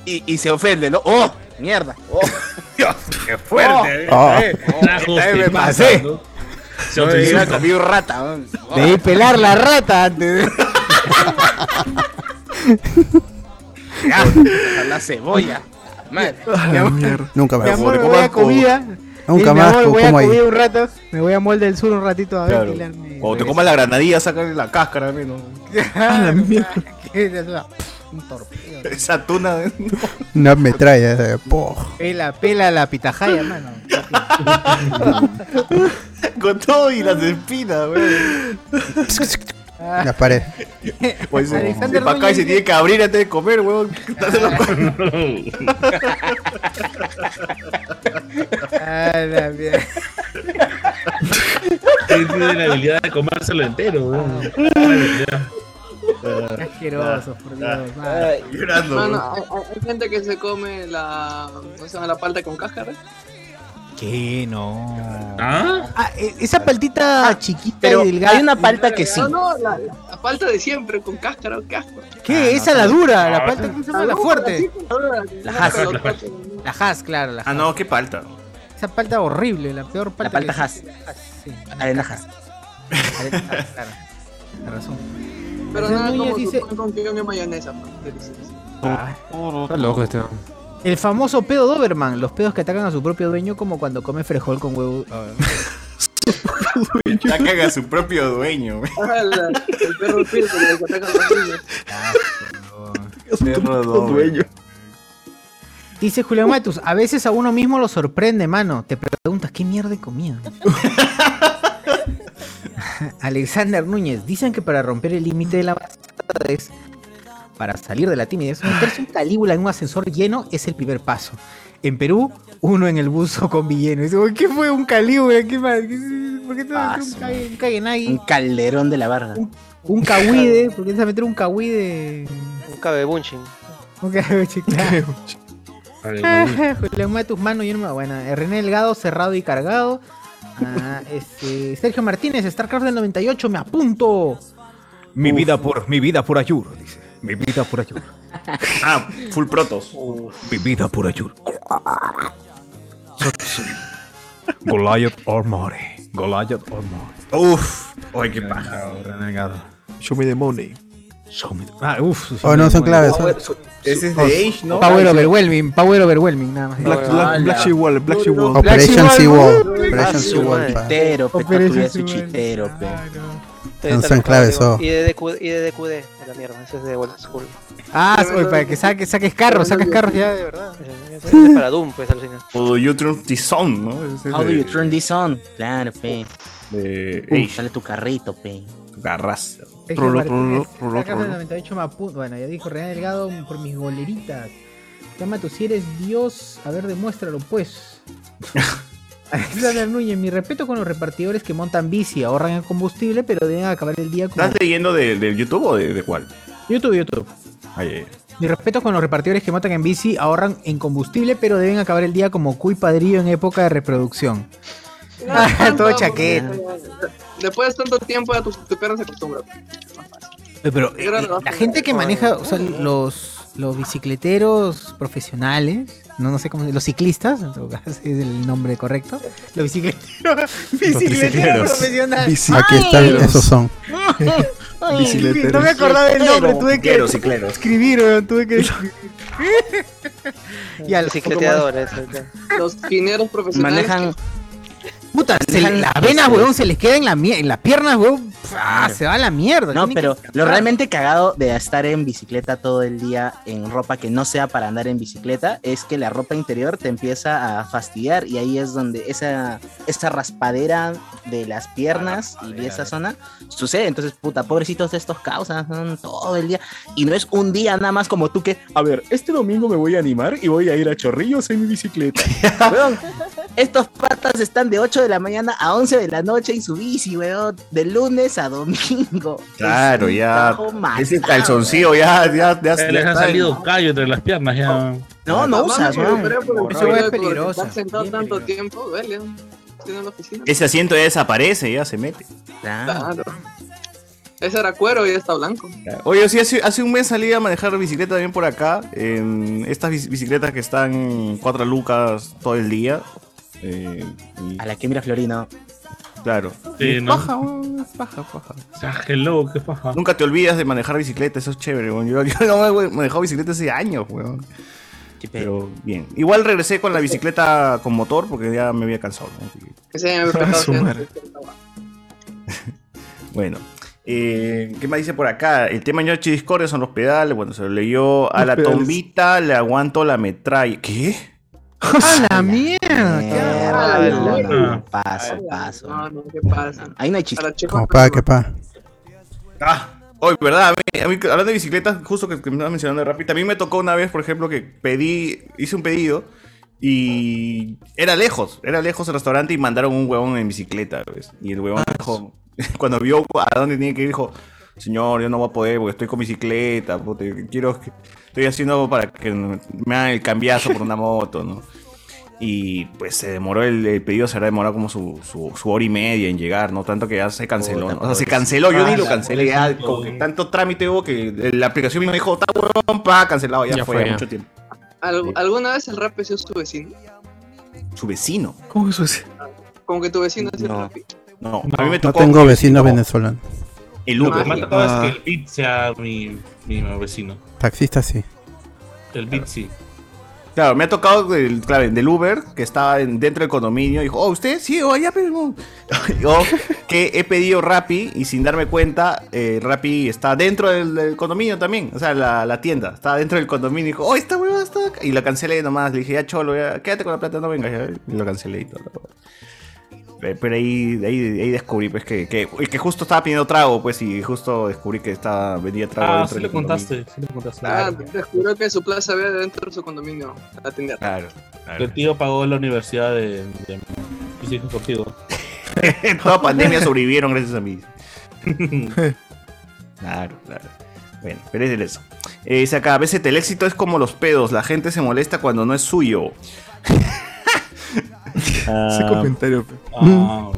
Speaker 17: y, y se ofende, ¿no? ¡Oh! ¡Mierda! ¡Oh! ¡Dios! ¡Qué
Speaker 6: fuerte,
Speaker 4: Oh.
Speaker 6: eh. Trajos
Speaker 17: Ahí
Speaker 6: te
Speaker 17: me
Speaker 6: pasan,
Speaker 17: pasé.
Speaker 6: ¿no? Se
Speaker 17: Se me
Speaker 6: autoinsulta.
Speaker 17: iba a comer un rata. ¿no?
Speaker 1: Debí pelar la rata antes.
Speaker 17: Ya, La cebolla. Madre.
Speaker 4: Nunca
Speaker 1: Mi
Speaker 4: más.
Speaker 1: amor, me voy a comida.
Speaker 4: Nunca
Speaker 1: Sí, mi
Speaker 4: más
Speaker 1: amor,
Speaker 4: co-
Speaker 1: voy a
Speaker 4: como ahí.
Speaker 1: comida un rato. Me voy a Molde del Sur un ratito a
Speaker 8: Claro.
Speaker 1: ventilarme.
Speaker 8: Cuando te comas la granadilla, sácale la cáscara, menos.
Speaker 1: Un torpedo.
Speaker 8: Esa tuna de...
Speaker 4: Una metralla. eh, po.
Speaker 1: Pela, pela la pitajaya, mano.
Speaker 8: Con todo y las espinas, wey.
Speaker 4: La pared.
Speaker 8: Pues se
Speaker 1: Alexander
Speaker 8: para acá y se
Speaker 1: Núñez.
Speaker 8: tiene que abrir antes de comer, weón. Dáselo con-
Speaker 1: Ah, la mierda.
Speaker 6: Él tiene la habilidad de comérselo entero, weón.
Speaker 1: Qué asqueroso, por
Speaker 6: Ah,
Speaker 1: Dios.
Speaker 13: Ay,
Speaker 1: mano.
Speaker 13: mano, hay, hay- hay gente que se come la, ¿cómo se llama? la palta con cáscara.
Speaker 1: ¿Qué? No.
Speaker 6: ¿Ah?
Speaker 1: e- esa paltita chiquita
Speaker 13: pero
Speaker 1: y delgada.
Speaker 13: hay una
Speaker 1: palta
Speaker 13: No, no, la, la palta de siempre con cáscara, qué asco.
Speaker 1: ¿Qué? esa la dura, la
Speaker 8: Ah,
Speaker 1: palta, ¿cómo se llama? La fuerte.
Speaker 13: La
Speaker 1: Hass.
Speaker 13: Hass.
Speaker 1: La Hass, claro. La
Speaker 8: Ah, no, qué palta.
Speaker 1: Hass. Esa palta horrible, la peor palta.
Speaker 5: palta
Speaker 1: que- Ah,
Speaker 5: Hass.
Speaker 1: sí.
Speaker 5: Arenajas.
Speaker 1: Arena Hass, Eh, claro. Tienes razón.
Speaker 13: Pero nada,
Speaker 1: Alexander Núñez
Speaker 13: como
Speaker 1: dice-
Speaker 13: dice... con queso y mayonesa. pues, mano, delicioso.
Speaker 2: Está loco este. hombre.
Speaker 1: El famoso pedo Doberman, los pedos que atacan a su propio dueño como cuando come frejol con huevo.
Speaker 8: Ya caga a su propio dueño, wey.
Speaker 13: Ala, El perro pío que le ataca a los niños.
Speaker 8: Perro dueño.
Speaker 1: Dice Julián Matus, a veces a uno mismo lo sorprende, mano. Te preguntas, ¿qué mierda he comido? Alexander Núñez, dicen que para romper el límite de la es para salir de la timidez, meterse un calígula en un ascensor lleno es el primer paso. En Perú, uno en el buzo con villeno. Dice, "Uy, ¿Qué fue un calígula? ¿Qué más? ¿Qué- ¿Por qué te vas a meter un cague- un
Speaker 5: Un
Speaker 1: caguenagui?
Speaker 5: calderón de la barra.
Speaker 1: Un cahuide? ¿Por qué te vas a meter un cahuide?
Speaker 7: Un cabebunchin.
Speaker 1: Un caguenagui. Julián Matus, mano y hermano. Bueno, eh, René Delgado, cerrado y cargado. Ah, este, Sergio Martínez, StarCraft del 98, me apunto.
Speaker 14: Mi vida por, mi vida por Ayur, dice. Mi vida por Ayur.
Speaker 8: Ah, full protos.
Speaker 14: Mi vida por Ayur. Goliath Armory. Goliath Armory.
Speaker 8: Uf. Ay, qué paja, renegado.
Speaker 14: Show me the money. Show me the... Ah, uf.
Speaker 4: Oh, no, son claves,
Speaker 8: Power-
Speaker 4: son-
Speaker 8: Ese es de Age, ¿no?
Speaker 1: Power overwhelming, power overwhelming, nada más.
Speaker 14: Black, Black, Black She Wall, Black She Wall.
Speaker 4: Operation
Speaker 14: Black She
Speaker 4: Seawall.
Speaker 14: Wall.
Speaker 4: Operation
Speaker 5: Ah, su
Speaker 4: Seawall. pa.
Speaker 5: chitero, pe,
Speaker 1: Operación
Speaker 5: Tortuga su
Speaker 1: Seawall.
Speaker 5: chitero, pe.
Speaker 4: No son claves, oh.
Speaker 7: Y de DQD, y de DQD, a la mierda, ese es de Old School.
Speaker 1: Ah, oye, para que saques, saques carros, saques carros ya de verdad.
Speaker 7: Ese es para Doom, pues, al final.
Speaker 8: O You Turn the Zone, ¿no? Ese es
Speaker 5: How do you
Speaker 8: de-
Speaker 5: turn this on? Claro, pe.
Speaker 8: De
Speaker 5: Uf,
Speaker 8: Age.
Speaker 5: sale tu carrito, pe.
Speaker 8: Garras.
Speaker 1: Sergio Martínez, StarCraft del 98, me apunto. Bueno, ya dijo René Delgado por mis goleritas. Yamato, si eres Dios, a ver, demuéstralo pues. Alexander Núñez, mi respeto con los repartidores que montan bici, ahorran el combustible, pero deben acabar el día con.
Speaker 8: ¿Estás leyendo de- del YouTube o de, de cuál?
Speaker 1: YouTube, YouTube.
Speaker 8: Ay, eh. ay, ay.
Speaker 1: Mi respeto con los repartidores que montan en bici, ahorran en combustible, pero deben acabar el día como cool padrillo en época de reproducción. Todo chaqueta.
Speaker 13: eh, Después de tanto tiempo, ya tu, tu perro se acostumbra.
Speaker 1: Oye, Pero eh,
Speaker 13: Era
Speaker 1: eh, la
Speaker 13: lógico.
Speaker 1: gente que maneja, o sea, los, los bicicleteros profesionales, no, no sé cómo, los ciclistas, en todo caso, es el nombre correcto. Los bicicleteros, bicicleteros
Speaker 4: bicicleteros.
Speaker 1: profesionales.
Speaker 4: Bici- Aquí están,
Speaker 1: Ay.
Speaker 4: esos son.
Speaker 1: Ay,
Speaker 4: Bicicleteros.
Speaker 1: No me acordaba del nombre, tuve que
Speaker 8: Cicleros, cicleros.
Speaker 1: escribir, weón, tuve que escribir. y a los
Speaker 7: Bicicleteadores.
Speaker 13: Los quineros profesionales.
Speaker 1: Manejan- Puta, se le- las venas, weón, se les queda en, la mie- en las piernas, weón. Ah, se va a la mierda.
Speaker 5: No,
Speaker 1: tienen
Speaker 5: pero
Speaker 1: que
Speaker 5: lo
Speaker 1: escapar.
Speaker 5: realmente cagado de estar en bicicleta todo el día en ropa que no sea para andar en bicicleta es que la ropa interior te empieza a fastidiar y ahí es donde esa, esa raspadera de las piernas y de esa zona sucede. Entonces, puta, pobrecitos de estos causan todo el día. Y no es un día nada más como tú que, a ver, este domingo me voy a animar y voy a ir a Chorrillos en mi bicicleta. Weón, estos patas están de 8 de la mañana a 11 de la noche en su bici, weón, de lunes a domingo.
Speaker 8: Claro,
Speaker 5: Es un
Speaker 8: ya.
Speaker 5: trabajo matado,
Speaker 8: Ese calzoncillo ya, ya,
Speaker 6: Ya
Speaker 8: ya,
Speaker 6: les Eh, ha
Speaker 8: está
Speaker 6: salido
Speaker 8: en-
Speaker 6: un callo entre las piernas ya.
Speaker 5: No, no usas, weón.
Speaker 13: Eso
Speaker 1: es
Speaker 13: peligroso. Estás pues, sentado tanto tiempo, duele. Estoy en la oficina.
Speaker 8: Ese asiento ya desaparece, ya se mete.
Speaker 13: Claro. Ese era cuero y ya está blanco.
Speaker 8: Oye, sí, hace, hace un mes salí a manejar bicicleta también por acá. En estas bici- bicicletas que están cuatro lucas todo el día. eh,
Speaker 5: A la que mira Florino.
Speaker 8: Claro.
Speaker 6: Sí, ¿no?
Speaker 8: Paja, weón, es paja, paja.
Speaker 6: hello, qué paja.
Speaker 8: Nunca te olvidas de manejar bicicleta, eso es chévere, weón. Yo, yo no me he manejado bicicleta hace años, weón. Pero bien. Igual regresé con la bicicleta con motor porque ya me había cansado. ¿no? Así que-
Speaker 13: Ese ya me había apretado
Speaker 8: Ah, Su
Speaker 13: ya.
Speaker 8: madre. Bueno. eh, ¿Qué más dice por acá? El tema ñochi discordia son los pedales. Bueno, se lo leyó. A
Speaker 1: Los
Speaker 8: la
Speaker 1: pedales.
Speaker 8: tombita le aguanto la metralla. ¿Qué?
Speaker 1: ¡A la mierda! qué
Speaker 5: Mierda,
Speaker 1: asco.
Speaker 5: no, no,
Speaker 8: mierda.
Speaker 5: no, paso, paso.
Speaker 13: No, no, ¿qué pasa?
Speaker 5: Ahí no hay chiste.
Speaker 4: Como pa, que pa.
Speaker 8: Ah, hoy, ¿verdad? A mí, a mí, hablando de bicicletas, justo que, que me estabas mencionando rápido, también me tocó una vez, por ejemplo, que pedí, hice un pedido y era lejos, era lejos el restaurante y mandaron un huevón en bicicleta, ¿ves? Y el huevón dijo, cuando vio a dónde tenía que ir, dijo, señor, yo no voy a poder porque estoy con bicicleta, puta, quiero, que- estoy haciendo para que me hagan el cambiazo por una moto, ¿no? Y pues se demoró, el, el pedido se habrá demorado como su, su, su hora y media en llegar, ¿no? Tanto que ya se canceló. ¿no? O sea, se canceló, yo ni lo cancelé ya. Como que tanto trámite hubo que la aplicación me dijo, está huevón, pa, cancelado, ya,
Speaker 2: Ya
Speaker 8: fue,
Speaker 2: fue,
Speaker 8: ya
Speaker 2: ya.
Speaker 8: mucho tiempo.
Speaker 13: Al- ¿Alguna vez el rap es tu vecino? Ah,
Speaker 8: Su vecino.
Speaker 3: ¿Cómo eso es?
Speaker 13: Como que tu vecino es el
Speaker 8: No.
Speaker 13: rap.
Speaker 8: No, a mí me
Speaker 4: No
Speaker 8: tocó.
Speaker 4: tengo vecinos venezolanos.
Speaker 8: El
Speaker 6: Lo que
Speaker 8: Uber.
Speaker 6: me ha tocado
Speaker 4: Ah.
Speaker 6: es que el beat sea mi, mi vecino.
Speaker 4: Taxistas sí.
Speaker 6: El beat sí.
Speaker 8: Claro, me ha tocado del, claro, del Uber que estaba en- dentro del condominio. Dijo, oh, ¿usted? Sí, o allá, pero. Yo que he pedido Rappi y sin darme cuenta, eh, Rappi está dentro del, del condominio también. O sea, la, la tienda está dentro del condominio. Dijo, oh, esta huevada está acá. Y la cancelé nomás. Le dije, ya cholo, ya, quédate con la plata, no vengas. ya. Y lo cancelé y todo. Eh, Pero ahí, de ahí, de ahí descubrí pues, que, que, que justo estaba pidiendo trago, pues, y justo descubrí que estaba, vendía trago
Speaker 6: Ah,
Speaker 8: dentro
Speaker 6: sí
Speaker 8: del
Speaker 6: lo
Speaker 8: condominio.
Speaker 6: contaste, sí lo contaste.
Speaker 13: Ah, te juro que su plaza había dentro de su condominio. Atender.
Speaker 8: Claro,
Speaker 6: El tío pagó la universidad de, de mis hijos contigo.
Speaker 8: En toda pandemia sobrevivieron gracias a mí. claro, claro. Bueno, pero es el eso. Eh, dice acá, a veces el éxito es como los pedos, la gente se molesta cuando no es suyo.
Speaker 3: Ese comentario. pe.
Speaker 6: Ah,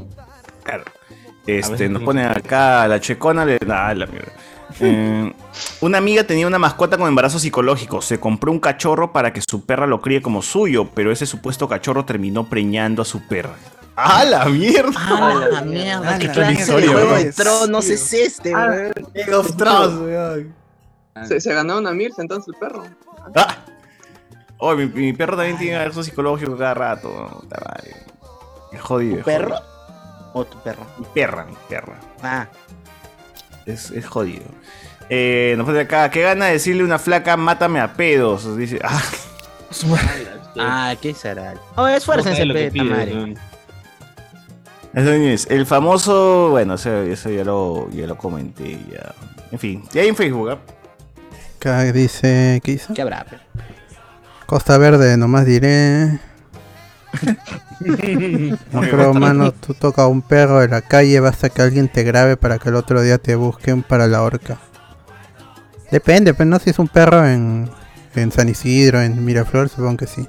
Speaker 8: Claro.
Speaker 6: A
Speaker 8: Este,
Speaker 6: veces
Speaker 8: nos
Speaker 6: no-
Speaker 8: ponen acá a la checona, le da la mierda. Eh, una amiga tenía una mascota con embarazo psicológico. Se compró un cachorro para que su perra lo críe como suyo, pero ese supuesto cachorro terminó preñando a su perra. ¡A la mierda!
Speaker 1: Ah,
Speaker 4: ah,
Speaker 5: ¡A la mierda! ¡Qué
Speaker 8: la
Speaker 5: clase de
Speaker 8: miseria,
Speaker 5: juego
Speaker 8: weón.
Speaker 5: de tronos es este,
Speaker 4: Ah.
Speaker 5: weón!
Speaker 8: League of Thrones, weón.
Speaker 13: Ah. Se, se ganó una Mirza entonces el perro.
Speaker 8: Ah. Oh, mi, mi perro también tiene agarso psicológico cada rato. ¿no? Puta madre. Es jodido.
Speaker 5: ¿Tu
Speaker 8: es jodido.
Speaker 5: perro? ¿O tu perro?
Speaker 8: Mi perra, mi perra.
Speaker 5: Ah.
Speaker 8: Es, es jodido. Eh, nos pone acá, qué gana decirle una flaca, mátame a pedos. Dice, ah,
Speaker 5: Ah, ¿qué será? Oh, esfuércense,
Speaker 6: No sabe lo que
Speaker 5: peta
Speaker 6: pide,
Speaker 5: madre.
Speaker 6: weón.
Speaker 8: eso no es. El famoso, bueno, eso, eso ya, lo, ya lo comenté. Ya. En fin, y ahí en Facebook, ¿ah?
Speaker 4: Acá dice, ¿qué hizo?
Speaker 5: ¿Qué habrá? pe?
Speaker 4: Costa Verde, nomás diré. No creo, mano, tú toca a un perro de la calle, basta que alguien te grabe para que el otro día te busquen para la horca. Depende, pero no si es un perro en, en San Isidro, en Miraflores, supongo que sí.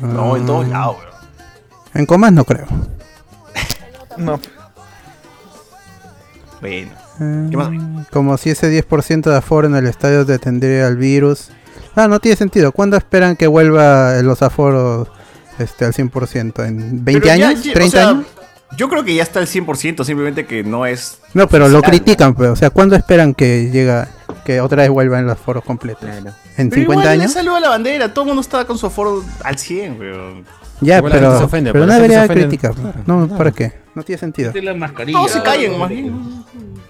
Speaker 8: No, en todos
Speaker 4: Ah,
Speaker 8: lados, weón.
Speaker 4: En comas no creo.
Speaker 3: No.
Speaker 8: Bueno.
Speaker 4: Eh,
Speaker 8: ¿Qué más?
Speaker 4: Como si ese 10% de aforo en el estadio detendría al virus. Ah, no tiene sentido. ¿Cuándo esperan que vuelva los aforos este, al 100%? ¿En 20
Speaker 8: Pero ya-
Speaker 4: años?
Speaker 8: ya- o
Speaker 4: ¿30
Speaker 8: sea,
Speaker 4: años?
Speaker 8: Yo creo que ya está el 100%, simplemente que no es.
Speaker 4: No, pero lo
Speaker 8: oficial, ¿no?
Speaker 4: critican, pero, o sea, ¿cuándo esperan que llega, que otra vez vuelvan los foros completos? ¿En 50
Speaker 8: Pero igual le
Speaker 4: años?
Speaker 8: saluda la bandera, todo el mundo estaba con su aforo al 100, weón.
Speaker 4: Ya,
Speaker 8: Igual la
Speaker 4: pero,
Speaker 8: gente se ofende,
Speaker 4: pero
Speaker 8: por
Speaker 4: no
Speaker 8: eso que se
Speaker 4: debería
Speaker 8: ofenden.
Speaker 4: criticar.
Speaker 8: Claro,
Speaker 4: no,
Speaker 8: claro.
Speaker 4: ¿para qué? No tiene sentido.
Speaker 6: De la mascarilla.
Speaker 13: Todos se
Speaker 8: callen, más bien.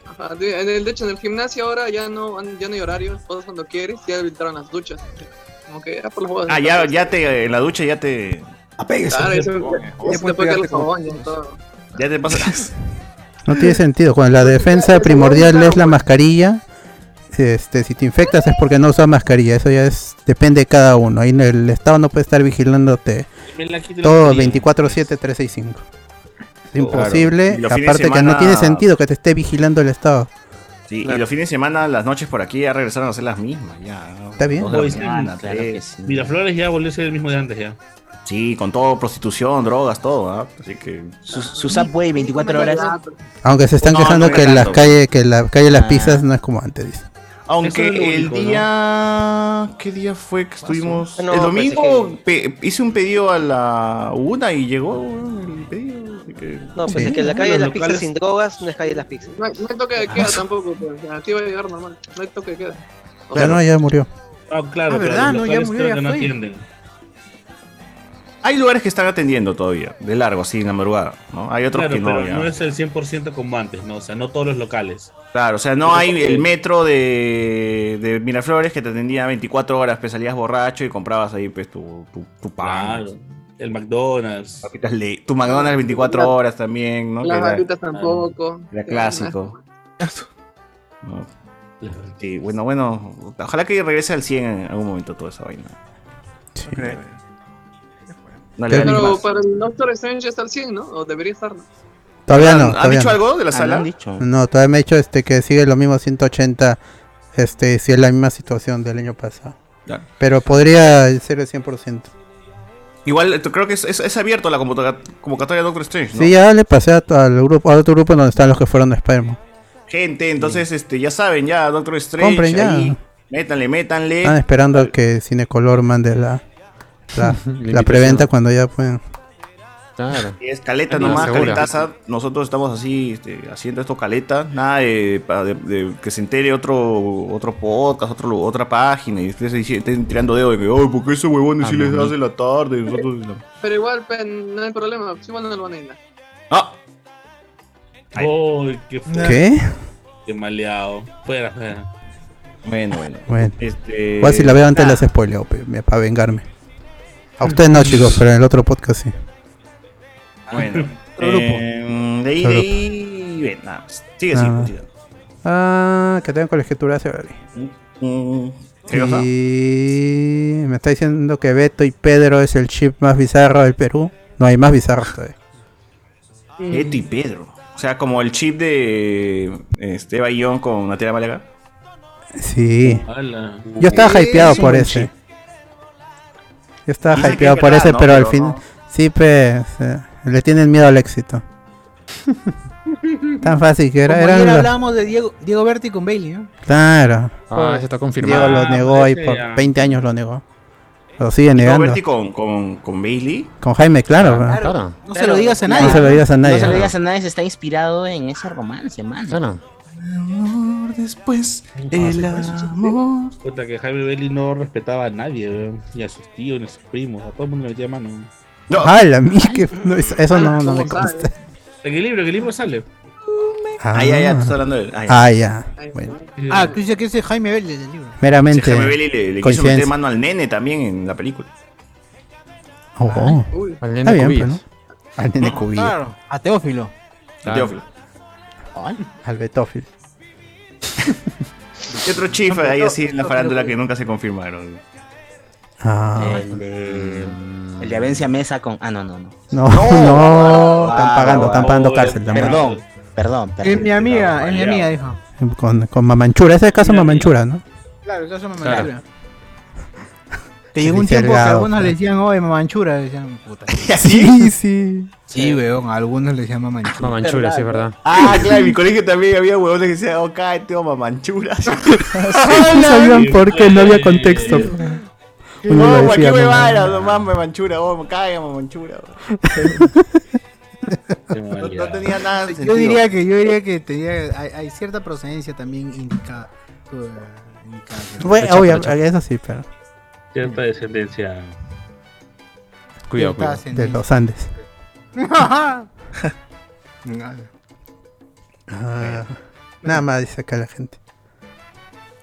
Speaker 13: Ajá, de, en el- de hecho, en el gimnasio ahora ya no, ya no hay horarios, todos cuando quieres, ya habilitaron las duchas. Como que era por los juegos.
Speaker 8: Ah, ya, ya te. En la ducha ya te. Apegues.
Speaker 13: Claro, eso- ya puedes pegar los jabones y todo.
Speaker 8: Ya te pasas.
Speaker 4: No tiene sentido. Cuando la defensa primordial es la mascarilla, este, si te infectas es porque no usas mascarilla. Eso ya es depende de cada uno. Ahí el Estado no puede estar vigilándote
Speaker 6: Me la quito la
Speaker 4: todo
Speaker 6: mascarilla.
Speaker 4: 24-7-365. Es
Speaker 8: Claro.
Speaker 4: imposible.
Speaker 8: Y los fines de
Speaker 4: Aparte que no
Speaker 8: semana-
Speaker 4: tiene sentido que te esté vigilando el Estado.
Speaker 8: Sí, y los fines de semana, las noches por aquí ya regresaron a ser las mismas, ya. ¿no?
Speaker 4: Está bien.
Speaker 8: Dos de la
Speaker 4: Voy,
Speaker 8: mañana,
Speaker 4: sí, claro
Speaker 8: tres.
Speaker 4: que
Speaker 6: Miraflores ya volvió a ser el mismo de antes ya.
Speaker 8: Sí, con todo, prostitución, drogas, todo, ¿ah? Así que.
Speaker 5: Su, su Subway 24 horas.
Speaker 4: Aunque se están
Speaker 8: No,
Speaker 4: quejando
Speaker 8: no
Speaker 4: que
Speaker 8: era
Speaker 4: las
Speaker 8: tanto.
Speaker 4: calles, que la calle de las
Speaker 8: Ah.
Speaker 4: pizzas no es como antes, dice.
Speaker 8: Aunque
Speaker 6: Eso es lo
Speaker 8: el
Speaker 6: único, ¿no?
Speaker 8: día. ¿Qué día fue que estuvimos?
Speaker 6: No,
Speaker 8: el
Speaker 6: pues,
Speaker 8: domingo pe- hice un pedido a la una y llegó el pedido. así que-
Speaker 7: No, pues es que la calle de las pizzas sin drogas no es calle de las pizzas.
Speaker 13: No hay, no hay toque de queda tampoco, pues. ya, Aquí va a llegar normal. No hay toque de queda.
Speaker 4: Ya no, ya murió.
Speaker 6: Ah, claro,
Speaker 13: Ah,
Speaker 6: pero
Speaker 13: ¿verdad?
Speaker 6: los
Speaker 13: No, ya
Speaker 6: locales
Speaker 13: murió,
Speaker 6: creo
Speaker 13: ya
Speaker 6: que no
Speaker 13: fue.
Speaker 6: atienden.
Speaker 8: Hay lugares que están atendiendo todavía, de largo, así, en la madrugada, ¿no? Hay otros
Speaker 6: Claro,
Speaker 8: que no,
Speaker 6: pero
Speaker 8: ya.
Speaker 6: no es el 100% como antes, ¿no? O sea, no todos los locales.
Speaker 8: Claro, o sea, no hay el metro de, de Miraflores que te atendía 24 horas, pues salías borracho y comprabas ahí, pues, tu, tu, tu pan.
Speaker 6: Claro. El McDonald's.
Speaker 8: Papitas le- Tu McDonald's 24 horas también, ¿no? Que
Speaker 13: las
Speaker 8: era-
Speaker 13: barritas tampoco.
Speaker 8: Era clásico. No. Sí, bueno, bueno. Ojalá que regrese al 100 en algún momento toda esa vaina. No le dan
Speaker 13: Pero
Speaker 8: más.
Speaker 13: para el Doctor Strange ya está al 100, ¿no? O debería estar, ¿no?
Speaker 4: Todavía
Speaker 8: ¿Han-
Speaker 4: no.
Speaker 8: han
Speaker 4: todavía
Speaker 8: dicho
Speaker 4: no.
Speaker 8: algo de la Ah, sala?
Speaker 13: no han
Speaker 8: dicho.
Speaker 4: No, todavía me he dicho este, que sigue lo mismo 180, este, si es la misma situación del año pasado.
Speaker 8: Claro.
Speaker 4: Pero podría ser el 100%.
Speaker 8: Igual eh, creo que es, es- es abierto la convoca- convocatoria de Doctor Strange, ¿no?
Speaker 4: Sí, ya le pasé a, al grupo, a otro grupo donde están los que fueron de Spider-Man.
Speaker 8: Eh, Gente, entonces este, ya saben, ya Doctor Strange.
Speaker 4: Compren ya.
Speaker 8: ahí, métanle, métanle.
Speaker 4: Están esperando que Cinecolor mande la, la,
Speaker 8: La
Speaker 4: la preventa cuando ya puedan.
Speaker 2: Claro.
Speaker 8: Y es caleta
Speaker 2: Ah, no,
Speaker 8: nomás,
Speaker 2: seguro.
Speaker 8: caletaza. Nosotros estamos así este, haciendo esto caleta. Nada de, pa- de- de que se entere otro otro podcast, otro, lu- otra página y ustedes se- estén tirando dedo de que, ay, ¿por qué ese huevón sí les hace la tarde? Nosotros en la-".
Speaker 13: Pero igual, pues, no hay problema. Si igual no lo van a ir.
Speaker 8: Ah.
Speaker 6: Ay, qué fue.
Speaker 4: ¿Qué?
Speaker 6: Qué maleado. Fuera, fuera.
Speaker 8: Bueno, bueno.
Speaker 4: Bueno,
Speaker 8: Este,
Speaker 4: igual si la veo antes las spoileo, para vengarme. A ustedes no, chicos, pero en el otro podcast sí.
Speaker 8: Bueno.
Speaker 4: Otro grupo.
Speaker 8: eh, de ahí, de
Speaker 4: Otro
Speaker 8: ahí. ven, nada más. Sigue así,
Speaker 4: Nada más.
Speaker 8: continúa.
Speaker 4: Ah, que tengo colegiatura hace hoy.
Speaker 8: Mm. ¿Qué cosa?
Speaker 4: Y me está diciendo que Beto y Pedro es el chip más bizarro del Perú. No hay más bizarro todavía.
Speaker 8: Beto y Pedro. O sea, como el chip de este Bayón con Natalia Málaga.
Speaker 4: Sí.
Speaker 6: Ala.
Speaker 4: Yo estaba hypeado por
Speaker 8: un
Speaker 4: ese.
Speaker 8: chip.
Speaker 4: Yo estaba
Speaker 8: Dicen que
Speaker 4: hypeado
Speaker 8: es
Speaker 4: por
Speaker 8: verdad,
Speaker 4: ese,
Speaker 8: ¿no?
Speaker 4: pero al
Speaker 8: Pero
Speaker 4: fin.
Speaker 8: no.
Speaker 4: Sí, pues. eh, le tienen miedo al éxito. Tan fácil que era.
Speaker 1: Como
Speaker 4: eran
Speaker 1: ayer
Speaker 4: los-
Speaker 1: hablábamos de Diego, Diego Berti con Bailey, ¿no?
Speaker 4: Claro.
Speaker 2: Ah, eso está confirmado.
Speaker 4: Diego lo
Speaker 2: Ah,
Speaker 4: negó ahí
Speaker 2: ese
Speaker 4: por
Speaker 2: ya.
Speaker 4: 20 años lo negó. Lo sigue
Speaker 8: No,
Speaker 4: negando.
Speaker 8: Berti con, con, con Bailey.
Speaker 4: Con Jaime, claro. pero-
Speaker 1: No se lo digas a nadie.
Speaker 4: No se lo digas a nadie.
Speaker 5: No se lo digas a nadie, se está inspirado en ese romance, man.
Speaker 8: después, el amor.
Speaker 6: Puta que Jaime Bailey no respetaba a nadie, weón. Ni a sus tíos, ni a sus primos. A todo el mundo le metía mano.
Speaker 4: Ah, la mía, que- no, eso- eso no, no me
Speaker 6: Ah, ¿Cómo sabe?
Speaker 4: consta.
Speaker 6: ¿En qué libro? ¿En qué libro sale?
Speaker 4: Ah,
Speaker 8: ya, ya, tú estás hablando de él.
Speaker 4: Ah,
Speaker 8: Ah, ya.
Speaker 4: ya. Bueno,
Speaker 1: Ah, tú dices que ese es Jaime Bailey del libro.
Speaker 4: meramente.
Speaker 8: Sí, Jaime Bailey le, le quiso meter
Speaker 4: coincidencia.
Speaker 8: mano al nene también en la película.
Speaker 4: Oh, oh.
Speaker 1: Uy.
Speaker 4: Está
Speaker 2: Al nene Ah.
Speaker 4: bien,
Speaker 2: Cubillas.
Speaker 4: pues, ¿no? Al nene cubillo.
Speaker 1: Claro, a Teófilo. Ah.
Speaker 8: Teófilo.
Speaker 4: Al betófilo.
Speaker 8: Y otro chifa ahí así en la farándula que nunca se confirmaron.
Speaker 4: Ah.
Speaker 8: Eh,
Speaker 5: El
Speaker 1: Eh,
Speaker 5: de. El de Avencia Mesa con. Ah, no, no, no.
Speaker 4: No, no, Oh,
Speaker 8: Ah,
Speaker 4: están pagando, están pagando
Speaker 5: oh,
Speaker 4: cárcel. están pagando.
Speaker 5: Perdón, perdón, perdón.
Speaker 1: Es mi amiga, es mi amiga, dijo.
Speaker 4: Con, con Mamanchura, ese es el caso Mamanchura, ¿no?
Speaker 1: Claro, eso es
Speaker 4: Claro.
Speaker 1: mamanchura. Te llegó un tiempo que algunos le decían, oye, mamanchura, decían, puta.
Speaker 4: Sí, sí.
Speaker 1: Sí, weón, a algunos le decían mamanchura.
Speaker 2: Mamanchura, sí, es verdad.
Speaker 8: Ah, claro, en mi colegio también había huevones que decían, oh, cállate, oh, mamanchuras.
Speaker 4: No sabían por qué, no
Speaker 9: Eh,
Speaker 4: había contexto. Uno le
Speaker 8: No, güey,
Speaker 4: decía, no,
Speaker 8: qué "Oh, huevada, nomás mamanchura, oh, caiga mamanchura. No, no tenía nada de
Speaker 1: Yo
Speaker 8: sentido.
Speaker 1: diría que, yo diría que tenía, hay, hay cierta procedencia también indica.
Speaker 4: Bueno, obvio, eso sí, pero
Speaker 6: Cierta descendencia.
Speaker 2: Cuidado,
Speaker 1: Cierta
Speaker 2: cuidado.
Speaker 4: de los Andes. Ah, nada más dice acá la gente.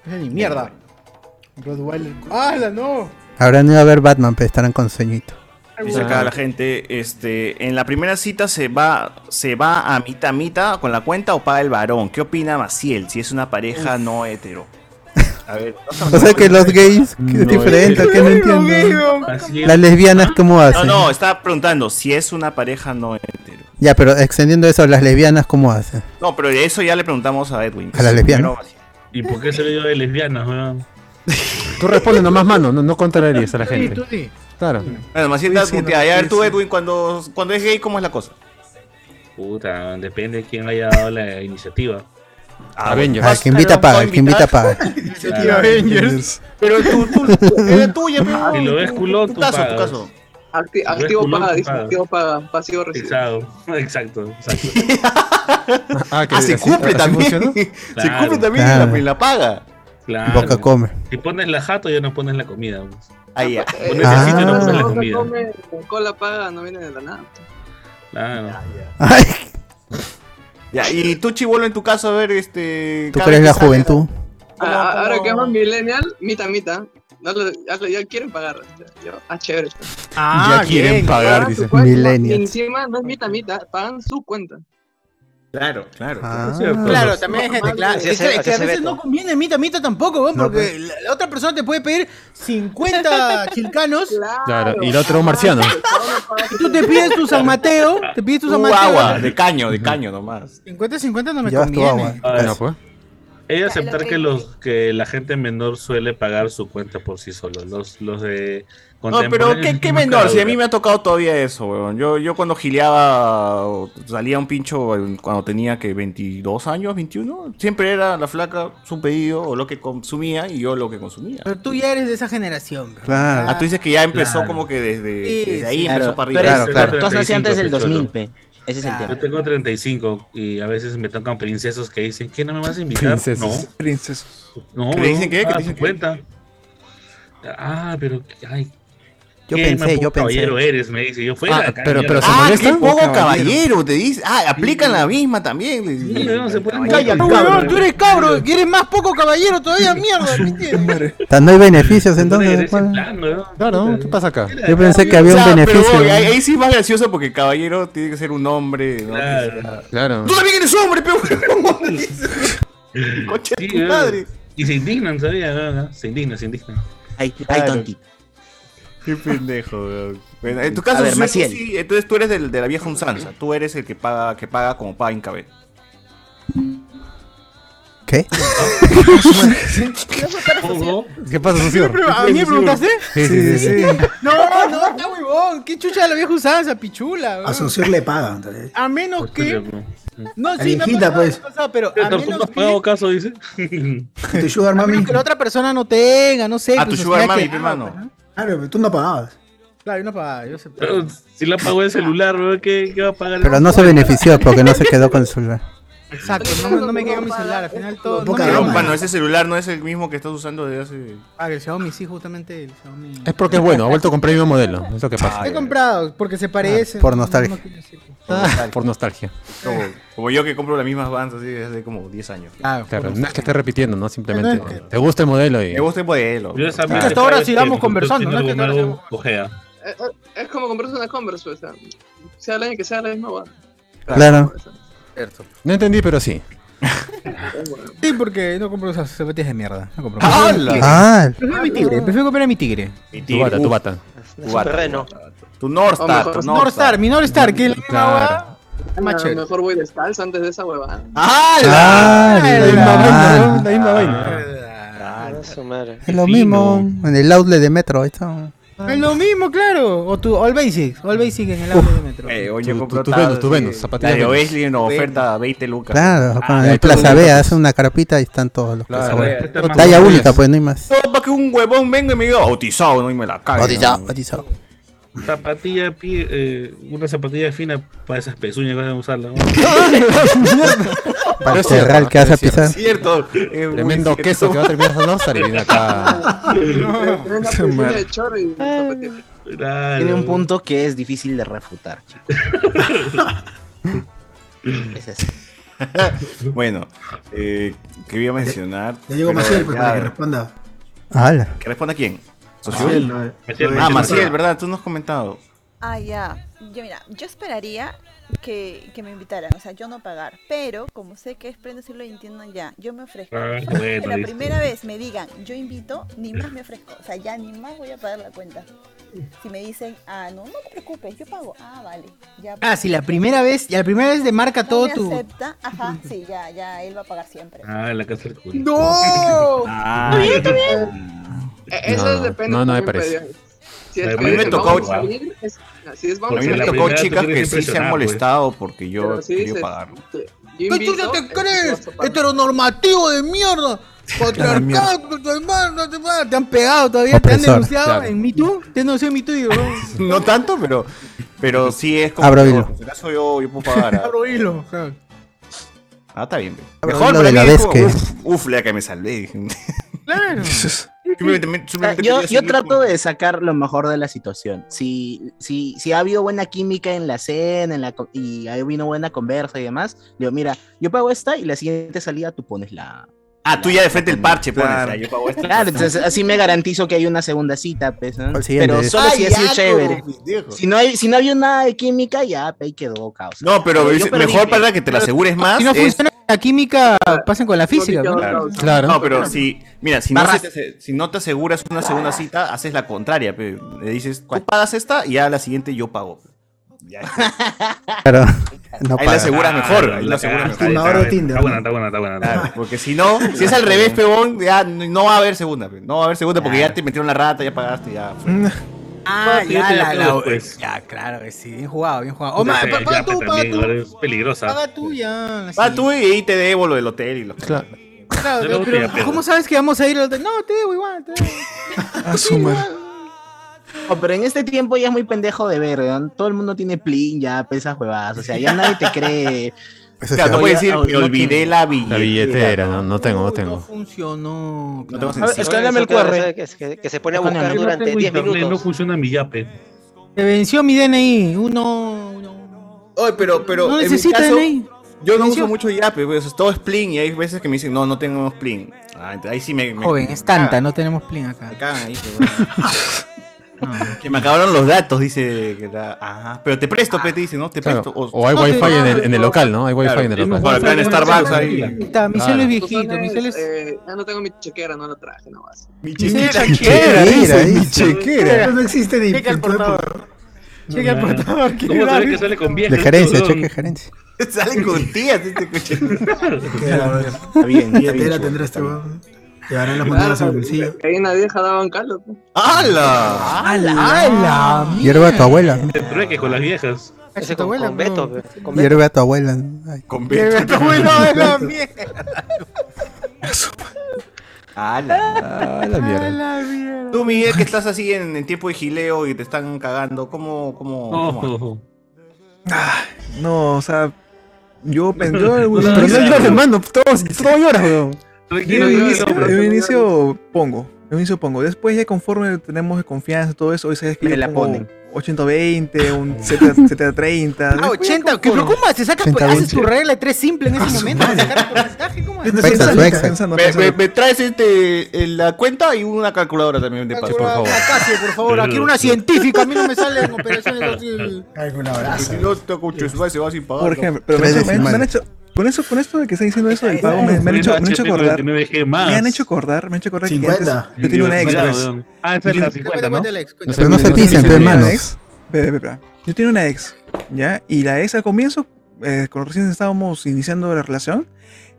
Speaker 1: Ni mierda. Rottweiler. ¡Hala, no!
Speaker 4: Ahora no iba a ver Batman, pero estarán con sueñito.
Speaker 8: Dice acá la gente, este, en la primera cita se va, se va a mitad mitad con la cuenta o paga el varón. ¿Qué opina Maciel si es una pareja no hetero? A ver,
Speaker 4: O sea que los gays, que es diferente, que no entiendo. Las lesbianas, ¿cómo hacen?
Speaker 8: No, no, estaba preguntando si es una pareja no hetero.
Speaker 4: Ya, pero extendiendo eso, las lesbianas, ¿cómo hacen?
Speaker 8: No, pero de eso ya le preguntamos a Edwin.
Speaker 4: A la lesbiana.
Speaker 6: ¿Y por qué se le dio de lesbianas, weón?
Speaker 2: Tú respondes nomás mano, no, no contrarías a la gente. Claro.
Speaker 8: Bueno, Maciel está puteada. Y a ver tú, Edwin, cuando, cuando es gay, ¿cómo es la cosa?
Speaker 6: Puta, depende de quién haya dado la iniciativa.
Speaker 4: Ah, el que invita a pagar, el que invita a pagar.
Speaker 6: Claro. Avengers.
Speaker 8: Pero tú, tú, era tuya, pero.
Speaker 6: Ah, Si lo ves culón, tú
Speaker 8: caso, tu
Speaker 6: pagas.
Speaker 8: caso.
Speaker 13: Acti-
Speaker 6: Ves
Speaker 13: activo
Speaker 6: culón,
Speaker 13: paga,
Speaker 6: tú
Speaker 13: dice
Speaker 6: pagas.
Speaker 13: activo paga, pasivo recibe.
Speaker 6: Exacto, exacto. exacto.
Speaker 2: Ah,
Speaker 8: Ah, se cumple también. Se
Speaker 6: Claro.
Speaker 8: cumple también en la- en la paga.
Speaker 6: Claro.
Speaker 4: Boca come.
Speaker 6: Si pones la jato, ya no pones la comida. pues.
Speaker 8: Ahí ya.
Speaker 6: Pones el sitio, no pones
Speaker 4: Ah.
Speaker 6: la
Speaker 13: No,
Speaker 6: comida.
Speaker 13: no Eh, come, cola paga, no viene de la nada.
Speaker 6: Claro.
Speaker 8: Ya, y tú, Chibolo, en tu caso, a ver, este.
Speaker 4: ¿Tú
Speaker 8: cada
Speaker 4: crees
Speaker 8: vez
Speaker 4: la
Speaker 8: que sale-
Speaker 4: juventud?
Speaker 13: Ah, ahora que es más millennial, mitad, mitad. No lo- ya lo- ya quieren pagar. Ya- ya- ah, chévere.
Speaker 1: Ah,
Speaker 16: ya quieren
Speaker 1: bien,
Speaker 16: pagar,
Speaker 13: Pagan su
Speaker 16: dice.
Speaker 13: cuenta, Y
Speaker 4: Millennials.
Speaker 13: encima no es mitad, mitad, pagan su cuenta.
Speaker 8: Claro, claro.
Speaker 4: Ah.
Speaker 1: Claro, también hay gente, Este, claro.
Speaker 7: Así
Speaker 1: Es que,
Speaker 7: hace-
Speaker 1: es que
Speaker 7: así
Speaker 1: a
Speaker 7: hace
Speaker 1: veces
Speaker 7: Beto.
Speaker 1: no conviene mitad, mitad tampoco, weón,
Speaker 2: No,
Speaker 1: porque
Speaker 2: pues.
Speaker 1: la, la otra persona te puede pedir 50 chilcanos.
Speaker 2: Claro, y el otro un marciano.
Speaker 1: Y tú te pides tu San Mateo, te pides tu San
Speaker 8: Uh,
Speaker 1: Mateo.
Speaker 8: agua, de caño, de caño nomás.
Speaker 1: 50-50 no me
Speaker 4: Llevas tu
Speaker 1: conviene.
Speaker 4: agua.
Speaker 6: Ah,
Speaker 4: Eso.
Speaker 6: He de aceptar que los que la gente menor suele pagar su cuenta por sí solo. Los, los de
Speaker 8: No, pero qué, qué menor, si a mí me ha tocado todavía eso, weón. Yo, yo cuando gileaba, o salía un pincho eh, cuando tenía que 22 años, 21, siempre era la flaca su pedido o lo que consumía y yo lo que consumía.
Speaker 1: Pero tú ya eres de esa generación. bro.
Speaker 4: Claro.
Speaker 8: Ah, tú dices que ya empezó
Speaker 6: Claro.
Speaker 8: como que desde,
Speaker 1: Sí,
Speaker 8: desde ahí
Speaker 1: sí,
Speaker 8: empezó para arriba.
Speaker 5: Claro,
Speaker 6: claro. Ah,
Speaker 5: Tú has nacido antes del
Speaker 6: 35,
Speaker 5: 2000, pe. Ese es el tema.
Speaker 6: Yo tengo 35 y a veces me tocan princesos que dicen, ¿qué no me vas a invitar?
Speaker 2: Princesos.
Speaker 3: Princesos.
Speaker 6: No, no.
Speaker 8: ¿Que dicen qué? ¿Que
Speaker 6: paga
Speaker 8: dicen
Speaker 6: tu
Speaker 8: qué?
Speaker 6: cuenta. Ah, pero ay,
Speaker 4: Yo
Speaker 6: qué
Speaker 4: pensé,
Speaker 6: mal
Speaker 4: yo pensé.
Speaker 6: caballero eres, me dice. Yo fuera.
Speaker 2: Ah,
Speaker 6: acá,
Speaker 2: pero-
Speaker 6: mierda.
Speaker 2: pero se
Speaker 8: Ah, qué
Speaker 2: molestan?
Speaker 8: poco
Speaker 2: Caballero.
Speaker 8: caballero, te dice. Ah, aplican la misma también. le-
Speaker 6: Sí, weón, se ponen-
Speaker 1: Calla,
Speaker 6: Caballero.
Speaker 1: cabrón, tú eres cabro, que eres más poco caballero todavía, mierda. ¿viste?
Speaker 4: Tan no hay beneficios
Speaker 6: Entonces,
Speaker 4: entonces.
Speaker 6: ese
Speaker 4: ¿cuál?
Speaker 6: plan, weón.
Speaker 2: Claro, ¿qué pasa acá?
Speaker 4: Yo pensé que
Speaker 8: O
Speaker 4: había un
Speaker 8: sea, pero
Speaker 4: beneficio.
Speaker 8: oye, ahí, ahí sí es más gracioso porque caballero tiene que ser un hombre. ¿no?
Speaker 6: Claro.
Speaker 2: Claro.
Speaker 8: Tú también eres hombre, pero Concha de
Speaker 6: Sí,
Speaker 8: tu
Speaker 1: eh.
Speaker 6: weón.
Speaker 8: madre.
Speaker 6: Y se indignan, ¿sabía? No, no, Se indignan, se indignan.
Speaker 5: Ay, ay, tonti.
Speaker 8: Qué pendejo, weón. Bueno, Pues, en tu caso,
Speaker 5: Mm, A ver,
Speaker 8: sí,
Speaker 5: Maciel.
Speaker 8: sí, entonces tú eres del, de la vieja unsanza. Tú eres el que paga, que paga como paga Incabet.
Speaker 4: ¿Qué?
Speaker 2: ¿Qué pasa, socio?
Speaker 1: ¿A mí me preguntaste?
Speaker 2: Sí, sí, sí.
Speaker 1: No, no, está huevón. ¿Qué chucha de la vieja usada esa pichula? weón?
Speaker 9: A Saussure le pagan. entonces.
Speaker 1: A menos que. No,
Speaker 9: La
Speaker 1: sí, me ha
Speaker 9: viejita,
Speaker 1: pasado, me
Speaker 9: pues.
Speaker 1: ha pasado, pero a
Speaker 6: Tampoco
Speaker 1: menos
Speaker 6: has pagado caso, dice.
Speaker 9: Tu sugar
Speaker 1: A menos
Speaker 9: mami.
Speaker 1: que la otra persona no tenga, no sé.
Speaker 8: A tu
Speaker 1: pues, o
Speaker 8: sugar
Speaker 1: sea
Speaker 8: mami,
Speaker 1: que-
Speaker 8: pe, mano.
Speaker 9: Claro, pero tú no pagabas.
Speaker 1: Claro, yo no pagaba, yo sé.
Speaker 6: Pero Si la pagó el celular, weón, ¿qué, qué va a pagar?
Speaker 4: Pero no se benefició porque no se quedó con el celular.
Speaker 1: Exacto, no, me- no me quedó mi celular, al final todo. No me
Speaker 9: Poca
Speaker 8: Pero,
Speaker 1: quedó
Speaker 9: broma.
Speaker 8: mano, ese celular no es el mismo que estás usando desde hace.
Speaker 1: Ah, el Xiaomi, sí, justamente el Xiaomi.
Speaker 2: Es porque es bueno, ha vuelto con premio modelo. Es lo que pasa.
Speaker 1: He comprado, porque se parece.
Speaker 4: por nostalgia.
Speaker 2: Ah, por nostalgia.
Speaker 8: Como, como yo que compro las mismas bands así desde hace como 10 años.
Speaker 1: Claro,
Speaker 2: Claro, no es que esté repitiendo, ¿no? Simplemente
Speaker 1: No es que-
Speaker 2: te gusta el modelo y.
Speaker 8: Me gusta el modelo.
Speaker 6: Yo esa
Speaker 1: que
Speaker 6: mente
Speaker 1: hasta ahora
Speaker 6: cada vez
Speaker 1: sigamos
Speaker 6: que
Speaker 1: conversando, ¿no?
Speaker 6: tiene
Speaker 1: Que hasta ahora
Speaker 6: algún
Speaker 1: sigamos-
Speaker 6: cojea.
Speaker 13: Eh, eh, Es como comprarse una Converse, pues, o sea, sea el año que sea la misma, va.
Speaker 4: Claro.
Speaker 2: No entendí, pero sí.
Speaker 1: Sí, porque no compro esas zapatillas de mierda. No compro.
Speaker 8: ¡Hala!
Speaker 4: ¡Ah!
Speaker 1: Prefiero mi tigre, prefiero comprar a mi tigre.
Speaker 2: Mi tigre, Tu bata, tu bata.
Speaker 7: Es un terreno.
Speaker 8: Tu North
Speaker 13: O
Speaker 8: Star,
Speaker 13: mejor-
Speaker 8: tu
Speaker 1: North Star, mi North Star, que es la misma
Speaker 8: Claro.
Speaker 1: hueá.
Speaker 13: Ah,
Speaker 1: Más chévere.
Speaker 13: mejor voy descalzo antes de esa huevada.
Speaker 8: ¡Hala!
Speaker 1: La misma vaina, ¿no? La misma
Speaker 7: Ah, su madre.
Speaker 4: Es lo mismo en el outlet de metro. ahí está.
Speaker 1: vaina. Es lo mismo, claro. O tu All Basics. All Basics en el auto de metro.
Speaker 8: Eh, oye,
Speaker 4: Tu-
Speaker 8: compro
Speaker 4: tu- tus
Speaker 8: tal,
Speaker 4: Venus, tus
Speaker 8: sí.
Speaker 4: Venus, zapatillas
Speaker 8: La de
Speaker 4: Venus.
Speaker 8: Oakley en oferta, 20 lucas.
Speaker 4: Claro,
Speaker 8: Ah,
Speaker 4: en
Speaker 8: ahí
Speaker 4: el Plaza
Speaker 8: todo
Speaker 4: Vea,
Speaker 8: bien.
Speaker 4: hace una carpita y están todos los
Speaker 8: Claro,
Speaker 4: Plaza Vea.
Speaker 8: este es más
Speaker 4: Talla
Speaker 8: común.
Speaker 4: única, pues no hay más.
Speaker 8: No, para que un huevón venga y me diga bautizado, no, y me la cague.
Speaker 4: Bautizado,
Speaker 8: ¿no?
Speaker 4: bautizado.
Speaker 6: Zapatilla, pie, eh, una zapatilla fina para esas pezuñas que vas a usarla. ¿no?
Speaker 4: Para
Speaker 2: es cierto,
Speaker 4: cerrar el que vas a
Speaker 2: es cierto.
Speaker 4: pisar.
Speaker 8: Cierto. eh, muy
Speaker 2: Tremendo
Speaker 8: cierto.
Speaker 2: queso que va a terminar de no salir de acá.
Speaker 13: Una
Speaker 2: su
Speaker 13: piscina
Speaker 2: madre.
Speaker 13: de chorro y zapatillas.
Speaker 5: Tiene un punto que es difícil de refutar, chicos. Es eso.
Speaker 8: bueno, eh, que iba a mencionar.
Speaker 9: Ya llegó
Speaker 8: Pero
Speaker 9: Maciel pues,
Speaker 8: ya-
Speaker 9: para que responda.
Speaker 4: ¡Hala!
Speaker 8: ¿Que responda quién? ¿Socio?
Speaker 9: Maciel, lo de- lo de-
Speaker 8: Ah, Maciel, ¿verdad? Tú nos has comentado.
Speaker 10: Ah, ya. Yo, mira, yo esperaría que, que me invitaran, o sea, yo no pagar. Pero, como sé que es pleno siglo XXI ya, yo me ofrezco.
Speaker 6: Ah,
Speaker 10: Yo
Speaker 6: bueno,
Speaker 10: que la
Speaker 6: listo.
Speaker 10: primera vez me digan, yo invito, ni más me ofrezco. O sea, ya ni más voy a pagar la cuenta. Si me dicen, ah, no, no te preocupes, yo pago. Ah, vale. Ya,
Speaker 1: Ah, si la primera vez, ya la primera vez te marca
Speaker 10: no
Speaker 1: todo
Speaker 10: me
Speaker 1: tu.
Speaker 10: acepta, ajá, sí, ya, ya, él va a pagar siempre.
Speaker 6: Ah, la casa del culo.
Speaker 10: ¡No!
Speaker 6: Ah,
Speaker 13: Eh, Eso
Speaker 2: No,
Speaker 13: depende
Speaker 2: no, no me
Speaker 13: cómo
Speaker 2: parece.
Speaker 13: pedías. Si es
Speaker 8: A mí
Speaker 13: que
Speaker 8: me
Speaker 13: dicen,
Speaker 8: tocó-
Speaker 13: vamos a salir, es- si es vamos
Speaker 8: A
Speaker 13: a
Speaker 8: mí me
Speaker 13: salir,
Speaker 8: tocó
Speaker 6: primera tú
Speaker 8: chicas que
Speaker 6: quieres
Speaker 8: sí se han
Speaker 6: impresionar, pues.
Speaker 8: molestado porque yo
Speaker 13: pero
Speaker 8: he
Speaker 13: sí
Speaker 8: querido
Speaker 13: dices,
Speaker 8: pagar.
Speaker 13: yo- yo
Speaker 1: ¿Qué tú
Speaker 13: invito,
Speaker 1: ya te
Speaker 13: eh,
Speaker 1: crees?
Speaker 13: tú vas a pagar.
Speaker 1: Heteronormativo de mierda. Patriarcal,
Speaker 8: mierda.
Speaker 1: con tu hermano, tu hermano. te han pegado todavía, te han
Speaker 4: Opresor,
Speaker 1: denunciado
Speaker 2: claro.
Speaker 1: en Me Too, te han denunciado en Me Too y yo,
Speaker 8: No tanto, pero, pero sí es como.
Speaker 4: Abro
Speaker 8: que,
Speaker 4: hilo.
Speaker 8: oh, En este caso yo, yo puedo pagar. ah.
Speaker 1: abro hilo. claro.
Speaker 8: Ah, está bien. bien.
Speaker 4: Abro
Speaker 8: Mejor
Speaker 4: hilo
Speaker 8: para
Speaker 4: de
Speaker 8: mí
Speaker 4: la
Speaker 8: es
Speaker 4: vez
Speaker 8: como,
Speaker 4: que-
Speaker 8: Uf, uf, la que me salvé. dije.
Speaker 1: Claro.
Speaker 8: Simplemente- simplemente
Speaker 5: Ah, yo,
Speaker 8: quería
Speaker 5: yo
Speaker 8: seguir
Speaker 5: trato
Speaker 8: con-
Speaker 5: de sacar lo mejor de la situación. Si, si, si ha habido buena química en la cena en la, co- y ha habido buena conversa y demás, digo, mira, yo pago esta y la siguiente salida tú pones la...
Speaker 8: Ah, tú ya de frente el parche, pones.
Speaker 4: Claro.
Speaker 8: ah, Yo pago este.
Speaker 5: Claro, entonces así me garantizo que hay una segunda cita, pues, ¿no?
Speaker 4: Al siguiente.
Speaker 5: Pero solo si ha sido
Speaker 8: ya,
Speaker 5: chévere.
Speaker 8: como pendejo.
Speaker 5: Si no, hay, si no había nada de química, ya, ahí quedó causa.
Speaker 8: No, pero
Speaker 5: Yo
Speaker 8: es-
Speaker 5: perdí,
Speaker 8: mejor para
Speaker 5: eh.
Speaker 8: que te la asegures más.
Speaker 1: Si no
Speaker 8: es-
Speaker 1: funciona la química, pasen con la física.
Speaker 13: Yo
Speaker 1: ¿no?
Speaker 13: invito,
Speaker 8: Claro.
Speaker 2: Claro.
Speaker 8: No, pero si, mira, si no,
Speaker 5: Barras.
Speaker 8: se te, si no te aseguras una segunda cita, haces la contraria. pe. Le dices, tú pagas esta y a la siguiente yo pago. Ya.
Speaker 4: Claro, no
Speaker 8: ahí la
Speaker 4: paga.
Speaker 8: aseguras mejor. Ahí la
Speaker 6: segunda
Speaker 8: aseguras mejor.
Speaker 9: Una hora de Tinder,
Speaker 6: Está buena,
Speaker 9: ¿no?
Speaker 6: está buena, está buena. está
Speaker 8: Claro, porque si no, si es al revés, peón, ya n- no va a haber segunda. pe. No va a haber segunda porque ya te metieron la rata, ya pagaste, ya. fue.
Speaker 1: Ah,
Speaker 6: Papi,
Speaker 1: ya,
Speaker 6: yo te
Speaker 1: la,
Speaker 6: la
Speaker 1: la,
Speaker 6: juego, pues.
Speaker 1: ya, claro que sí, bien jugado, bien jugado. Oh,
Speaker 6: buena.
Speaker 1: ma,
Speaker 6: Entonces,
Speaker 1: pa- paga
Speaker 6: ya,
Speaker 1: tú,
Speaker 6: pues,
Speaker 1: paga
Speaker 6: también,
Speaker 1: tú,
Speaker 6: ahora Es peligrosa.
Speaker 1: paga tú ya.
Speaker 8: Va
Speaker 1: sí.
Speaker 8: tú y ahí te debo lo del hotel y lo
Speaker 2: Claro.
Speaker 1: Claro,
Speaker 6: Yo luego te
Speaker 1: pero
Speaker 6: la pego.
Speaker 1: ¿cómo sabes que vamos a ir al hotel? No, te digo igual, te digo.
Speaker 3: Ah, su madre.
Speaker 5: No, pero en este tiempo ya es muy pendejo de ver, ¿no? Todo el mundo tiene plin, ya, pesas huevadas. O sea, ya nadie te cree.
Speaker 4: Eso
Speaker 8: Claro,
Speaker 4: sí.
Speaker 8: no puedes decir,
Speaker 5: Oye,
Speaker 8: me
Speaker 5: no
Speaker 8: olvidé
Speaker 5: tengo.
Speaker 8: la
Speaker 2: Pues, La
Speaker 8: billetera.
Speaker 2: billetera, no, no tengo, no
Speaker 1: No
Speaker 2: tengo.
Speaker 1: funcionó.
Speaker 8: No
Speaker 1: claro.
Speaker 8: tengo sentido.
Speaker 5: Escándame el
Speaker 7: Eso que-
Speaker 5: QR.
Speaker 7: Que, que- que se pone a
Speaker 5: Escándame.
Speaker 7: buscar
Speaker 5: Yo no
Speaker 7: durante 10
Speaker 6: No
Speaker 7: minutos.
Speaker 6: funciona mi yape.
Speaker 1: Se venció mi DNI. Uno. uno.
Speaker 8: Oye, pero, pero
Speaker 1: no
Speaker 8: en mi
Speaker 1: necesita
Speaker 8: caso,
Speaker 1: DNI.
Speaker 8: Yo no
Speaker 1: ¿Silencio?
Speaker 8: uso mucho Yape, pues, es todo Splin y hay veces que me dicen, no, no tengo Splin. Ah, ent- ahí sí me. me-
Speaker 1: Joven, es tanta, no tenemos plin acá.
Speaker 8: Me cagan ahí, pero- que me acabaron los datos, dice. Que la- Ajá, pero te presto, pe, te dice, ¿no? Te
Speaker 2: Claro,
Speaker 8: presto. o-
Speaker 2: O hay
Speaker 1: No,
Speaker 2: wifi
Speaker 1: sí,
Speaker 2: en
Speaker 1: no,
Speaker 2: el, en el local, ¿no? Hay wifi
Speaker 8: Claro,
Speaker 2: en el
Speaker 8: es
Speaker 2: local.
Speaker 8: mejor acá en Starbucks ahí.
Speaker 1: Está, mi cel
Speaker 2: Claro.
Speaker 1: es
Speaker 13: Tú
Speaker 1: viejito, mi
Speaker 13: pones,
Speaker 1: cel es.
Speaker 13: eh, ya no tengo mi chequera, no la traje, no vas.
Speaker 8: Mi
Speaker 1: chequera,
Speaker 4: chequera, dice, mi
Speaker 9: Eso no existe ni.
Speaker 1: Checa el portador. Checa el portador. que
Speaker 6: ¿Cómo
Speaker 1: va a
Speaker 6: sabes
Speaker 1: abrir.
Speaker 6: que sale con vieja?
Speaker 4: De gerencia,
Speaker 6: este
Speaker 4: cheque de
Speaker 6: huevón?
Speaker 4: gerencia.
Speaker 8: Salen con tías este coche.
Speaker 9: Billetera
Speaker 8: Está bien, está bien, chico.
Speaker 9: tendrá este weón. Llevará las monedas al bolsillo.
Speaker 13: Ahí en la vieja daban calo. pues.
Speaker 9: ¡Ah,
Speaker 8: ¡Hala!
Speaker 1: ¡Ah, ¡Hala!
Speaker 4: Hierve a tu abuela.
Speaker 6: Te trueques con las viejas.
Speaker 1: Ese
Speaker 7: Ese
Speaker 1: tu
Speaker 7: con,
Speaker 1: abuela,
Speaker 7: con Beto,
Speaker 1: bro.
Speaker 7: pe, con Beto.
Speaker 4: Hierve a tu abuela. Ay.
Speaker 8: Con
Speaker 1: Hierve
Speaker 8: Beto.
Speaker 1: a tu abuela, es la mierda.
Speaker 8: ¡Hala!
Speaker 2: Ah, la mierda.
Speaker 1: La mierda.
Speaker 8: Tú, Miguel, que estás así en, en tiempo de gileo y te están cagando, ¿cómo? cómo, cómo?
Speaker 6: No.
Speaker 3: No, o sea, yo pensé.
Speaker 6: no,
Speaker 3: Pero no
Speaker 6: no,
Speaker 3: lloras,
Speaker 6: no.
Speaker 3: hermano. Todos, todos lloras, weón.
Speaker 6: Tranquilo,
Speaker 3: En
Speaker 13: Quiero
Speaker 3: un
Speaker 13: ir,
Speaker 3: inicio,
Speaker 13: hombre.
Speaker 3: en un inicio pongo. En un inicio pongo. Después ya conforme tenemos confianza, todo eso, hoy sabes que
Speaker 5: Me
Speaker 3: yo
Speaker 5: la
Speaker 3: pongo
Speaker 5: ponen.
Speaker 3: 80-20, un 70 70-30.
Speaker 1: Ah,
Speaker 3: Después ya
Speaker 1: 80, que, pero
Speaker 3: conformo.
Speaker 1: ¿cómo haces? Sacas,
Speaker 4: 80,
Speaker 1: haces tu regla de 3 simple en ese momento. para sacar el porcentaje, ¿cómo haces?
Speaker 9: No
Speaker 4: Pexa,
Speaker 9: sé,
Speaker 4: pexa.
Speaker 3: Pensando,
Speaker 8: Me, me-
Speaker 3: pensando.
Speaker 8: me traes este, eh, la cuenta y una calculadora también de paso, por favor.
Speaker 1: Casio, por favor, aquí una científica, a mí no me salen operaciones así.
Speaker 9: Alguna
Speaker 8: Porque
Speaker 9: abrazo.
Speaker 8: Si no, te escucho, se va sin pagar.
Speaker 3: Por
Speaker 8: ¿no?
Speaker 3: ejemplo, pero me,
Speaker 4: Tres
Speaker 3: me- me han
Speaker 4: decimales.
Speaker 3: hecho, Con eso, con esto de que está diciendo eso del
Speaker 6: Esa-
Speaker 3: pago, me, me han
Speaker 6: Mira,
Speaker 3: hecho, me han hecho
Speaker 6: HP
Speaker 3: acordar.
Speaker 6: 99 G más.
Speaker 3: Me han hecho acordar, me han hecho acordar que
Speaker 6: 50.
Speaker 3: antes yo tenía una ex.
Speaker 6: Claro,
Speaker 3: pues.
Speaker 6: weón. Ah, esa es la 50, ¿no?
Speaker 3: Yo
Speaker 6: Pero no se
Speaker 3: tenía
Speaker 6: pisen,
Speaker 3: una
Speaker 6: pe,
Speaker 3: ex.
Speaker 6: manos.
Speaker 3: Espera, espera, espera. Yo tenía una ex, ¿ya? Y la ex al comienzo, eh, cuando recién estábamos iniciando la relación,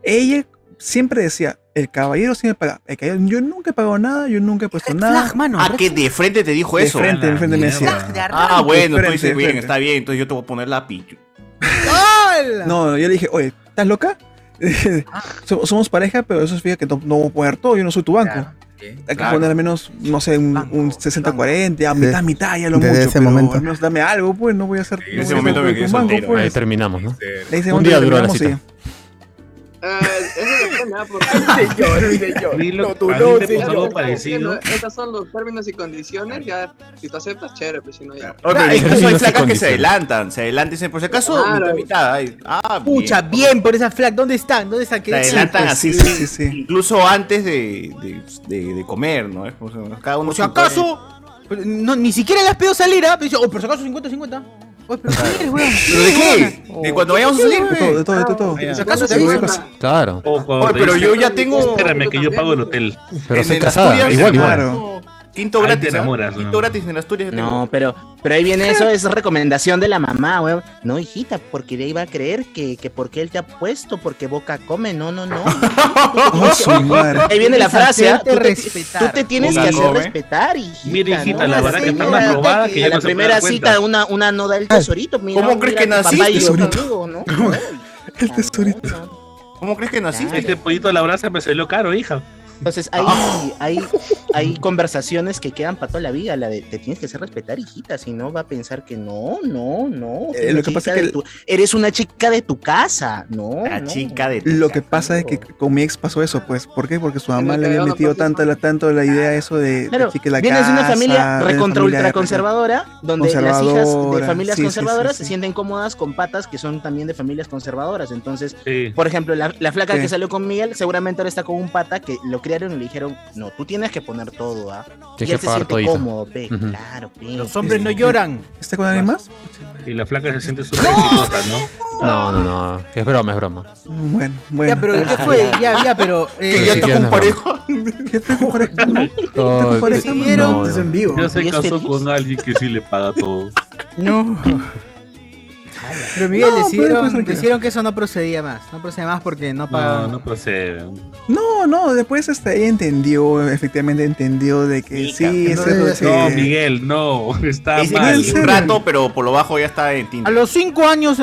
Speaker 3: ella siempre decía, el caballero siempre paga. El caballero- yo nunca he pagado nada, yo nunca he puesto nada.
Speaker 8: ah, que de frente te dijo
Speaker 3: De
Speaker 8: eso.
Speaker 3: frente, de frente me decía.
Speaker 8: Ah, bueno,
Speaker 3: De
Speaker 8: tú dices,
Speaker 3: frente, de
Speaker 8: bien,
Speaker 3: frente.
Speaker 8: está bien, entonces yo te voy a poner la pichu.
Speaker 3: No, no, yo le dije, oye, ¿estás loca? So- Somos pareja, pero eso significa que no, no voy a poner todo, yo no soy tu banco. Hay que
Speaker 8: claro.
Speaker 3: poner al menos, no sé, un, un 60-40, a mitad, mitad, ya lo
Speaker 4: Desde
Speaker 3: mucho.
Speaker 4: ese
Speaker 3: pero
Speaker 4: momento.
Speaker 3: al menos dame algo, pues, no voy a hacer.
Speaker 4: En ese momento me quedé soltero.
Speaker 2: Ahí terminamos, ¿no?
Speaker 3: En ese
Speaker 2: eh. Un
Speaker 3: momento
Speaker 2: día duró la
Speaker 3: terminamos,
Speaker 2: cita.
Speaker 13: Dilo,
Speaker 6: tú no, señor. pues, Algo parecido.
Speaker 13: Estos son los términos y condiciones. Ya, si tú aceptas, chévere, pues si no, ya.
Speaker 8: Oye, pero
Speaker 13: Claro,
Speaker 8: Ah, incluso hay
Speaker 13: no sé
Speaker 8: flacas que se
Speaker 13: condición.
Speaker 8: adelantan, se adelantan y dicen, por si acaso,
Speaker 13: Claro.
Speaker 8: mitad, mitad. ay, Ah, bien.
Speaker 1: Pucha, bien por esa flag. ¿Dónde están? ¿Dónde están?
Speaker 8: Se adelantan así,
Speaker 1: Pues, sí,
Speaker 8: sí, incluso antes de, de, de- de comer, ¿no? Es como que cada uno
Speaker 1: Por si acaso, pero no, ni siquiera le has pedido salir, ¿ah? Pero dice, oh, por si acaso 50-50. Oye, pero ¿qué eres, weón?
Speaker 8: ¿Pero de qué? ¿De cuando vayamos a salir?
Speaker 3: De todo, de todo, de todo.
Speaker 8: Ah, ya.
Speaker 3: Si
Speaker 1: acaso
Speaker 3: acaso
Speaker 1: te
Speaker 3: te
Speaker 1: aviso.
Speaker 3: vuelvas.
Speaker 2: Claro.
Speaker 8: Oye, pero yo ya tengo.
Speaker 6: Espérame que yo pago el hotel.
Speaker 2: Pero
Speaker 8: En
Speaker 2: soy
Speaker 8: el
Speaker 2: casada,
Speaker 8: Asturias,
Speaker 2: igual, igual.
Speaker 8: claro. Quinto
Speaker 6: Ahí te
Speaker 8: gratis. ¿ah?
Speaker 6: enamoras, ¿no?
Speaker 8: Quinto gratis en Asturias. ya tengo.
Speaker 5: No, pero, pero ahí viene eso, es recomendación de la mamá, weón. No, hijita, porque de ahí va a creer que, que porque él te ha puesto, porque boca come. No, no, no.
Speaker 8: Oh,
Speaker 6: su madre.
Speaker 5: ahí viene la
Speaker 6: Tienes que
Speaker 5: frase, ¿ah?
Speaker 6: hacerte
Speaker 5: tú, te,
Speaker 6: respetar.
Speaker 5: tú te tienes
Speaker 6: Boca
Speaker 5: que hacer
Speaker 6: come.
Speaker 5: respetar, hijita.
Speaker 6: Mira, hijita,
Speaker 5: ¿no?
Speaker 6: la verdad que está
Speaker 5: señora,
Speaker 6: más robada que ya
Speaker 5: a
Speaker 6: no
Speaker 5: la
Speaker 6: se puede
Speaker 5: primera
Speaker 6: dar cuenta.
Speaker 5: cita una, una no da el tesorito. Mira,
Speaker 8: ¿Cómo crees
Speaker 5: mira
Speaker 8: que
Speaker 5: tu papá
Speaker 8: naciste,
Speaker 5: y yo
Speaker 8: tesorito?
Speaker 5: contigo, ¿no?
Speaker 3: El tesorito.
Speaker 8: ¿Cómo crees que naciste?
Speaker 6: Este pollito a la brasa me salió caro, hija.
Speaker 5: Entonces hay,
Speaker 3: Ah.
Speaker 5: hay, hay conversaciones que quedan para toda la vida, la de te tienes que hacer respetar, hijita, si no va a pensar que no, no, no.
Speaker 3: Eh, lo que pasa es que- Ah,
Speaker 5: eres una chica de tu casa, no. La chica
Speaker 8: de
Speaker 3: Lo que pasa es que con mi ex pasó eso, pues. ¿Por qué? Porque su mamá
Speaker 5: el
Speaker 3: le había
Speaker 5: peor no
Speaker 3: metido tanto la, tanto la idea eso de,
Speaker 5: Claro,
Speaker 3: de chique la
Speaker 5: vienes de una
Speaker 3: casa,
Speaker 5: familia
Speaker 3: de
Speaker 5: recontra
Speaker 3: familia
Speaker 5: ultra conservadora, donde las hijas de
Speaker 3: conservadora,
Speaker 5: familias
Speaker 3: sí, sí, sí,
Speaker 5: conservadoras
Speaker 3: sí.
Speaker 5: se sienten cómodas con patas que son también de familias conservadoras. Entonces, por ejemplo, la, la flaca
Speaker 3: Sí.
Speaker 5: que salió con Miguel seguramente ahora está con un pata que lo criaron y le dijeron, no, tú tienes que poner todo, ¿ah? Y
Speaker 6: Tienes que
Speaker 5: él se
Speaker 6: pagar
Speaker 5: siente
Speaker 6: todito.
Speaker 5: cómodo, pe,
Speaker 6: Ujú.
Speaker 5: claro, pe.
Speaker 1: Los hombres no lloran.
Speaker 3: ¿Está con alguien más?
Speaker 6: Y la flaca se siente súper exitosa, ¿no?
Speaker 2: No, no, no. Es broma, es broma.
Speaker 3: Bueno, bueno.
Speaker 1: Ya, pero ¿qué fue? Ya, ya, pero.
Speaker 2: Que ya tocó un parejo.
Speaker 3: ¿Qué tocó un parejo?
Speaker 2: No,
Speaker 1: Decidieron-
Speaker 2: no, no.
Speaker 1: Es en vivo.
Speaker 6: Ya se
Speaker 1: ¿Y es
Speaker 7: este
Speaker 6: casó
Speaker 1: feliz?
Speaker 6: con alguien que sí le paga todo.
Speaker 1: No. Pero Miguel,
Speaker 3: No, pero
Speaker 1: decidieron,
Speaker 9: pues,
Speaker 3: después tranquilo.
Speaker 1: decidieron que eso no procedía más. No procedía más porque no
Speaker 6: No,
Speaker 1: pagaban.
Speaker 6: no procede.
Speaker 3: No, no, después hasta ella entendió, efectivamente entendió de que sí, es algo que-
Speaker 6: No, Miguel, no. Está
Speaker 8: Dicen
Speaker 6: mal.
Speaker 8: que un rato, pero por lo bajo ya está en
Speaker 1: A
Speaker 8: Tinder.
Speaker 1: los 5 años,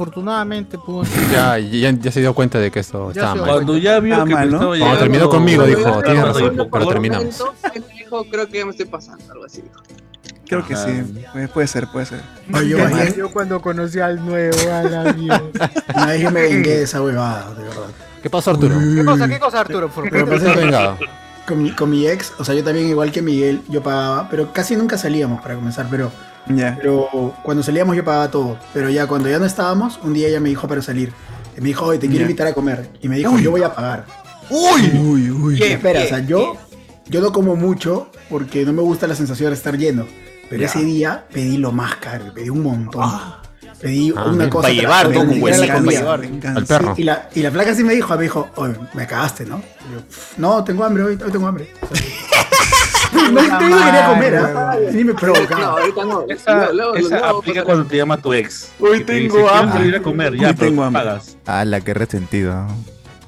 Speaker 1: afortunadamente, pudo.
Speaker 2: Ya, ya, ya se dio cuenta de que esto estaba
Speaker 1: Ya se dio
Speaker 2: mal.
Speaker 6: Cuando ya vio
Speaker 2: Está
Speaker 6: que
Speaker 2: mal,
Speaker 6: me
Speaker 2: ¿no?
Speaker 6: estaba
Speaker 2: Cuando
Speaker 6: llegando-
Speaker 2: terminó conmigo,
Speaker 6: Cuando
Speaker 2: dijo,
Speaker 6: ya
Speaker 2: "Tienes
Speaker 6: estaba
Speaker 2: razón,
Speaker 6: yendo
Speaker 2: pero
Speaker 6: por-
Speaker 2: terminamos".
Speaker 13: Él dijo, creo que ya me estoy pasando, algo así.
Speaker 3: Creo que sí, puede, puede ser, puede ser.
Speaker 9: Yo,
Speaker 3: Qué
Speaker 9: ayer,
Speaker 3: mal.
Speaker 9: yo cuando conocí al nuevo, a la mierda. No, yo me vengué de esa
Speaker 6: Ah,
Speaker 9: huevada, de verdad.
Speaker 2: ¿Qué pasó, Arturo? pues,
Speaker 1: ¿Qué cosa, qué cosa, Arturo? Por
Speaker 9: Lo que
Speaker 1: favor.
Speaker 9: pasa es que
Speaker 2: Vengado.
Speaker 9: con, mi, con mi ex, o sea, yo también igual que Miguel, yo pagaba, pero casi nunca salíamos para comenzar, pero,
Speaker 3: Ya.
Speaker 9: pero cuando salíamos yo pagaba todo, pero ya cuando ya no estábamos, un día ella me dijo para salir, y me dijo, oye, te quiero
Speaker 3: Ya.
Speaker 9: invitar a comer, y me dijo, yo voy a pagar.
Speaker 3: Uy, uy.
Speaker 9: Y espera, o sea, yo, yo no como mucho porque no me gusta la sensación de estar lleno, pero
Speaker 3: Ya.
Speaker 9: ese día pedí lo más caro, pedí un montón. Pedí
Speaker 2: Ah,
Speaker 9: una
Speaker 2: mira.
Speaker 9: cosa
Speaker 2: Pa'
Speaker 9: tras
Speaker 2: llevar,
Speaker 9: otra,
Speaker 2: ¿no?
Speaker 9: ni
Speaker 2: Con
Speaker 9: siquiera la
Speaker 2: huesito,
Speaker 9: comía.
Speaker 2: pa' llevar. Al perro.
Speaker 9: Sí, Y la, y la flaca sí me dijo, me dijo, oye, me cagaste, ¿no? Y yo, "Pff, no, tengo hambre hoy, hoy tengo hambre. O sea, no, yo no quería comer, ¿ah? Ni me
Speaker 13: No,
Speaker 9: provocaba.
Speaker 13: ahorita no.
Speaker 6: Esa,
Speaker 13: Luego, luego,
Speaker 6: esa
Speaker 13: luego,
Speaker 6: aplica
Speaker 13: pues,
Speaker 6: cuando te llama tu ex.
Speaker 13: Hoy
Speaker 6: Que te
Speaker 13: tengo
Speaker 6: dice, "Quiero
Speaker 13: hambre".
Speaker 6: salir a comer, ya,
Speaker 12: Hoy
Speaker 6: pero
Speaker 12: tengo
Speaker 6: tú
Speaker 12: hambre.
Speaker 6: pagas.
Speaker 12: Ah, la que resentido.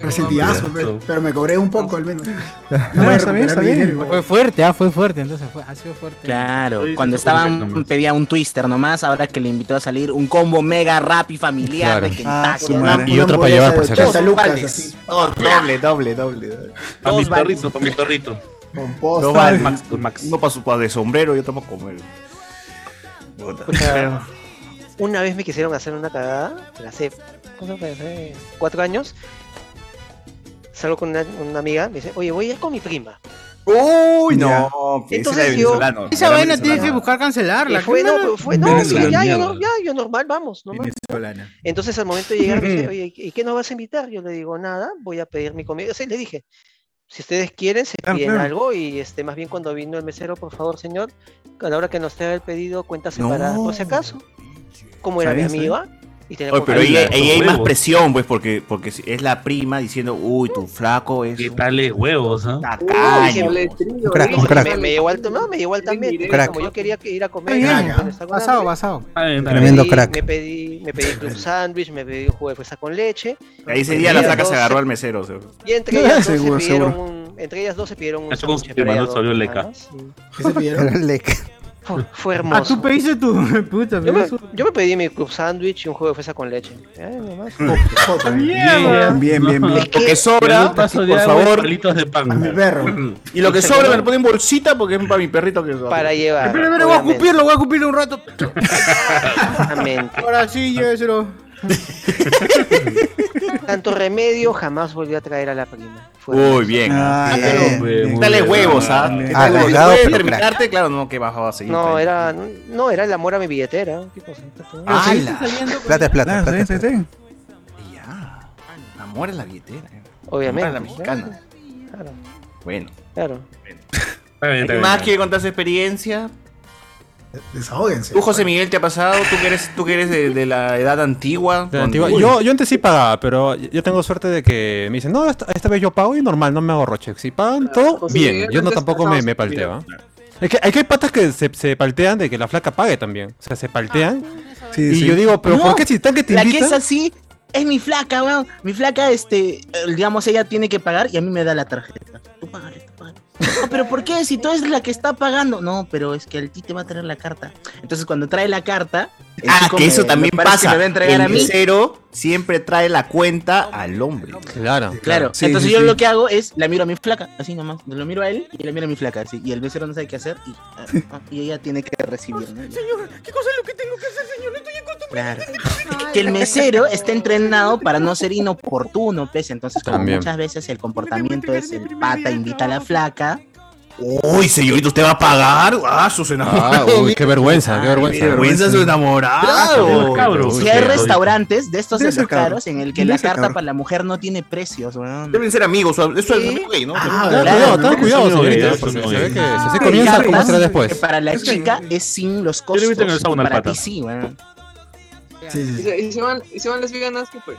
Speaker 9: Resentidazo, pero, pero me cobré un poco al menos. No,
Speaker 1: No,
Speaker 9: voy a
Speaker 1: está
Speaker 9: recuperar
Speaker 1: bien, está
Speaker 9: mi
Speaker 1: bien.
Speaker 9: dinero igual.
Speaker 1: Fue fuerte, ah, fue fuerte, entonces fue, ha sido fuerte.
Speaker 5: Claro,
Speaker 1: Oye,
Speaker 5: cuando
Speaker 1: sí, sí,
Speaker 5: estaban pedía un twister nomás, ahora que le invitó a salir un combo mega rap y familiar de
Speaker 9: Ah,
Speaker 5: Kentucky.
Speaker 9: su
Speaker 5: ¿no?
Speaker 9: madre.
Speaker 2: Y otra para llevar, por si
Speaker 9: Dos
Speaker 2: acaso.
Speaker 9: lucas,
Speaker 5: Vales.
Speaker 9: así.
Speaker 8: No, Oh, doble, doble, doble. doble.
Speaker 6: Para mi perrito, para mi perrito.
Speaker 9: Con
Speaker 8: No,
Speaker 9: posta.
Speaker 8: vale, Max, con Max. No para su pa' de sombrero, yo tampoco comer. Puta.
Speaker 7: Puta, una vez me quisieron hacer una cagada, pero hace, ¿cuánto fue? Hace cuatro años. Salgo con una, una amiga, me dice, oye, voy a ir con mi prima.
Speaker 8: Uy,
Speaker 3: Ya.
Speaker 8: no. que ese era
Speaker 7: Entonces yo-
Speaker 8: venezolano,
Speaker 1: Esa
Speaker 8: era
Speaker 1: vaina tienes que
Speaker 8: venezolano.
Speaker 1: buscar cancelarla.
Speaker 7: Y fue, no, pero fue, no,
Speaker 8: Venezolana.
Speaker 7: ya, yo, no- ya, yo normal, vamos. Normal.
Speaker 1: Venezolana.
Speaker 7: Entonces al momento de llegar me dice, oye, ¿y qué nos vas a invitar? Yo le digo, nada, voy a pedir mi comida. O sea, le dije, si ustedes quieren, se
Speaker 3: Claro,
Speaker 7: piden
Speaker 3: claro.
Speaker 7: algo y este, más bien cuando vino el mesero, por favor, señor, a la hora que nos traiga el pedido, cuenta
Speaker 3: No.
Speaker 7: separada, por si acaso. Como era mi
Speaker 3: ¿Sabías, eh?
Speaker 7: amiga, Y tenía
Speaker 8: Oye,
Speaker 7: culpa.
Speaker 8: pero ahí, ahí hay más
Speaker 7: Huevos.
Speaker 8: presión, pues, porque, porque es la prima diciendo, uy, tu flaco es. ¿Qué
Speaker 6: tales huevos, ah?
Speaker 7: Ay,
Speaker 8: Tacaño.
Speaker 7: qué trío,
Speaker 8: crack,
Speaker 7: ¿eh?
Speaker 8: un crack.
Speaker 7: Me, me llevó al no, me llevó al también.
Speaker 8: Crack.
Speaker 7: Como yo quería que ir a comer. pues,
Speaker 1: Está bien,
Speaker 7: me
Speaker 1: ya.
Speaker 7: estaba con
Speaker 1: Basado,
Speaker 7: hambre.
Speaker 1: basado.
Speaker 7: Me
Speaker 4: Tremendo
Speaker 7: pedí-
Speaker 4: crack.
Speaker 7: Me pedí, me pedí un sándwich, me pedí un jugo de fresa con leche.
Speaker 8: Ahí ese día la
Speaker 7: Pedí
Speaker 8: flaca se
Speaker 7: dos-
Speaker 8: agarró al mesero. seguro.
Speaker 7: Y entre ellas dos
Speaker 8: Seguro,
Speaker 7: se pidieron
Speaker 8: seguro.
Speaker 7: un. Entre ellas dos se pidieron un.
Speaker 8: Eso con
Speaker 7: sándwich
Speaker 8: su hermano
Speaker 7: variado,
Speaker 8: salió
Speaker 7: nada
Speaker 8: leca.
Speaker 7: más.
Speaker 4: Leca.
Speaker 7: Fue, fue hermoso.
Speaker 1: Ah, tú pediste tu. Puta,
Speaker 7: Yo me,
Speaker 1: pediste
Speaker 7: yo me pedí mi club sándwich y un juego de fresa con leche. Ay, nomás.
Speaker 9: Bien, bien, bien, bien.
Speaker 8: Lo que sobra, por favor.
Speaker 6: de pan.
Speaker 9: mi perro.
Speaker 8: Y lo que sobra me lo ponen en bolsita porque es para mi perrito que
Speaker 7: Para llevar.
Speaker 8: Pero,
Speaker 1: Pero voy a cumplirlo, voy a cumplirlo un rato.
Speaker 7: Exactamente.
Speaker 1: Ahora sí, lléveselo.
Speaker 7: Tanto remedio jamás volví a traer a la prima. Fue
Speaker 8: Muy
Speaker 7: hermoso.
Speaker 8: bien.
Speaker 7: Ah,
Speaker 8: ¿Qué tal-
Speaker 7: bien,
Speaker 8: qué
Speaker 7: bien.
Speaker 8: tal de
Speaker 7: Bien.
Speaker 8: huevos, ¿ah?
Speaker 7: Bien.
Speaker 8: ¿Qué tal de huevos?
Speaker 7: Alargado,
Speaker 8: ¿Puedes
Speaker 7: pero
Speaker 8: terminarte? Claro, no, que bajaba a seguir.
Speaker 5: pues.
Speaker 8: Ah,
Speaker 7: No, era, no, era el amor a mi billetera. ¿Qué cosa?
Speaker 8: ¡Hala!
Speaker 4: Plata es
Speaker 7: Ah,
Speaker 4: plata. plata es plata.
Speaker 8: ah, Amor a la billetera. eh.
Speaker 7: Obviamente.
Speaker 8: Amor a la mexicana.
Speaker 7: Claro,
Speaker 8: Bueno.
Speaker 7: claro.
Speaker 8: ¿Alguien más quiere contar su experiencia?
Speaker 9: Desahóguense.
Speaker 8: ¿Tú, José Miguel, te ha pasado? ¿Tú que eres, tú que eres de, de la edad antigua?
Speaker 2: De
Speaker 8: Con-
Speaker 2: antigua-
Speaker 8: Uy.
Speaker 2: Yo, yo antes sí pagaba, pero yo tengo suerte de que me dicen, no, esta, esta vez yo pago y normal, no me hago roche. Si pagan todo,
Speaker 13: José
Speaker 2: bien.
Speaker 13: Miguel,
Speaker 2: Yo no
Speaker 13: antes
Speaker 2: tampoco
Speaker 13: pasaba
Speaker 2: me, me
Speaker 13: su
Speaker 2: palteo. ¿ah? Es que, es que hay patas que se, se paltean de que la flaca pague también. O sea, se paltean. y yo digo, pero
Speaker 5: No,
Speaker 2: ¿por qué si están que te
Speaker 5: La que
Speaker 2: invitan?
Speaker 5: es así es mi flaca, weón. Mi flaca, este, eh, digamos, ella tiene que pagar y a mí me da la tarjeta. Tú págale, tú págale. No, pero ¿por qué? Si tú eres la que está pagando. No, pero es que el ti te va a traer la carta. Entonces, cuando trae la carta. el
Speaker 8: Ah,
Speaker 5: chico
Speaker 8: que
Speaker 5: me-
Speaker 8: eso
Speaker 5: me
Speaker 8: también
Speaker 5: parece que
Speaker 8: pasa.
Speaker 5: me va a entregar
Speaker 8: el
Speaker 5: a mí.
Speaker 8: mesero siempre trae la cuenta al hombre.
Speaker 2: Claro.
Speaker 5: Claro,
Speaker 8: Sí,
Speaker 5: entonces
Speaker 8: sí,
Speaker 5: yo
Speaker 8: sí.
Speaker 5: lo que hago es la miro a mi flaca, así nomás. Lo miro a él y la miro a mi flaca, así. Y el mesero no sabe qué hacer y, ah, ah, y ella tiene que recibir. ¿no?
Speaker 1: Señor, ¿qué cosa es lo que tengo que hacer, señor? Estoy
Speaker 5: Claro. Que el mesero está entrenado para no ser inoportuno, pese. Entonces, como
Speaker 8: También.
Speaker 5: muchas veces el comportamiento es el pata invita a la flaca.
Speaker 8: Uy, señorito, ¿usted va a pagar? Ah, sus
Speaker 2: Ah,
Speaker 8: enamorados.
Speaker 2: uy, qué vergüenza, qué vergüenza.
Speaker 8: Qué vergüenza su enamorado.
Speaker 5: Claro, si hay restaurantes de estos
Speaker 8: Debe
Speaker 5: de
Speaker 8: ser
Speaker 5: los
Speaker 8: cabrón.
Speaker 5: caros en el que
Speaker 8: Debe
Speaker 5: la
Speaker 8: ser
Speaker 5: carta
Speaker 8: cabrón.
Speaker 5: para la mujer no tiene precios, weón.
Speaker 8: Deben ser amigos. o- Eso es amigo gay, ¿no?
Speaker 5: Ah,
Speaker 2: Ten
Speaker 5: claro,
Speaker 2: cuidado, ten
Speaker 8: no,
Speaker 2: cuidado,
Speaker 8: no, no,
Speaker 2: señorita,
Speaker 8: no, no,
Speaker 2: porque
Speaker 8: no,
Speaker 2: se
Speaker 8: no,
Speaker 2: ve que si
Speaker 5: Ah,
Speaker 8: no,
Speaker 2: así
Speaker 8: no,
Speaker 2: comienza,
Speaker 5: Hay
Speaker 2: ¿cómo
Speaker 5: cartas
Speaker 2: será
Speaker 5: que
Speaker 2: después?
Speaker 5: para la chica es sin los
Speaker 6: Yo lo he
Speaker 5: costos.
Speaker 6: visto en el sauna,
Speaker 5: para
Speaker 6: el
Speaker 5: ti
Speaker 6: pata.
Speaker 5: sí, weón.
Speaker 13: Y se, y se van, y se van lesbianas, ¿qué fue?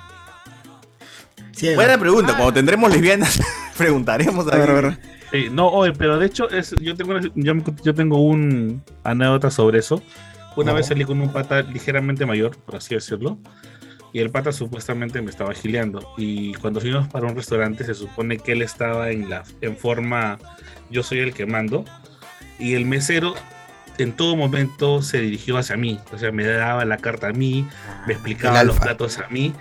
Speaker 8: Buena pregunta. Cuando tendremos lesbianas, preguntaremos a ver.
Speaker 6: Sí, no, oye, pero de hecho, es, yo, tengo una- yo, me- yo tengo un anécdota sobre eso. Una
Speaker 8: Oh.
Speaker 6: vez salí con un pata ligeramente mayor, por así decirlo, y el pata supuestamente me estaba gileando. Y cuando fuimos para un restaurante, se supone que él estaba en, la, en forma, yo soy el que mando, y el mesero en todo momento se dirigió hacia mí. O sea, me daba la carta a mí, me explicaba
Speaker 4: Ah, el
Speaker 6: los
Speaker 4: alfa.
Speaker 6: platos a mí,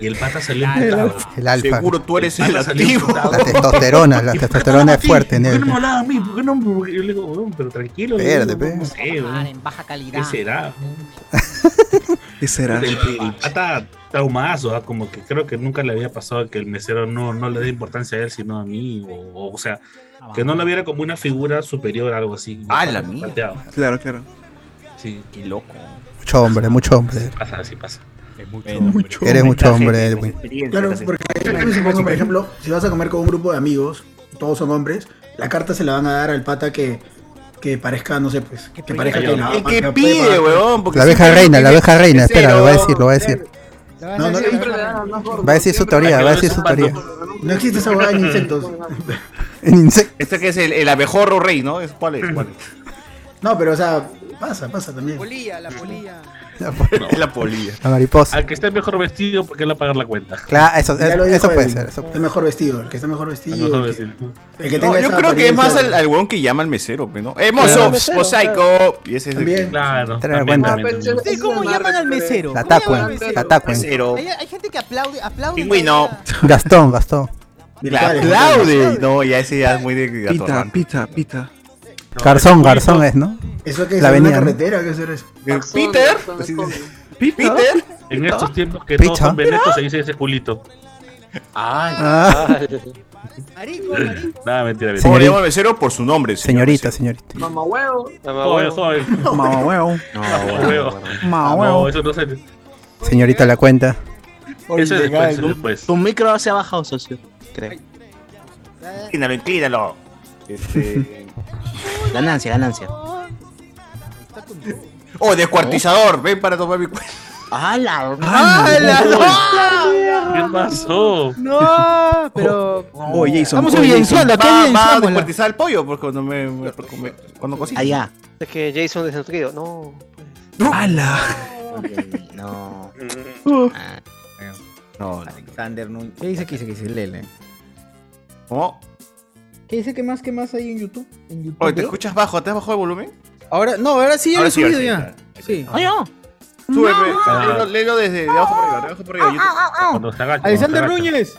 Speaker 6: y el pata salió
Speaker 4: El
Speaker 6: emputado.
Speaker 4: alfa. El alfa.
Speaker 8: Seguro tú eres
Speaker 6: pata
Speaker 8: el
Speaker 6: salió
Speaker 8: activo.
Speaker 6: emputado.
Speaker 4: La testosterona, la testosterona es fuerte en
Speaker 6: ¿Por qué
Speaker 4: él.
Speaker 6: no me hablaba a mí? ¿Por qué no me- porque Yo le digo, "Weón, pero tranquilo. le
Speaker 4: Espérate,
Speaker 6: digo,
Speaker 4: pe.
Speaker 6: no sé, weón. ¿Qué será?
Speaker 3: ¿Qué será?
Speaker 6: El, el pata traumazo, ah, como que creo que nunca le había pasado que el mesero no, no le dé importancia a él, sino a mí. O, o, o sea, que no lo viera como una figura superior, algo así.
Speaker 8: Ah, la
Speaker 6: mía.
Speaker 3: Claro, claro.
Speaker 6: Sí, qué loco.
Speaker 4: Mucho hombre, mucho hombre.
Speaker 6: Pasa, así pasa. Es mucho.
Speaker 4: Eres mucho hombre, Edwin.
Speaker 9: Claro, porque yo también supongo, por ejemplo, si vas a comer con un grupo de amigos, todos son hombres, la carta se la van a dar al pata que, que parezca, no sé, pues, que parezca que la
Speaker 8: El que
Speaker 9: la-
Speaker 8: pide, weón. porque
Speaker 4: La abeja
Speaker 8: siempre
Speaker 4: reina, la
Speaker 8: tiene-
Speaker 4: abeja reina.
Speaker 8: mesero,
Speaker 4: Espera, lo va a
Speaker 8: weón.
Speaker 4: decir, lo va a decir.
Speaker 9: No, no,
Speaker 13: Siempre le dan al más gordo.
Speaker 4: Va a decir su teoría, va a decir su teoría.
Speaker 9: no existe esa hueá en insectos.
Speaker 8: Este que es el, el abejorro rey, ¿no? ¿Es- ¿Cuál es? ¿Cuál es?
Speaker 9: No, pero o sea, pasa, pasa también.
Speaker 1: la polilla.
Speaker 8: Es la polilla.
Speaker 4: La mariposa.
Speaker 6: Al que esté mejor vestido, porque él va a pagar la cuenta.
Speaker 4: Claro, eso,
Speaker 9: Ya
Speaker 4: eso,
Speaker 9: lo
Speaker 4: eso
Speaker 9: dijo
Speaker 4: puede
Speaker 9: él.
Speaker 4: ser. Eso.
Speaker 9: El mejor vestido, el que está mejor vestido.
Speaker 6: mejor
Speaker 9: el que-
Speaker 6: vestido.
Speaker 9: el que
Speaker 8: No,
Speaker 9: tenga
Speaker 8: yo
Speaker 9: esa
Speaker 8: creo que es más
Speaker 9: apariencia.
Speaker 8: al, al weón que llama al mesero, pues, ¿no? ¡Eh,
Speaker 9: Claro,
Speaker 8: mozo!
Speaker 9: mesero,
Speaker 8: ¡Mosaico!
Speaker 9: claro.
Speaker 8: Y ese es el
Speaker 9: También.
Speaker 8: que-
Speaker 6: Claro.
Speaker 4: Tener
Speaker 9: Ah,
Speaker 4: buena-
Speaker 1: Sí, ¿cómo llaman al mesero?
Speaker 4: La
Speaker 1: ¿Cómo llaman
Speaker 4: tacuen,
Speaker 1: al mesero?
Speaker 4: la tacuen.
Speaker 8: Mesero.
Speaker 1: Hay, hay gente que aplaude, aplaude.
Speaker 8: Pingüino.
Speaker 4: Gastón, Gastón.
Speaker 8: Le aplaude. No, ya ese ya es muy de
Speaker 3: Pita,
Speaker 8: atorrante.
Speaker 3: pita, pita.
Speaker 4: Garzón, garzón es, ¿no?
Speaker 9: Eso que es
Speaker 4: La
Speaker 9: en una
Speaker 4: avenida, ¿no?
Speaker 9: carretera, ¿qué será eso?
Speaker 8: Eh, ¿Peter? ¿Peter?
Speaker 6: En estos tiempos que todos son venetos, se dice ese culito.
Speaker 4: Ah.
Speaker 6: Nada, mentira,
Speaker 8: ¿Cómo le
Speaker 6: mentira.
Speaker 8: llama al mesero? Por su nombre.
Speaker 4: Señorita, señorita.
Speaker 13: Mamá huevo.
Speaker 6: Joven, joven.
Speaker 3: Mamá huevo.
Speaker 6: Huevo.
Speaker 3: Mamá
Speaker 6: No,
Speaker 3: huevo.
Speaker 6: eso no se.
Speaker 4: Señorita la cuenta.
Speaker 6: Eso es después, eso es después.
Speaker 5: Tu micro se ha bajado, socio. Creo.
Speaker 8: Inclínalo, inclínalo. Este...
Speaker 5: Ganancia, ganancia.
Speaker 8: Oh, descuartizador. Ven para tomar mi cuenta.
Speaker 5: ¡Hala!
Speaker 1: ¡Ah,
Speaker 6: ¿Qué pasó?
Speaker 1: No, pero.
Speaker 8: Oye, Jason.
Speaker 1: Vamos
Speaker 8: oye,
Speaker 1: evidenciando, aquí
Speaker 8: Jason, va- Va a
Speaker 1: evidenciámosla.
Speaker 8: descuartizar el pollo porque cuando me. me- porque me- cuando cocina.
Speaker 5: Allá.
Speaker 7: Es que Jason desnutrido. No. pues.
Speaker 3: ¡Hala!
Speaker 5: No.
Speaker 8: No,
Speaker 1: Alexander Núñez. ¿Qué dice? ¿Qué dice? ¿Qué dice? Lele.
Speaker 8: ¿Cómo?
Speaker 1: ¿Qué dice? ¿Qué más? ¿Qué más hay en YouTube? En YouTube
Speaker 8: Oye, ¿te
Speaker 1: creo.
Speaker 8: escuchas bajo? ¿Te has bajado el volumen?
Speaker 1: Ahora, no, ahora sí ya lo
Speaker 8: Ahora
Speaker 1: he
Speaker 8: sí, ahora
Speaker 1: subido
Speaker 8: sí,
Speaker 1: ya. Sí. Ah.
Speaker 8: Ay,
Speaker 5: no.
Speaker 8: Sube, pe.
Speaker 1: No.
Speaker 8: Léelo- léelo desde de abajo para arriba, de abajo para arriba. YouTube.
Speaker 1: Alexander Núñez.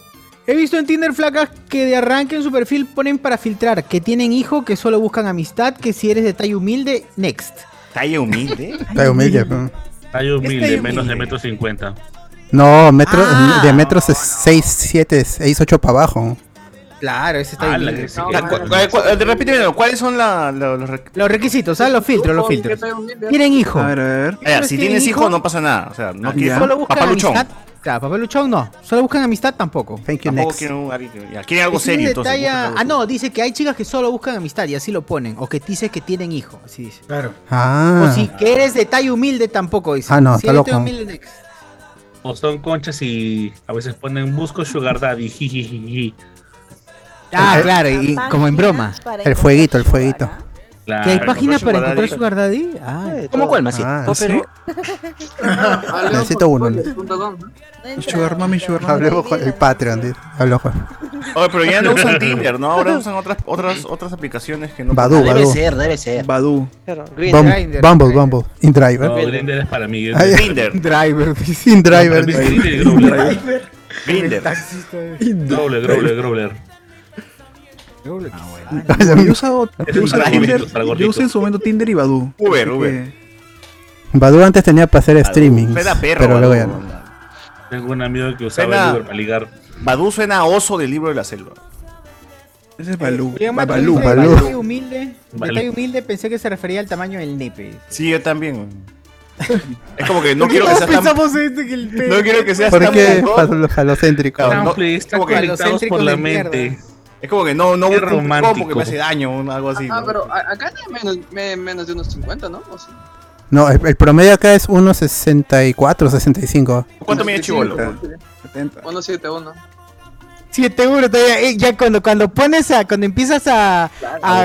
Speaker 1: He visto en Tinder flacas que de arranque en su perfil ponen para filtrar, que tienen hijo, que solo buscan amistad, que si eres de talla humilde, next.
Speaker 8: ¿Talla humilde?
Speaker 4: Está humilde. pe.
Speaker 6: Talla
Speaker 8: Este
Speaker 6: humilde, menos de metro cincuenta.
Speaker 4: No, metro, de metros 6, 7, 6, 8 para abajo.
Speaker 1: Claro, ese está
Speaker 8: Ala,
Speaker 1: humilde.
Speaker 8: que sí, que- cu- cu- cu- te Repíteme, ¿cuáles son la- la- los requisitos?
Speaker 1: Los requisitos, ¿sabes? Los filtros, los filtros. Tienen hijo.
Speaker 8: A ver,
Speaker 3: a ver.
Speaker 8: A ver, si tienes hijo, no pasa nada. O sea, no quieres
Speaker 1: Solo buscan
Speaker 8: papá luchón.
Speaker 1: amistad. Claro, papá luchón no. Solo buscan amistad tampoco. Thank
Speaker 8: Tampoco quiere un- alguien que- ya, quiere algo serio, entonces. busca
Speaker 1: Ah,
Speaker 8: algo
Speaker 1: no, dice que hay chicas que solo buscan amistad y así lo ponen. O que dice que tienen hijo, así dice.
Speaker 9: Claro.
Speaker 4: Ah.
Speaker 1: O si que eres de talla humilde tampoco dice.
Speaker 4: Ah, no,
Speaker 1: Si
Speaker 4: está
Speaker 1: eres
Speaker 4: loco.
Speaker 1: talla humilde, next.
Speaker 6: O son conchas y a veces ponen busco sugar daddy. jijijiji.
Speaker 1: Ah, claro, y como en broma.
Speaker 4: Eh, El fueguito, el fueguito.
Speaker 1: ¿Que hay páginas para encontrar Sugar Daddy? Ah,
Speaker 5: ¿Cómo cuál,
Speaker 4: Maciel?
Speaker 1: Ah,
Speaker 13: Oh,
Speaker 4: ¿Todo
Speaker 1: ¿sí?
Speaker 4: Perú? Necesito
Speaker 13: pues,
Speaker 4: uno.
Speaker 3: Sugar mami, sugar mami.
Speaker 4: Hablemos con el Patreon. dice. Habló con-
Speaker 8: Oye, pero ya no usan Tinder, ¿no? Ahora usan otras, otras, otras aplicaciones que no.
Speaker 4: Badoo, Debe Badoo. ser,
Speaker 5: debe ser.
Speaker 3: Badu.
Speaker 4: Bum- Bumble, Bumble. InDriver.
Speaker 6: No, Grindr es para mí.
Speaker 4: Ah, ya.
Speaker 8: Grindr.
Speaker 1: Driver, dice.
Speaker 4: InDriver.
Speaker 6: Grindr y Growler.
Speaker 8: Grindr.
Speaker 6: Growler, Growler, Growler.
Speaker 3: Yo he usado,
Speaker 6: Es
Speaker 3: yo
Speaker 6: un
Speaker 3: usé
Speaker 6: driver,
Speaker 3: Tinder,
Speaker 6: está
Speaker 3: yo
Speaker 6: gordito.
Speaker 3: usé en su momento Tinder y Badu.
Speaker 8: Uber,
Speaker 3: Así
Speaker 8: Uber.
Speaker 3: que-
Speaker 4: Badu antes tenía para hacer streaming.
Speaker 8: Era perro,
Speaker 4: Pero luego ya
Speaker 8: Badoo.
Speaker 4: no.
Speaker 6: Tengo un amigo que usaba
Speaker 8: Suena-
Speaker 6: el Uber para ligar.
Speaker 8: Badú suena a oso del libro de la selva.
Speaker 3: Ese es Balú.
Speaker 1: William Matos
Speaker 8: Balú,
Speaker 1: dice,
Speaker 8: Balú.
Speaker 1: detalle humilde,
Speaker 8: Balú.
Speaker 1: detalle humilde, pensé que se refería al tamaño del nepe.
Speaker 8: Sí, yo también. Es como que no
Speaker 1: ¿Por qué
Speaker 8: quiero que
Speaker 1: todos
Speaker 8: seas tan.
Speaker 1: pensamos en este que el
Speaker 8: No quiero que seas
Speaker 4: ¿Por
Speaker 8: tan.
Speaker 4: qué
Speaker 8: bocón.
Speaker 4: pasó lo jalocéntrico?
Speaker 8: Claro, no-
Speaker 6: Está
Speaker 8: como que-
Speaker 6: conectados por la mente.
Speaker 8: Es como que no, no
Speaker 6: Qué
Speaker 8: busco un picón porque
Speaker 6: romántico.
Speaker 8: me hace daño o algo así.
Speaker 13: Ah, pero a- acá no hay menos, me- menos de unos 50, ¿no? O sea,
Speaker 4: No, el, el promedio acá es 1.64, 65.
Speaker 8: ¿Cuánto mide Chibolo?
Speaker 13: 171.
Speaker 1: 7 euros todavía. eh, ya cuando, cuando pones a, cuando empiezas a, a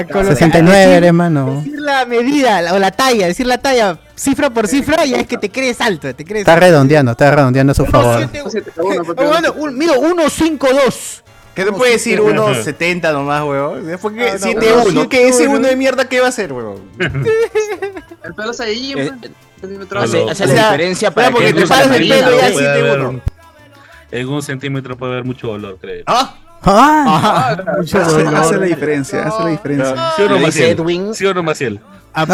Speaker 1: colocar-
Speaker 4: 69,
Speaker 1: a decir,
Speaker 4: hermano.
Speaker 1: decir la medida la- o la talla, decir la talla cifra por cifra, ya es que te crees alto, te crees
Speaker 4: Está redondeando, está redondeando a su favor.
Speaker 1: bueno, un- mira, 152.
Speaker 8: ¿Qué te puede decir unos 70 nomás, weón? Después que
Speaker 1: Ah, no,
Speaker 8: 7
Speaker 1: unos
Speaker 8: 1,
Speaker 1: siete
Speaker 8: que ese
Speaker 1: uno.
Speaker 8: 1 de mierda, ¿qué va a hacer, weón?
Speaker 13: El pelo se ahí,
Speaker 8: Eh,
Speaker 13: man. Es mi trabajo.
Speaker 5: Hace, hace
Speaker 8: O sea,
Speaker 5: la diferencia
Speaker 8: espera,
Speaker 5: para
Speaker 8: porque
Speaker 5: que
Speaker 8: te
Speaker 5: no se
Speaker 8: paras del
Speaker 5: marina,
Speaker 8: pelo y
Speaker 5: ¿no?
Speaker 8: así
Speaker 6: Puede
Speaker 8: te
Speaker 6: haber-
Speaker 8: uno.
Speaker 6: En un centímetro puede haber mucho dolor, creo.
Speaker 4: Ah,
Speaker 3: Hace, hace la diferencia, hace la diferencia.
Speaker 6: ¿Sí o no,
Speaker 3: Le dice
Speaker 6: Maciel? ¿Sí o no, Maciel?
Speaker 4: Ah,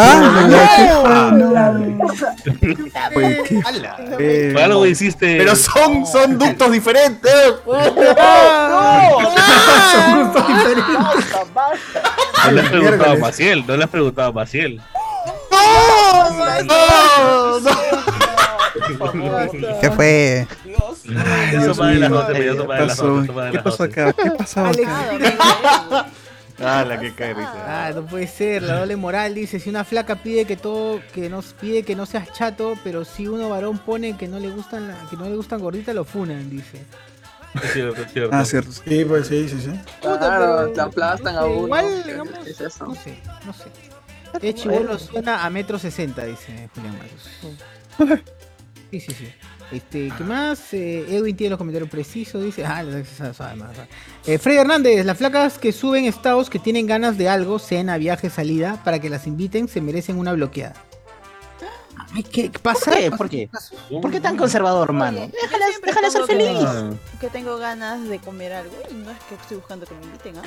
Speaker 8: Pues,
Speaker 3: Oye, qué
Speaker 6: Por algo hiciste.
Speaker 8: Eh, Pero son, son ductos diferentes. son ductos diferentes.
Speaker 6: No le has preguntado a Maciel. No le has preguntado a Maciel.
Speaker 8: ¡No! ¡No!
Speaker 4: ¿Qué fue?
Speaker 6: Eso para de las dos, te toma de las dos, toma de
Speaker 3: ¿Qué
Speaker 6: las
Speaker 3: pasó
Speaker 6: dos.
Speaker 3: acá? ¿Qué pasó acá?
Speaker 8: Ah, la que cae, risa.
Speaker 1: Ah, no puede ser, la doble moral dice, si una flaca pide que todo, que nos pide que no seas chato, pero si uno varón pone que no le gustan la- que no le gustan gorditas, lo funan, dice.
Speaker 6: Es cierto, es cierto.
Speaker 3: Ah, cierto.
Speaker 9: Sí, pues sí, sí, sí.
Speaker 13: Claro, te aplastan a uno.
Speaker 1: Igual,
Speaker 13: ¿Qué
Speaker 1: digamos,
Speaker 13: es eso?
Speaker 1: No sé, no sé. Es chivolo suena a metro sesenta, dice Julián Matos. Sí, sí, sí. Este, ¿qué más? Eh, Edwin tiene los comentarios precisos, dice. Ah, la- esa- esa- esa- esa. Eh, Freddy Hernández, las flacas que suben estados que tienen ganas de algo, cena, viaje, salida, para que las inviten, se merecen una bloqueada. Ay, ¿qué qué pasa?
Speaker 5: ¿Por qué? ¿Por qué? ¿Por qué tan conservador, hermano?
Speaker 10: Déjala,
Speaker 5: déjala ser feliz.
Speaker 10: Que tengo ganas de comer algo y no es que estoy buscando que me inviten, ¿ah?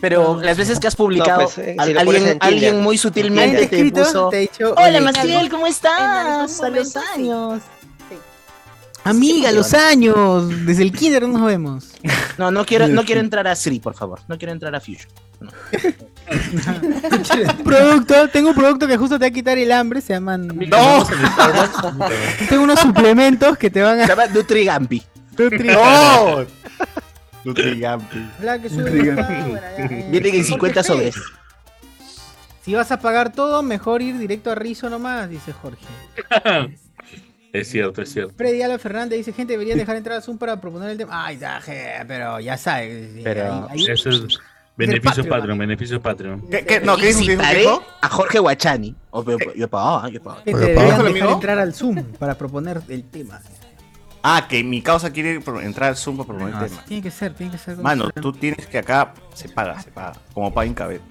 Speaker 5: Pero las veces que has publicado,
Speaker 7: No, pues, eh, si
Speaker 5: al-
Speaker 7: lo pones en
Speaker 5: alguien,
Speaker 7: Tinder.
Speaker 5: alguien muy
Speaker 1: ¿Alguien
Speaker 5: sutilmente
Speaker 1: te ha
Speaker 5: te
Speaker 1: escrito?
Speaker 5: puso...
Speaker 1: Te ha dicho,
Speaker 5: Hola,
Speaker 1: oye,
Speaker 5: Maciel, ¿cómo estás?
Speaker 10: algún
Speaker 5: A los
Speaker 10: momento, sí.
Speaker 5: años.
Speaker 1: Amiga, los años. Desde el kinder no nos vemos.
Speaker 5: No, no quiero, no quiero entrar a Sri, por favor. No quiero entrar a Fusion.
Speaker 1: Un producto, tengo un producto que justo te va a quitar el hambre, se llaman.
Speaker 5: ¡No!
Speaker 1: Tengo unos suplementos que te van a.
Speaker 5: Se llama Nutrigampi.
Speaker 8: ¡No! Nutrigampi.
Speaker 1: Habla que sube
Speaker 8: Diga.
Speaker 1: más, bueno, ya, eh.
Speaker 5: Vienen en 50 sobres.
Speaker 1: Si vas a pagar todo, mejor ir directo a Rizo nomás, dice Jorge.
Speaker 6: Es cierto, es cierto.
Speaker 1: Freddy Alba Fernández dice, gente, deberían dejar entrar a Zoom para proponer el tema. Ay, ya, je, pero ya sabes.
Speaker 6: Pero
Speaker 1: ahí- ahí-
Speaker 6: eso es beneficios
Speaker 1: Patreon,
Speaker 6: Patreon, beneficios Patreon.
Speaker 1: ¿Qué- qué- no, qué dijo, qué dijo, qué
Speaker 5: Citaré
Speaker 1: dijo?
Speaker 5: a Jorge Guachani. O-
Speaker 8: Oh,
Speaker 5: yo, yo he
Speaker 8: ah,
Speaker 5: pagado, ¿eh? yo he pagado.
Speaker 1: Gente, deberían dejar entrar al Zoom para proponer el tema.
Speaker 8: Ah, que mi causa quiere pro- entrar al Zoom para proponer el tema.
Speaker 1: Tiene que ser, tiene que ser. como
Speaker 8: Mano,
Speaker 1: sea.
Speaker 8: tú tienes que acá se paga, se paga. Como Pain Cabet.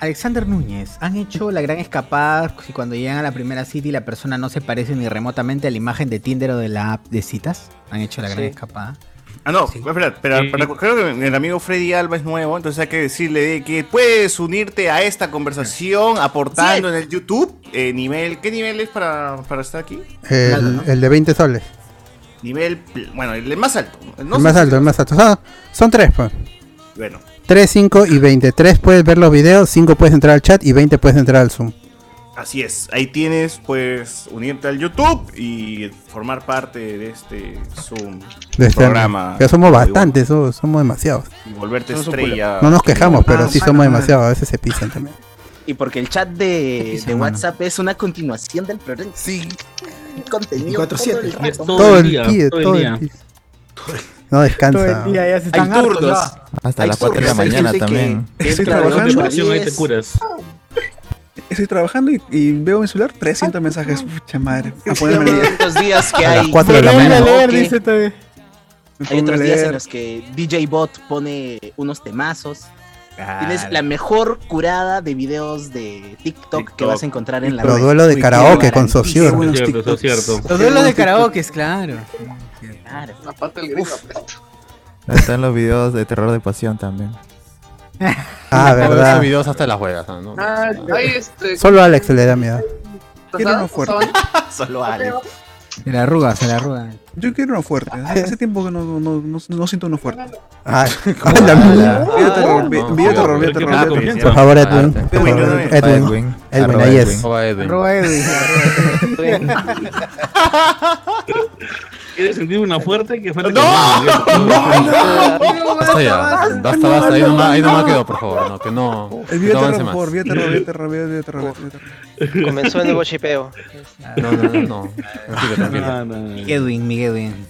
Speaker 1: Alexander Núñez, han hecho la gran escapada si cuando llegan a la primera city la persona no se parece ni remotamente a la imagen de Tinder o de la app de citas. Han hecho la gran
Speaker 8: Sí.
Speaker 1: escapada.
Speaker 8: Ah, no, espera, espera, espera, creo que el amigo Freddy Alba es nuevo, entonces hay que decirle de que puedes unirte a esta conversación aportando en el YouTube. eh, nivel, ¿Qué nivel es para, para estar aquí?
Speaker 4: El, el de 20 soles.
Speaker 8: Nivel, pl- bueno, el más alto.
Speaker 4: el
Speaker 8: No sé
Speaker 4: más
Speaker 8: si-
Speaker 4: alto, el más alto. Son, son tres, pues.
Speaker 8: Bueno.
Speaker 4: 3, 5 y 20. 3 puedes ver los videos, 5 puedes entrar al chat y 20 puedes entrar al Zoom.
Speaker 8: Así es, ahí tienes pues unirte al YouTube y formar parte de este Zoom
Speaker 4: De este
Speaker 8: programa.
Speaker 4: año. Ya somos
Speaker 8: Muy
Speaker 4: bastantes, somos, somos demasiados.
Speaker 8: bueno. Y volverte estrella.
Speaker 4: No nos quejamos, pero
Speaker 5: Ah,
Speaker 4: sí
Speaker 5: mano,
Speaker 4: somos
Speaker 5: mano.
Speaker 4: demasiados. A veces se pisan también.
Speaker 5: Y porque el chat de, de
Speaker 4: mano?
Speaker 5: WhatsApp es una continuación del programa.
Speaker 4: Sí.
Speaker 5: Contenido.
Speaker 9: 24/7.
Speaker 5: todo el-
Speaker 9: Todo
Speaker 4: Todo el
Speaker 9: día,
Speaker 4: día,
Speaker 9: todo el
Speaker 4: todo
Speaker 9: día.
Speaker 4: el día. No descansa.
Speaker 1: Todo el día ya se están hartos, ya.
Speaker 12: Hasta las 4 de la mañana también.
Speaker 3: Estoy trabajando.
Speaker 6: este curas.
Speaker 3: Estoy trabajando y, y veo mi celular 300 mensajes. Pucha madre. A ponerme al día.
Speaker 5: Los días que
Speaker 3: A
Speaker 5: hay.
Speaker 3: las cuatro de la Pongan a mañana. leer,
Speaker 5: Ok.
Speaker 3: dice todavía.
Speaker 5: Hay
Speaker 3: Pongan
Speaker 5: otros
Speaker 3: a
Speaker 5: días
Speaker 3: leer.
Speaker 5: en los que DJ Bot pone unos temazos. Tienes
Speaker 8: Ah,
Speaker 1: Claro.
Speaker 5: la mejor curada de videos de TikTok, que vas a encontrar en la
Speaker 4: Los
Speaker 5: red.
Speaker 4: duelos de
Speaker 5: Uy,
Speaker 4: karaoke
Speaker 5: qué
Speaker 4: con Sociur.
Speaker 5: garantísimo.
Speaker 6: Eso es cierto.
Speaker 1: Los duelos de karaoke, claro.
Speaker 5: Claro.
Speaker 13: Aparte el gringo.
Speaker 12: Ahí Están los videos de terror de pasión también.
Speaker 4: Ah, verdad.
Speaker 2: Esos videos hasta las huevas. ah, ¿no?
Speaker 13: Ah, hay este.
Speaker 4: Solo a Alex le da miedo.
Speaker 3: Quiero uno fuerte.
Speaker 8: Solo Alex.
Speaker 1: Se la arruga, se la arruga.
Speaker 3: Yo quiero uno fuerte. Hace tiempo que no, no, no, no siento uno fuerte.
Speaker 4: Ay,
Speaker 3: Ay, la mierda. Video terror, vi-
Speaker 4: no,
Speaker 3: video
Speaker 4: no,
Speaker 3: terror, video
Speaker 4: no,
Speaker 3: terror,
Speaker 4: no,
Speaker 3: video
Speaker 4: no,
Speaker 3: terror.
Speaker 4: Por favor, Edwin.
Speaker 12: Edwin,
Speaker 4: Por favor,
Speaker 12: Edwin,
Speaker 4: Edwin.
Speaker 12: Edwin.
Speaker 4: Edwin,
Speaker 12: Arroba
Speaker 4: ahí
Speaker 12: Edwin.
Speaker 4: es.
Speaker 12: Arroba Edwin.
Speaker 1: Arroba Edwin.
Speaker 6: ¿Quieres sentir una fuerte que fuerte?
Speaker 2: Basta ya. Basta, basta. Ahí nomás, ahí nomás quedó, por favor. No, que no.
Speaker 3: El
Speaker 2: que no
Speaker 3: video
Speaker 2: avance
Speaker 3: terror, por
Speaker 2: más.
Speaker 3: favor, video terror, video terror, video terror, video terror.
Speaker 7: Comenzó el nuevo chipeo.
Speaker 2: No, no, no, no. Tranquilo, tranquilo.
Speaker 9: Ah,
Speaker 1: Miguel Edwin, Miguel Edwin.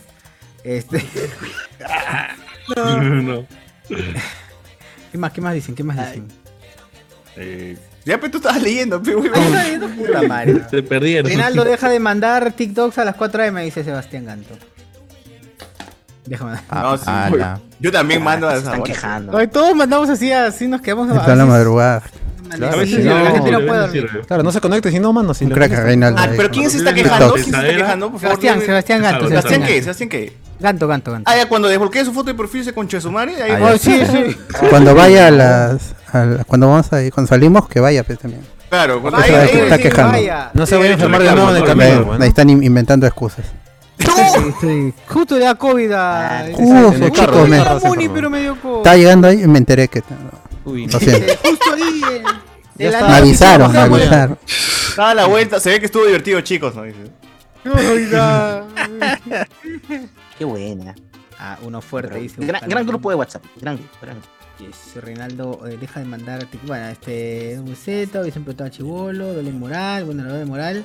Speaker 1: Este.
Speaker 6: No.
Speaker 1: ¿Qué más, qué más dicen? ¿Qué más dicen?
Speaker 8: Eh, ya, pero tú estabas leyendo, pero güey.
Speaker 1: Puta madre.
Speaker 6: Se perdieron.
Speaker 1: Reinaldo deja de mandar TikToks a las 4 de me dice Sebastián Ganto. Déjame.
Speaker 8: No, sí,
Speaker 12: Ah,
Speaker 8: güey.
Speaker 12: la.
Speaker 8: Yo también
Speaker 5: Ah,
Speaker 8: mando a esa hora.
Speaker 1: Ay, todos mandamos así, así nos quedamos
Speaker 4: Está en la madrugada.
Speaker 2: Claro,
Speaker 1: Sí,
Speaker 2: sí,
Speaker 1: la
Speaker 2: no,
Speaker 1: gente no
Speaker 2: le-
Speaker 1: puede
Speaker 2: sí,
Speaker 1: dormir.
Speaker 2: Claro, no se conecte, si no, mano. Si
Speaker 4: Un
Speaker 2: lo
Speaker 4: crack,
Speaker 2: tienes-
Speaker 4: Reinaldo.
Speaker 8: Ah, pero ¿quién se está quejando? ¿Quién se está quejando? Por favor,
Speaker 1: Sebastián,
Speaker 8: dime.
Speaker 1: Sebastián Ganto.
Speaker 8: ¿Sebastián qué? ¿Sebastián qué?
Speaker 1: Ganto, Ganto, Ganto.
Speaker 8: Ah, ya cuando desbloqueé su foto de perfil se concha de su madre. Ahí
Speaker 4: Ah,
Speaker 8: va.
Speaker 2: Oh,
Speaker 4: ya. Cuando vaya a las. a la- cuando vamos ahí, cuando salimos, que vaya pues, también.
Speaker 8: Claro,
Speaker 4: Porque
Speaker 8: cuando-
Speaker 4: se va-
Speaker 8: ahí-
Speaker 4: se
Speaker 8: ahí-
Speaker 4: está
Speaker 8: sí,
Speaker 4: quejando.
Speaker 8: vaya.
Speaker 2: No se vaya a enfermar de
Speaker 8: Ricardo,
Speaker 2: nuevo en el
Speaker 8: por
Speaker 2: camino.
Speaker 8: favor.
Speaker 2: bueno.
Speaker 4: Ahí están in- inventando excusas.
Speaker 8: Ah,
Speaker 1: Justo le da COVID a.
Speaker 4: Ah, Justo,
Speaker 1: Uy,
Speaker 4: chicos,
Speaker 1: yo
Speaker 4: me-
Speaker 1: era Muni, pero me dio COVID.
Speaker 4: Estaba llegando ahí y me enteré que. Lo siento.
Speaker 1: Justo ahí. eh, de
Speaker 4: Me
Speaker 1: la nada.
Speaker 4: avisaron, me
Speaker 1: Estaba bueno.
Speaker 4: avisaron.
Speaker 8: Daba la vuelta, se ve que estuvo divertido, chicos. ¿no? Dice.
Speaker 5: Qué buena.
Speaker 1: Ah, uno fuerte
Speaker 5: Gran-
Speaker 1: dice.
Speaker 5: eh. gran, gran grupo de WhatsApp. Gran grupo. gran grupo.
Speaker 1: Yes, Reinaldo eh, deja de mandar. tic- Bueno, este. Buceto, Vicente Plotón Chivolo, Belén Moral. Bueno, la Belén Moral.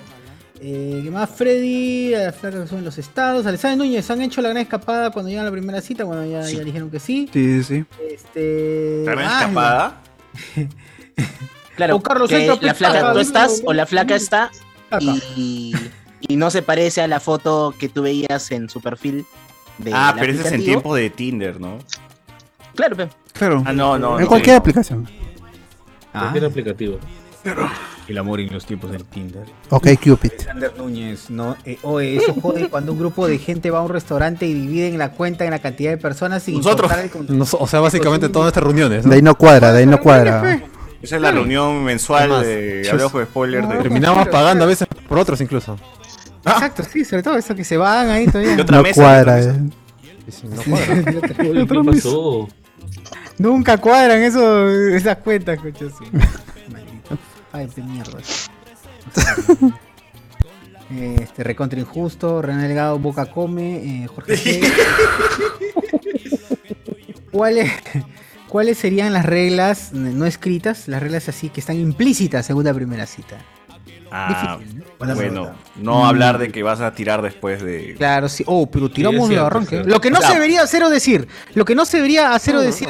Speaker 1: Eh, ¿Qué más? Freddy, a la flaca que suben los estados. Alexander Núñez, ¿han hecho la gran escapada cuando llegan a la primera cita? Bueno, ya, ya dijeron que sí.
Speaker 3: Sí, sí, sí.
Speaker 1: Este.
Speaker 8: Gran
Speaker 1: ah,
Speaker 8: escapada.
Speaker 5: Claro,
Speaker 1: O Carlos
Speaker 5: que
Speaker 1: Sainz,
Speaker 5: la
Speaker 1: pues,
Speaker 5: flaca,
Speaker 1: caca.
Speaker 5: tú estás o la flaca está y, y no se parece a la foto que tú veías en su perfil. De
Speaker 8: Ah,
Speaker 5: el
Speaker 8: pero ese es en
Speaker 5: aplicativo.
Speaker 8: tiempo de Tinder, ¿no?
Speaker 5: Claro, pe.
Speaker 3: Claro.
Speaker 8: Ah, no, no.
Speaker 4: En
Speaker 8: no.
Speaker 4: cualquier aplicación.
Speaker 1: Ah.
Speaker 6: Cualquier aplicativo.
Speaker 14: El amor en los tiempos del Tinder.
Speaker 4: Ok, Cupid.
Speaker 1: Alexander Núñez, no, eh, oye, eso jode cuando un grupo de gente va a un restaurante y dividen la cuenta en la cantidad de personas sin
Speaker 8: Nosotros.
Speaker 1: importar el contenido.
Speaker 2: Nos- o sea, básicamente todas nuestras reuniones.
Speaker 4: De ahí no cuadra, de ahí no cuadra.
Speaker 8: Esa es la reunión mensual de Hablamos con spoiler
Speaker 5: Ah,
Speaker 8: de
Speaker 2: Terminamos pagando a veces por otros incluso.
Speaker 1: Exacto, sí, sobre todo eso que se van ahí todavía.
Speaker 4: No cuadra. eh.
Speaker 2: No cuadra.
Speaker 6: Oye, ¿Qué pasó?
Speaker 1: Nunca cuadran eso, esas cuentas, coño, sí. Maldito. Ay, de mierda. Eh, Este, Recontra Injusto, René Delgado, Boca Come, eh, Jorge G. ¿Cuáles, ¿Cuáles serían las reglas n- no escritas, las reglas así que están implícitas según la primera cita?
Speaker 8: Ah,
Speaker 1: Buena
Speaker 8: bueno,
Speaker 1: pregunta.
Speaker 8: no
Speaker 1: Mm.
Speaker 8: hablar de que vas a tirar después de.
Speaker 1: Claro, sí. Oh, pero
Speaker 8: Sí,
Speaker 1: tiramos
Speaker 8: es
Speaker 1: la
Speaker 8: cierto,
Speaker 1: barranca.
Speaker 8: cierto.
Speaker 1: Lo que no
Speaker 8: O sea,
Speaker 1: se debería hacer o decir. Lo que no se debería hacer o decir.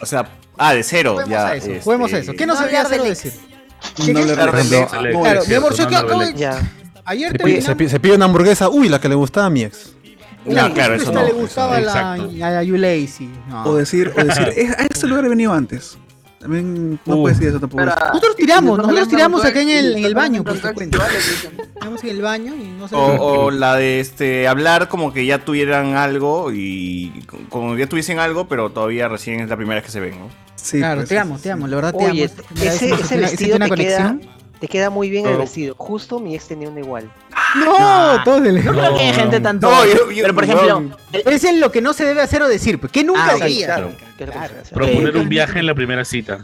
Speaker 8: O sea, ah, de cero.
Speaker 1: Juguemos
Speaker 8: ya,
Speaker 1: a eso,
Speaker 8: este,
Speaker 1: juguemos a eso. ¿Qué no se debería hacer o decir?
Speaker 8: No le
Speaker 2: Claro,
Speaker 8: recomiendo.
Speaker 2: por ejemplo,
Speaker 1: Claro, mi amor, yo
Speaker 2: no
Speaker 1: que
Speaker 2: le
Speaker 1: acabo de.
Speaker 2: recomiendo.
Speaker 1: Ayer
Speaker 2: Se pide,
Speaker 1: terminé.
Speaker 2: se pide- se pide una hamburguesa, uy, la que le gustaba a mi ex.
Speaker 1: Claro, esta le gustaba la, a la Yulacy. No.
Speaker 3: O decir, o decir "Es- a este lugar he venido antes. También no puedes decir eso tampoco.
Speaker 1: Nosotros tiramos, nosotros tiramos acá en el, en el baño, por
Speaker 18: su
Speaker 1: cuenta. Tiramos en el baño y no se
Speaker 8: O, o la de este hablar como que ya tuvieran algo y co- como ya tuviesen algo, pero todavía recién es la primera vez que se ven, ¿no?
Speaker 3: Sí,
Speaker 1: claro, te amo, te amo, la verdad te
Speaker 7: Oye,
Speaker 1: amo.
Speaker 7: ese,
Speaker 1: Primera vez
Speaker 7: ese
Speaker 1: que-
Speaker 7: vestido
Speaker 1: una
Speaker 7: te queda,
Speaker 1: conexión.
Speaker 7: te queda muy bien
Speaker 5: Oh.
Speaker 7: el
Speaker 1: No.
Speaker 7: vestido. Justo mi ex tenía uno igual.
Speaker 1: No, todo el
Speaker 7: No creo que haya gente tan
Speaker 1: No,
Speaker 7: tonta.
Speaker 1: yo- yo-
Speaker 7: Pero, por ejemplo,
Speaker 1: no. Ese es lo que no se debe hacer o decir, que nunca
Speaker 7: Ah, ok,
Speaker 1: debería.
Speaker 7: claro.
Speaker 6: Proponer un viaje en la primera cita.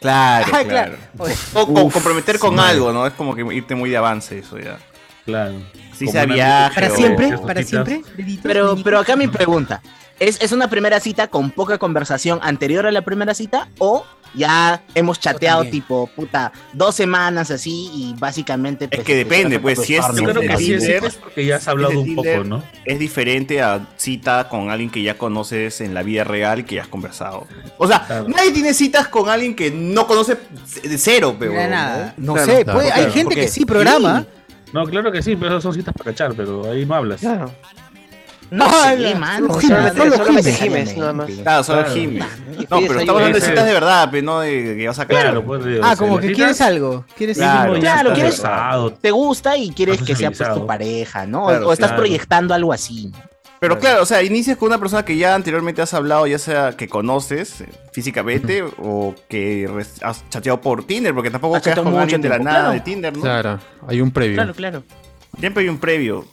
Speaker 8: Claro,
Speaker 1: Ah,
Speaker 8: claro.
Speaker 1: claro.
Speaker 8: O, o
Speaker 1: Uf,
Speaker 8: comprometer con
Speaker 1: sí.
Speaker 8: algo, ¿no? Es como que irte muy de avance eso ya.
Speaker 6: Claro.
Speaker 8: Si
Speaker 6: Como
Speaker 8: sea
Speaker 6: una-
Speaker 8: viaje
Speaker 6: ¿Para
Speaker 8: o-
Speaker 6: siempre?
Speaker 1: ¿Para siempre?
Speaker 5: Pero, pero acá mi pregunta. ¿Es, ¿Es una primera cita con poca conversación anterior a la primera cita o ya hemos chateado tipo, puta, dos semanas así y básicamente...
Speaker 8: Es que depende, pues si es
Speaker 6: Yo creo que sí, sí, pues, porque ya has hablado
Speaker 8: si es
Speaker 6: un
Speaker 8: de
Speaker 6: poco,
Speaker 8: Tinder,
Speaker 6: ¿no?
Speaker 8: Es diferente a cita con alguien que ya conoces en la vida real y que ya has conversado. O sea, nadie tiene citas con alguien que no conoce c- de cero, pero.
Speaker 1: Mira nada. No sé, puede- hay gente que sí programa.
Speaker 6: No, claro que sí, pero esas son citas para cachar, pero ahí no hablas.
Speaker 7: Claro.
Speaker 5: No
Speaker 1: Ah, la-
Speaker 5: sé, mano.
Speaker 1: solo Jiménez,
Speaker 7: solo
Speaker 1: Jiménez.
Speaker 7: Jiménez, nada más.
Speaker 8: Claro, solo
Speaker 7: Claro.
Speaker 8: Jimmy.
Speaker 7: Y
Speaker 8: No,
Speaker 7: pides
Speaker 8: pero
Speaker 7: ahí
Speaker 8: estamos hablando de
Speaker 7: ese-
Speaker 8: citas de verdad, pero no de que vas a cachar.
Speaker 6: Claro, pues, digo,
Speaker 1: Ah, como que quieres algo. Quieres
Speaker 8: Claro,
Speaker 5: Claro,
Speaker 8: ya estás
Speaker 5: quieres,
Speaker 6: casado.
Speaker 5: te gusta y quieres
Speaker 6: Estás
Speaker 5: que sea pues,
Speaker 6: socializado.
Speaker 5: tu pareja, ¿no? O-
Speaker 8: Claro,
Speaker 5: o estás
Speaker 8: claro.
Speaker 5: proyectando algo así.
Speaker 8: Pero claro, o sea, inicias con una persona que ya anteriormente has hablado, ya sea que conoces eh, físicamente o que res- has chateado por Tinder, porque tampoco
Speaker 2: Has
Speaker 8: quedas
Speaker 2: chateado
Speaker 8: con
Speaker 2: mucho
Speaker 8: alguien de la
Speaker 2: tiempo,
Speaker 8: nada
Speaker 2: claro.
Speaker 8: de Tinder, ¿no?
Speaker 2: Claro, hay un previo.
Speaker 5: claro.
Speaker 8: Siempre hay un previo.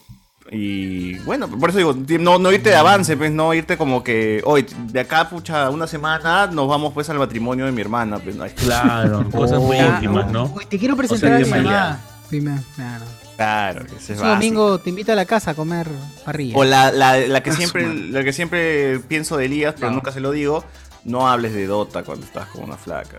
Speaker 8: Y bueno, por eso digo, ti- no, no irte de avance, pues no irte como que, hoy, de acá, pucha, una semana nos vamos pues al matrimonio de mi hermana. Pues, no.
Speaker 6: Claro, cosas muy
Speaker 8: Oh.
Speaker 6: íntimas, ¿no?
Speaker 1: Uy, te quiero
Speaker 8: O sea,
Speaker 1: presentar a mi
Speaker 8: bien
Speaker 1: mamá. Sí, me- claro.
Speaker 8: Claro, ese es
Speaker 1: Es
Speaker 8: básico.
Speaker 1: domingo te invito a la casa a comer parrilla.
Speaker 8: O la, la, la que
Speaker 1: Ah,
Speaker 8: siempre,
Speaker 1: su madre.
Speaker 8: la que siempre pienso de Elías, pero nunca se lo digo. No hables de Dota cuando estás con una flaca.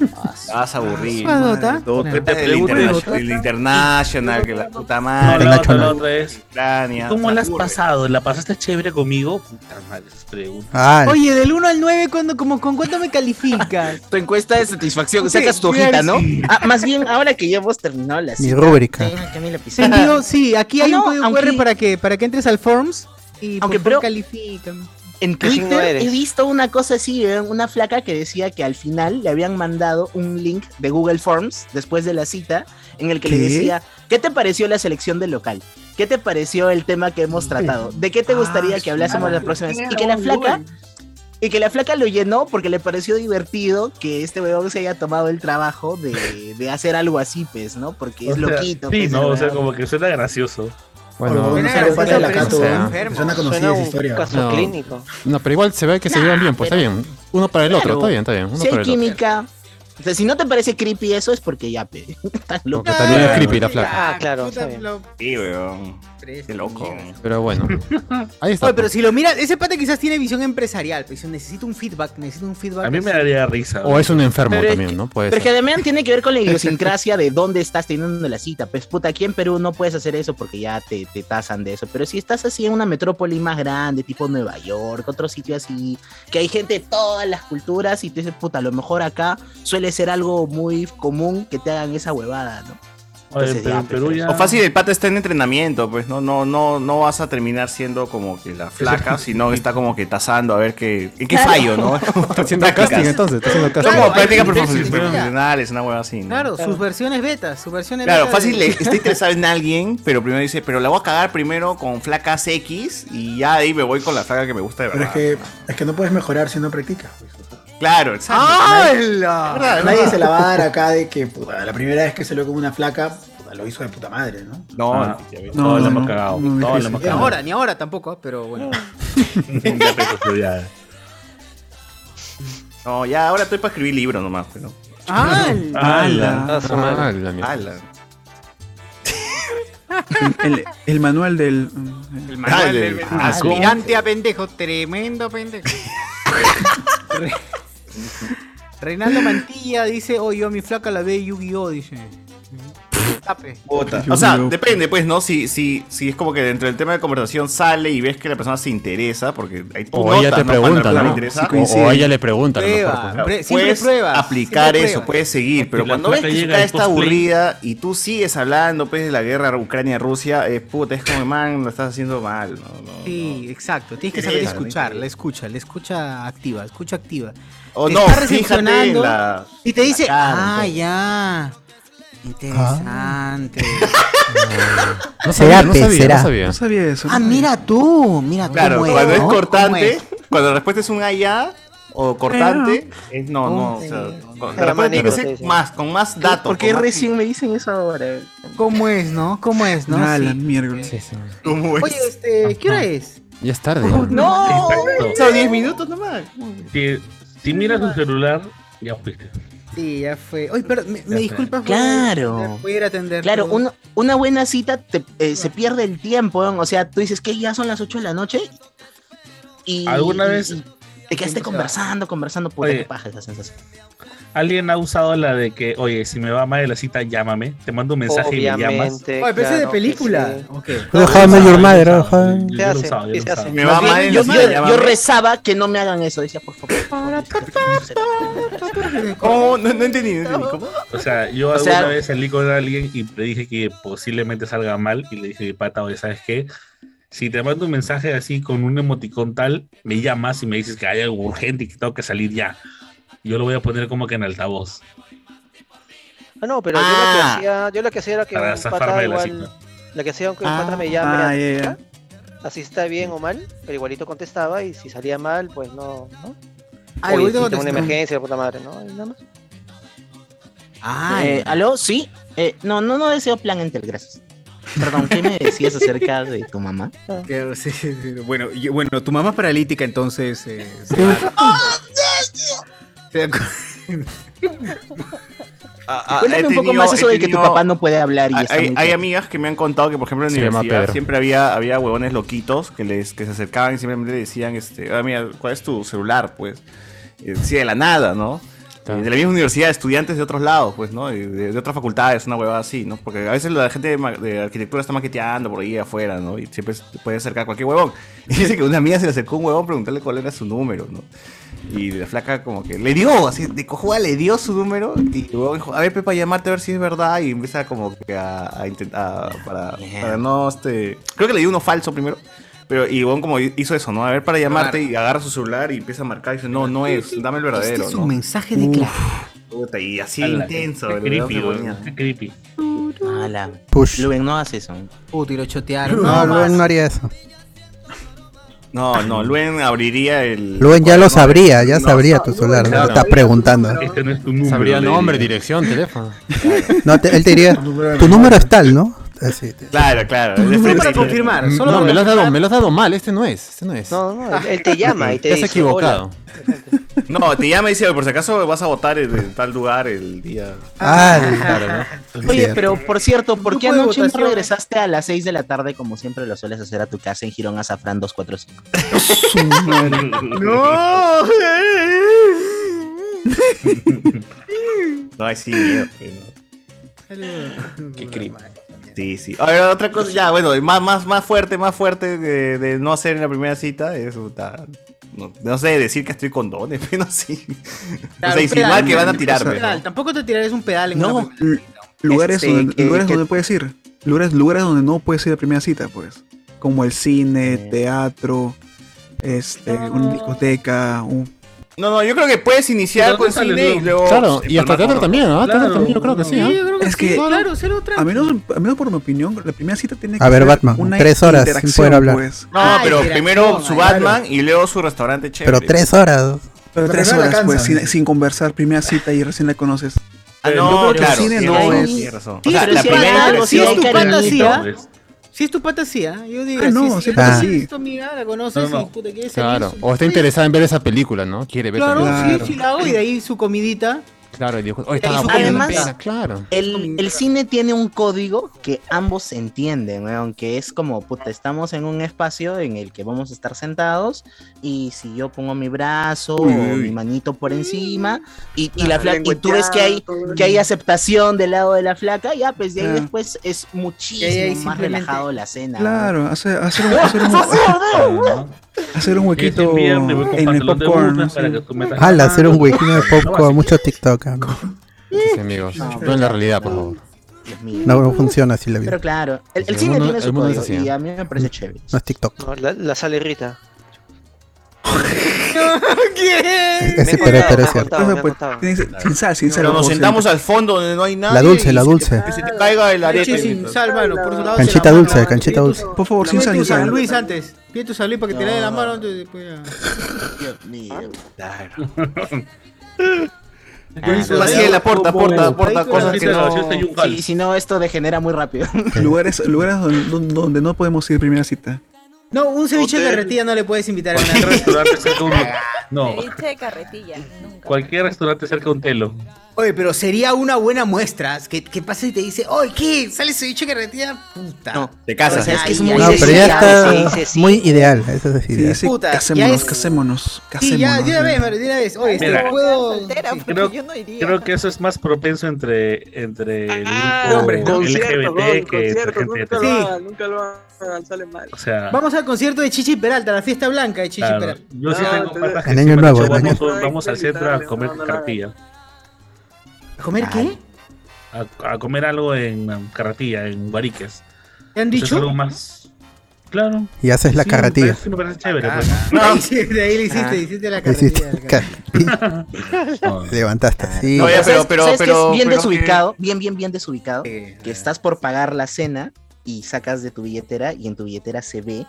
Speaker 8: ¿no? O sea,
Speaker 1: Ah,
Speaker 8: te vas a aburrir.
Speaker 1: ¿Qué es Dota?
Speaker 8: Dota,
Speaker 1: Claro.
Speaker 8: el, interna- el International, que la puta
Speaker 6: No,
Speaker 8: madre.
Speaker 6: la otra, la otra es.
Speaker 8: Ucrania.
Speaker 6: ¿Cómo la has pasado? ¿La pasaste chévere conmigo? Puta madre, les pregunto.
Speaker 1: Oye, del 1 al 9, ¿cuándo, como, ¿con cuánto me calificas?
Speaker 5: Tu encuesta de satisfacción,
Speaker 1: Ok,
Speaker 5: sacas tu hojita,
Speaker 1: claro,
Speaker 5: ¿no?
Speaker 1: sí.
Speaker 5: Ah, más bien, ahora que ya hemos terminado la
Speaker 4: Mi
Speaker 5: cita,
Speaker 4: rúbrica.
Speaker 5: ven acá mi lapicera.
Speaker 1: Sentido, sí, aquí hay
Speaker 5: Ah,
Speaker 1: un
Speaker 5: no,
Speaker 1: código
Speaker 5: aunque-
Speaker 1: QR para que, para que entres al Forms y
Speaker 5: Aunque,
Speaker 1: por
Speaker 5: pero-
Speaker 1: favor califícame.
Speaker 5: En
Speaker 1: ¿Qué signo
Speaker 5: Twitter
Speaker 1: eres?
Speaker 5: he visto una cosa así, ¿eh? una flaca que decía que al final le habían mandado un link de Google Forms después de la cita en el que le
Speaker 1: ¿Qué?
Speaker 5: decía, ¿qué te pareció la selección del local? ¿Qué te pareció el tema que hemos tratado? ¿De qué te gustaría que hablásemos la próxima vez? Y que la flaca y que la flaca lo llenó porque le pareció divertido que este weón se haya tomado el trabajo de, de hacer algo así, pues, ¿no? Porque
Speaker 6: O
Speaker 5: es
Speaker 6: sea,
Speaker 5: loquito.
Speaker 6: Sí,
Speaker 5: pues,
Speaker 6: no,
Speaker 5: el
Speaker 6: o sea,
Speaker 5: weón.
Speaker 6: como que suena gracioso.
Speaker 2: Bueno,
Speaker 9: Bueno,
Speaker 2: no,
Speaker 9: Pero es de la Cato,
Speaker 2: sea.
Speaker 9: ¿eh? Me suena conocida esa historia.
Speaker 2: No. No, pero igual se ve que se llevan bien, pues está bien. Uno para el otro,
Speaker 5: Claro.
Speaker 2: está bien, está bien. Uno
Speaker 5: Si
Speaker 2: para el
Speaker 5: hay
Speaker 2: otro.
Speaker 5: química. O sea, si no te parece creepy eso es porque ya, pe. Estás loco.
Speaker 2: Porque también es creepy la flaca.
Speaker 7: Ah, claro. está bien.
Speaker 8: Sí, weón. Qué loco.
Speaker 2: Pero bueno. Ahí está.
Speaker 1: Oye, pero si lo miras, ese pata quizás tiene visión empresarial, pero dice, necesito un feedback, necesito un feedback.
Speaker 6: A mí me daría risa.
Speaker 2: O es un enfermo
Speaker 5: Pero es
Speaker 2: también, ¿no? Puede
Speaker 5: Pero que
Speaker 2: ser.
Speaker 5: además tiene que ver con la idiosincrasia de dónde estás teniendo la cita. Pues puta, aquí en Perú no puedes hacer eso porque ya te, te tasan de eso. Pero si estás así en una metrópoli más grande, tipo Nueva York, otro sitio así, que hay gente de todas las culturas y tú dices, puta, a lo mejor acá suele ser algo muy común que te hagan esa huevada, ¿no?
Speaker 6: Oye,
Speaker 5: Entonces,
Speaker 6: pero
Speaker 5: ya,
Speaker 6: en Perú ya-
Speaker 8: O fácil, el pata está en entrenamiento, pues no, no, no, no vas a terminar siendo como que la flaca, sino que está como que tasando a ver qué, en qué
Speaker 1: Claro.
Speaker 8: fallo, ¿no?
Speaker 2: Está haciendo casting entonces, está haciendo casting.
Speaker 8: Son como prácticas
Speaker 1: Claro, hay
Speaker 8: profesionales,
Speaker 1: gente que-
Speaker 8: profesionales, una hueá así, ¿no?
Speaker 1: Claro, sus versiones betas, sus versiones
Speaker 8: Claro,
Speaker 1: beta
Speaker 8: fácil,
Speaker 1: de-
Speaker 8: le- está interesado en alguien, pero primero dice, pero la voy a cagar primero con flacas X y ya de ahí me voy con la flaca que me gusta de
Speaker 9: Pero
Speaker 8: verdad.
Speaker 9: es que, es que no puedes mejorar si no practicas.
Speaker 8: Claro, exacto.
Speaker 9: Nadie- Nadie se la va a dar acá de que puta, la primera vez que se lo con una flaca, puta, lo hizo de puta madre, ¿no?
Speaker 8: No,
Speaker 6: Ah,
Speaker 8: efectivamente.
Speaker 6: no,
Speaker 9: no,
Speaker 6: la hemos
Speaker 9: no,
Speaker 6: cagado.
Speaker 9: no,
Speaker 6: No, la
Speaker 9: no,
Speaker 6: hemos
Speaker 1: Ni
Speaker 6: cagado.
Speaker 1: ahora, ni ahora tampoco, pero bueno.
Speaker 2: Ah.
Speaker 6: Ya, pero, pero ya.
Speaker 8: No, ya ahora estoy para escribir libros nomás, pero.
Speaker 6: ¡Hala!
Speaker 8: ¡Hala!
Speaker 2: ¡Hala, mierda!
Speaker 3: El, el manual del. Ah,
Speaker 19: El
Speaker 8: manual del-
Speaker 19: Aspirante a pendejo, tremendo pendejo.
Speaker 1: Reinaldo Mantilla dice, oh, yo a mi flaca la ve Yu-Gi-Oh! dice.
Speaker 15: tape.
Speaker 8: Puta. O sea, depende, pues, ¿no? Si, si, si es como que dentro del tema de conversación sale y ves que la persona se interesa, porque ahí tú
Speaker 2: O ella
Speaker 8: notas,
Speaker 2: te
Speaker 8: ¿no?
Speaker 2: pregunta,
Speaker 8: Cuando la persona
Speaker 2: ¿no?
Speaker 8: le interesa.
Speaker 2: O- O ella le pregunta, a lo
Speaker 8: Prueba,
Speaker 2: mejor, pues, ¿no?
Speaker 8: pre- puedes aplicar
Speaker 15: siempre
Speaker 8: eso,
Speaker 15: prueba.
Speaker 8: puedes seguir, pero
Speaker 15: La
Speaker 8: cuando ves
Speaker 15: flaca
Speaker 8: que su
Speaker 15: llega
Speaker 8: cara
Speaker 15: en
Speaker 8: está
Speaker 15: cosplay.
Speaker 8: aburrida y tú sigues hablando pues de la guerra Ucrania-Rusia, eh, puta, es como, man, lo estás haciendo mal. ¿no? No,
Speaker 15: Sí, exacto. Tienes que saber
Speaker 8: Interesa, ¿no?
Speaker 15: escuchar, la escucha, la escucha activa, escucha activa.
Speaker 8: O
Speaker 15: Te
Speaker 8: no,
Speaker 15: está
Speaker 8: fíjate en
Speaker 15: recepcionando
Speaker 8: la- pues".
Speaker 15: y te dice,
Speaker 8: cara,
Speaker 15: ah, ya. Interesante.
Speaker 2: No
Speaker 4: Será, pe, será.
Speaker 2: sabía.
Speaker 4: No
Speaker 3: sabía eso.
Speaker 15: Ah, mira tú, mira tú.
Speaker 8: Claro,
Speaker 15: cómo
Speaker 8: cuando es
Speaker 15: ¿no?
Speaker 8: cortante,
Speaker 15: ¿Cómo
Speaker 8: cuando la respuesta es un allá o cortante, es no, no, o sea, con- la respuesta tiene que ser más, con más datos.
Speaker 5: ¿Por qué recién me dicen eso ahora?
Speaker 15: es? ¿Cómo es, no? ¿Cómo es, no?
Speaker 3: Ah,
Speaker 15: Sí.
Speaker 3: la mierda.
Speaker 8: ¿Cómo
Speaker 15: Oye, este, ¿qué hora es?
Speaker 2: Ya es tarde.
Speaker 15: No,
Speaker 6: Exacto.
Speaker 15: son 10 minutos nomás.
Speaker 6: Si, si miras tu celular, ya fuiste.
Speaker 15: Sí, ya fue. Oye, pero me, me
Speaker 6: fue.
Speaker 15: disculpas por-
Speaker 5: Claro.
Speaker 15: por ir a atender.
Speaker 5: Claro,
Speaker 15: todo.
Speaker 5: una, una buena cita te- eh, se pierde el tiempo. weón. O sea, tú dices que ya son las 8 de la noche y.
Speaker 6: ¿Alguna
Speaker 5: y-
Speaker 6: vez-
Speaker 5: y te quedaste conversando, conversando. Puta,
Speaker 6: Oye.
Speaker 5: qué paja esa sensación.
Speaker 6: ¿Alguien ha usado la de que, oye, si me va mal de la cita, llámame? Te mando un mensaje y me llamas.
Speaker 7: Obviamente, Oye, pero ese es de claro que película. sí.
Speaker 15: Ok.
Speaker 4: Pero How I Met Your Mother, ¿no? How I-
Speaker 7: Se hace, sí se hace.
Speaker 8: Me
Speaker 5: Más
Speaker 8: va
Speaker 5: bien,
Speaker 8: mal en
Speaker 5: yo,
Speaker 8: la cita,
Speaker 5: yo-
Speaker 8: llámame.
Speaker 5: yo rezaba que no me hagan eso. Decía, por favor.
Speaker 8: ¿Cómo? No, no entendí, no entendí. ¿Cómo?
Speaker 6: O sea, yo
Speaker 5: O
Speaker 6: alguna
Speaker 5: sea-
Speaker 6: vez salí con alguien y le dije que posiblemente salga mal y le dije, pata, oye, ¿sabes qué? Si te mando un mensaje así con un emoticón tal, me llamas y me dices que hay algo urgente y que tengo que salir ya. Yo lo voy a poner como que en altavoz.
Speaker 7: Ah, no, pero yo lo que
Speaker 6: Ah.
Speaker 7: hacía, yo lo que hacía era que
Speaker 6: Para
Speaker 7: un
Speaker 6: zafarme
Speaker 7: pata
Speaker 6: de la
Speaker 7: igual, lo que hacía que un pata me llame,
Speaker 3: Ah, ya, ya.
Speaker 7: así está bien o mal, pero igualito contestaba y si salía mal, pues no, ¿no?
Speaker 5: Ah,
Speaker 7: Oye, sí,
Speaker 5: igualito
Speaker 7: tengo una
Speaker 5: contestaba.
Speaker 7: emergencia, puta madre, ¿no? Y nada más.
Speaker 15: Ah,
Speaker 5: Eh,
Speaker 15: ya.
Speaker 5: ¿Aló? ¿Sí? Eh, no, no, no deseo plan Entel, gracias. Perdón, ¿qué me decías acerca de tu mamá?
Speaker 15: Ah.
Speaker 1: Claro, sí, sí, sí. Bueno, y- bueno, tu mamá es paralítica, entonces. eh, se- se-
Speaker 8: Ah, ah,
Speaker 5: Cuéntame
Speaker 8: he
Speaker 5: un poco
Speaker 8: tenido-
Speaker 5: más eso
Speaker 8: he
Speaker 5: de que tu
Speaker 8: tenido-
Speaker 5: papá no puede hablar y
Speaker 8: Hay,
Speaker 5: está
Speaker 8: hay-
Speaker 5: muy
Speaker 8: hay
Speaker 5: quieto.
Speaker 8: amigas que me han contado que, por ejemplo, en la
Speaker 2: Se llama
Speaker 8: universidad
Speaker 2: Pedro.
Speaker 8: siempre había, había huevones loquitos que, les, que se acercaban y simplemente le decían, este, ah, mira, ¿cuál es tu celular? Pues, eh, sí, de la nada, ¿no?
Speaker 2: Claro.
Speaker 8: Y De la misma universidad, estudiantes de otros lados, pues, ¿no? Y De, de otras facultades, una huevada así, ¿no? Porque a veces la gente de, ma- de arquitectura está maqueteando por ahí afuera, ¿no? Y siempre se te puede acercar cualquier huevón. Y dice que una amiga se le acercó a un huevón a preguntarle cuál era su número, ¿no? Y la flaca como que le dio, así de cojuda le dio su número y luego dijo, a ver Pepa, llamarte a ver si es verdad y empieza como que a, intentar, para, para no, este, creo que le dio uno falso primero. Pero y bueno, como hizo eso, ¿no? A ver para llamarte y agarra su celular y empieza a marcar y dice, no, no es, dame el verdadero.
Speaker 15: Este es un
Speaker 8: ¿no?
Speaker 15: mensaje de claro.
Speaker 8: Puta, y así
Speaker 6: Ala,
Speaker 8: intenso,
Speaker 6: qué
Speaker 8: ¿verdad?
Speaker 6: creepy,
Speaker 8: Se
Speaker 6: weón,
Speaker 8: ponía.
Speaker 6: qué creepy.
Speaker 5: Ala.
Speaker 4: Push.
Speaker 5: Rubén, no haces eso.
Speaker 15: Puto, y lo chotearon.
Speaker 4: No, Luen no haría eso.
Speaker 8: No, no, Luen abriría el...
Speaker 4: Luen ya lo sabría, ya
Speaker 8: No,
Speaker 4: sabría
Speaker 8: no,
Speaker 4: tu celular. No
Speaker 2: claro.
Speaker 4: te estás preguntando.
Speaker 6: Este no es tu número.
Speaker 2: Sabría
Speaker 6: le
Speaker 2: nombre,
Speaker 6: diría.
Speaker 2: dirección, teléfono.
Speaker 4: No, te- él te diría, tu número es tal, ¿no? Así, te-
Speaker 8: Claro, claro. de
Speaker 2: Solo
Speaker 8: frente
Speaker 2: para
Speaker 8: directo.
Speaker 2: confirmar.
Speaker 8: solo
Speaker 2: no,
Speaker 8: para
Speaker 2: me lo, has dado, me lo has dado mal. Este no es. Este no es.
Speaker 7: No, no, él, él te llama y te
Speaker 2: Te has
Speaker 7: dice.
Speaker 2: equivocado.
Speaker 8: No, te llama y dice, por si acaso vas a votar en, en tal lugar el día.
Speaker 4: Ah,
Speaker 5: Oye, pero por cierto, ¿por qué
Speaker 1: Grupo de
Speaker 5: anoche
Speaker 1: votación.
Speaker 5: regresaste a las 6 de la tarde como siempre lo sueles hacer a tu casa en Girón Azafrán 245?
Speaker 1: ¡No!
Speaker 8: No, ay, sí, miedo.
Speaker 5: Qué crimen.
Speaker 8: Sí, sí. A ver, otra cosa, ya, bueno, más, más, más fuerte, más fuerte de, de no hacer en la primera cita es puta, no, no sé, decir que estoy con dones, pero sí. o sea, insinuar que van a tirarme. ¿no?
Speaker 15: Tampoco te tiraré un pedal en una
Speaker 3: L- Lugares,
Speaker 15: Este,
Speaker 3: donde,
Speaker 15: que-
Speaker 3: lugares
Speaker 15: que-
Speaker 3: donde puedes ir. Lugares, lugares donde no puedes ir a primera cita, pues. Como el cine, teatro, este, una discoteca, un
Speaker 8: No, no, yo creo que puedes iniciar
Speaker 6: Pero
Speaker 8: con
Speaker 6: no sales,
Speaker 8: cine y
Speaker 6: ¿no?
Speaker 8: luego.
Speaker 2: Claro, y hasta
Speaker 8: palmar
Speaker 2: teatro
Speaker 8: con-
Speaker 2: también, ¿no? Teatro
Speaker 6: Claro.
Speaker 2: también yo creo que sí, ¿ah?
Speaker 3: Es que,
Speaker 15: Claro, cero otra.
Speaker 3: a menos, a menos por mi opinión, la primera cita tiene que
Speaker 4: A ver,
Speaker 3: ser
Speaker 4: Batman,
Speaker 3: una
Speaker 4: tres horas sin
Speaker 3: interacción,
Speaker 4: poder hablar.
Speaker 3: pues.
Speaker 8: No,
Speaker 15: Ah,
Speaker 8: pero
Speaker 15: interacción,
Speaker 8: primero su
Speaker 15: ah,
Speaker 8: Batman y luego su restaurante chévere.
Speaker 4: Pero tres horas.
Speaker 3: Pero
Speaker 9: La
Speaker 3: tres
Speaker 9: primera la
Speaker 3: horas, pues,
Speaker 9: cansan.
Speaker 3: sin, sin conversar, primera cita y recién la conoces.
Speaker 8: Ah,
Speaker 3: Yo
Speaker 8: no,
Speaker 3: creo que
Speaker 8: claro.
Speaker 3: el cine
Speaker 8: tienes
Speaker 3: no
Speaker 8: razón,
Speaker 3: es-
Speaker 8: tienes razón.
Speaker 5: Sí,
Speaker 8: O sea,
Speaker 5: pero
Speaker 8: la
Speaker 5: si
Speaker 8: primera
Speaker 5: hay algo, si hay
Speaker 8: interacción-
Speaker 15: tu pata, sí,
Speaker 5: cariñito.
Speaker 15: ¿ah?
Speaker 6: Pues,
Speaker 15: Si es tu pata, sí, ¿ah? Yo digo,
Speaker 3: Ah, no,
Speaker 15: si, si
Speaker 3: siempre
Speaker 15: es
Speaker 3: sí.
Speaker 15: tu amiga, la conoces
Speaker 6: No, no.
Speaker 15: y puta quieres salir,
Speaker 2: Claro.
Speaker 15: su-
Speaker 2: O está
Speaker 15: Oye,
Speaker 2: interesada en ver esa película, ¿no? Quiere ver
Speaker 15: Claro,
Speaker 2: esa película.
Speaker 15: sí, sí la hago y de ahí su comidita.
Speaker 2: Claro, el videojuego. Oye,
Speaker 5: Eso
Speaker 2: estaba
Speaker 5: que
Speaker 2: buena,
Speaker 5: además-
Speaker 2: pena, claro.
Speaker 5: El, el cine tiene un código que ambos se entienden, weón, que es como, puta, estamos en un espacio en el que vamos a estar sentados y si yo pongo mi brazo
Speaker 7: Uy,
Speaker 5: o
Speaker 7: uy, uy.
Speaker 5: mi manito por encima y, y
Speaker 7: Ah,
Speaker 5: la flaca, y tú ves que hay,
Speaker 7: lengüeteado,
Speaker 5: que hay aceptación del lado de la flaca, ya, pues de ahí
Speaker 3: Ah.
Speaker 5: después es muchísimo
Speaker 3: ahí
Speaker 5: más
Speaker 3: simplemente-
Speaker 5: relajado la cena.
Speaker 3: Claro, hacer, hacer, un, hacer, un, hacer un
Speaker 6: Yo te
Speaker 3: huequito
Speaker 6: envié, me voy con
Speaker 3: en el
Speaker 6: pantalón de
Speaker 3: popcorn.
Speaker 6: Burberry para que Ah, tú me traigas.
Speaker 4: Al Ah, hacer un huequín de popcorn, mucho TikTok. ah, amigo.
Speaker 2: Sí, amigos. No en la realidad, por favor.
Speaker 4: No, no funciona así la vida.
Speaker 5: Pero claro, el, el
Speaker 2: El
Speaker 5: cine
Speaker 2: mundo-
Speaker 5: tiene su
Speaker 2: el mundo es
Speaker 5: código
Speaker 2: así,
Speaker 5: y
Speaker 2: ¿eh?
Speaker 5: a mí me parece chévere.
Speaker 4: No es TikTok.
Speaker 7: No, la, la sale Rita.
Speaker 4: Ese
Speaker 7: Me
Speaker 4: pero-
Speaker 7: contaba,
Speaker 4: pero
Speaker 7: me
Speaker 4: es cierto.
Speaker 7: contaba, me
Speaker 4: Eso, pues,
Speaker 7: contaba.
Speaker 3: tiene que ser eh, Sin sal, sin sal.
Speaker 8: Pero nos
Speaker 3: como
Speaker 8: sentamos
Speaker 3: siempre.
Speaker 8: al fondo donde no hay nada.
Speaker 4: La dulce,
Speaker 8: y
Speaker 4: la
Speaker 8: se te-
Speaker 4: dulce.
Speaker 8: Que se te caiga el arete.
Speaker 1: Leche sin sal, mano, por su lado.
Speaker 4: Canchita dulce, canchita dulce.
Speaker 3: Por favor,
Speaker 1: Pide
Speaker 3: sin sal.
Speaker 1: tu
Speaker 3: sin
Speaker 1: San
Speaker 3: sal.
Speaker 1: Luis antes. Pide tu San Luis para que te le dé la mano antes de después.
Speaker 5: Dios mío. Claro. Ah,
Speaker 8: Yo hacía la porta, porta, porta, cosas que no.
Speaker 5: Sí, si no, esto degenera muy rápido.
Speaker 3: Lugares, lugares don- don- donde no podemos ir primera cita.
Speaker 1: No, un ceviche de carretilla no le puedes invitar a una
Speaker 6: restaurante cerca de un- No,
Speaker 10: Ceviche de carretilla. nunca.
Speaker 6: cualquier restaurante cerca de un telo.
Speaker 1: Oye, pero sería una buena muestra que, que pasa y te dice, oye, ¿qué? Sale ceviche de carretilla, puta.
Speaker 5: No,
Speaker 8: de
Speaker 1: casa.
Speaker 5: O sea, es que es
Speaker 1: Ay,
Speaker 5: muy
Speaker 4: No, pero ya
Speaker 5: deseable, sí,
Speaker 4: está
Speaker 5: sí, sí.
Speaker 4: muy ideal. Eso es
Speaker 3: Sí,
Speaker 4: ideal.
Speaker 3: sí,
Speaker 1: Puta, ya
Speaker 3: casémonos,
Speaker 1: es-
Speaker 3: casémonos,
Speaker 1: Sí,
Speaker 3: casémonos.
Speaker 1: ya, de una vez, mano, de una vez. Oye, este
Speaker 6: Mira.
Speaker 1: puedo. Sí.
Speaker 6: Creo, creo que eso es más propenso entre, entre el grupo
Speaker 1: hombre,
Speaker 6: LGBT
Speaker 13: Concierto, gol,
Speaker 6: que entre
Speaker 13: concierto,
Speaker 6: gente
Speaker 13: nunca
Speaker 6: hetero.
Speaker 13: lo hagan, nunca lo hagan, sale mal.
Speaker 6: O sea,
Speaker 1: Vamos al concierto de Chichi Peralta, la fiesta blanca de Chichi
Speaker 6: claro,
Speaker 1: Peralta.
Speaker 6: yo sí
Speaker 1: No,
Speaker 6: tengo
Speaker 1: te-
Speaker 6: patas que
Speaker 4: En
Speaker 6: sí
Speaker 4: año
Speaker 6: me han
Speaker 4: nuevo,
Speaker 6: dicho,
Speaker 4: en año-
Speaker 6: vamos, vamos al centro a comer carretilla.
Speaker 1: ¿A comer qué?
Speaker 6: A, a comer algo en um, carretilla, en bariques.
Speaker 1: ¿Te han
Speaker 6: Eso es
Speaker 1: dicho?
Speaker 6: algo más. Claro.
Speaker 4: Y haces la carretilla.
Speaker 6: Sí, me parece chévere.
Speaker 9: Ah.
Speaker 6: pues.
Speaker 1: De ahí sí- de ahí le hiciste, hiciste la
Speaker 4: Hiciste
Speaker 1: carretilla.
Speaker 8: pues.
Speaker 4: ca- y- Levantaste así.
Speaker 8: Oye, pero- pero-
Speaker 5: ¿Sabes qué es
Speaker 8: pero-
Speaker 5: bien
Speaker 8: pero
Speaker 5: desubicado, bien, bien, bien desubicado, que estás por pagar la cena y sacas de tu billetera y en tu billetera se ve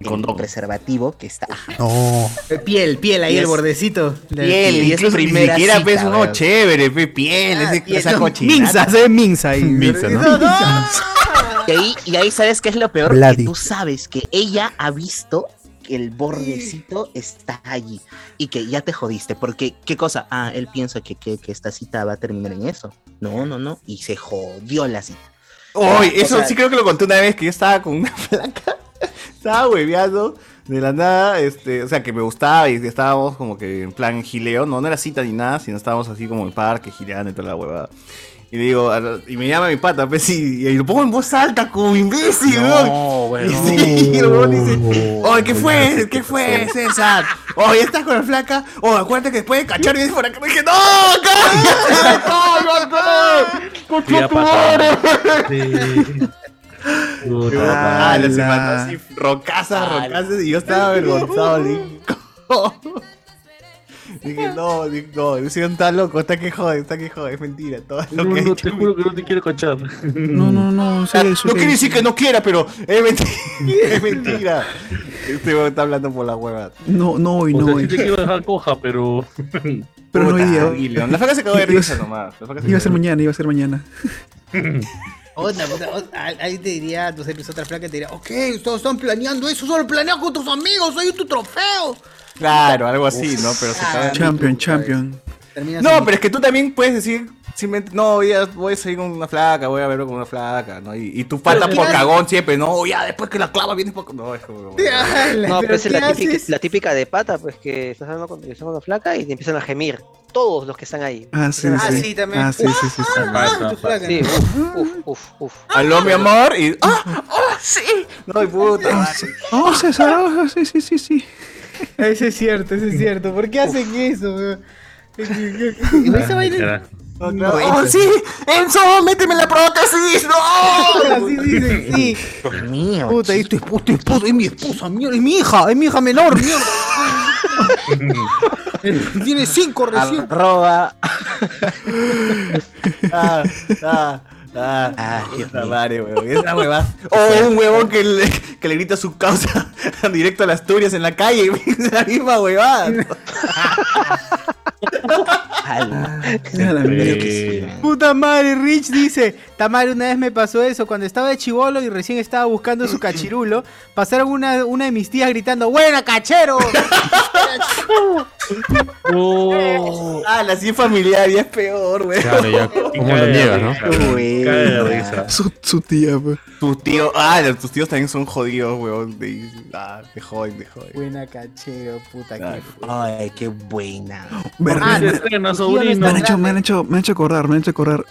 Speaker 5: el preservativo que está ajá,
Speaker 4: No.
Speaker 1: Eh, Piel, piel, ahí
Speaker 5: Y
Speaker 1: el
Speaker 5: es-
Speaker 1: bordecito. del-
Speaker 5: piel, y es pues,
Speaker 8: Incluso ni
Speaker 5: primera
Speaker 8: siquiera
Speaker 5: cita,
Speaker 8: ves uno
Speaker 5: weón.
Speaker 8: chévere, pe, piel, ese-
Speaker 5: piel,
Speaker 8: esa
Speaker 5: Ah, no,
Speaker 8: cochinada.
Speaker 5: minza,
Speaker 15: se ve minza ahí.
Speaker 8: Minza, ¿no?
Speaker 5: No, no. Y ahí, y ahí sabes qué es lo peor,
Speaker 4: Vladi.
Speaker 5: que tú sabes que ella ha visto que el bordecito está allí y que ya te jodiste, porque qué cosa, ah, él piensa que, que, que esta cita va a terminar en eso. No, no, no, y se jodió la cita.
Speaker 8: Oye, eso
Speaker 5: O sea,
Speaker 8: sí creo que lo conté una vez que yo estaba con una flaca, estaba hueveando de la nada, este, o sea, que me gustaba y estábamos como que en plan gileo, no, no era cita ni nada, sino estábamos así como en el parque gileando y toda la huevada. Y le digo, a la- y me llama mi pata, pues, y, y lo pongo en voz alta como imbécil,
Speaker 5: No,
Speaker 8: weón. Y sí, el weón dice,
Speaker 5: Oh,
Speaker 8: oye, ¿qué fue? ¿Qué fue, César? Oye, ¿estás con la flaca? Oye, acuérdate que después de cachar vienes por acá. Me dije, no, acá, no, no, no,
Speaker 6: Fui a pasar. Sí.
Speaker 8: Ah,
Speaker 6: Puta
Speaker 8: la
Speaker 6: madre.
Speaker 8: semana así, rocasas, rocasas, y yo estaba avergonzado. le dije, "¿Cómo?". Dije, no, dije, no, Luciano está loco, está que jode, está que jode, es mentira. Todo lo
Speaker 6: No,
Speaker 8: que he
Speaker 6: no,
Speaker 8: hecho.
Speaker 6: te juro que no te quiero cachar.
Speaker 3: No, no, no, sí, eso
Speaker 8: No
Speaker 3: que-
Speaker 8: quiere decir que no quiera, pero es mentira. es mentira. Este weón está hablando por la hueva.
Speaker 3: No, no hoy,
Speaker 6: O
Speaker 3: no
Speaker 6: sea, sí
Speaker 3: hoy.
Speaker 6: te quiero dejar coja, pero.
Speaker 3: Pero no hoy día.
Speaker 8: Puta, Gillian, La flaca se cagó de
Speaker 3: Iba a
Speaker 8: risa
Speaker 3: ser-
Speaker 8: nomás. la flaca se
Speaker 3: Iba a ser
Speaker 8: cagó de risa.
Speaker 3: mañana, iba a ser mañana.
Speaker 1: Otra, puta, ot- ahí ahí te diría, no sé, pues otra flaca te diría, ok, ustedes están planeando eso, solo planea con tus amigos, soy tu trofeo.
Speaker 8: Claro, algo así, ¿no? Pero se cagó de risa.
Speaker 3: Champion, champion.
Speaker 1: Terminas
Speaker 8: No,
Speaker 1: en-
Speaker 8: pero es que tú también puedes decir simplemente, no, voy a, voy a salir con una flaca, voy a verlo con una flaca, ¿no? Y, y tú falta
Speaker 1: ¿qué
Speaker 8: por
Speaker 1: haces?
Speaker 8: cagón siempre, no, Oh, ya después que la clava vienes por. No, es como.
Speaker 1: Ala,
Speaker 7: No,
Speaker 1: pero
Speaker 7: pues es
Speaker 1: ¿qué
Speaker 7: la típica,
Speaker 1: haces?
Speaker 7: la típica de pata, pues que estás hablando con, estás con la flaca y te empiezan a gemir. Todos los que están ahí.
Speaker 3: Ah, sí,
Speaker 1: Ah,
Speaker 3: sí.
Speaker 1: sí, también.
Speaker 3: Ah, sí, sí, sí, sí.
Speaker 1: Tu flaca.
Speaker 7: Sí, uf, uf, uf, uf.
Speaker 8: Aló, mi amor, y. ¡Ah! ¡Oh, sí! No, y puta. madre.
Speaker 3: Oh, César, oh, sí, sí, sí, sí.
Speaker 1: Ese es cierto, ese es cierto. ¿Por qué hacen eso, weón? Esa vaina.
Speaker 8: No,
Speaker 1: No,
Speaker 8: claro. ¡Oh, sí! ¡Enzo, méteme la prótesis! ¡No!
Speaker 1: Así dicen, sí.
Speaker 5: Dios mío.
Speaker 1: Puta, y tu esposo, tu esposo, es mi esposa, mierda, es mi hija, es mi hija menor, mierda. Tiene cinco recién.
Speaker 5: Arroba.
Speaker 8: Ah, ah, ah.
Speaker 5: Ah, Dios
Speaker 8: Puta
Speaker 5: mío.
Speaker 8: madre, weón. Esa huevada. O un huevón que le, que le grita su causa directo a las Asturias en la calle. La misma huevada.
Speaker 5: Ala.
Speaker 3: Ya la mierda.
Speaker 6: Eh,
Speaker 3: Eh,
Speaker 1: Puta madre, Rich dice,
Speaker 15: Tamar, una vez me pasó eso, cuando estaba de chivolo y recién estaba buscando su cachirulo, pasaron una, una de mis tías gritando, ¡Buena, cachero!
Speaker 8: Ah, la sí familiar, ya es peor, güey.
Speaker 2: Claro, ya, ¿cómo lo niegas, no?
Speaker 8: Cae de risa.
Speaker 3: Su, su tía, pues.
Speaker 8: Tus tíos, ah, los- tus tíos también son jodidos, weón. De, ah, te joden, te joden.
Speaker 15: Buena cachero, puta que
Speaker 5: Ay, qué buena.
Speaker 8: Ah,
Speaker 3: Verdad. me, han hecho, me, han hecho, me han hecho acordar, me han hecho acordar.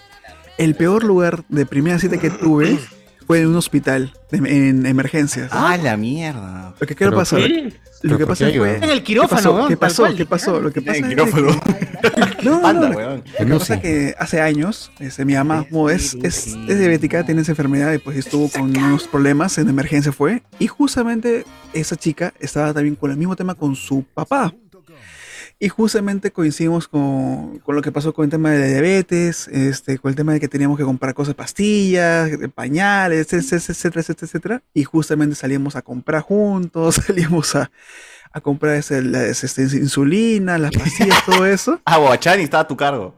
Speaker 3: El peor lugar de primera cita que tuve fue en un hospital, de- en emergencias.
Speaker 8: Ah, la mierda.
Speaker 3: Lo que quiero
Speaker 8: ¿Pero
Speaker 3: pasar.
Speaker 8: qué?
Speaker 3: Lo
Speaker 8: ¿Pero
Speaker 3: que
Speaker 8: por
Speaker 3: pasa
Speaker 8: qué,
Speaker 3: fue.
Speaker 8: weón?
Speaker 3: ¿Qué
Speaker 8: En el
Speaker 3: pasó?
Speaker 8: quirófano,
Speaker 3: ¿Qué
Speaker 8: ¿no?
Speaker 3: pasó?
Speaker 8: Tal
Speaker 3: ¿Qué
Speaker 8: cual,
Speaker 3: pasó? Lo que
Speaker 8: en
Speaker 3: pasa
Speaker 8: el
Speaker 3: es
Speaker 8: quirófano.
Speaker 3: que- No, no,
Speaker 8: Anda,
Speaker 3: no.
Speaker 8: weón.
Speaker 3: Lo que pasa es que hace años, este, mi mamá como es, es, es diabética, tiene esa enfermedad y pues estuvo con unos problemas, en emergencia fue. Y justamente esa chica estaba también con el mismo tema con su papá. Y justamente coincidimos con, con lo que pasó con el tema de la diabetes, este, con el tema de que teníamos que comprar cosas, pastillas, pañales, etcétera, etcétera, etcétera, etcétera. Y justamente salíamos a comprar juntos, salíamos a, a comprar ese- las este, insulina, las pastillas, todo eso.
Speaker 8: Ah, Boachani estaba a tu cargo.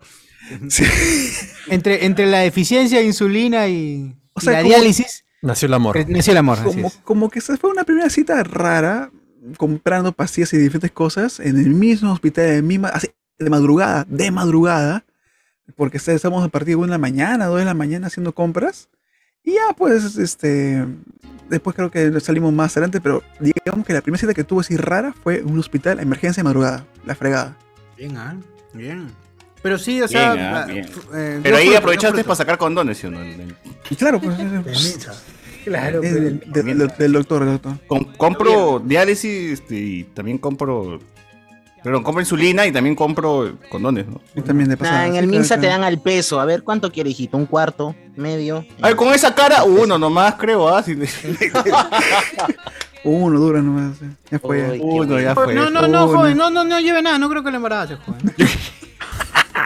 Speaker 15: Entre, entre la deficiencia de insulina y, y la
Speaker 3: como-
Speaker 15: diálisis, Eh,
Speaker 2: Nació el amor.
Speaker 15: Nació el amor, así
Speaker 3: Como,
Speaker 15: es.
Speaker 3: como que se fue una primera cita rara, comprando pastillas y diferentes cosas en el mismo hospital, en el mismo- así, de madrugada, de madrugada, porque está- estamos a partir de una de la mañana, dos de la mañana haciendo compras. Y ya, pues, este. Después creo que salimos más adelante, pero digamos que la primera cita que tuve así rara fue en un hospital, emergencia de madrugada, la fregada.
Speaker 15: Bien, ah, bien. Pero sí, o sea.
Speaker 8: Bien, ah,
Speaker 15: la-
Speaker 8: bien.
Speaker 15: fu- eh,
Speaker 8: Pero
Speaker 15: yo
Speaker 8: ahí
Speaker 15: fruto,
Speaker 8: aprovechaste
Speaker 15: yo fruto.
Speaker 8: para sacar condones, ¿sí o no?
Speaker 3: Y claro, pues.
Speaker 15: Claro,
Speaker 3: es del- del- del doctor, del doctor.
Speaker 8: Com- compro diálisis este, y también compro. Perdón, compro insulina y también compro condones, ¿no?
Speaker 3: Y también de
Speaker 5: Nah,
Speaker 8: pasada.
Speaker 5: en el Minsa te dan al peso. A ver, ¿cuánto quiere, hijito? ¿Un cuarto? ¿Medio?
Speaker 8: Ay, con esa cara, uno nomás creo, ¿ah? Si-
Speaker 3: Uno dura nomás. sí. Ya fue.
Speaker 8: Uy, qué Uno, ya
Speaker 15: Por- No, no, no,
Speaker 3: Uno.
Speaker 15: joven, oh, no, no, no lleve nada, no creo que le embarace, joven.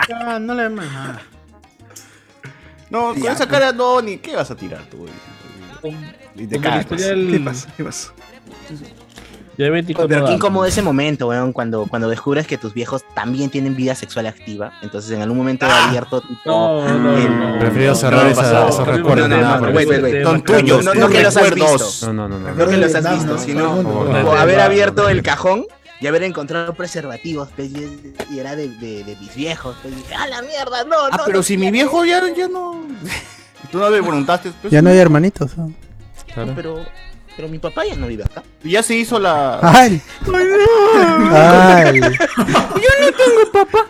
Speaker 15: Ya, no le embarace nada.
Speaker 8: No, con
Speaker 15: Ya,
Speaker 8: esa
Speaker 4: ah,
Speaker 15: pues.
Speaker 8: cara no, ni qué vas a tirar tú. Y
Speaker 5: Con
Speaker 8: te
Speaker 5: el
Speaker 8: cagas.
Speaker 5: historial-
Speaker 3: pues, ¿Qué pasa? ¿Qué pasa?
Speaker 5: Pero qué
Speaker 8: no da.
Speaker 5: incómodo ese momento, weón, cuando, cuando descubres que tus viejos también tienen vida sexual activa. Entonces, en algún momento abierto, tipo. el-
Speaker 2: Prefiero cerrar esa- esos recuerdos.
Speaker 5: No, no, no, wait, wait, wait.
Speaker 2: Son
Speaker 5: tuyos,
Speaker 2: no,
Speaker 5: no,
Speaker 2: no,
Speaker 5: no que los has
Speaker 2: recuerdos.
Speaker 5: visto.
Speaker 2: No, no, no, no.
Speaker 5: No que los has
Speaker 2: No,
Speaker 5: visto,
Speaker 2: no,
Speaker 5: sino
Speaker 2: no, no, no.
Speaker 5: o haber abierto el cajón y haber encontrado preservativos, pues, y, y era de, de, de mis viejos. pues, y dije, ¡Ah, la mierda! No,
Speaker 8: Ah,
Speaker 5: no.
Speaker 8: pero
Speaker 5: no
Speaker 8: si
Speaker 5: quiero".
Speaker 8: mi viejo ya, ya no. Tú no le preguntaste. pues,
Speaker 4: Ya no hay hermanitos. ¿no?
Speaker 5: Pero, pero mi papá ya no vive acá.
Speaker 8: Y ya se hizo la.
Speaker 4: ¡Ay! ¡Ay!
Speaker 8: no tengo papá.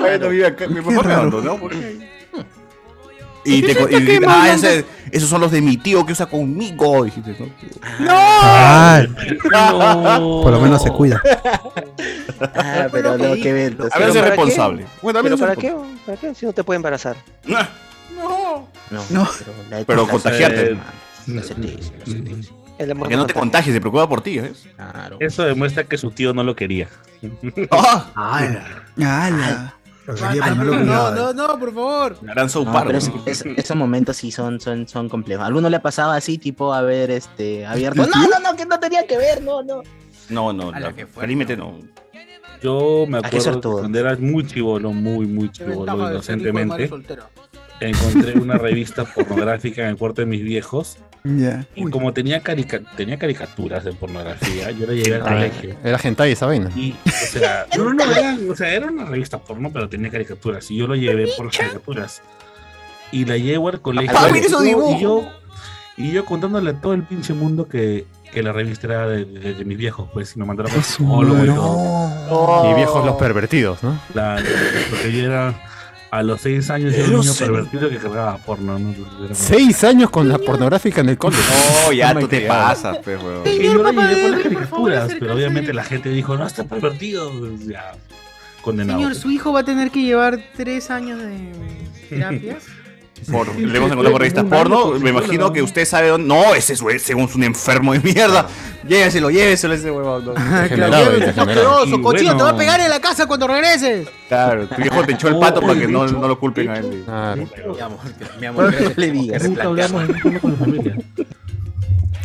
Speaker 8: Bueno, vive acá. Mi papá me
Speaker 4: raro.
Speaker 8: abandonó. ¿por qué? Y te. co-
Speaker 4: siento
Speaker 8: y-
Speaker 4: que me
Speaker 8: ah,
Speaker 4: abandonó.
Speaker 8: ese- esos son los de mi tío que usa conmigo. Dijiste, ¿no? Ah.
Speaker 4: ¡Ay! Por lo menos se cuida.
Speaker 5: Ah, pero lo que ven.
Speaker 7: Pero
Speaker 8: A
Speaker 7: ¿para
Speaker 8: veces es
Speaker 7: qué?
Speaker 8: responsable. Bueno, a
Speaker 7: ¿Pero
Speaker 8: veces es
Speaker 7: para qué? ¿Para qué? Si no te puede embarazar.
Speaker 5: No.
Speaker 3: No.
Speaker 5: la-
Speaker 8: Pero
Speaker 5: la-
Speaker 8: contagiarte.
Speaker 5: No se te dice, no se te dice.
Speaker 7: El amor
Speaker 8: Que no te
Speaker 7: contagia.
Speaker 8: contagies, se preocupa por ti. ¿eh? ¿ves?
Speaker 5: Claro.
Speaker 6: Eso demuestra que su tío no lo quería.
Speaker 8: ¡Ah!
Speaker 9: ¡Hala!
Speaker 3: ¡Hala!
Speaker 9: para no lo
Speaker 15: No,
Speaker 9: cuidaba.
Speaker 15: no, no, por favor.
Speaker 8: Aranza
Speaker 5: No, pero es- es- esos momentos sí son, son, son complejos. ¿A ¿Alguno le ha pasado así, tipo, haber este, abierto? No, no, no, que no tenía que ver, no, no.
Speaker 8: No, no, no. Felizmente no.
Speaker 6: Yo me
Speaker 5: ¿A qué
Speaker 6: acuerdo que
Speaker 5: sortudo?
Speaker 6: cuando era muy chivolo, muy, muy chivolo, inocentemente,
Speaker 15: soltero.
Speaker 6: encontré una revista pornográfica en el cuarto de mis viejos.
Speaker 3: Ya.
Speaker 6: Y como tenía, carica- tenía caricaturas de pornografía, yo la llevé al
Speaker 2: Ah,
Speaker 6: colegio.
Speaker 2: Era hentai esa vaina.
Speaker 6: Y, o sea, no, no, era, o sea, era una revista porno, pero tenía caricaturas. Y yo lo llevé por las caricaturas. Y la llevo al colegio.
Speaker 8: Papá, mira esos
Speaker 6: Y yo-
Speaker 8: dibujos.
Speaker 6: Y yo, y yo contándole a todo el pinche mundo que, que la revista era de, de- de mis viejos, pues, y me mandaron al psicólogo y todo.
Speaker 2: Y viejos los pervertidos, ¿no?
Speaker 6: Claro, porque yo era a los seis años yo era un niño pervertido que cargaba porno. ¿no? Era-
Speaker 2: Seis años con la pornográfica en el cole.
Speaker 8: No, Oh, ya tú te
Speaker 2: God.
Speaker 8: pasas, pues, weón.
Speaker 6: Y yo la llevé por las caricaturas, pero obviamente la gente dijo, no, está pervertido. pues, Ya, condenado.
Speaker 15: Señor, su hijo va a tener que llevar tres años de terapias.
Speaker 8: Por, le hemos encontrado por revistas porno. Me imagino que usted sabe dónde. No, ese es, we- según es un enfermo de mierda. Lléveselo, lléveselo ese huevón. no.
Speaker 2: Degenerado, degenerado.
Speaker 15: Asqueroso, cochino, te va a pegar en la casa cuando regreses.
Speaker 8: Claro, tu viejo te echó el pato para que no, no lo culpen a él.
Speaker 15: Mi amor, mi
Speaker 6: amor, gracias.
Speaker 5: le digas.
Speaker 6: Nunca hablamos de enfermo con la familia.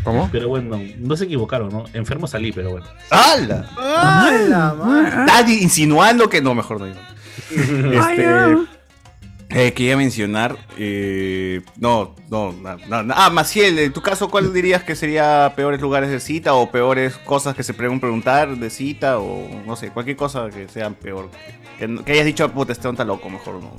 Speaker 2: ¿Cómo?
Speaker 6: Pero bueno, no se equivocaron, ¿no? Enfermo salí, pero bueno.
Speaker 8: ¡Hala!
Speaker 15: ¡Hala,
Speaker 8: Nadie insinuando que no, mejor no digo. Este, Eh, que iba a mencionar. eh, no, no, na- na- na- Ah, Maciel, en tu caso, ¿cuál dirías que sería peores lugares de cita o peores cosas que se pueden preguntar de cita o no sé, cualquier cosa que sea peor? Que, que hayas dicho, puta, este onda está loco, mejor no.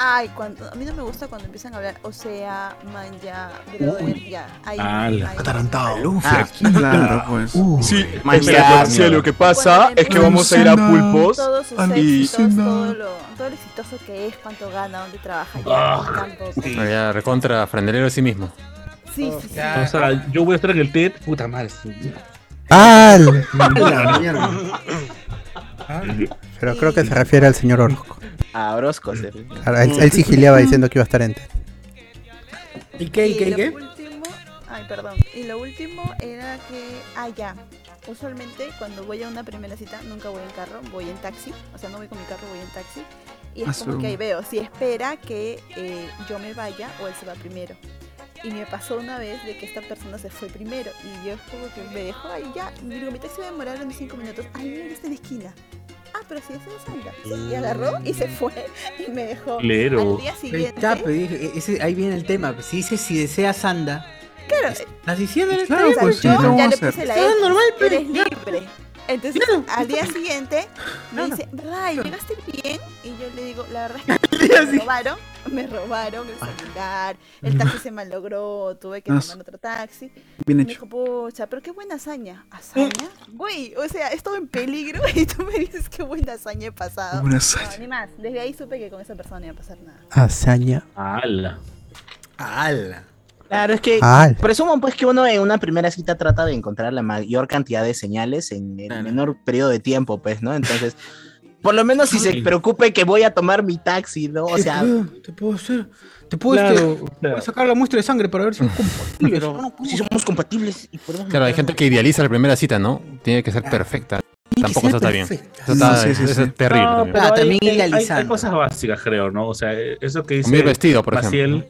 Speaker 10: Ay, cuando, a mí no me gusta cuando empiezan a hablar, o sea, man, ya, brother, ya, ahí,
Speaker 9: Ah,
Speaker 8: Ala.
Speaker 10: ahí.
Speaker 20: Atarantado.
Speaker 10: Ah,
Speaker 20: claro, pues.
Speaker 9: Sí,
Speaker 8: Man,
Speaker 9: espera,
Speaker 8: ya,
Speaker 9: sí, lo que pasa
Speaker 10: Cuando
Speaker 9: es que vamos a ir a Pulpos
Speaker 10: Todos sus
Speaker 9: y...
Speaker 10: éxitos, todo lo, todo lo exitoso que es, cuánto gana, dónde trabaja, ya, tanto.
Speaker 2: Ya, recontra, franelero de sí mismo.
Speaker 10: Sí, sí, sí.
Speaker 6: O sea, yo voy a estar en el TED, puta madre.
Speaker 4: ¡Al!
Speaker 6: La mierda.
Speaker 4: Pero creo que se refiere al señor Orozco.
Speaker 5: A Orozco, Ah, sí.
Speaker 4: Claro, él, él sigileaba diciendo que iba a estar en Tet.
Speaker 1: ¿Y qué, y qué, y
Speaker 10: lo
Speaker 1: qué?
Speaker 10: último, ay, perdón. Y lo último era que, ah, ya. Usualmente cuando voy a una primera cita, nunca voy en carro, voy en taxi. O sea, no voy con mi carro, voy en taxi. Y es
Speaker 9: Ah,
Speaker 10: como
Speaker 9: su-
Speaker 10: que ahí veo, si espera que eh, yo me vaya o él se va primero. Y me pasó una vez de que esta persona se fue primero. Y yo como que me dejó ahí ya. Y digo, mi taxi va a demorar unos 5 minutos. Ay, mira, está en la esquina. Ah, pero si es en Santa. Sí, Y agarró y se fue. Y me dejó.
Speaker 21: Lero.
Speaker 10: Al día
Speaker 1: Ahí
Speaker 10: siguiente.
Speaker 1: está, pues, dije, ese- ahí viene el tema. pues, Si dices si deseas anda.
Speaker 10: Claro,
Speaker 1: Estás diciendo el
Speaker 10: Claro,
Speaker 1: tema,
Speaker 10: pues,
Speaker 1: pues,
Speaker 10: sí, ¿cómo
Speaker 1: ya
Speaker 10: va a
Speaker 1: le
Speaker 10: ser?
Speaker 1: puse la
Speaker 10: Está
Speaker 1: X,
Speaker 10: normal,
Speaker 1: pero
Speaker 10: eres libre. Entonces, al día siguiente me dice, Ray, ¿llegaste bien? Y yo le digo, la verdad es que me robaron, me robaron el celular, el taxi se malogró, tuve que
Speaker 3: Ah,
Speaker 10: tomar otro taxi.
Speaker 3: Bien
Speaker 10: me
Speaker 3: hecho.
Speaker 10: dijo, pucha, pero qué buena hazaña. ¿Hazaña? Güey, o sea, he estado en peligro y tú me dices qué buena hazaña he pasado.
Speaker 4: Buena hazaña.
Speaker 10: No, ni más. Desde ahí supe que con esa persona no iba a pasar nada.
Speaker 4: Hazaña.
Speaker 6: Ala.
Speaker 1: Ala.
Speaker 5: Claro, es que
Speaker 4: Al.
Speaker 5: presumo pues que uno en una primera cita trata de encontrar la mayor cantidad de señales en el menor periodo de tiempo, pues, ¿no? Entonces, por lo menos si se preocupe que voy a tomar mi taxi, ¿no? O
Speaker 1: ¿Te
Speaker 5: sea,
Speaker 1: puedo- te puedo hacer. Te puedo, este,
Speaker 5: Claro,
Speaker 1: puedo
Speaker 5: claro.
Speaker 1: sacar la muestra de sangre para ver si somos compatibles.
Speaker 5: Pero
Speaker 1: No, no,
Speaker 5: si somos compatibles y podemos
Speaker 2: Claro, hay gente que idealiza la primera cita, ¿no? Tiene que ser perfecta. Tampoco
Speaker 1: ser
Speaker 2: eso está bien.
Speaker 1: perfecta.
Speaker 2: Eso, está-
Speaker 1: No, sí, sí,
Speaker 2: eso
Speaker 1: sí.
Speaker 2: es terrible.
Speaker 1: No,
Speaker 2: también.
Speaker 1: pero Ah, también
Speaker 6: hay, hay-
Speaker 1: idealizando.
Speaker 6: hay cosas básicas, creo, ¿no? O sea, eso que dice
Speaker 2: Con mi vestido, por
Speaker 6: Maciel,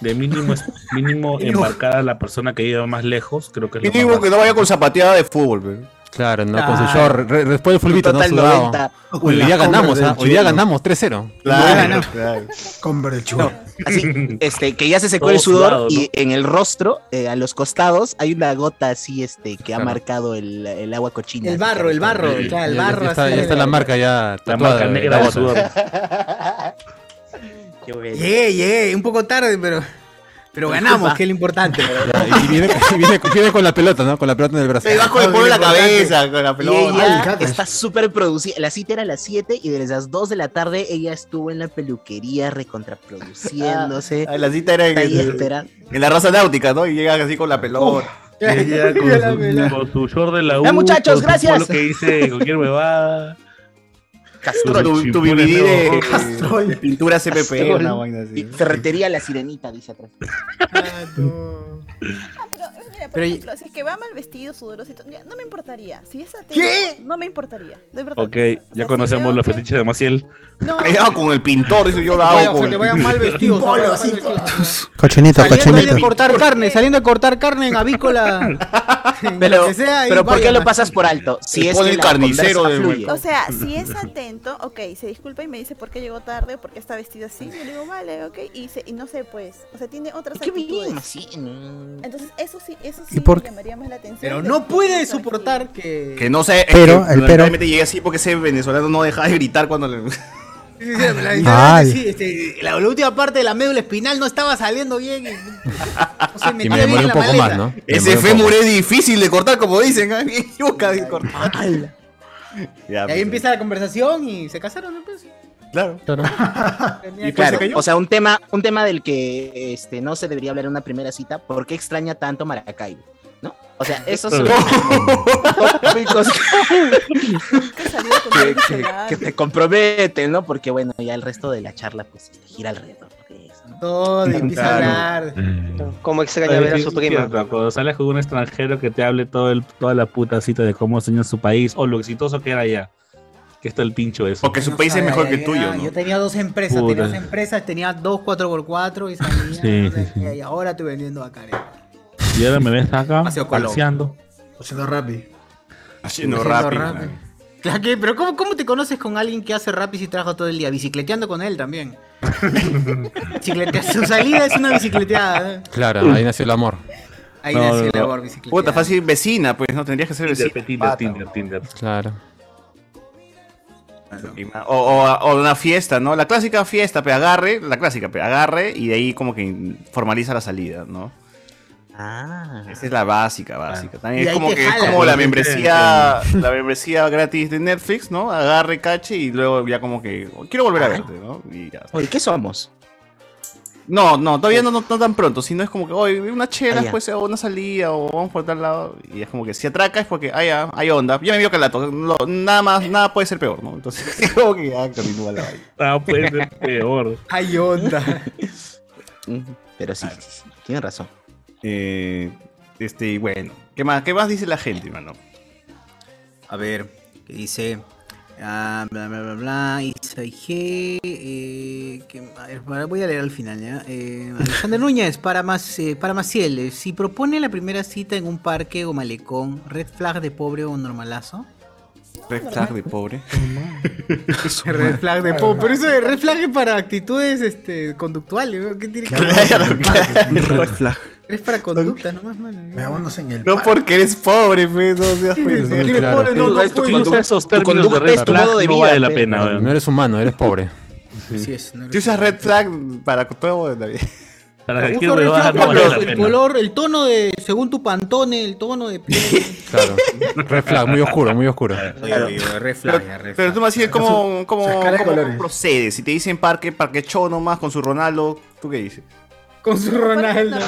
Speaker 6: de mínimo, es- mínimo
Speaker 8: Mínimo.
Speaker 6: embarcar a la persona que lleva más lejos, creo que es lo más
Speaker 8: Mínimo que no vaya con zapateada de fútbol, pe.
Speaker 2: Claro, no, con
Speaker 8: Claro.
Speaker 2: su short. re- después del fulbito, ¿no?
Speaker 8: Total
Speaker 2: Sudado.
Speaker 8: 90.
Speaker 2: Uy, hoy
Speaker 8: Con
Speaker 2: día
Speaker 8: la
Speaker 2: ganamos,
Speaker 8: Converse
Speaker 2: ¿ah?
Speaker 8: del
Speaker 2: Hoy día
Speaker 8: chulo.
Speaker 2: ganamos 3-0.
Speaker 8: Claro,
Speaker 20: Converse chulo.
Speaker 5: así, este, que ya se secó el
Speaker 2: Todo
Speaker 5: sudor
Speaker 2: sudado,
Speaker 5: y en el rostro, eh, a los costados, hay una gota así, este, que ha marcado el, el agua cochina.
Speaker 1: El
Speaker 5: así,
Speaker 1: barro, el barro,
Speaker 5: Sí.
Speaker 1: claro,
Speaker 2: Ya-
Speaker 1: el
Speaker 2: ya
Speaker 1: barro.
Speaker 2: está-
Speaker 1: así.
Speaker 2: ya está la marca ya tatuada
Speaker 6: marca
Speaker 2: de
Speaker 6: negra
Speaker 2: la
Speaker 6: de
Speaker 2: bota.
Speaker 6: sudor.
Speaker 5: Qué bueno.
Speaker 8: Eh,
Speaker 1: Llegué, llegué, un poco tarde, pero. Pero ganamos,
Speaker 2: Disculpa.
Speaker 1: que es lo importante.
Speaker 2: Y viene, y viene- viene con la pelota, ¿no? Con la pelota en el brazo.
Speaker 8: Te vas con el polvo en la cabeza, con la
Speaker 5: Y
Speaker 8: pelota.
Speaker 5: ella
Speaker 8: Ay,
Speaker 5: está súper producida. La cita era a las 7 y desde las 2 de la tarde ella estuvo en la peluquería recontraproduciéndose.
Speaker 8: Ah, la cita era en,
Speaker 5: Está ahí
Speaker 8: en-
Speaker 5: esperando.
Speaker 8: en la raza náutica, ¿no? Y llegas así con la pelota.
Speaker 6: Ella con, su, con su short de la U.
Speaker 5: Ya, muchachos,
Speaker 6: con su
Speaker 5: gracias.
Speaker 6: polo que dice cualquier huevada.
Speaker 5: Castrol.
Speaker 8: Tu- tu
Speaker 6: Chimpones,
Speaker 8: BBD de-
Speaker 6: ¿no?
Speaker 8: Castrol. de pintura CPP,
Speaker 5: Castrol.
Speaker 8: una vaina así.
Speaker 5: Y Ferretería La Sirenita, dice atrás.
Speaker 8: Ah,
Speaker 10: Mira, por
Speaker 5: Pero-
Speaker 10: ejemplo, si es que va mal vestido, sudoroso y todo, ya, no me importaría. Si es ateo, no me importaría. De verdad.
Speaker 6: Ok, ya conocemos los fetiches de Maciel.
Speaker 10: No.
Speaker 8: Cuidado con el pintor, eso yo lo
Speaker 1: Vaya,
Speaker 8: hago.
Speaker 1: se te vaya mal vestido,
Speaker 8: Polo,
Speaker 1: se te vaya
Speaker 8: así,
Speaker 1: mal vestido.
Speaker 4: Cochinito,
Speaker 1: Saliendo ahí
Speaker 4: cochinito.
Speaker 1: de cortar carne, saliendo a cortar carne en avícola.
Speaker 5: Pero,
Speaker 1: que sea, ahí
Speaker 5: pero ¿por qué
Speaker 1: vaya,
Speaker 5: lo
Speaker 1: macho.
Speaker 5: pasas por alto? Si
Speaker 1: Le
Speaker 5: es
Speaker 1: pone
Speaker 5: que
Speaker 1: el
Speaker 5: la
Speaker 1: carnicero
Speaker 5: conversa
Speaker 1: del
Speaker 5: fluye.
Speaker 10: O sea, si es atento, ok, se disculpa y me dice por qué llegó tarde o por qué está vestido así. Yo le digo, vale, ok, y, se- y no sé, pues. O sea, tiene otras
Speaker 5: Qué bien,
Speaker 10: actitudes.
Speaker 5: así.
Speaker 10: Entonces, eso sí, eso
Speaker 4: ¿Y
Speaker 10: sí
Speaker 4: por qué?
Speaker 10: llamaría más la atención.
Speaker 1: Pero
Speaker 10: de-
Speaker 1: no puede soportar que.
Speaker 8: Que no sé,
Speaker 4: Pero,
Speaker 8: es que
Speaker 4: el pero.
Speaker 8: realmente llegué así porque ese venezolano no dejaba de gritar cuando le.
Speaker 1: Sí, sí, sí, la, la-
Speaker 4: Ay.
Speaker 1: sí, este, la- la última parte de la médula espinal no estaba saliendo bien. y- o
Speaker 9: Ah,
Speaker 1: sea,
Speaker 2: Y me demoré un poco más, ¿no? Me demoré
Speaker 8: Ese
Speaker 2: un poco
Speaker 8: fémur
Speaker 2: más.
Speaker 8: es difícil de cortar, como dicen. ¿ah?
Speaker 9: ¿eh?
Speaker 8: Bien yuca de cortar. Ya,
Speaker 1: Y ahí
Speaker 8: pues,
Speaker 1: empieza la conversación y se casaron Pues, después.
Speaker 8: Claro. pues,
Speaker 1: Tenía que-
Speaker 5: Claro, pues, o sea, un tema, un tema del que este, no se debería hablar en una primera cita, ¿por qué extraña tanto Maracaibo? ¿No? O sea, esos son tópicos que, que- que te comprometen, ¿no? Porque bueno, ya el resto de la charla pues este, gira alrededor.
Speaker 1: todo y empieza a hablar.
Speaker 7: Como extraña
Speaker 6: Ay,
Speaker 7: ver a
Speaker 6: sí,
Speaker 7: su
Speaker 6: sí,
Speaker 7: prima.
Speaker 6: cierto, Cuando sales con un extranjero que te hable todo el, toda la puta cita de cómo enseña su país o lo exitoso que era allá. Que está el pincho eso.
Speaker 8: Porque su país es mejor que el tuyo,
Speaker 1: Yo
Speaker 8: ¿no?
Speaker 1: tenía dos empresas,
Speaker 6: Puta.
Speaker 1: tenía dos empresas, tenía dos 4x4 y salía.
Speaker 6: Sí, sí, sí.
Speaker 1: Y ahora estoy vendiendo acá.
Speaker 6: Y ahora me ves acá
Speaker 1: Colón.
Speaker 6: paseando.
Speaker 20: Haciendo rápido.
Speaker 8: Haciendo
Speaker 1: Haciendo
Speaker 8: rápido.
Speaker 1: rap. Claro que, pero ¿cómo, ¿cómo te conoces con alguien que hace rap y si trabaja todo el día? Bicicleteando con él también. Bicicleta- Su salida es una bicicleteada. ¿eh?
Speaker 2: Claro, ahí nació el amor.
Speaker 1: Ahí nació el amor, bicicleta.
Speaker 8: Puta, fácil vecina, pues no tendrías que ser
Speaker 6: Tinder,
Speaker 8: vecina.
Speaker 6: Tinder,
Speaker 8: pata,
Speaker 6: Tinder,
Speaker 8: ¿no?
Speaker 6: Tinder.
Speaker 2: Claro.
Speaker 8: O, o- o una fiesta, ¿no? La clásica fiesta, pero agarre, la clásica, pero agarre y de ahí como que formaliza la salida, ¿no?
Speaker 5: Ah.
Speaker 8: Esa es la básica, básica.
Speaker 5: Y
Speaker 8: También es
Speaker 5: ahí
Speaker 8: como
Speaker 5: te
Speaker 8: que es
Speaker 5: jala.
Speaker 8: como la
Speaker 5: Sí,
Speaker 8: membresía, la membresía gratis de Netflix, ¿no? Agarre, cache y luego ya como que oh, quiero volver a verte, ¿no? Y ya.
Speaker 5: Oye, ¿qué somos?
Speaker 8: No, no, todavía no, no, no tan pronto, sino es como que, oye, una chela,
Speaker 5: Ah, ya.
Speaker 8: pues, o una salida, o vamos por tal lado. Y es como que si atraca es porque, ah, ya, hay onda. Ya me vio calato, no, nada más, nada puede ser peor, ¿no? Entonces, es como que ya continúa la vaina.
Speaker 6: Ah, puede
Speaker 8: pues,
Speaker 6: ser peor.
Speaker 1: Hay onda.
Speaker 5: Pero sí, tienes razón.
Speaker 8: Ah, Eh, este, y bueno, ¿qué más, ¿qué más dice la gente, mano?
Speaker 1: A ver, que dice. Ah, bla bla bla bla. Isai G. eh, que- a ver, para- voy a leer al final, ¿ya? Eh, Alexander Núñez, para más eh, para Maciel. eh, Si propone la primera cita en un parque o malecón, ¿red flag de pobre o normalazo?
Speaker 8: Red flag de pobre.
Speaker 1: Red flag de pobre. Pero eso de red flag es para actitudes este, conductuales, ¿no? ¿Qué tiene que ver?
Speaker 9: Red flag.
Speaker 1: Es para conducta, nomás, mano.
Speaker 9: Veámonos en el.
Speaker 8: No porque eres pobre, pues, no seas
Speaker 9: pendejo.
Speaker 8: Eres pobre, no, no,
Speaker 6: Tú
Speaker 8: pues.
Speaker 6: usas esos términos de red flag, no vale la pena, weón.
Speaker 2: No eres humano, eres pobre.
Speaker 1: Así es. no eres-
Speaker 8: Tú usas red flag para todo de la vida.
Speaker 6: Para
Speaker 1: Usa red flag por el color, el tono de. Según tu pantone, el tono de.
Speaker 2: Claro. Red flag, muy oscuro, muy oscuro.
Speaker 8: Pero, pero tú me decías, ¿cómo, cómo,
Speaker 1: Sacar de
Speaker 8: cómo
Speaker 1: colores.
Speaker 8: procedes? Si te dicen parque, parquechón nomás con su Ronaldo, ¿tú qué dices?
Speaker 1: Con su Ronaldo.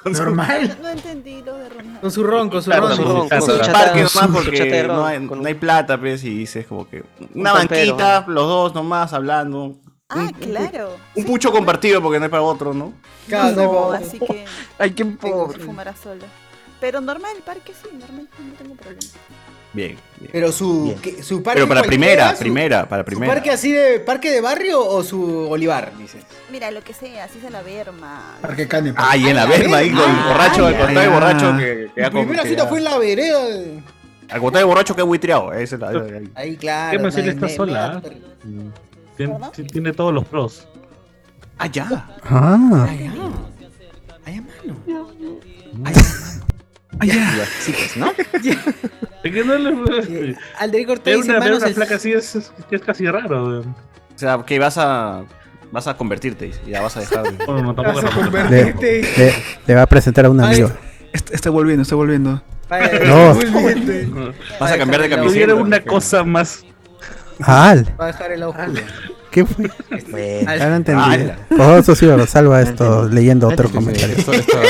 Speaker 10: Con su
Speaker 1: Ronaldo.
Speaker 10: No, no entendí lo de Ronaldo.
Speaker 1: Con su ron, con su ron.
Speaker 8: parque nomás porque no hay, no hay plata, pues, y dices como que una
Speaker 1: pampero.
Speaker 8: banquita, los dos nomás hablando.
Speaker 10: Ah, claro.
Speaker 8: Un pucho compartido porque no hay para otro, ¿no?
Speaker 10: Claro,
Speaker 8: No, no.
Speaker 10: así que.
Speaker 8: Ay, qué
Speaker 10: tengo que
Speaker 8: pobre.
Speaker 10: Fumar a solo. Pero normal el parque sí, normal no tengo problema.
Speaker 8: Bien.
Speaker 1: Pero su, que- su parque.
Speaker 8: Pero para
Speaker 1: cualquiera,
Speaker 8: primera,
Speaker 1: su-
Speaker 8: primera, para
Speaker 1: su
Speaker 8: primera.
Speaker 1: parque así de. ¿Parque de barrio o su olivar? Dices.
Speaker 10: Mira, lo que sea, así se la verma.
Speaker 9: Parque Cane.
Speaker 8: Ah, y en la verma, ahí con el borracho, al costado de borracho que, que ha
Speaker 1: Mi primera
Speaker 8: que
Speaker 1: cita
Speaker 8: ha-
Speaker 1: fue en la vereda. de-
Speaker 8: Al costado de borracho que ha buitreado. Esa es la- esa es la-
Speaker 1: Ahí, claro.
Speaker 6: ¿Qué más
Speaker 1: nadie-
Speaker 6: está
Speaker 1: nadie-
Speaker 6: sola?
Speaker 1: nadie-
Speaker 6: Tiene, tiene todos los pros.
Speaker 1: Ah, ya.
Speaker 4: Ah.
Speaker 6: Ya, sí, pues, ¿no? Es que no le.
Speaker 1: Alderic
Speaker 6: Ver
Speaker 1: Ortega dice:
Speaker 6: una, ver
Speaker 1: manos
Speaker 6: una
Speaker 1: al
Speaker 6: flaca así es, es- es casi raro, weón.
Speaker 8: O sea, que vas a. Vas a convertirte y ya vas a dejar. de-
Speaker 6: No, no, tampoco Vas a no.
Speaker 4: Le, le- le va a presentar a un amigo.
Speaker 3: Está, está volviendo, está volviendo.
Speaker 4: No.
Speaker 8: Vas a cambiar de
Speaker 6: Tuviera
Speaker 8: camiseta.
Speaker 6: una cosa más.
Speaker 4: Al.
Speaker 1: Va a dejar el ojo.
Speaker 4: ¿Qué fue?
Speaker 1: Al-
Speaker 4: Ya lo entendí. Oh,
Speaker 1: Ala.
Speaker 4: Por favor, socio, lo salva esto leyendo otro comentario.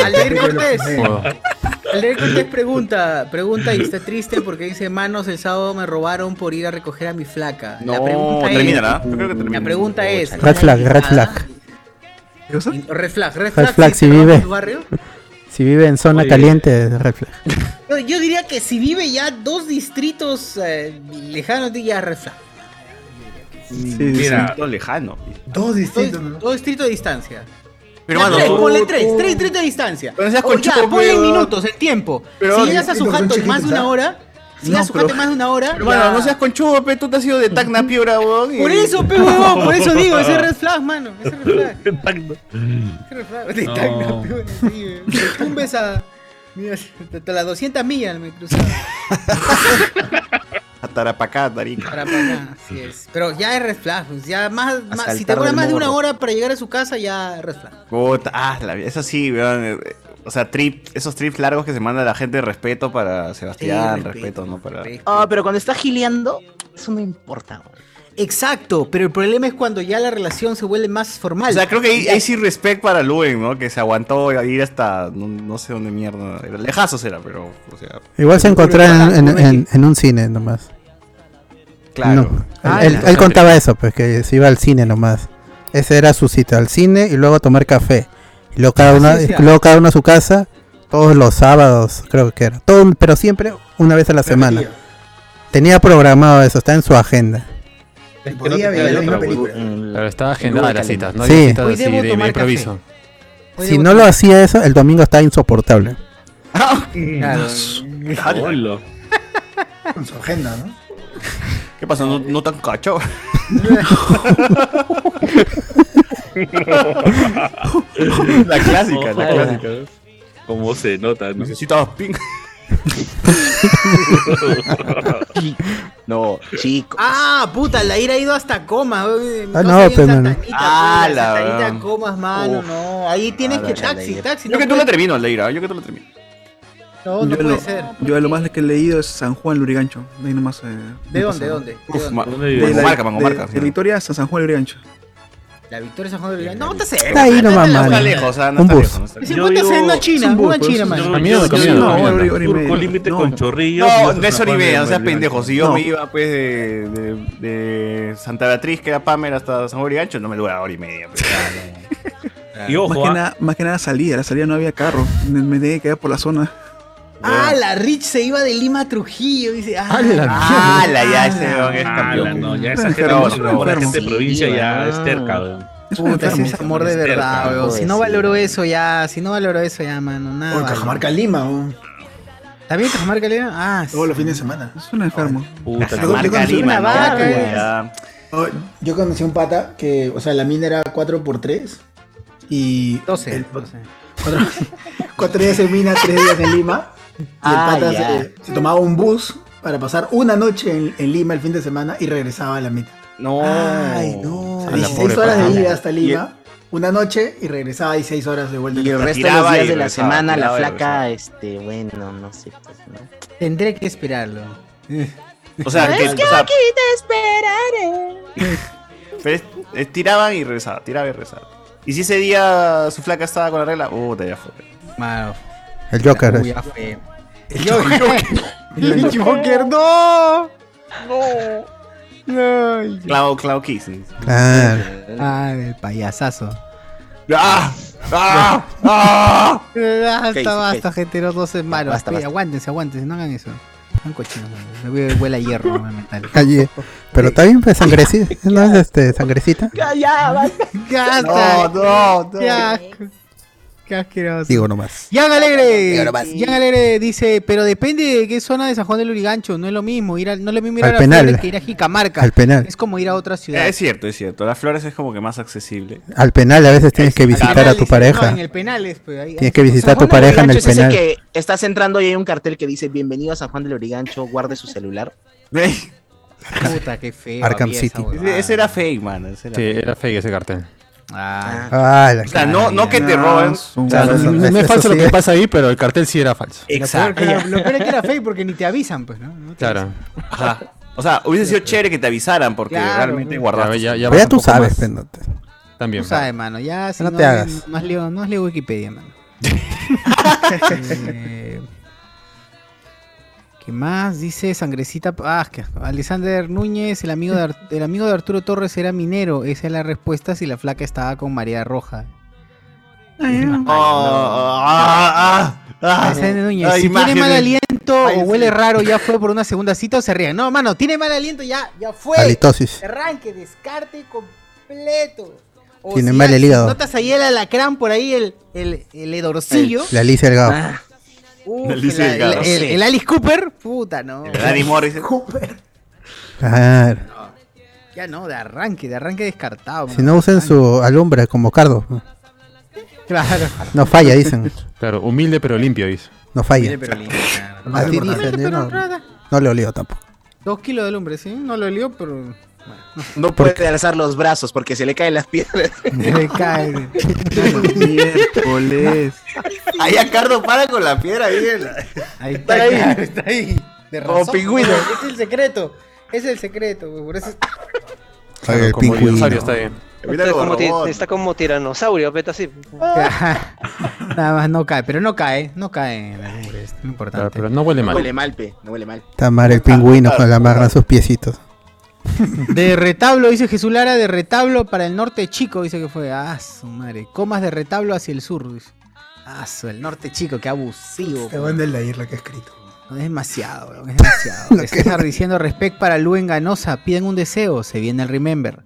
Speaker 1: Aldair Cortés. Aldair Cortés pregunta, pregunta y está triste porque dice, manos, el sábado me robaron por ir a recoger a mi flaca.
Speaker 8: No, termínala. Yo creo que termina.
Speaker 1: La pregunta es...
Speaker 4: Red flag, red flag.
Speaker 1: In- Red flag, red
Speaker 4: Red
Speaker 1: flag.
Speaker 4: flag si
Speaker 1: te roban
Speaker 4: vive.
Speaker 1: tu barrio.
Speaker 4: Si vive en zona
Speaker 1: Oye.
Speaker 4: caliente, red flag.
Speaker 1: Yo, yo diría que si vive ya dos distritos eh, lejanos, ya red flag.
Speaker 8: Mira, todo lejano.
Speaker 9: Dos distritos.
Speaker 1: Dos, dos distritos de distancia.
Speaker 8: Pero,
Speaker 1: Ya
Speaker 8: mano,
Speaker 1: tres,
Speaker 8: tú-
Speaker 1: ponle tres,
Speaker 8: tú-
Speaker 1: tres distritos de distancia.
Speaker 8: Pero seas
Speaker 1: O
Speaker 8: conchudo,
Speaker 1: ya, ponle en
Speaker 8: pero-
Speaker 1: minutos, el tiempo.
Speaker 8: Pero-
Speaker 1: si llegas a su
Speaker 8: Pero son
Speaker 1: jato en más de
Speaker 8: chiquitos,
Speaker 1: una
Speaker 8: ¿ah?
Speaker 1: hora, si llegas a su
Speaker 8: pero-
Speaker 1: jato en más de una hora...
Speaker 8: Hermano,
Speaker 1: ya-
Speaker 8: no seas conchudo, pe, tú te has ido de Tacna Piura, weón. y-
Speaker 1: Por eso, pe huevón, por eso digo, ese es red flag, mano. Ese es red flag. Ese es red flag. De
Speaker 6: No.
Speaker 1: Tacna, pe, sí, eh. Te tumbes a. Mira, hasta las 200 millas me cruzaba.
Speaker 8: A Tarapacá, Tarica.
Speaker 1: Para acá, así es. Pero ya es red flag. pues, Ya más, más- si te
Speaker 8: Asaltar
Speaker 1: acuerdas
Speaker 8: del
Speaker 1: más de una
Speaker 8: morro.
Speaker 1: hora para llegar a su casa, ya es red flag.
Speaker 8: Puta, ah, la vida. Eso sí, weón. eh, O sea, trip, esos trips largos que se manda la gente, respeto para Sebastián,
Speaker 1: Sí,
Speaker 8: respeto, ¿no? Para...
Speaker 5: Ah, pero cuando estás gileando, eso no importa. güey.
Speaker 1: Exacto, pero el problema es cuando ya la relación se vuelve más formal.
Speaker 8: O sea, creo que ahí, ahí sí respect para Luen, ¿no? Que se aguantó a ir hasta no, no sé dónde mierda. era. Lejazos era, pero, o sea.
Speaker 4: Igual se encontraron en, en- en- en un cine nomás.
Speaker 8: Claro.
Speaker 4: No,
Speaker 8: Ah,
Speaker 4: él,
Speaker 8: ya.
Speaker 4: él- él contaba eso, pues que se iba al cine nomás. Esa era su cita, al cine y luego a tomar café. Y luego cada uno,
Speaker 9: sí, sí.
Speaker 4: luego cada uno a su casa, todos los sábados, creo que era. Todo, un- pero siempre una vez a la semana. Tenía programado eso, está en su agenda.
Speaker 9: Podía ver la misma película.
Speaker 2: Pero estaba agendada las citas, no
Speaker 4: Sí.
Speaker 2: había citas
Speaker 4: Hoy
Speaker 2: así
Speaker 4: debo
Speaker 2: de,
Speaker 4: tomar
Speaker 2: improviso.
Speaker 4: Si no lo hacía eso, el domingo estaba insoportable.
Speaker 1: Claro.
Speaker 6: Hola.
Speaker 9: Con su agenda, ¿no?
Speaker 8: ¿Qué pasa? No, no tan cacho. la clásica, la clásica.
Speaker 6: Como se nota, ¿no?
Speaker 8: Necesitabas ping.
Speaker 5: no, chico.
Speaker 1: Ah, puta, la ira ha ido hasta comas. eh,
Speaker 4: Ah,
Speaker 1: cosa
Speaker 4: no,
Speaker 1: bien
Speaker 4: pe, mano.
Speaker 1: satanita,
Speaker 8: Ah,
Speaker 1: puta,
Speaker 8: la
Speaker 1: satanita
Speaker 8: verdad.
Speaker 1: comas, mano,
Speaker 8: Uf.
Speaker 1: no. Ahí tienes
Speaker 8: Ah,
Speaker 1: que
Speaker 8: la
Speaker 1: taxi,
Speaker 8: Leira.
Speaker 1: taxi.
Speaker 8: Yo
Speaker 1: no
Speaker 8: que tú la
Speaker 1: puedes-
Speaker 8: termino, Leira. Yo que tú la termino.
Speaker 1: No, no
Speaker 3: yo,
Speaker 1: puede
Speaker 3: lo,
Speaker 1: ser.
Speaker 3: yo lo más que he leído es San Juan Lurigancho. De ahí nomás. eh,
Speaker 1: ¿De
Speaker 3: me
Speaker 1: dónde,
Speaker 3: pasaba.
Speaker 1: dónde, de
Speaker 8: Uf, ma-
Speaker 3: De la-
Speaker 8: Mangomarca,
Speaker 3: de-
Speaker 8: Mangomarca,
Speaker 3: De,
Speaker 8: sí.
Speaker 3: la historia hasta San Juan Lurigancho.
Speaker 1: Eh, La victoria Pues, de San Juan de Villarreal. No, está cerca.
Speaker 4: Está ahí nomás,
Speaker 1: tan
Speaker 4: mano.
Speaker 1: lejos.
Speaker 8: lejos, ah, no
Speaker 4: un
Speaker 8: está
Speaker 4: bus.
Speaker 8: lejos,
Speaker 1: Se encuentra en una china,
Speaker 3: Es un
Speaker 1: una
Speaker 3: bus,
Speaker 1: china,
Speaker 3: pues,
Speaker 1: mano.
Speaker 3: Yo- yo- yo- no, hora y- hora y media.
Speaker 6: límite con chorrillos.
Speaker 8: No, no es hora y media, o sea, pendejo.
Speaker 6: pendejos
Speaker 8: Si yo me iba, pues, de, de, de Santa Beatriz, que era Pamer, hasta San Juan y Gancho, no me dura hora y media. pues.
Speaker 6: Y ojo,
Speaker 3: más,
Speaker 6: ah.
Speaker 3: que nada, más que nada salía, la salida no había carro. Me, me tenía que quedar por la zona.
Speaker 1: Ah, la Rich se iba de Lima a Trujillo. Dice, ah,
Speaker 8: Ah, la ya, ese weón es
Speaker 6: Ala,
Speaker 8: campeón.
Speaker 6: no, ya
Speaker 3: Está
Speaker 6: exagerado.
Speaker 3: enfermo,
Speaker 6: no, La
Speaker 3: está
Speaker 6: gente de
Speaker 3: enfermo.
Speaker 6: provincia
Speaker 3: Sí,
Speaker 6: ya
Speaker 3: weón.
Speaker 6: es terca, weón.
Speaker 1: Puta, ese es amor de verdad,
Speaker 6: Experta,
Speaker 1: weón. Si no valoró eso ya, si no valoró eso ya, mano, nada.
Speaker 9: Por
Speaker 1: vale.
Speaker 9: Cajamarca Lima, weón.
Speaker 1: ¿Está bien Cajamarca Lima? Ah, sí.
Speaker 9: Todos los fines de semana.
Speaker 3: Es un enfermo.
Speaker 6: Puta,
Speaker 9: Yo- yo
Speaker 8: Marca
Speaker 9: conocí
Speaker 8: Lima,
Speaker 1: una
Speaker 8: no,
Speaker 1: vaca,
Speaker 8: ya,
Speaker 1: eh.
Speaker 8: ya.
Speaker 9: Oh, Yo conocí un pata que, o sea, la mina era 4x3 y.
Speaker 1: 12.
Speaker 9: el-
Speaker 1: 12.
Speaker 9: 4 días en Mina, 3 días en Lima. Y el
Speaker 1: Ah,
Speaker 9: pata
Speaker 1: ya.
Speaker 9: se, se tomaba un bus para pasar una noche en, en Lima el fin de semana y regresaba a la mitad.
Speaker 8: No.
Speaker 1: Ay, no.
Speaker 8: A la
Speaker 9: 16
Speaker 8: pobre
Speaker 9: horas
Speaker 8: pata.
Speaker 9: de ida hasta
Speaker 8: Y-
Speaker 9: Lima, una noche y regresaba 16 horas de vuelta.
Speaker 5: Y el resto de los
Speaker 8: Tiraba y
Speaker 5: días de la
Speaker 8: regresaba,
Speaker 5: semana, la
Speaker 8: tiraba y
Speaker 5: flaca, este, bueno, no sé, pues, ¿no?
Speaker 1: Tendré que esperarlo.
Speaker 8: O sea, que, o sea,
Speaker 5: te esperaré.
Speaker 8: pero es- es- tiraban y regresaban, tiraban y regresaban. Y si ese día su flaca estaba con la regla, puta, ya fue.
Speaker 1: Mano,
Speaker 4: El Joker.
Speaker 1: uy,
Speaker 4: es.
Speaker 1: ya fue.
Speaker 9: El Joker.
Speaker 1: El Joker, no. No. No.
Speaker 8: Clau, Clau Kiss.
Speaker 4: Claro.
Speaker 1: Ah, el payasazo.
Speaker 8: ¡Ah! ¡Ah! ¡Ah!
Speaker 1: Basta,
Speaker 5: Ok, sí,
Speaker 1: basta, gente, los dos en malos.
Speaker 5: Basta, basta.
Speaker 1: Aguántense, aguántense, no hagan eso. No cochinos, mano. Me voy- huele a hierro, me metal.
Speaker 4: Calle. Pero está bien, pues, sangrecita. ¿No es este, sangrecita?
Speaker 1: Ya
Speaker 8: No,
Speaker 1: está.
Speaker 8: no, no.
Speaker 1: Qué asco. Qué asqueroso.
Speaker 4: Digo nomás.
Speaker 1: Jan Alegre,
Speaker 4: Ahora más.
Speaker 1: Jan Alegre dice, pero depende de qué zona de San Juan del Lurigancho, no es lo mismo, ir a- no es lo mismo ir
Speaker 4: Al
Speaker 1: a la
Speaker 4: penal.
Speaker 1: Flores que ir a Jicamarca,
Speaker 4: Al penal.
Speaker 1: es como ir a otra ciudad.
Speaker 8: Es cierto, es cierto. Las flores es como que más accesible.
Speaker 4: Al penal a veces tienes que
Speaker 8: Al
Speaker 4: visitar
Speaker 1: Penal,
Speaker 4: a tu
Speaker 1: dice, no,
Speaker 4: pareja.
Speaker 1: en el penal es, pues, ahí-
Speaker 4: Tienes que
Speaker 5: San
Speaker 4: visitar a tu
Speaker 5: Juan del
Speaker 4: pareja en el
Speaker 5: Lurigancho es ese
Speaker 4: penal.
Speaker 5: que estás entrando y hay un cartel que dice, bienvenido a San Juan del Origancho, guarde su celular.
Speaker 8: Ey,
Speaker 1: Puta, qué feo.
Speaker 4: Arkham
Speaker 1: había esa
Speaker 4: City.
Speaker 1: huevada.
Speaker 8: Ese, ese era fake, man. Ese era
Speaker 2: Sí,
Speaker 8: fake.
Speaker 2: era fake ese cartel.
Speaker 1: Ah,
Speaker 4: Ah, la
Speaker 8: O sea, no, no que te roben.
Speaker 4: O sea,
Speaker 2: No,
Speaker 4: eso-
Speaker 2: no
Speaker 4: eso
Speaker 2: es falso
Speaker 4: sí
Speaker 2: lo que
Speaker 4: es.
Speaker 2: pasa ahí, pero el cartel sí era falso.
Speaker 1: lo, peor que
Speaker 8: Exacto.
Speaker 1: era, lo peor es que era fake porque ni te avisan, pues, ¿no? No te
Speaker 2: Claro.
Speaker 8: Ajá. O sea, hubiese sido chévere que te avisaran porque
Speaker 1: Claro, güey.
Speaker 8: realmente
Speaker 2: Ya,
Speaker 8: guardaste.
Speaker 2: ya,
Speaker 4: Pero
Speaker 2: ya vas
Speaker 4: ya
Speaker 2: un
Speaker 4: tú
Speaker 2: poco
Speaker 4: sabes,
Speaker 2: más.
Speaker 4: pendote.
Speaker 2: También.
Speaker 1: Tú sabes, mano, ya si
Speaker 4: No
Speaker 1: no,
Speaker 4: te
Speaker 1: has-
Speaker 4: hagas.
Speaker 1: no has leído, no has leído Wikipedia, mano. Eh, ¿Qué más? Dice Sangrecita. Ah, qué asco. Alexander Núñez, el amigo, de Ar- el amigo de Arturo Torres era minero. Esa es la respuesta si la flaca estaba con María Roja.
Speaker 8: Oh, ah, ah, ah.
Speaker 1: Alexander Núñez,
Speaker 8: Ah,
Speaker 1: si tiene
Speaker 8: imágenes.
Speaker 1: mal aliento
Speaker 8: Ay,
Speaker 1: o huele
Speaker 8: sí.
Speaker 1: raro, ya fue por una segunda cita o se rían. No, mano, tiene mal aliento, ya, ya fue.
Speaker 4: Halitosis.
Speaker 1: Arranque, descarte completo. O
Speaker 4: Tiene
Speaker 1: si
Speaker 4: mal
Speaker 1: ya-
Speaker 4: el
Speaker 1: si
Speaker 4: hígado.
Speaker 1: Notas ahí el alacrán por ahí, el, el, el edorcillo.
Speaker 4: La Alicia Delgado.
Speaker 5: Ah,
Speaker 1: Uf,
Speaker 8: el Alice
Speaker 1: el-
Speaker 8: Delgado.
Speaker 1: Uh, el- el- el Alice Cooper. Puta, no.
Speaker 8: Danny Morris.
Speaker 4: Claro.
Speaker 1: Ya no, de arranque, de arranque descartado.
Speaker 4: Si
Speaker 1: mano.
Speaker 4: no usen su alumbra como cardo.
Speaker 1: Claro.
Speaker 4: No falla, dicen.
Speaker 2: Claro, humilde pero limpio, dice.
Speaker 4: No
Speaker 1: Mire,
Speaker 4: falla.
Speaker 1: pero lindo, claro.
Speaker 9: Más
Speaker 4: Así
Speaker 9: importante.
Speaker 4: dicen. yo No, no le olió tampoco.
Speaker 1: Dos kilos de lumbre, sí. No lo olió, pero.
Speaker 17: No
Speaker 4: Porque-
Speaker 17: puede alzar los brazos porque se le caen las piernas.
Speaker 1: Le cae.
Speaker 3: Miércoles.
Speaker 8: Ahí a Cardo para con la piedra ahí. en la-
Speaker 1: Ahí está,
Speaker 17: ahí.
Speaker 1: claro, está ahí. De
Speaker 17: Como
Speaker 1: razón,
Speaker 17: pingüino.
Speaker 1: güey, Es el secreto. Es el secreto, güey. Por eso es-
Speaker 2: Claro,
Speaker 4: Ay, el
Speaker 2: como
Speaker 4: pingüino.
Speaker 2: dinosaurio está bien.
Speaker 8: Mira
Speaker 7: Está
Speaker 8: como
Speaker 7: como, ti-
Speaker 8: robot.
Speaker 7: está como tiranosaurio, pero así.
Speaker 1: Nada más no cae, pero no cae. No cae en la lumbre. Es lo
Speaker 2: Claro,
Speaker 1: importante.
Speaker 2: pero no huele
Speaker 17: No
Speaker 2: mal.
Speaker 17: huele mal, pe. No huele mal.
Speaker 4: Tamar el pingüino con la amarran sus piecitos.
Speaker 1: De retablo, dice Jesús Lara, de retablo para el norte chico, dice que fue. Ah, su madre. Comas de retablo hacia el sur, dice. Ah, su, el norte chico, qué abusivo.
Speaker 9: Te
Speaker 1: güey.
Speaker 9: van de leer lo que ha escrito.
Speaker 1: No, es demasiado, weón, es demasiado. César diciendo respect para Luen Ganosa, piden un deseo, se viene el remember.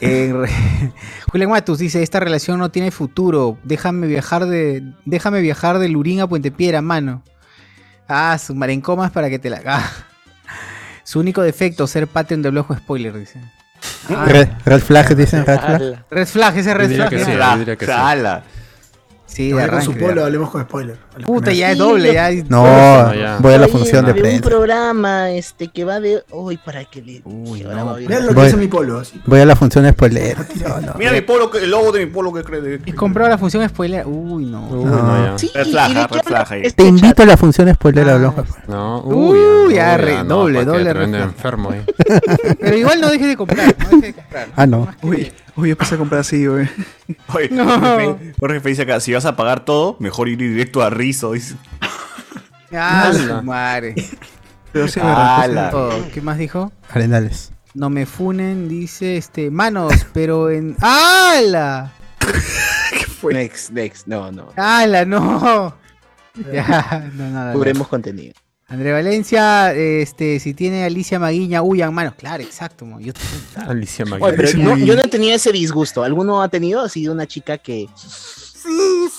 Speaker 1: Eh, re- Julián Matus dice, esta relación no tiene futuro, déjame viajar de déjame viajar de Lurín a Puente Piedra, mano. Ah, su marencomas para que te la caga. Su único defecto, ser Patreon de Blojo Spoiler, dice. Ah,
Speaker 4: Red, red flag, dicen red flag.
Speaker 1: Red flag, ese red
Speaker 4: Diría
Speaker 1: flag.
Speaker 4: que
Speaker 1: ¿eh?
Speaker 4: sí, yo diría que sí.
Speaker 1: Sala. Sí, de
Speaker 9: Hablemos con su
Speaker 1: arranque, de
Speaker 9: polo,
Speaker 1: arranque.
Speaker 9: hablemos con spoiler.
Speaker 1: Puta, ya es
Speaker 5: Sí,
Speaker 1: doble,
Speaker 5: lo-
Speaker 1: ya. es-
Speaker 4: No,
Speaker 1: doble.
Speaker 4: voy a la función de
Speaker 5: había un
Speaker 4: prensa.
Speaker 5: programa este que va de hoy para que le Uy, ahora va a
Speaker 9: Vean lo que
Speaker 4: Voy-
Speaker 9: hizo mi polo. así. Este
Speaker 4: Voy a la función spoiler.
Speaker 8: Mira mi polo, que- el logo de mi polo que cree.
Speaker 1: Eh, Y compró la función spoiler. Uy, no.
Speaker 4: no, ya.
Speaker 1: Sí,
Speaker 8: Red
Speaker 1: y
Speaker 8: flag,
Speaker 1: de
Speaker 8: red
Speaker 1: qué habla
Speaker 8: flag ahí.
Speaker 1: este
Speaker 4: Te
Speaker 1: chat?
Speaker 4: invito a la función spoiler
Speaker 1: Ah.
Speaker 4: a Blojo.
Speaker 2: No,
Speaker 1: Uy, ya,
Speaker 2: uy,
Speaker 1: re-
Speaker 2: ah, no,
Speaker 1: doble,
Speaker 2: pa' qué,
Speaker 1: doble
Speaker 2: tremendo
Speaker 1: reflejo.
Speaker 2: enfermo eh. ahí.
Speaker 1: Pero igual no dejes de comprar, no dejes de comprar.
Speaker 4: Ah, no.
Speaker 3: Uy, uy, yo empecé a comprar así, güey.
Speaker 8: Oye,
Speaker 1: No.
Speaker 8: Jorge- Jorge Fe dice acá, si vas a pagar todo, mejor ir directo a Rizo. Dice.
Speaker 1: Ah,
Speaker 8: Ala.
Speaker 1: su madre.
Speaker 8: Pero sí, verdad, sí, verdad.
Speaker 1: Oh, ¿Qué más dijo?
Speaker 4: Arenales.
Speaker 1: No me funen, dice este. Manos, pero en. ¡Hala!
Speaker 22: Next, next, no, no.
Speaker 1: ¡Hala, no! Ya, no, nada.
Speaker 5: Cubremos contenido.
Speaker 1: André Valencia, este, si tiene Alicia Maguiña, huyan, manos. Claro, exacto. mo. Yo
Speaker 2: Alicia
Speaker 5: Oye, pero
Speaker 1: Magdalena.
Speaker 5: no- yo no he tenido ese disgusto. ¿Alguno ha tenido así de una chica que.
Speaker 1: Sí,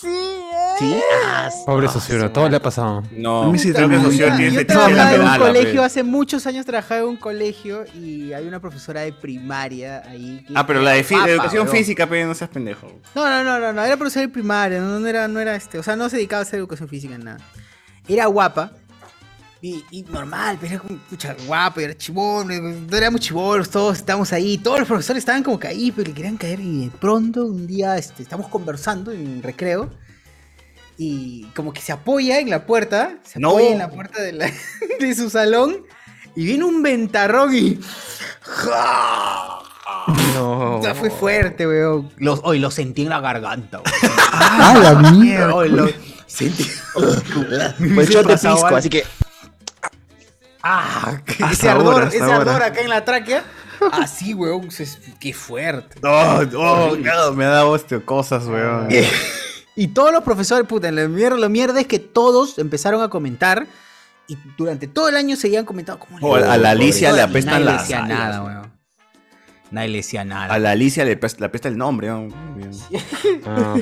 Speaker 1: sí.
Speaker 5: Sí,
Speaker 4: Eh.
Speaker 5: ah,
Speaker 2: Pobre Sociuro, todo le ha pasado.
Speaker 8: No,
Speaker 2: A mí sí,
Speaker 8: creo que
Speaker 2: también.
Speaker 8: Socio tiene
Speaker 1: Yo
Speaker 8: fetiche de la
Speaker 1: trabajaba en un
Speaker 8: penala,
Speaker 1: colegio,
Speaker 8: pe.
Speaker 1: hace muchos años trabajaba en un colegio y hay una profesora de primaria ahí. que-
Speaker 8: Ah, pero la de fi-
Speaker 1: Guapa,
Speaker 8: educación
Speaker 1: weón.
Speaker 8: física, pe, no seas pendejo.
Speaker 1: No, no, no, no, no, era profesora de primaria, no, no era, no era este, o sea, no se dedicaba a hacer educación física en nada. Era guapa. Y, y normal, pero era como, pucha, guapa, era chibón, eh, no éramos chibolos, todos estábamos ahí, todos los profesores estaban como que ahí, pero le querían caer y de pronto un día este, estamos conversando en recreo y como que se apoya en la puerta, se
Speaker 8: No.
Speaker 1: apoya en la puerta de, la- de su salón y viene un ventarrón y...
Speaker 22: No.
Speaker 1: O sea, fue fuerte, weón. Oh. Los, hoy lo sentí en la garganta, weón.
Speaker 4: ¡Ah, la mierda!
Speaker 1: Hoy lo sentí.
Speaker 5: Fue shot de
Speaker 1: Pasaba-
Speaker 5: pisco, así que.
Speaker 1: Ah, que
Speaker 5: Hasta
Speaker 1: ese
Speaker 5: ahora,
Speaker 1: ardor,
Speaker 5: hasta
Speaker 1: ese
Speaker 5: ahora.
Speaker 1: ardor acá en la tráquea. Así, weón. se- Qué fuerte.
Speaker 8: No, no, claro, me ha dado este, cosas, weón.
Speaker 1: Y todos los profesores, puta, la mierda, la mierda es que todos empezaron a comentar. Y durante todo el año seguían comentando cómo le-
Speaker 8: Oh, a la Alicia le
Speaker 1: Y
Speaker 8: apestan
Speaker 1: nadie
Speaker 8: las
Speaker 1: decía
Speaker 8: alas.
Speaker 1: nada, weón. Nadie le decía nada.
Speaker 8: A la Alicia le apesta, le apesta el nombre, ¿no?
Speaker 1: Ah,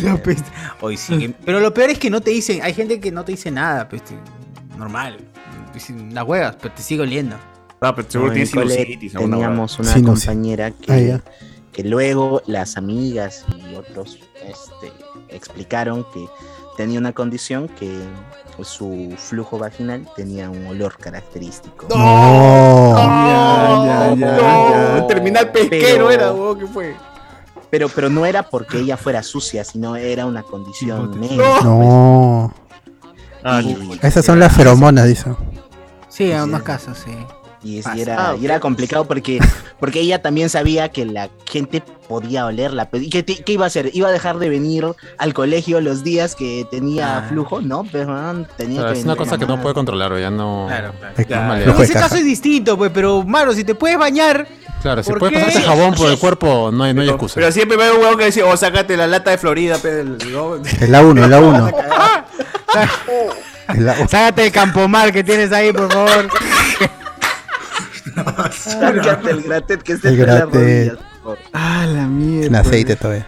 Speaker 1: Le apesta. Hoy sí. que- Pero lo peor es que no te dicen. Hay gente que no te dice nada, pues, te- normal. Dicen las huevas, pero te sigue oliendo.
Speaker 8: Ah, pero
Speaker 5: No, en el cole Teníamos una
Speaker 1: Sinusitis.
Speaker 5: compañera que,
Speaker 1: Ah, ya.
Speaker 5: que luego las amigas y otros este, explicaron que tenía una condición que su flujo vaginal tenía un olor característico.
Speaker 3: Ya, ya, ya, ya.
Speaker 8: Terminal
Speaker 5: pesquero era,
Speaker 3: Oh,
Speaker 8: weón, ¿qué fue?
Speaker 5: Pero, pero no era porque ella fuera sucia, sino era una condición médica.
Speaker 4: No.
Speaker 5: Y-
Speaker 4: Esas son las feromonas, dicen.
Speaker 1: Sí, en unos casos, sí.
Speaker 5: Y, es- y era, y era complicado porque, porque ella también sabía que la gente podía olerla. pe- ¿Y qué, te- qué iba a hacer? ¿Iba a dejar de venir al colegio los días que tenía
Speaker 1: Ah.
Speaker 5: flujo? No, pero man, tenía
Speaker 2: Claro,
Speaker 5: que
Speaker 2: es una
Speaker 5: venir
Speaker 2: cosa que no
Speaker 5: nomás.
Speaker 2: puede controlar, ya no.
Speaker 1: Claro,
Speaker 2: no es maleable.
Speaker 1: En ese caso es distinto, pues, pero Maro, si te puedes bañar.
Speaker 2: Claro, si
Speaker 1: ¿por
Speaker 2: puedes
Speaker 1: qué?
Speaker 2: pasarte jabón por el cuerpo, no hay, no hay excusa.
Speaker 8: Pero siempre me hay un weón que dice, oh, sácate la lata de Florida, pe, el- no.
Speaker 4: Es la 1, es la 1.
Speaker 1: Sácate el campomar que tienes ahí, por favor.
Speaker 5: Sácate el gratet que esté
Speaker 4: El
Speaker 5: entre las
Speaker 4: gratet.
Speaker 5: rodillas, por favor.
Speaker 3: Ah, la mierda.
Speaker 4: En aceite todavía.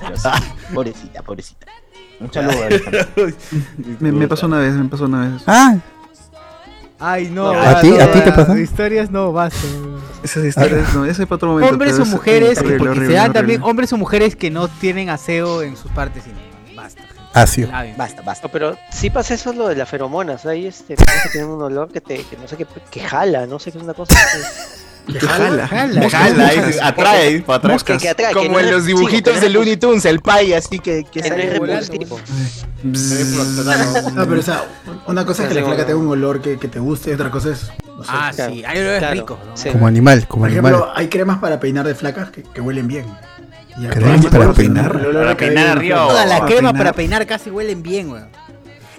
Speaker 5: Pero sí, Pobrecita, pobrecita. Un saludo. Alejandro.
Speaker 3: Me, me pasó una vez, me pasó una vez.
Speaker 4: Ah,
Speaker 1: Ay, no.
Speaker 3: ¿A
Speaker 1: basta,
Speaker 3: ti- a ti te
Speaker 1: ya,
Speaker 3: pasó?
Speaker 1: Historias no, basta.
Speaker 3: Esas historias, no, ese fue otro momento.
Speaker 1: hombres
Speaker 3: pero
Speaker 1: o
Speaker 3: es
Speaker 1: mujeres,
Speaker 3: horrible,
Speaker 1: porque
Speaker 3: horrible,
Speaker 1: se dan
Speaker 3: horrible.
Speaker 1: también hombres o mujeres que no tienen aseo en sus partes íntimas. Basta.
Speaker 4: Asio.
Speaker 1: Laven.
Speaker 5: Basta, basta.
Speaker 7: No, pero sí pasa eso lo de las feromonas. Ahí este, parece que tienen un olor que te, que no sé qué, que jala, no sé qué es una cosa.
Speaker 3: Te jala.
Speaker 1: Jala.
Speaker 8: Te jala, ahí, atrae, ahí, para atrás.
Speaker 7: Busca que atrae, que
Speaker 22: Como
Speaker 7: no
Speaker 22: en
Speaker 7: es-
Speaker 22: los
Speaker 7: sí,
Speaker 22: dibujitos
Speaker 7: que no
Speaker 22: de
Speaker 7: es-
Speaker 22: Looney Tunes, el pay así que, que
Speaker 7: Que no
Speaker 22: sale
Speaker 7: es
Speaker 22: volando.
Speaker 7: repulsivo.
Speaker 9: No, pero o sea, una cosa es que la flaca tenga un olor que, que te guste, y otra cosa es. no sé.
Speaker 1: Ah, sí. Hay olores
Speaker 7: Claro,
Speaker 1: ricos. ¿no?
Speaker 7: sí.
Speaker 4: Como animal, como
Speaker 9: Por ejemplo,
Speaker 4: animal.
Speaker 9: hay cremas para peinar de flacas que, que huelen bien. Y
Speaker 4: ¿Cremas
Speaker 9: acá-
Speaker 4: para
Speaker 9: el
Speaker 4: peinar?
Speaker 9: olor
Speaker 8: Para
Speaker 9: a cabello
Speaker 8: peinar
Speaker 9: de una
Speaker 8: arriba
Speaker 9: flaca.
Speaker 8: o-
Speaker 1: Todas las
Speaker 8: Para
Speaker 1: cremas
Speaker 8: peinar.
Speaker 1: para peinar casi huelen bien, weón.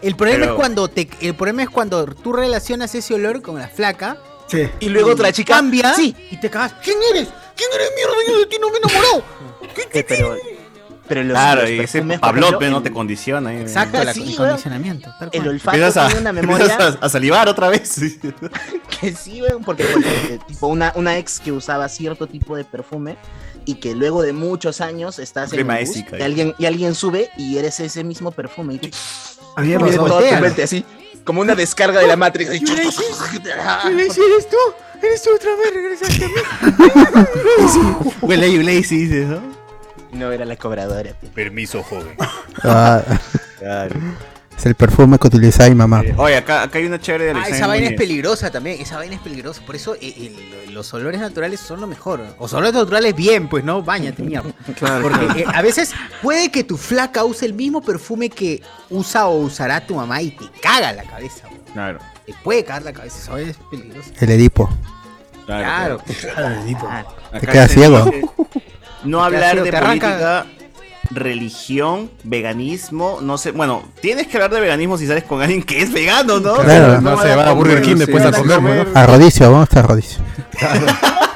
Speaker 1: El problema
Speaker 8: Pero-
Speaker 1: es cuando te, el problema es cuando tú relacionas ese olor con la flaca
Speaker 9: Sí.
Speaker 22: Y luego otra chica.
Speaker 1: cambia
Speaker 22: Sí.
Speaker 1: y te cagas. ¿Quién eres? ¿Quién eres mierda? Yo de ti no me he enamorado.
Speaker 5: Eh, Pero, pero los,
Speaker 8: Claro,
Speaker 5: los
Speaker 8: y ese
Speaker 5: perfumes, por
Speaker 8: Pablo,
Speaker 5: ejemplo,
Speaker 8: pe, no
Speaker 5: el-
Speaker 8: te condiciona. ahí,
Speaker 1: Exacto,
Speaker 5: Ah,
Speaker 1: la-
Speaker 5: sí,
Speaker 1: el
Speaker 5: weón.
Speaker 1: condicionamiento. tal
Speaker 5: El
Speaker 1: cual.
Speaker 5: olfato
Speaker 8: Empiezas, a,
Speaker 5: tiene una memoria.
Speaker 8: empiezas a, a salivar otra vez.
Speaker 5: Que sí, weón, porque por ejemplo, tipo una, una ex que usaba cierto tipo de perfume y que luego de muchos años estás en
Speaker 8: Crema
Speaker 5: el bus
Speaker 8: ésica,
Speaker 5: y
Speaker 8: ya.
Speaker 5: alguien, y alguien sube y eres ese mismo perfume y tú-
Speaker 9: A mí me
Speaker 5: y
Speaker 9: pasó.
Speaker 5: todo tu mente así.
Speaker 17: Como una descarga de la Matrix. ahí,
Speaker 1: ¿Eres eres tú? ¿Eres tú otra vez? ¿Regresaste a mí?
Speaker 8: Huele y Blaze, dices, ¿no?
Speaker 5: No era la cobradora.
Speaker 16: Permiso, joven.
Speaker 4: Ah. Es el perfume que utilizáis, mamá.
Speaker 8: Ah. Oye, acá, acá hay una chévere de
Speaker 1: Ah,
Speaker 8: Alexander
Speaker 1: esa vaina es
Speaker 8: Muñiz.
Speaker 1: peligrosa también, esa vaina es peligrosa. Por eso eh, el- los olores naturales son lo mejor. O sea, olores naturales bien, pues no, bañate, mierda.
Speaker 8: Claro,
Speaker 1: Porque
Speaker 8: claro.
Speaker 1: eh, a veces puede que tu flaca use el mismo perfume que usa o usará tu mamá y te caga la cabeza. bro.
Speaker 8: Claro.
Speaker 1: Te puede cagar la cabeza, eso es peligroso.
Speaker 4: El Edipo.
Speaker 1: Claro, pues. claro.
Speaker 4: Te quedas
Speaker 8: dice,
Speaker 4: ciego.
Speaker 8: No
Speaker 1: Te quedas
Speaker 8: hablar
Speaker 1: ciego,
Speaker 8: de
Speaker 1: te arranca.
Speaker 8: política, religión, veganismo, no sé. Bueno, tienes que hablar de veganismo si sales con alguien que es vegano, ¿no?
Speaker 4: Claro.
Speaker 8: No
Speaker 2: se va a Burger King después a comer, ¿no?
Speaker 4: A rodicio, vamos a rodicio.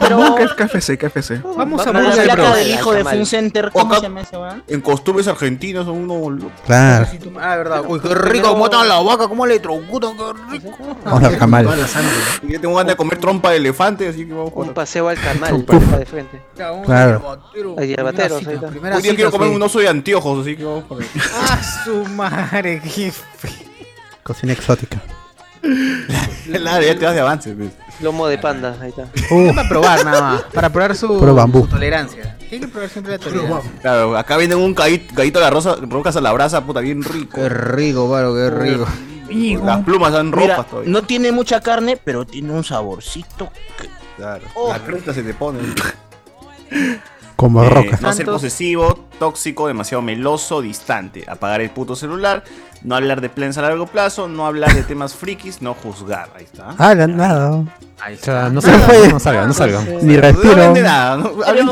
Speaker 3: Nunca es KFC, KFC.
Speaker 5: Vamos
Speaker 8: a Burger
Speaker 5: la placa
Speaker 8: Bros.
Speaker 5: del hijo de Fun Center. ¿Cómo se llama ese weón?
Speaker 8: En costumbres argentinas son unos locos.
Speaker 4: Claro.
Speaker 1: Ah, verdad. Uy, qué rico, cómo matan a la vaca, cómo le trocutan, qué rico.
Speaker 4: Vamos al camal.
Speaker 8: Toda la sangre. Yo tengo ganas de comer trompa de elefante, así que vamos
Speaker 7: Un paseo al camal,
Speaker 8: Chupa.
Speaker 7: para de frente.
Speaker 4: Claro.
Speaker 7: Al hierbatero, ahí
Speaker 1: Primera cita,
Speaker 7: está.
Speaker 1: primera
Speaker 8: Hoy día quiero
Speaker 1: cita,
Speaker 8: comer
Speaker 1: sí.
Speaker 8: un oso de anteojos, así que vamos por ahí.
Speaker 1: Ah, su madre, qué fe-
Speaker 4: Cocina exótica.
Speaker 8: Nada, ya te vas de avance. pues.
Speaker 7: Lomo de panda, ahí está.
Speaker 4: Uh,
Speaker 1: Para probar nada más, Ah, para probar su,
Speaker 4: Puro bambú.
Speaker 1: su tolerancia. Tiene que probar siempre la tolerancia.
Speaker 8: Claro, acá venden un gallito, gallito a la rosa, rocas a la brasa, puta, bien rico.
Speaker 1: Qué rico, paro, qué rico.
Speaker 8: Las plumas dan
Speaker 5: Mira,
Speaker 8: ropas todavía.
Speaker 5: no tiene mucha carne, pero tiene un saborcito.
Speaker 8: Claro,
Speaker 1: Oh.
Speaker 8: la cresta se te pone.
Speaker 4: Como
Speaker 8: Eh,
Speaker 4: roca.
Speaker 8: no ser
Speaker 5: Santos.
Speaker 8: posesivo, tóxico, demasiado meloso, distante. Apagar el puto celular, no hablar de planes a largo plazo, no hablar de temas frikis, no juzgar. Ahí está.
Speaker 4: Ah, la- nada.
Speaker 8: Ahí está.
Speaker 2: sea, no
Speaker 4: No puede.
Speaker 2: salga, no salga, no salga.
Speaker 4: Ni respiro.
Speaker 8: hablen de nada, Ah, no hablen-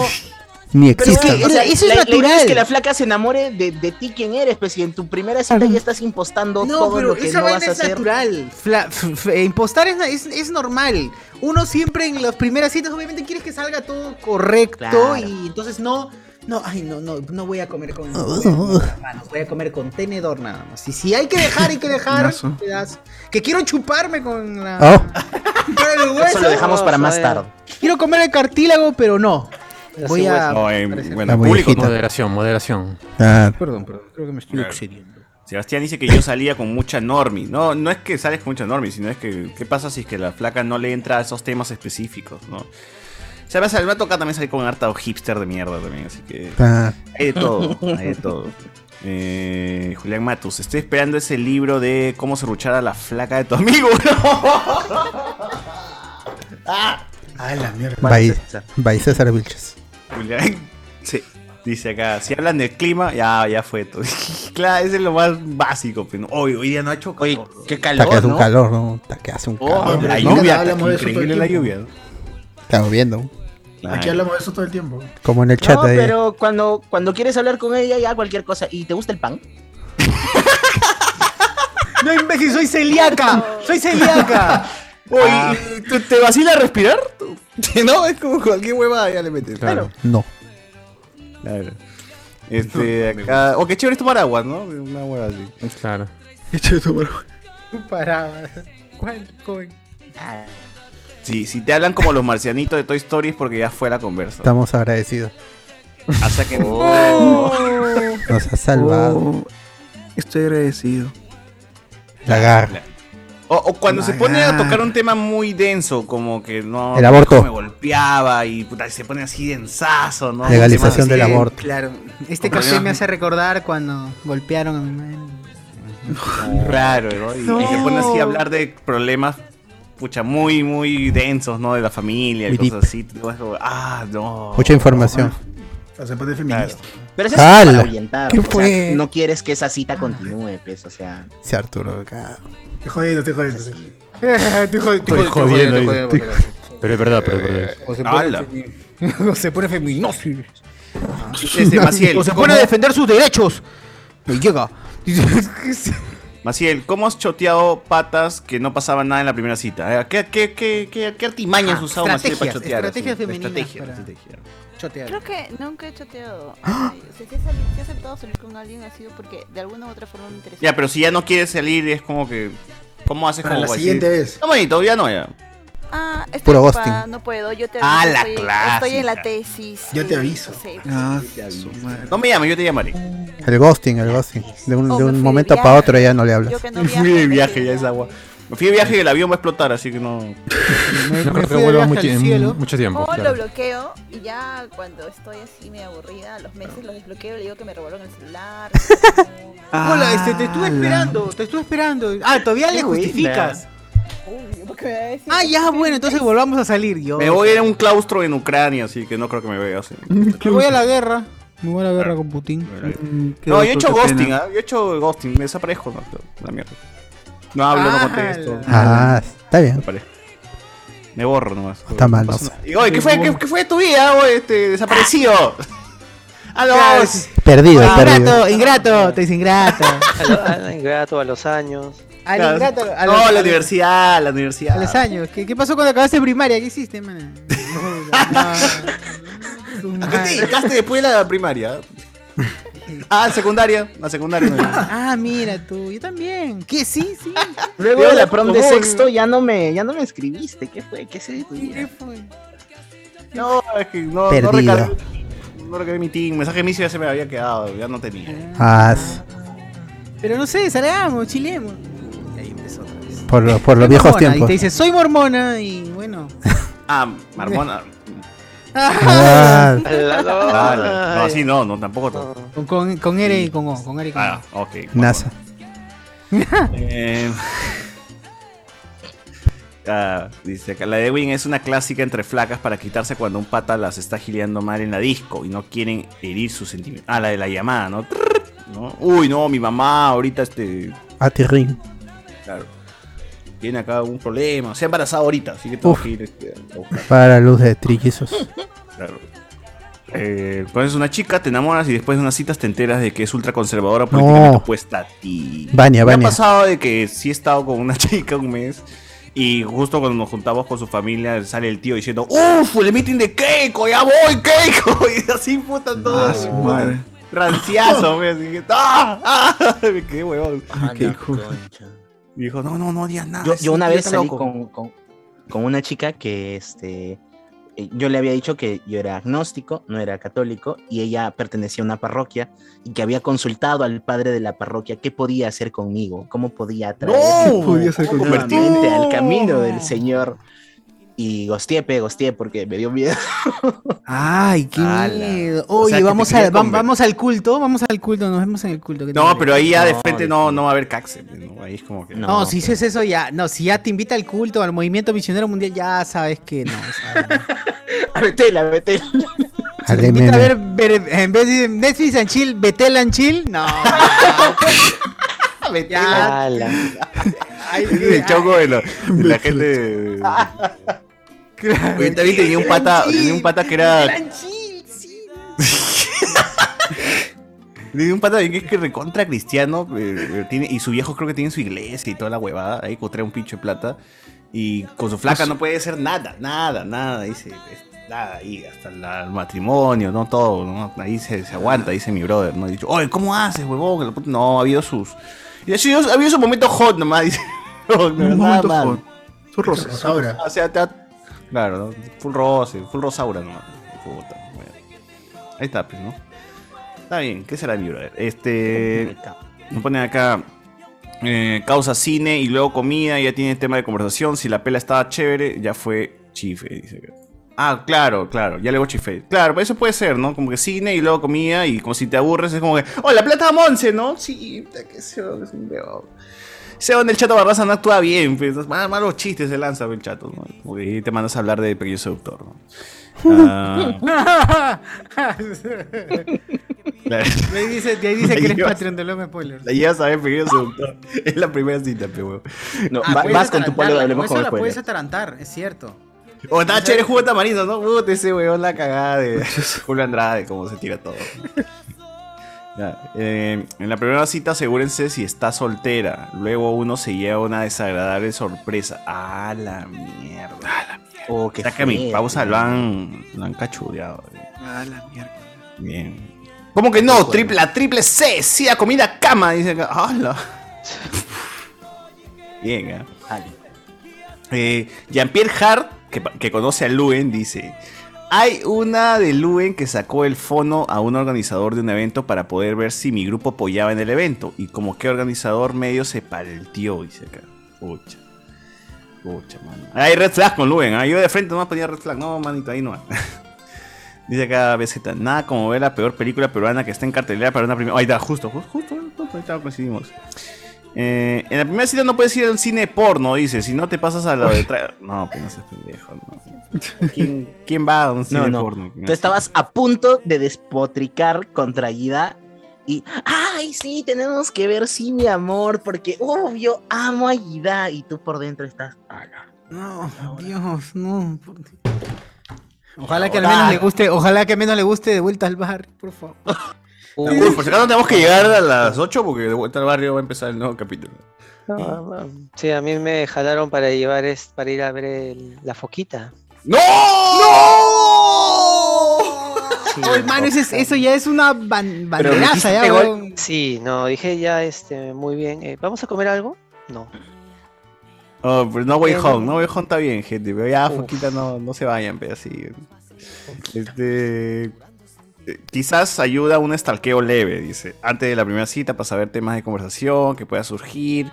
Speaker 4: Ni
Speaker 5: Pero es
Speaker 4: exista.
Speaker 5: que, o sea,
Speaker 1: Eso es
Speaker 5: la- la idea
Speaker 1: natural.
Speaker 5: es que la flaca se enamore de, de ti quien eres, pues si en tu primera cita ya estás impostando
Speaker 1: No,
Speaker 5: todo
Speaker 1: pero
Speaker 5: lo que
Speaker 1: esa
Speaker 5: no
Speaker 1: vaina
Speaker 5: vas a
Speaker 1: es
Speaker 5: hacer.
Speaker 1: natural. Fla- f- f- eh, impostar es, es- es normal. Uno siempre en las primeras citas, obviamente, quieres que salga todo correcto
Speaker 5: Claro.
Speaker 1: y entonces no. No, ay, no, no, no voy a comer con
Speaker 5: Oh.
Speaker 4: Uh.
Speaker 1: con manos, voy a comer con tenedor nada más. Y si hay que dejar, hay que dejar.
Speaker 3: Nazo.
Speaker 1: pedazo. Que quiero chuparme con la.
Speaker 4: Oh,
Speaker 1: con el
Speaker 5: Eso lo
Speaker 1: hueso.
Speaker 5: dejamos para más
Speaker 7: Ay.
Speaker 5: tarde.
Speaker 1: Quiero comer el cartílago, pero no.
Speaker 7: Pero
Speaker 1: Voy
Speaker 7: sin
Speaker 1: a.
Speaker 8: No, en- bueno,
Speaker 4: La
Speaker 8: en público
Speaker 4: bullejita.
Speaker 8: no.
Speaker 2: Moderación, moderación.
Speaker 4: claro.
Speaker 1: Perdón, perdón, creo que me estoy
Speaker 8: Claro.
Speaker 1: excediendo.
Speaker 8: Sebastián dice que yo salía con mucha normie. No, no es que sales con mucha normie, sino es que qué pasa si es que la flaca no le entra a esos temas específicos, ¿no? O sea, me, sal- me toca también salir con harta o hipster de mierda también, así que
Speaker 4: Ah,
Speaker 8: hay de todo, hay de todo. Eh, Julián Matus, estoy esperando ese libro de cómo serruchar a la flaca de tu amigo.
Speaker 1: Ah, la mierda.
Speaker 4: By, by César Vilches.
Speaker 8: Julián, sí. Dice acá, si hablan del clima, ya, ya fue todo. claro, ese es lo más básico. pero Hoy, hoy día no ha hecho
Speaker 17: Oye,
Speaker 8: calor.
Speaker 17: qué
Speaker 4: Está que
Speaker 17: calor,
Speaker 4: hace un
Speaker 17: ¿no?
Speaker 4: calor, ¿no? Está que hace un
Speaker 8: Oh,
Speaker 4: calor.
Speaker 9: Nunca
Speaker 8: la lluvia,
Speaker 9: hablamos
Speaker 8: está
Speaker 9: de eso todo el
Speaker 8: increíble la
Speaker 9: tiempo.
Speaker 8: lluvia. ¿no?
Speaker 4: Está lloviendo.
Speaker 9: Aquí hablamos de eso todo el tiempo.
Speaker 4: Como en el chat
Speaker 5: No,
Speaker 4: ahí.
Speaker 5: pero cuando, cuando quieres hablar con ella, ya cualquier cosa. ¿Y te gusta el pan?
Speaker 1: No, imbécil, soy celíaca. Soy celíaca.
Speaker 8: Oye, ¿te, te vacila a respirar? No, es como cualquier hueva ya le metes.
Speaker 2: Claro.
Speaker 4: No.
Speaker 8: Claro. Este, acá. Oh, qué chévere es tu paraguas, ¿no? Una hueva así.
Speaker 2: Claro.
Speaker 1: Paraba. ¿Cuál, joven?
Speaker 5: Ah,
Speaker 8: Sí, si te hablan como los marcianitos de Toy Story es porque ya fue la conversa.
Speaker 4: Estamos agradecidos.
Speaker 8: Hasta que.
Speaker 9: Oh.
Speaker 4: Nos ha salvado
Speaker 3: Oh, estoy agradecido.
Speaker 4: la garra.
Speaker 8: O, o cuando se pone a
Speaker 3: Vaya.
Speaker 8: tocar un tema muy denso, como que no.
Speaker 4: El aborto.
Speaker 8: Me golpeaba y puta, se pone así densazo, ¿no?
Speaker 4: Legalización del
Speaker 8: Temas así.
Speaker 4: aborto.
Speaker 1: Claro. Este
Speaker 8: Como
Speaker 1: café
Speaker 8: yo.
Speaker 1: me hace recordar cuando golpearon a mi madre.
Speaker 8: Raro, ¿no? Y, y se pone así a hablar de problemas, pucha, muy, muy densos, ¿no? De la familia y
Speaker 4: Muy
Speaker 8: cosas así. Tú vas como, ah, no.
Speaker 4: Mucha información.
Speaker 2: Oh.
Speaker 9: O sea, pues de feminista.
Speaker 5: Pero eso es para
Speaker 4: ¡Hala!
Speaker 5: orientar.
Speaker 4: ¿Qué
Speaker 5: o sea,
Speaker 4: fue?
Speaker 5: no quieres que esa cita continúe, pues, o sea.
Speaker 4: Sí, Arturo. acá.
Speaker 9: Te jodiendo, te jodiendo. sí.
Speaker 1: Estoy
Speaker 2: Estoy jodiendo, dice. Pero es verdad, pero es verdad.
Speaker 8: Ala.
Speaker 1: Se pone feminazi.
Speaker 8: Este, Maciel,
Speaker 1: O se
Speaker 8: ¿cómo-
Speaker 1: pone a defender sus derechos. Me llega. Dice,
Speaker 8: Maciel, ¿cómo has choteado patas que no pasaba nada en la primera cita? Eh, ¿Qué, qué, qué, qué, qué artimañas
Speaker 1: Ah,
Speaker 8: has usado, Maciel, para
Speaker 1: estrategias,
Speaker 8: chotear?
Speaker 1: estrategias
Speaker 8: así?
Speaker 1: femeninas
Speaker 8: Estrategia,
Speaker 1: para-
Speaker 8: estrategia.
Speaker 1: Chotear.
Speaker 10: Creo que nunca he choteado. Ay, o sea, si, he sali- si he aceptado salir con alguien ha sido porque de alguna u otra forma me interesó.
Speaker 8: Ya, pero si ya no quieres salir, es como que. ¿Cómo haces
Speaker 9: Para
Speaker 8: como
Speaker 9: la
Speaker 8: para
Speaker 9: siguiente
Speaker 8: decir,
Speaker 9: vez.
Speaker 8: No, manito, ya no, ya.
Speaker 10: Ah, estoy
Speaker 4: Puro
Speaker 10: ocupada,
Speaker 4: ghosting.
Speaker 10: No puedo, yo te
Speaker 8: Ah, la
Speaker 10: estoy, estoy en la
Speaker 8: clásica. Ah,
Speaker 10: tesis.
Speaker 8: Yo
Speaker 10: sí,
Speaker 8: te aviso.
Speaker 10: sí.
Speaker 9: Ah,
Speaker 8: No me llames, yo te llamaré.
Speaker 4: Eh, El ghosting, el ghosting. De un,
Speaker 10: Oh,
Speaker 4: de
Speaker 10: me
Speaker 4: un
Speaker 10: fui de
Speaker 4: momento
Speaker 10: viaje.
Speaker 4: para otro ya no le hablas.
Speaker 10: Yo que no
Speaker 8: Me
Speaker 10: viajo,
Speaker 8: fui de
Speaker 10: me
Speaker 8: viaje, ya es agua. Me fui de viaje y el avión va a explotar, así que no.
Speaker 2: No creo que vuelva mucho, en mucho tiempo.
Speaker 10: O
Speaker 2: claro.
Speaker 10: lo bloqueo y ya cuando estoy así medio aburrida, a los meses lo desbloqueo y le digo que me robaron el celular.
Speaker 1: Hola, este, te
Speaker 8: Ah,
Speaker 1: estuve esperando, te estuve esperando. Ah, todavía le
Speaker 10: Qué buena.
Speaker 1: justificas. Ah, ya, bueno, entonces volvamos a salir. Yo
Speaker 8: Me voy a ir a un claustro en Ucrania, así que no creo que me veas.
Speaker 1: Me voy a la guerra. Me voy a la guerra con Putin.
Speaker 8: Ah,
Speaker 1: Mm,
Speaker 8: No, yo he hecho ghosting, ¿ah? Yo he hecho ghosting, me desaparezco. No, la mierda. No hablo, no contesto.
Speaker 4: Ah, está bien.
Speaker 8: Me borro nomás.
Speaker 4: Está mal, no sé.
Speaker 8: Y, oye, ¿qué fue, qué, qué fue de tu vida, oye, este, desaparecido? A los...
Speaker 4: Perdido,
Speaker 8: Ah,
Speaker 4: perdido.
Speaker 1: Ingrato, ingrato, te dice ingrato.
Speaker 7: A lo- a- Ah, ingrato a los años.
Speaker 1: Al ingrato, a los-
Speaker 8: No,
Speaker 1: a
Speaker 8: la
Speaker 1: los-
Speaker 8: universidad, la
Speaker 1: A los
Speaker 8: universidad.
Speaker 1: años. ¿Qué, qué pasó cuando acabaste primaria? ¿Qué hiciste, man?
Speaker 8: ¿A Ah, qué te dedicaste después de la primaria? Ah, secundaria. La secundaria. no.
Speaker 1: Ah, mira tú, yo también. ¿Qué? Sí, sí.
Speaker 5: Luego
Speaker 8: Yo
Speaker 5: de la
Speaker 8: la
Speaker 5: prom de
Speaker 8: promo-
Speaker 5: sexto ya no me, ya no me escribiste. ¿Qué fue? ¿Qué se de tu vida?
Speaker 8: No, es que no, no
Speaker 4: Perdido.
Speaker 8: recargué. No recargué mi team. Mensaje de inicio ya se me había quedado, ya no tenía.
Speaker 4: Ah, s-
Speaker 1: Pero no sé, salgamos, chilemos. Y ahí empezó otra vez.
Speaker 4: por, lo- por los
Speaker 1: Es
Speaker 4: viejos
Speaker 1: mormona, Y
Speaker 4: tiempos.
Speaker 1: te dice, soy mormona y bueno.
Speaker 8: Ah, Marmona.
Speaker 4: Ah,
Speaker 8: Dale. No, así no, no, tampoco. tampoco.
Speaker 1: Con, con, con R y con O. Con R y con
Speaker 8: Ah, ok.
Speaker 4: NASA.
Speaker 8: Eh, ah, dice acá, la de Win es una clásica entre flacas para quitarse cuando un pata las está gileando mal en la disco y no quieren herir sus sentimientos. Ah, la de la llamada, ¿no? Trrr, ¿no? Uy, no, mi mamá ahorita este.
Speaker 4: A ti ring.
Speaker 8: Claro. Tiene acá un problema. Se ha embarazado ahorita, así que tengo
Speaker 4: Uf.
Speaker 8: que ir este, a buscar.
Speaker 4: Para la luz de trillizos.
Speaker 8: Claro. Eh, conoces una chica, te enamoras y después de unas citas te enteras de que es ultraconservadora políticamente
Speaker 4: No.
Speaker 8: opuesta a ti.
Speaker 4: Vania,
Speaker 8: Me ha
Speaker 4: Vania.
Speaker 8: pasado de que sí he estado con una chica un mes y justo cuando nos juntamos con su familia sale el tío diciendo ¡Uf! ¡El meeting de Keiko! ¡Ya voy, Keiko! Y así puta
Speaker 2: Ah,
Speaker 8: todo.
Speaker 3: madre.
Speaker 8: Ranciazo, me dije, ¡ah! ¡Ah! Me quedé huevón.
Speaker 2: Ah,
Speaker 8: Y dijo, no, no, no digas nada.
Speaker 5: Yo,
Speaker 8: ese
Speaker 5: yo una
Speaker 8: tío
Speaker 5: vez
Speaker 8: está
Speaker 5: salí
Speaker 8: loco".
Speaker 5: con, con- con una chica que este, eh, yo le había dicho que yo era agnóstico, no era católico, y ella pertenecía a una parroquia y que había consultado al padre de la parroquia qué podía hacer conmigo, cómo podía traer
Speaker 3: ¿Qué podía hacer conmigo?
Speaker 5: convertirme al camino del Señor. Y gosteé, pe, gosteé, porque me dio miedo.
Speaker 1: Ay, qué
Speaker 5: Ala.
Speaker 1: miedo.
Speaker 5: Ah, O
Speaker 1: Oye,
Speaker 5: sea, que
Speaker 1: vamos,
Speaker 5: te quería
Speaker 1: al, vam-
Speaker 5: conver-
Speaker 1: vamos al culto, vamos al culto, nos vemos en el culto. ¿qué te
Speaker 8: No,
Speaker 1: parece?
Speaker 8: pero ahí ya de
Speaker 5: No,
Speaker 8: frente
Speaker 5: Dios
Speaker 8: no, no va a haber caxe. ¿no? Ahí es como que.
Speaker 1: No, si dices eso ya, no, si ya te invita al culto, al movimiento misionero mundial, ya sabes que no. o sea,
Speaker 5: A Betela, a Betela.
Speaker 1: si te invita a ver, ver- en vez de Netflix and chill, Betel and chill, no. ya, ay,
Speaker 8: el choco de la, de la gente. Oye, también tenía un pata, tenía un pata que era. Tenía un pata que es que recontra cristiano. eh, eh, tiene, y su viejo creo que tiene su iglesia y toda la huevada. Ahí encontré un pinche plata. Y con su flaca
Speaker 16: Pues-
Speaker 8: no puede ser nada, nada, nada. Dice, es- nada, ahí hasta la- el matrimonio, no todo, ¿no? Ahí se, se aguanta, dice mi brother, ¿no? He dicho, oye, ¿cómo haces, huevón? Que la puta-". No, ha habido sus. Y así, ha habido su momento hot nomás, dice. No, nada
Speaker 9: momento
Speaker 8: más.
Speaker 9: hot. Sus rosas. Ahora.
Speaker 8: O sea, te ha- Claro, ¿no? full roce, full rosaura nomás. Puta, bueno. Ahí está, pues, ¿no? Está bien, ¿qué será mi brother? Este. Nos ponen acá. eh, causa cine y luego comida, ya tiene tema de conversación. Si la pela estaba chévere, ya fue chife, dice acá. Ah, claro, claro, ya luego chife. Claro, pero eso puede ser, ¿no? Como que cine y luego comida, y como si te aburres, es como que. ¡Oh, la plata de Monse, ¿no? Sí, puta, que se es un huevón. Ese donde el chato Barraza no actúa bien, pues, mal- malos chistes se lanza pues, el chato, ¿no? Como que ahí te mandas a hablar de pequeño seductor, ¿no? Ah, la-
Speaker 1: De ahí dice, de ahí dice
Speaker 8: La
Speaker 1: que eres
Speaker 8: llevas-
Speaker 1: Patreon de Lome Spoilers.
Speaker 8: La llevas a ver pequeño seductor. Es la primera cita, pe, huevón.
Speaker 1: Ah, puedes atarantarla, con eso la
Speaker 8: spoiler.
Speaker 1: puedes atarantar, es cierto.
Speaker 8: O está Oh, chévere jugo de tamarindo, ¿no? Puta, ese weón la cagada de Julio Andrade, cómo se tira todo. Ya, eh, en la primera cita asegúrense si está soltera. Luego uno se lleva una desagradable sorpresa. ¡Ah, la mierda!
Speaker 5: Oh, qué
Speaker 8: Saca mi
Speaker 5: feo.
Speaker 8: pausa, lo han, lo han cachureado.
Speaker 3: Ah, la mierda.
Speaker 8: Bien. ¿Cómo que no? Triple, la triple C, sí, la comida cama, dice acá. ¡Hala! Bien, ¿eh? Eh, Jean-Pierre Hart, que, pa- que conoce a Luen, dice: Hay una de Luen que sacó el fono a un organizador de un evento para poder ver si mi grupo apoyaba en el evento. Y como que organizador medio se palteó, dice acá. Pucha. Pucha, mano. Hay red flag con Luen, ¿ah? yo de frente nomás ponía red flag. No, manito, ahí no. Dice acá BZ, nada como ver la peor película peruana que está en cartelera para una primera. Ahí está, justo, justo, justo, justo, ahí está, coincidimos. Eh, en la primera cita no puedes ir al cine porno, dice, si no te pasas a la de tra- No, pues no seas pendejo, no. ¿Quién, quién va a un cine
Speaker 5: No, no.
Speaker 8: porno?
Speaker 5: Tú estabas a punto de despotricar contra Aida y, ay, sí, tenemos que ver, sí, mi amor, porque, oh, yo amo a Aida y tú por dentro estás...
Speaker 15: No, Dios, no. por Dios. Ojalá que al menos le guste, ojalá que al menos le guste de vuelta al bar, por favor.
Speaker 8: Uy, por si acaso tenemos que llegar a las 8 porque de vuelta al barrio va a empezar el nuevo capítulo.
Speaker 7: Sí, a mí me jalaron para llevar es, para ir a ver el- la foquita.
Speaker 8: ¡No!
Speaker 15: Oh, hermano, ese es- eso ya es una ban-
Speaker 7: Pero me
Speaker 15: banderaza, ya,
Speaker 7: hiciste gol.
Speaker 15: weón.
Speaker 7: Sí, no, dije ya, este, muy bien. eh, ¿Vamos a comer algo? No.
Speaker 8: Oh, pero no Way
Speaker 7: Pero-
Speaker 8: Home, no Way Home está bien, gente. Pero ya, Foquita, no, no se vayan, pero así. Este. eh, Quizás ayuda un estalqueo leve, dice. Antes de la primera cita, para saber temas de conversación que pueda surgir.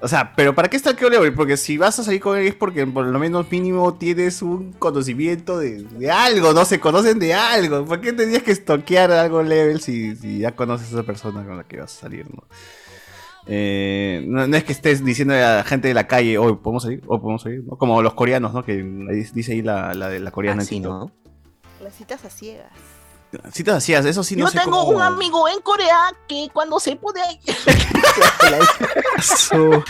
Speaker 8: O sea, pero ¿para qué estalqueo leve? Porque si vas a salir con él es porque por lo menos mínimo tienes un conocimiento de, de algo, no se conocen de algo. ¿Por qué tendrías que estoquear algo leve si, si ya conoces a esa persona con la que vas a salir, no? Eh, no, no es que estés diciendo a la gente de la calle, hoy podemos salir, hoy podemos salir, ¿no? Como los coreanos, ¿no? Que ahí dice ahí la, la, de la coreana. en TikTok.
Speaker 10: Las citas a ciegas.
Speaker 8: Citas así, eso sí, no
Speaker 5: yo
Speaker 8: sé
Speaker 5: tengo
Speaker 8: cómo-
Speaker 5: un amigo en Corea que cuando se puede...
Speaker 8: Su-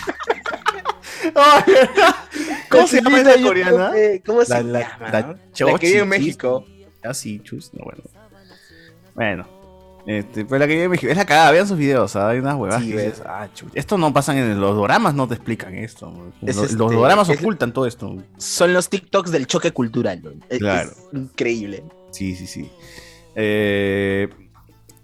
Speaker 8: ¿Cómo se llama esa coreana?
Speaker 17: ¿Cómo se
Speaker 8: La- la-
Speaker 17: llama?
Speaker 8: la
Speaker 17: no?
Speaker 8: Chochi,
Speaker 17: La que vive en
Speaker 8: chis-
Speaker 17: México.
Speaker 8: Ah, sí, chus, no, bueno. Bueno. Este, pues la que vive en México. Es la cagada, vean sus videos, ¿ah? hay unas huevas.
Speaker 17: Sí,
Speaker 8: que
Speaker 17: ves.
Speaker 8: dices, ah, chucha. Esto no pasan en los doramas, no te explican esto.
Speaker 5: Es
Speaker 8: los,
Speaker 5: este-
Speaker 8: los doramas
Speaker 5: es-
Speaker 8: ocultan todo esto.
Speaker 5: Son los TikToks del choque cultural. ¿no? Es- es
Speaker 8: Claro.
Speaker 5: increíble.
Speaker 8: Sí, sí, sí. Eh,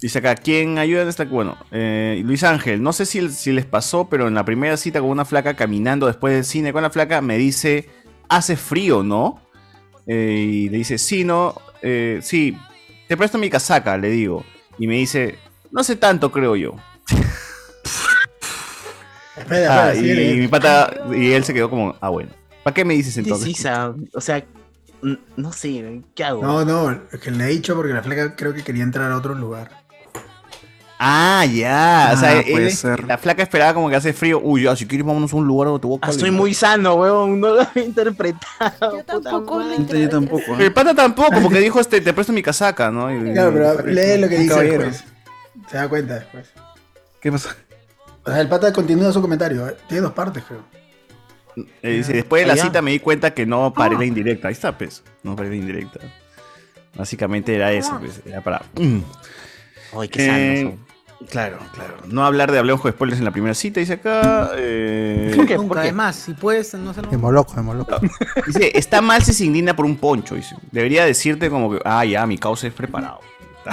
Speaker 8: dice acá, ¿quién ayuda en esta? Bueno, eh, Luis Ángel, no sé si, si les pasó, pero en la primera cita con una flaca, caminando después del cine con la flaca, me dice, hace frío, ¿no? Eh, y le dice, sí, no, eh, sí, te presto mi casaca, le digo. Y me dice, no sé tanto, creo yo.
Speaker 9: Espera,
Speaker 8: Ah,
Speaker 9: espera,
Speaker 8: y,
Speaker 9: sigue.
Speaker 8: mi pata, y él se quedó como, ah, bueno. ¿Para qué me dices entonces?
Speaker 5: Sí, sí, Sam, o sea, n- no sé, ¿qué hago?
Speaker 9: No, no, es que le he dicho porque la flaca creo que quería entrar a otro lugar.
Speaker 8: Ah, ya. o sea,
Speaker 9: Ah,
Speaker 8: él-
Speaker 9: puede
Speaker 8: él- la flaca esperaba como que hace frío. Uy, ya, si quieres, vámonos a un lugar donde te voy a
Speaker 5: Ah, Estoy muy sano, weón, no lo he interpretado. Yo
Speaker 10: tampoco
Speaker 5: lo
Speaker 9: Yo tampoco. ¿eh?
Speaker 8: El pata tampoco, porque dijo este, te presto mi casaca, ¿no? Y-
Speaker 9: Claro, pero
Speaker 8: y-
Speaker 9: lee lo que
Speaker 8: un
Speaker 9: dice pues.
Speaker 8: caballero.
Speaker 9: después. Se da cuenta después.
Speaker 3: ¿Qué pasó?
Speaker 9: O sea, el pata continúa su comentario. ¿eh? Tiene dos partes, creo.
Speaker 8: Eh, dice, después de la
Speaker 9: Ah, ya.
Speaker 8: cita me di cuenta que no paré la indirecta. Ahí está, pues. No paré la indirecta. Básicamente era eso, pues. Era para. Mm.
Speaker 5: Ay,
Speaker 8: qué Claro, claro. No hablar de hablemos con spoilers en la primera cita, dice acá. eh,
Speaker 15: Nunca, además, si puedes, no se lo.
Speaker 8: Moloco, de Moloco. Dice, está mal si se indigna por un poncho, dice. Debería decirte como que, ah, ya, mi causa es preparado.
Speaker 7: O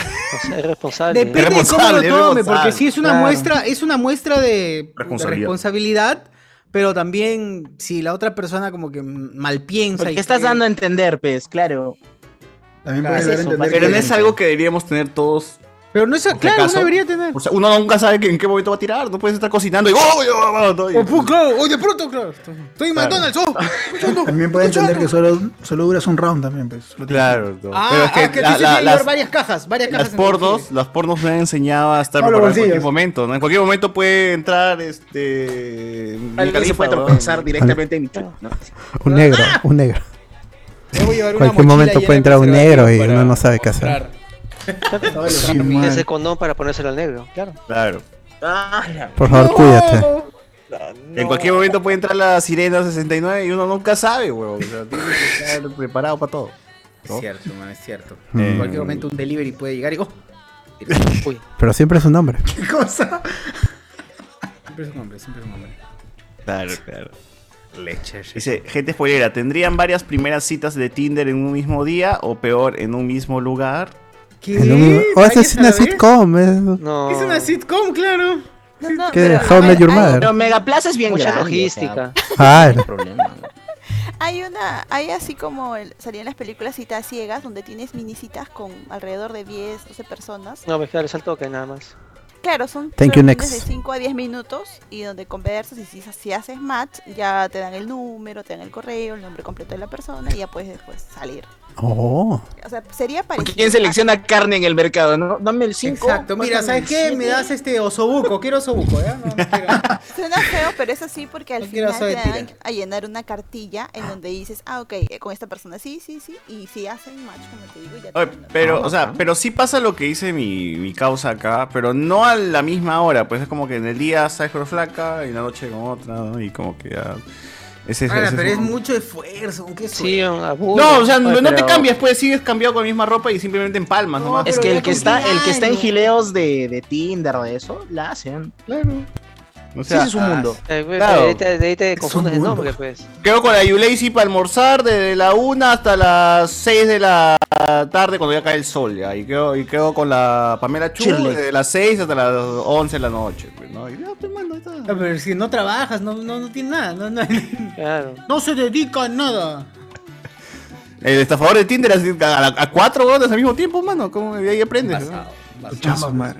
Speaker 7: sea, es responsable.
Speaker 15: Depende de cómo lo tome, porque si es una
Speaker 7: Claro.
Speaker 15: muestra, es una muestra de de
Speaker 8: Responsabilidad.
Speaker 15: responsabilidad. pero también si la otra persona como que mal piensa.
Speaker 5: Porque estás dando a entender, pues, claro.
Speaker 9: También
Speaker 15: puede
Speaker 5: Es
Speaker 15: dar a
Speaker 5: eso,
Speaker 15: entender
Speaker 5: básicamente.
Speaker 8: Pero no es algo que deberíamos tener todos.
Speaker 15: Pero no es claro, uno debería
Speaker 8: tener. O sea, uno nunca sabe que en qué momento va a tirar. No puedes estar cocinando y. ¡Oh, oh, oh, oh, oh!
Speaker 15: O pu- pues, claro, oye, pronto, claro. Estoy en
Speaker 8: Claro.
Speaker 15: McDonald's, oh.
Speaker 9: También puede entender que solo, solo duras un round también, pues. Solo tienes-
Speaker 8: Claro, no.
Speaker 15: Ah,
Speaker 8: Pero es
Speaker 15: ah, que,
Speaker 8: la-
Speaker 15: te
Speaker 8: la-
Speaker 15: llevar
Speaker 8: las,
Speaker 15: varias cajas, varias
Speaker 8: las
Speaker 15: cajas. en
Speaker 8: pornos, las pornos me han enseñado a estar
Speaker 15: No, los
Speaker 8: preparado en cualquier
Speaker 15: bolsillos.
Speaker 8: momento. ¿no? En cualquier momento puede entrar este.
Speaker 17: Alguien se puede tropezar directamente en mi chat, ¿no?
Speaker 4: Un negro, un negro.
Speaker 15: voy a llevar una
Speaker 4: Cualquier
Speaker 15: mochila
Speaker 4: momento
Speaker 15: llena
Speaker 4: puede
Speaker 15: de
Speaker 4: entrar un negro y
Speaker 15: para
Speaker 4: uno no sabe qué hacer.
Speaker 15: Sí,
Speaker 7: Y
Speaker 15: mal.
Speaker 7: ese condón para ponérselo al negro, claro.
Speaker 8: Claro.
Speaker 4: Por favor, cuídate.
Speaker 8: En cualquier momento puede entrar la sirena 69 y uno nunca sabe, huevón. O sea, tiene que estar preparado para todo.
Speaker 15: Es cierto, man, es cierto.
Speaker 4: Mm.
Speaker 15: En cualquier momento un delivery puede llegar y. ¡Oh!
Speaker 7: Uy,
Speaker 4: Pero siempre es un hombre.
Speaker 15: ¿Qué cosa? Siempre es un hombre, siempre es un hombre.
Speaker 8: Claro, claro. Dice, gente spoilera, ¿tendrían varias primeras citas de Tinder en un mismo día o peor, en un mismo lugar?
Speaker 4: En un- O esa es una sitcom. es-
Speaker 15: Es una sitcom, claro.
Speaker 4: ¿Qué? How I Met Your Mother.
Speaker 5: Pero Megaplaza es bien
Speaker 7: Mucha
Speaker 5: grande,
Speaker 7: logística.
Speaker 5: o sea,
Speaker 4: Ah,
Speaker 5: no hay problema.
Speaker 10: hay una, hay así como el- salían las películas citas ciegas, donde tienes mini citas con alrededor de 10, 12 personas.
Speaker 7: No, me queda el salto que nada más.
Speaker 10: Claro, son
Speaker 7: Thank you,
Speaker 10: reuniones de
Speaker 7: next.
Speaker 10: 5 a 10 minutos y donde conversas y si, si haces match ya te dan el número, te dan el correo, el nombre completo de la persona y ya puedes después salir.
Speaker 4: Oh.
Speaker 10: O sea, sería parecido.
Speaker 17: ¿Quién selecciona carne en el mercado? ¿no? Dame el 5.
Speaker 1: Exacto, mira, ¿sabes qué? Me das este osobuco, quiero osobuco, ¿eh? ¿ya? No,
Speaker 10: Ah, Suena feo, pero es así porque al
Speaker 1: No quiero
Speaker 10: final te
Speaker 1: saber
Speaker 10: dan a llenar una cartilla en donde dices, ah, ok, eh, con esta persona sí, sí, sí, y si hacen match, como te digo, ya te
Speaker 8: Oye,
Speaker 10: dan el
Speaker 8: pero,
Speaker 10: número.
Speaker 8: o sea, pero sí pasa lo que dice mi, mi causa acá, pero no a la misma hora, pues es como que en el día sales con flaca y en la noche con otra, ¿no? Y como que ya... Ese, ese-
Speaker 1: Ahora,
Speaker 8: ese-
Speaker 1: Ah, pero es mucho esfuerzo, ¿qué
Speaker 7: Sí, un aburro.
Speaker 8: No, o sea, no,
Speaker 7: Oye,
Speaker 8: no te
Speaker 7: pero-
Speaker 8: cambias, pues sigues cambiado con la misma ropa y simplemente en palmas nomás.
Speaker 5: Es que el que está, el que está en gileos de, de Tinder, de eso, la hacen. Claro.
Speaker 8: O
Speaker 5: Sí, ese es un mundo.
Speaker 7: Eh, pues,
Speaker 8: Claro.
Speaker 7: de ahí te- de ahí te confundes el nombre, pues.
Speaker 8: Quedo con la Yuleisi para almorzar desde la 1 hasta las 6 de la tarde cuando ya cae el sol. Ya. Y, quedo, y quedo con la Pamela Chu
Speaker 1: Shirley.
Speaker 8: desde las 6 hasta las 11 de la noche. pues, ¿no? Y-
Speaker 1: No, Ah, pero si no trabajas, no, no, no tienes nada, no, no, no se dedica a nada.
Speaker 8: El estafador de Tinder así, a, la- a cuatro horas al mismo tiempo, mano. Como, y ahí aprendes. ¿no?
Speaker 9: Chamba, madre.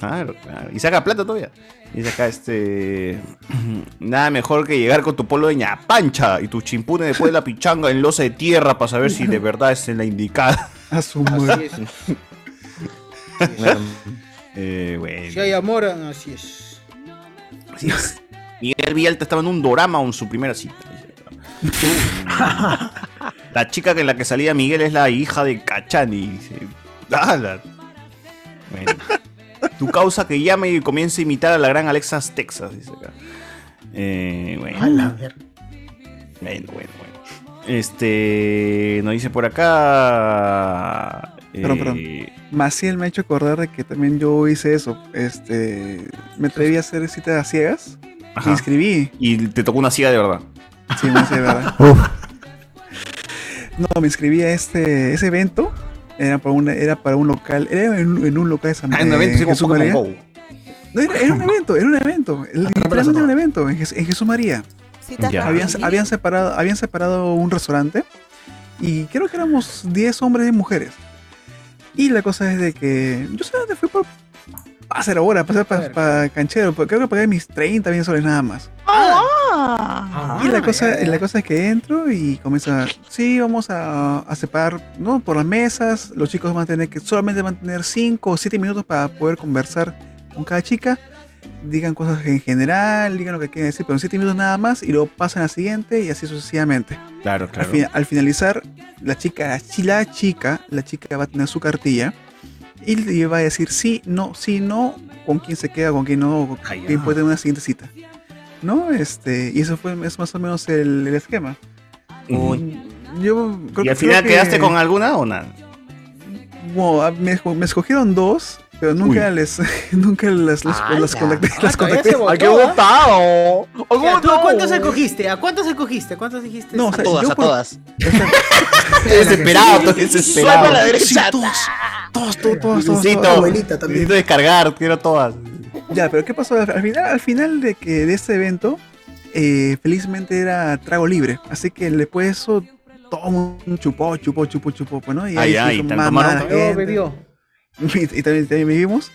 Speaker 8: Claro, claro. Y saca plata todavía. Y saca este. Nada mejor que llegar con tu polo de ñapancha y tus chimpunes después de la pichanga en losa de tierra para saber si de verdad es la indicada.
Speaker 3: A su madre.
Speaker 8: Eh, bueno.
Speaker 1: Si hay amor, así es.
Speaker 8: Así es. Miguel Vialta estaba en un dorama en su primera cita. la chica con la que salía Miguel es la hija de Cachani. dice. Ah, la- Bueno. Tu causa que llame y comience a imitar a la gran Alexas Texas, dice acá. Eh, bueno. Bueno, bueno, bueno. Este. Nos dice por acá.
Speaker 3: Perdón, perdón.
Speaker 8: eh,
Speaker 3: Maciel me ha hecho acordar de que también yo hice eso. Este, me atreví a hacer citas a ciegas.
Speaker 8: Ajá.
Speaker 3: Me inscribí.
Speaker 8: Y te tocó una silla de verdad.
Speaker 3: Sí, me hice, ¿verdad? No, me inscribí a este ese evento. Era para un, era para un local. Era en, en un local de San
Speaker 8: Ah, en un evento, sí, como Ah,
Speaker 3: Jesús
Speaker 8: Pokémon
Speaker 3: María.
Speaker 8: Go.
Speaker 3: No, era, era un evento, era un evento. Literalmente era un evento en, Jes- en Jesús María.
Speaker 10: Citas
Speaker 3: Ya.
Speaker 5: Ah,
Speaker 10: para
Speaker 3: Habían,
Speaker 10: vivir.
Speaker 3: habían, separado, habían separado un restaurante y creo que éramos 10 hombres y mujeres. Y la cosa es de que yo solamente fui por hacer ahora, pasar para canchero, porque creo que pagué mis 30 bien soles nada más.
Speaker 5: ah.
Speaker 3: Y la cosa, la cosa es que entro y comienza, sí, vamos a, a separar, ¿no? Por las mesas, los chicos van a tener que, solamente van a tener 5 o 7 minutos para poder conversar con cada chica. Digan cosas en general, digan lo que quieren decir, pero en 7 minutos nada más y luego pasan a la siguiente y así sucesivamente.
Speaker 8: Claro,
Speaker 3: Al, fin- al finalizar, la chica, la chi- la chica, la chica va a tener su cartilla y le va a decir sí, no, sí, no, con quién se queda, con quién no, con quién puede tener una siguiente cita. ¿No? Este, y eso fue es más o menos el, el esquema. Yo creo-
Speaker 8: ¿Y
Speaker 3: creo
Speaker 8: al final
Speaker 3: que-
Speaker 8: quedaste con alguna o nada?
Speaker 3: Bueno, a- me, esco- me escogieron dos, pero nunca les nunca las, las, las contacté.
Speaker 1: Ah,
Speaker 3: las contacté.
Speaker 15: Oh,
Speaker 1: O sea, ¿ah? ¿tú ¿A cuántos acogiste? ¿A cuántos acogiste? ¿A cuántos dijiste?
Speaker 3: No, o sea, yo por-
Speaker 8: Desesperado, todo desesperado.
Speaker 1: Suelta a la derecha.
Speaker 8: Sí, todos,
Speaker 3: todos, todos, todos, todos,
Speaker 8: Necesito,
Speaker 3: todos.
Speaker 8: necesito descargar, quiero todas.
Speaker 3: Ya, pero ¿qué pasó? Al final, al final de que de este evento, eh, felizmente era trago libre. Así que después de eso, todo mundo chupó, chupó, chupó, chupó, pues, ¿no? Y
Speaker 8: Ah,
Speaker 3: ahí
Speaker 8: ya,
Speaker 3: se
Speaker 8: y
Speaker 3: hizo
Speaker 8: tan-
Speaker 3: más
Speaker 8: tomaron-
Speaker 3: mala
Speaker 8: Bebió,
Speaker 3: gente. Y, y también, también vivimos.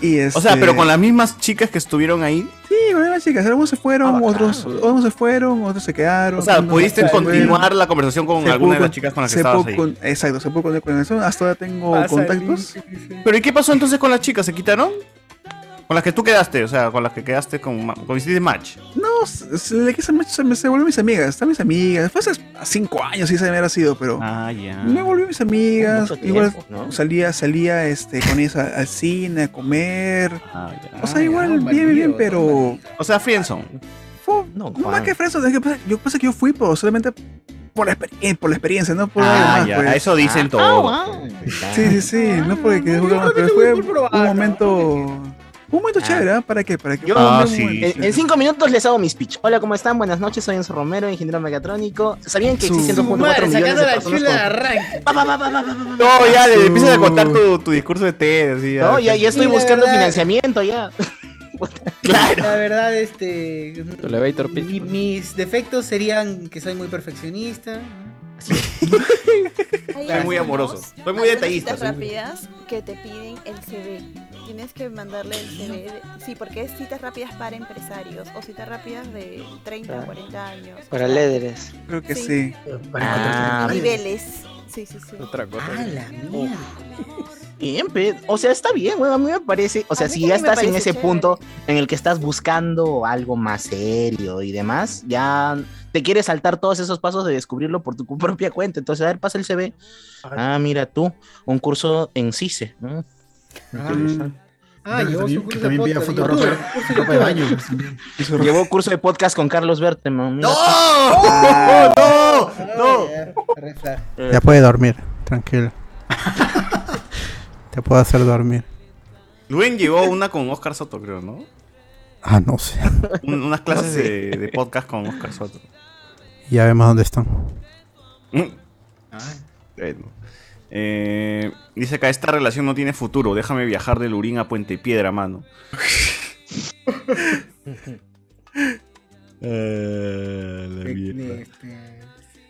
Speaker 3: Y
Speaker 8: O sea,
Speaker 3: este-
Speaker 8: pero con las mismas chicas que estuvieron ahí.
Speaker 3: Sí, bueno, las chicas, algunos se fueron, otros, otros se fueron, otros se quedaron.
Speaker 8: O sea,
Speaker 3: otros
Speaker 8: pudiste
Speaker 3: se fueron.
Speaker 8: continuar la conversación con
Speaker 3: Se
Speaker 8: alguna de
Speaker 3: pudo
Speaker 8: las chicas con las que
Speaker 3: se
Speaker 8: estabas
Speaker 3: pudo
Speaker 8: ahí.
Speaker 3: con- Exacto, se pudo continuar con eso. Hasta ahora tengo contactos.
Speaker 8: Pero ¿y qué pasó entonces con las chicas? ¿Se quitaron? Con las que tú quedaste, o sea, con las que quedaste con, ma- con hiciste match.
Speaker 3: No, se, se- le quise mucho, se, me- se volvió mis amigas, están mis amigas. Fue hace a cinco años, sí, se me hubiera sido, pero.
Speaker 8: Ah, ya.
Speaker 3: Me volvió mis amigas.
Speaker 8: Mucho
Speaker 3: Igual
Speaker 8: tiempo, ¿no?
Speaker 3: salía, salía este, con ellas a- al cine, a comer. O sea,
Speaker 8: Ah,
Speaker 3: igual,
Speaker 8: ya,
Speaker 3: bien, bien, bien,
Speaker 8: marido,
Speaker 3: pero.
Speaker 8: O sea, friendzone.
Speaker 3: Fue, no, más que Fresno, es que pasa- yo pensé que yo fui por, solamente por la, experien- por la experiencia, no por algo
Speaker 8: Ah,
Speaker 3: más.
Speaker 8: ya,
Speaker 3: pues.
Speaker 8: eso dicen pues. todos.
Speaker 5: ah,
Speaker 3: Sí, sí, sí, no porque quede jugar más, pero fue un momento. Un momento chévere, ¿ah? ¿Para qué? ¿Para qué?
Speaker 5: Yo,
Speaker 3: Fue un
Speaker 5: en-
Speaker 3: buen momento
Speaker 5: en,
Speaker 3: chévere.
Speaker 5: cinco minutos les hago mi speech. Hola, ¿cómo están? Buenas noches, soy Enzo Romero, ingeniero mecatrónico. ¿Sabían que
Speaker 1: Su-
Speaker 5: existen
Speaker 1: su
Speaker 5: 2.4
Speaker 1: madre,
Speaker 5: millones
Speaker 1: sacando
Speaker 5: de
Speaker 1: la
Speaker 5: personas
Speaker 1: chula
Speaker 5: con-
Speaker 1: de arranque.
Speaker 8: No, ya, le empiezas a contar tu, tu discurso de té. Así, ya.
Speaker 5: No, ya, ya estoy
Speaker 1: Y la
Speaker 5: buscando
Speaker 1: verdad-
Speaker 5: financiamiento, ya.
Speaker 1: La verdad, este.
Speaker 23: Tu elevator pitch.
Speaker 1: mi- mis defectos serían que soy muy perfeccionista.
Speaker 8: Soy muy amoroso. Soy muy detallista.
Speaker 10: Citas
Speaker 8: soy muy-
Speaker 10: rápidas que te piden el CV. Tienes que mandarle el CV. de- Sí, porque es citas rápidas para empresarios o citas rápidas de 30,
Speaker 7: Claro.
Speaker 10: 40 años.
Speaker 7: Para lederes.
Speaker 3: Creo que
Speaker 10: Sí.
Speaker 3: sí.
Speaker 7: Ah,
Speaker 10: Niveles. Sí, sí, sí.
Speaker 23: Otra cosa.
Speaker 10: Ah, la mía.
Speaker 5: Bien, pe- o sea, está bien, weón, a mí me parece, o sea,
Speaker 10: mí
Speaker 5: si
Speaker 10: también
Speaker 5: ya
Speaker 10: me
Speaker 5: estás en
Speaker 10: parece
Speaker 5: ese
Speaker 10: chévere.
Speaker 5: punto en el que estás buscando algo más serio y demás, ya te quieres saltar todos esos pasos de descubrirlo por tu propia cuenta, entonces a ver, pasa el CV. Ah, mira tú, un curso en CICE. E, ¿no?
Speaker 1: Ah, llevó su curso de
Speaker 9: también pida
Speaker 1: podcast.
Speaker 9: foto
Speaker 1: youtuber,
Speaker 9: roja.
Speaker 1: curso
Speaker 9: Ropa de
Speaker 1: youtuber.
Speaker 9: baño.
Speaker 5: Llevó curso de podcast con Carlos Berteman. ¡No!
Speaker 8: ¡No!
Speaker 1: ¡No!
Speaker 4: Ya puede dormir, tranquilo. Te puedo hacer dormir.
Speaker 8: Luen llevó una con Oscar Soto, creo, ¿no?
Speaker 4: Ah, no sé.
Speaker 8: Un- unas clases
Speaker 4: No sé.
Speaker 8: de, de podcast con Oscar Soto.
Speaker 4: Ya vemos dónde están.
Speaker 15: Oh,
Speaker 8: Mm. Bueno. Eh, dice acá, esta relación no tiene futuro. Déjame viajar de Lurín a Puente Piedra, mano. Eh, la mierda.
Speaker 1: este?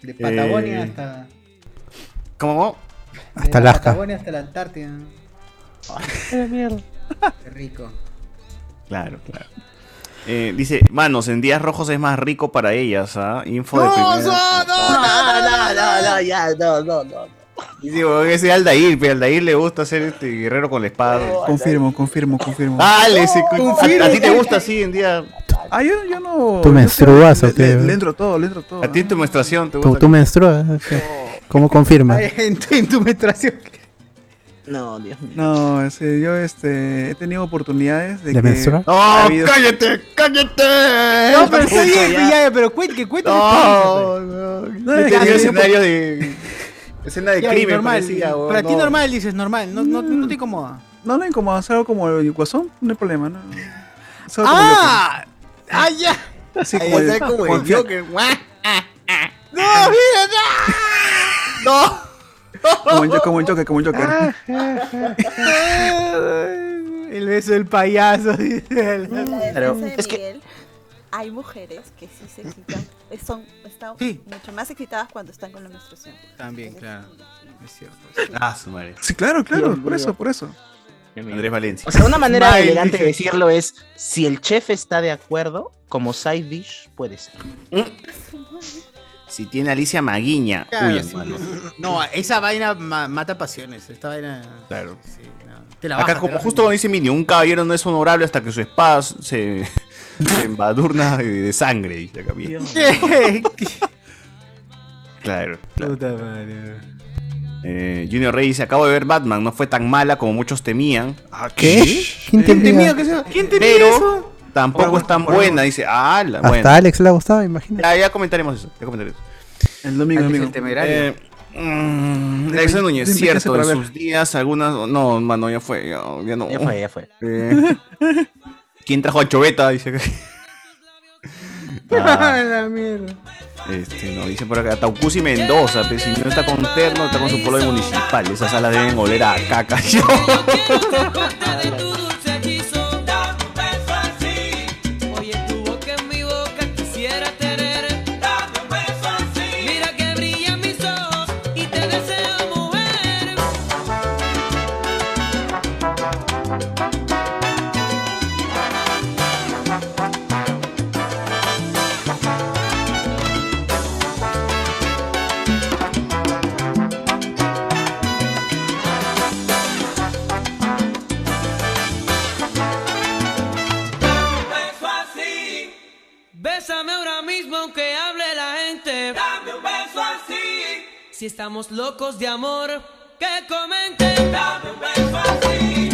Speaker 1: De Patagonia
Speaker 8: Eh,
Speaker 1: hasta.
Speaker 8: ¿Cómo?
Speaker 1: de
Speaker 4: Hasta
Speaker 1: la
Speaker 4: Alaska.
Speaker 1: Patagonia hasta la Antártida.
Speaker 5: mierda.
Speaker 1: Qué rico.
Speaker 8: Claro, claro. Eh, dice, manos, en días rojos es más rico para ellas, ¿ah? Info de
Speaker 5: no,
Speaker 8: primera.
Speaker 5: no, no, no, no, ya, no, no, no.
Speaker 8: Dice, weón, ese Aldair, pero Aldair le gusta hacer este guerrero con la espada.
Speaker 3: Confirmo, confirmo, confirmo.
Speaker 8: Dale, ese-
Speaker 3: Confirmo.
Speaker 8: a, a ti te gusta así en día.
Speaker 3: eh, Ah, yo, yo no.
Speaker 4: ¿Tú
Speaker 3: yo
Speaker 4: menstruas
Speaker 3: sí,
Speaker 4: o qué?
Speaker 3: Le, le entro todo, le entro todo.
Speaker 8: A ti en tu menstruación te
Speaker 4: ¿Tú,
Speaker 8: gusta.
Speaker 4: tú menstruas? Ok. ¿Cómo confirma?
Speaker 1: En tu, en tu menstruación.
Speaker 5: No, Dios mío.
Speaker 3: No, ese, yo este, he tenido oportunidades de,
Speaker 4: ¿De
Speaker 3: que
Speaker 4: menstruar?
Speaker 3: ha
Speaker 8: ¡Oh,
Speaker 3: habido-
Speaker 8: cállate! ¡Cállate!
Speaker 1: No, pero sí,
Speaker 8: Pucha, ya.
Speaker 1: ya, pero cuenta, que cuenta.
Speaker 8: No, no.
Speaker 1: pues. No,
Speaker 8: Yo he
Speaker 1: es
Speaker 8: tenido
Speaker 1: que-
Speaker 8: escenarios de. Escena de
Speaker 1: Ya,
Speaker 8: crimen,
Speaker 1: normal.
Speaker 8: parecía, weón,
Speaker 1: para ti
Speaker 8: no.
Speaker 1: normal, dices, normal. No, no, no te incomoda.
Speaker 3: No, no incomoda, es algo como el guasón, no hay problema, ¿no? Es algo como
Speaker 1: ¡Ah! ¡Ah, ya!
Speaker 3: el Joker. Así
Speaker 1: Ahí
Speaker 3: como el-
Speaker 1: está como el
Speaker 3: como el-
Speaker 1: Joker. ah,
Speaker 8: ¡No, mira! ¡No!
Speaker 3: Como el Jo- como el Joker, como el Joker.
Speaker 1: Ah, El beso del payaso. dice el-
Speaker 10: En la defensa
Speaker 1: Claro.
Speaker 10: de
Speaker 1: Es que-
Speaker 10: Miguel, hay mujeres que sí se excitan, eh, son, están mucho más excitadas cuando están con la menstruación.
Speaker 1: También, claro. Es cierto.
Speaker 8: Ah, su madre.
Speaker 3: Sí, claro, claro,
Speaker 1: Dios
Speaker 3: por eso,
Speaker 1: mío.
Speaker 3: por eso.
Speaker 8: Andrés Valencia.
Speaker 5: O sea, una manera
Speaker 8: Smile,
Speaker 5: elegante de
Speaker 8: dije.
Speaker 5: decirlo es, si el chef está de acuerdo, como side dish puede ser.
Speaker 8: Mm. Si tiene Alicia Maguiña.
Speaker 1: Claro,
Speaker 8: Uy,
Speaker 1: sí.
Speaker 8: hermano.
Speaker 1: No, esa vaina ma- mata pasiones. Esta vaina.
Speaker 8: Claro.
Speaker 1: Te la
Speaker 8: Acá,
Speaker 1: baja, te
Speaker 8: como
Speaker 1: la
Speaker 8: justo como dice Mini, un caballero no es honorable hasta que su espada se, se embadurna de, de sangre. dice acá, bien. Claro. claro. Eh, Junior Rey dice: Acabo de ver Batman, no fue tan mala como muchos temían. Ah,
Speaker 4: ¿Qué? ¿Quién
Speaker 8: ¿Quién
Speaker 4: temía?
Speaker 8: temía que sea? ¿Quién temía eso? Tampoco es tan buena, dice. Ah, la,
Speaker 4: Hasta
Speaker 8: bueno.
Speaker 4: Alex le ha gustado, imagino.
Speaker 8: Ah, Ya, ya comentaremos eso. Ya comentaremos.
Speaker 3: El domingo,
Speaker 1: Alex
Speaker 3: domingo.
Speaker 1: el temerario.
Speaker 8: Eh, mm, Alexander Núñez,
Speaker 3: dime qué hace
Speaker 8: cierto, en
Speaker 3: para ver.
Speaker 8: sus días algunas... No, mano, ya fue, ya, ya no.
Speaker 5: Ya fue, ya fue.
Speaker 8: Eh, ¿Quién trajo a Choveta? Dice que... Ah,
Speaker 1: la mierda.
Speaker 8: este, no, dice por acá, Taucusi Mendoza, pero si no está con terno, está con su polo de municipal. Esas salas deben oler a caca.
Speaker 24: Oye, tu boca en mi boca quisiera tener. Dame un beso así. Mira que brillan mis ojos y te deseo, mujer. beso así. Bésame ahora mismo aunque hable la gente. Dame un beso así. Si estamos locos de amor, que comenten. Dame un beso así. este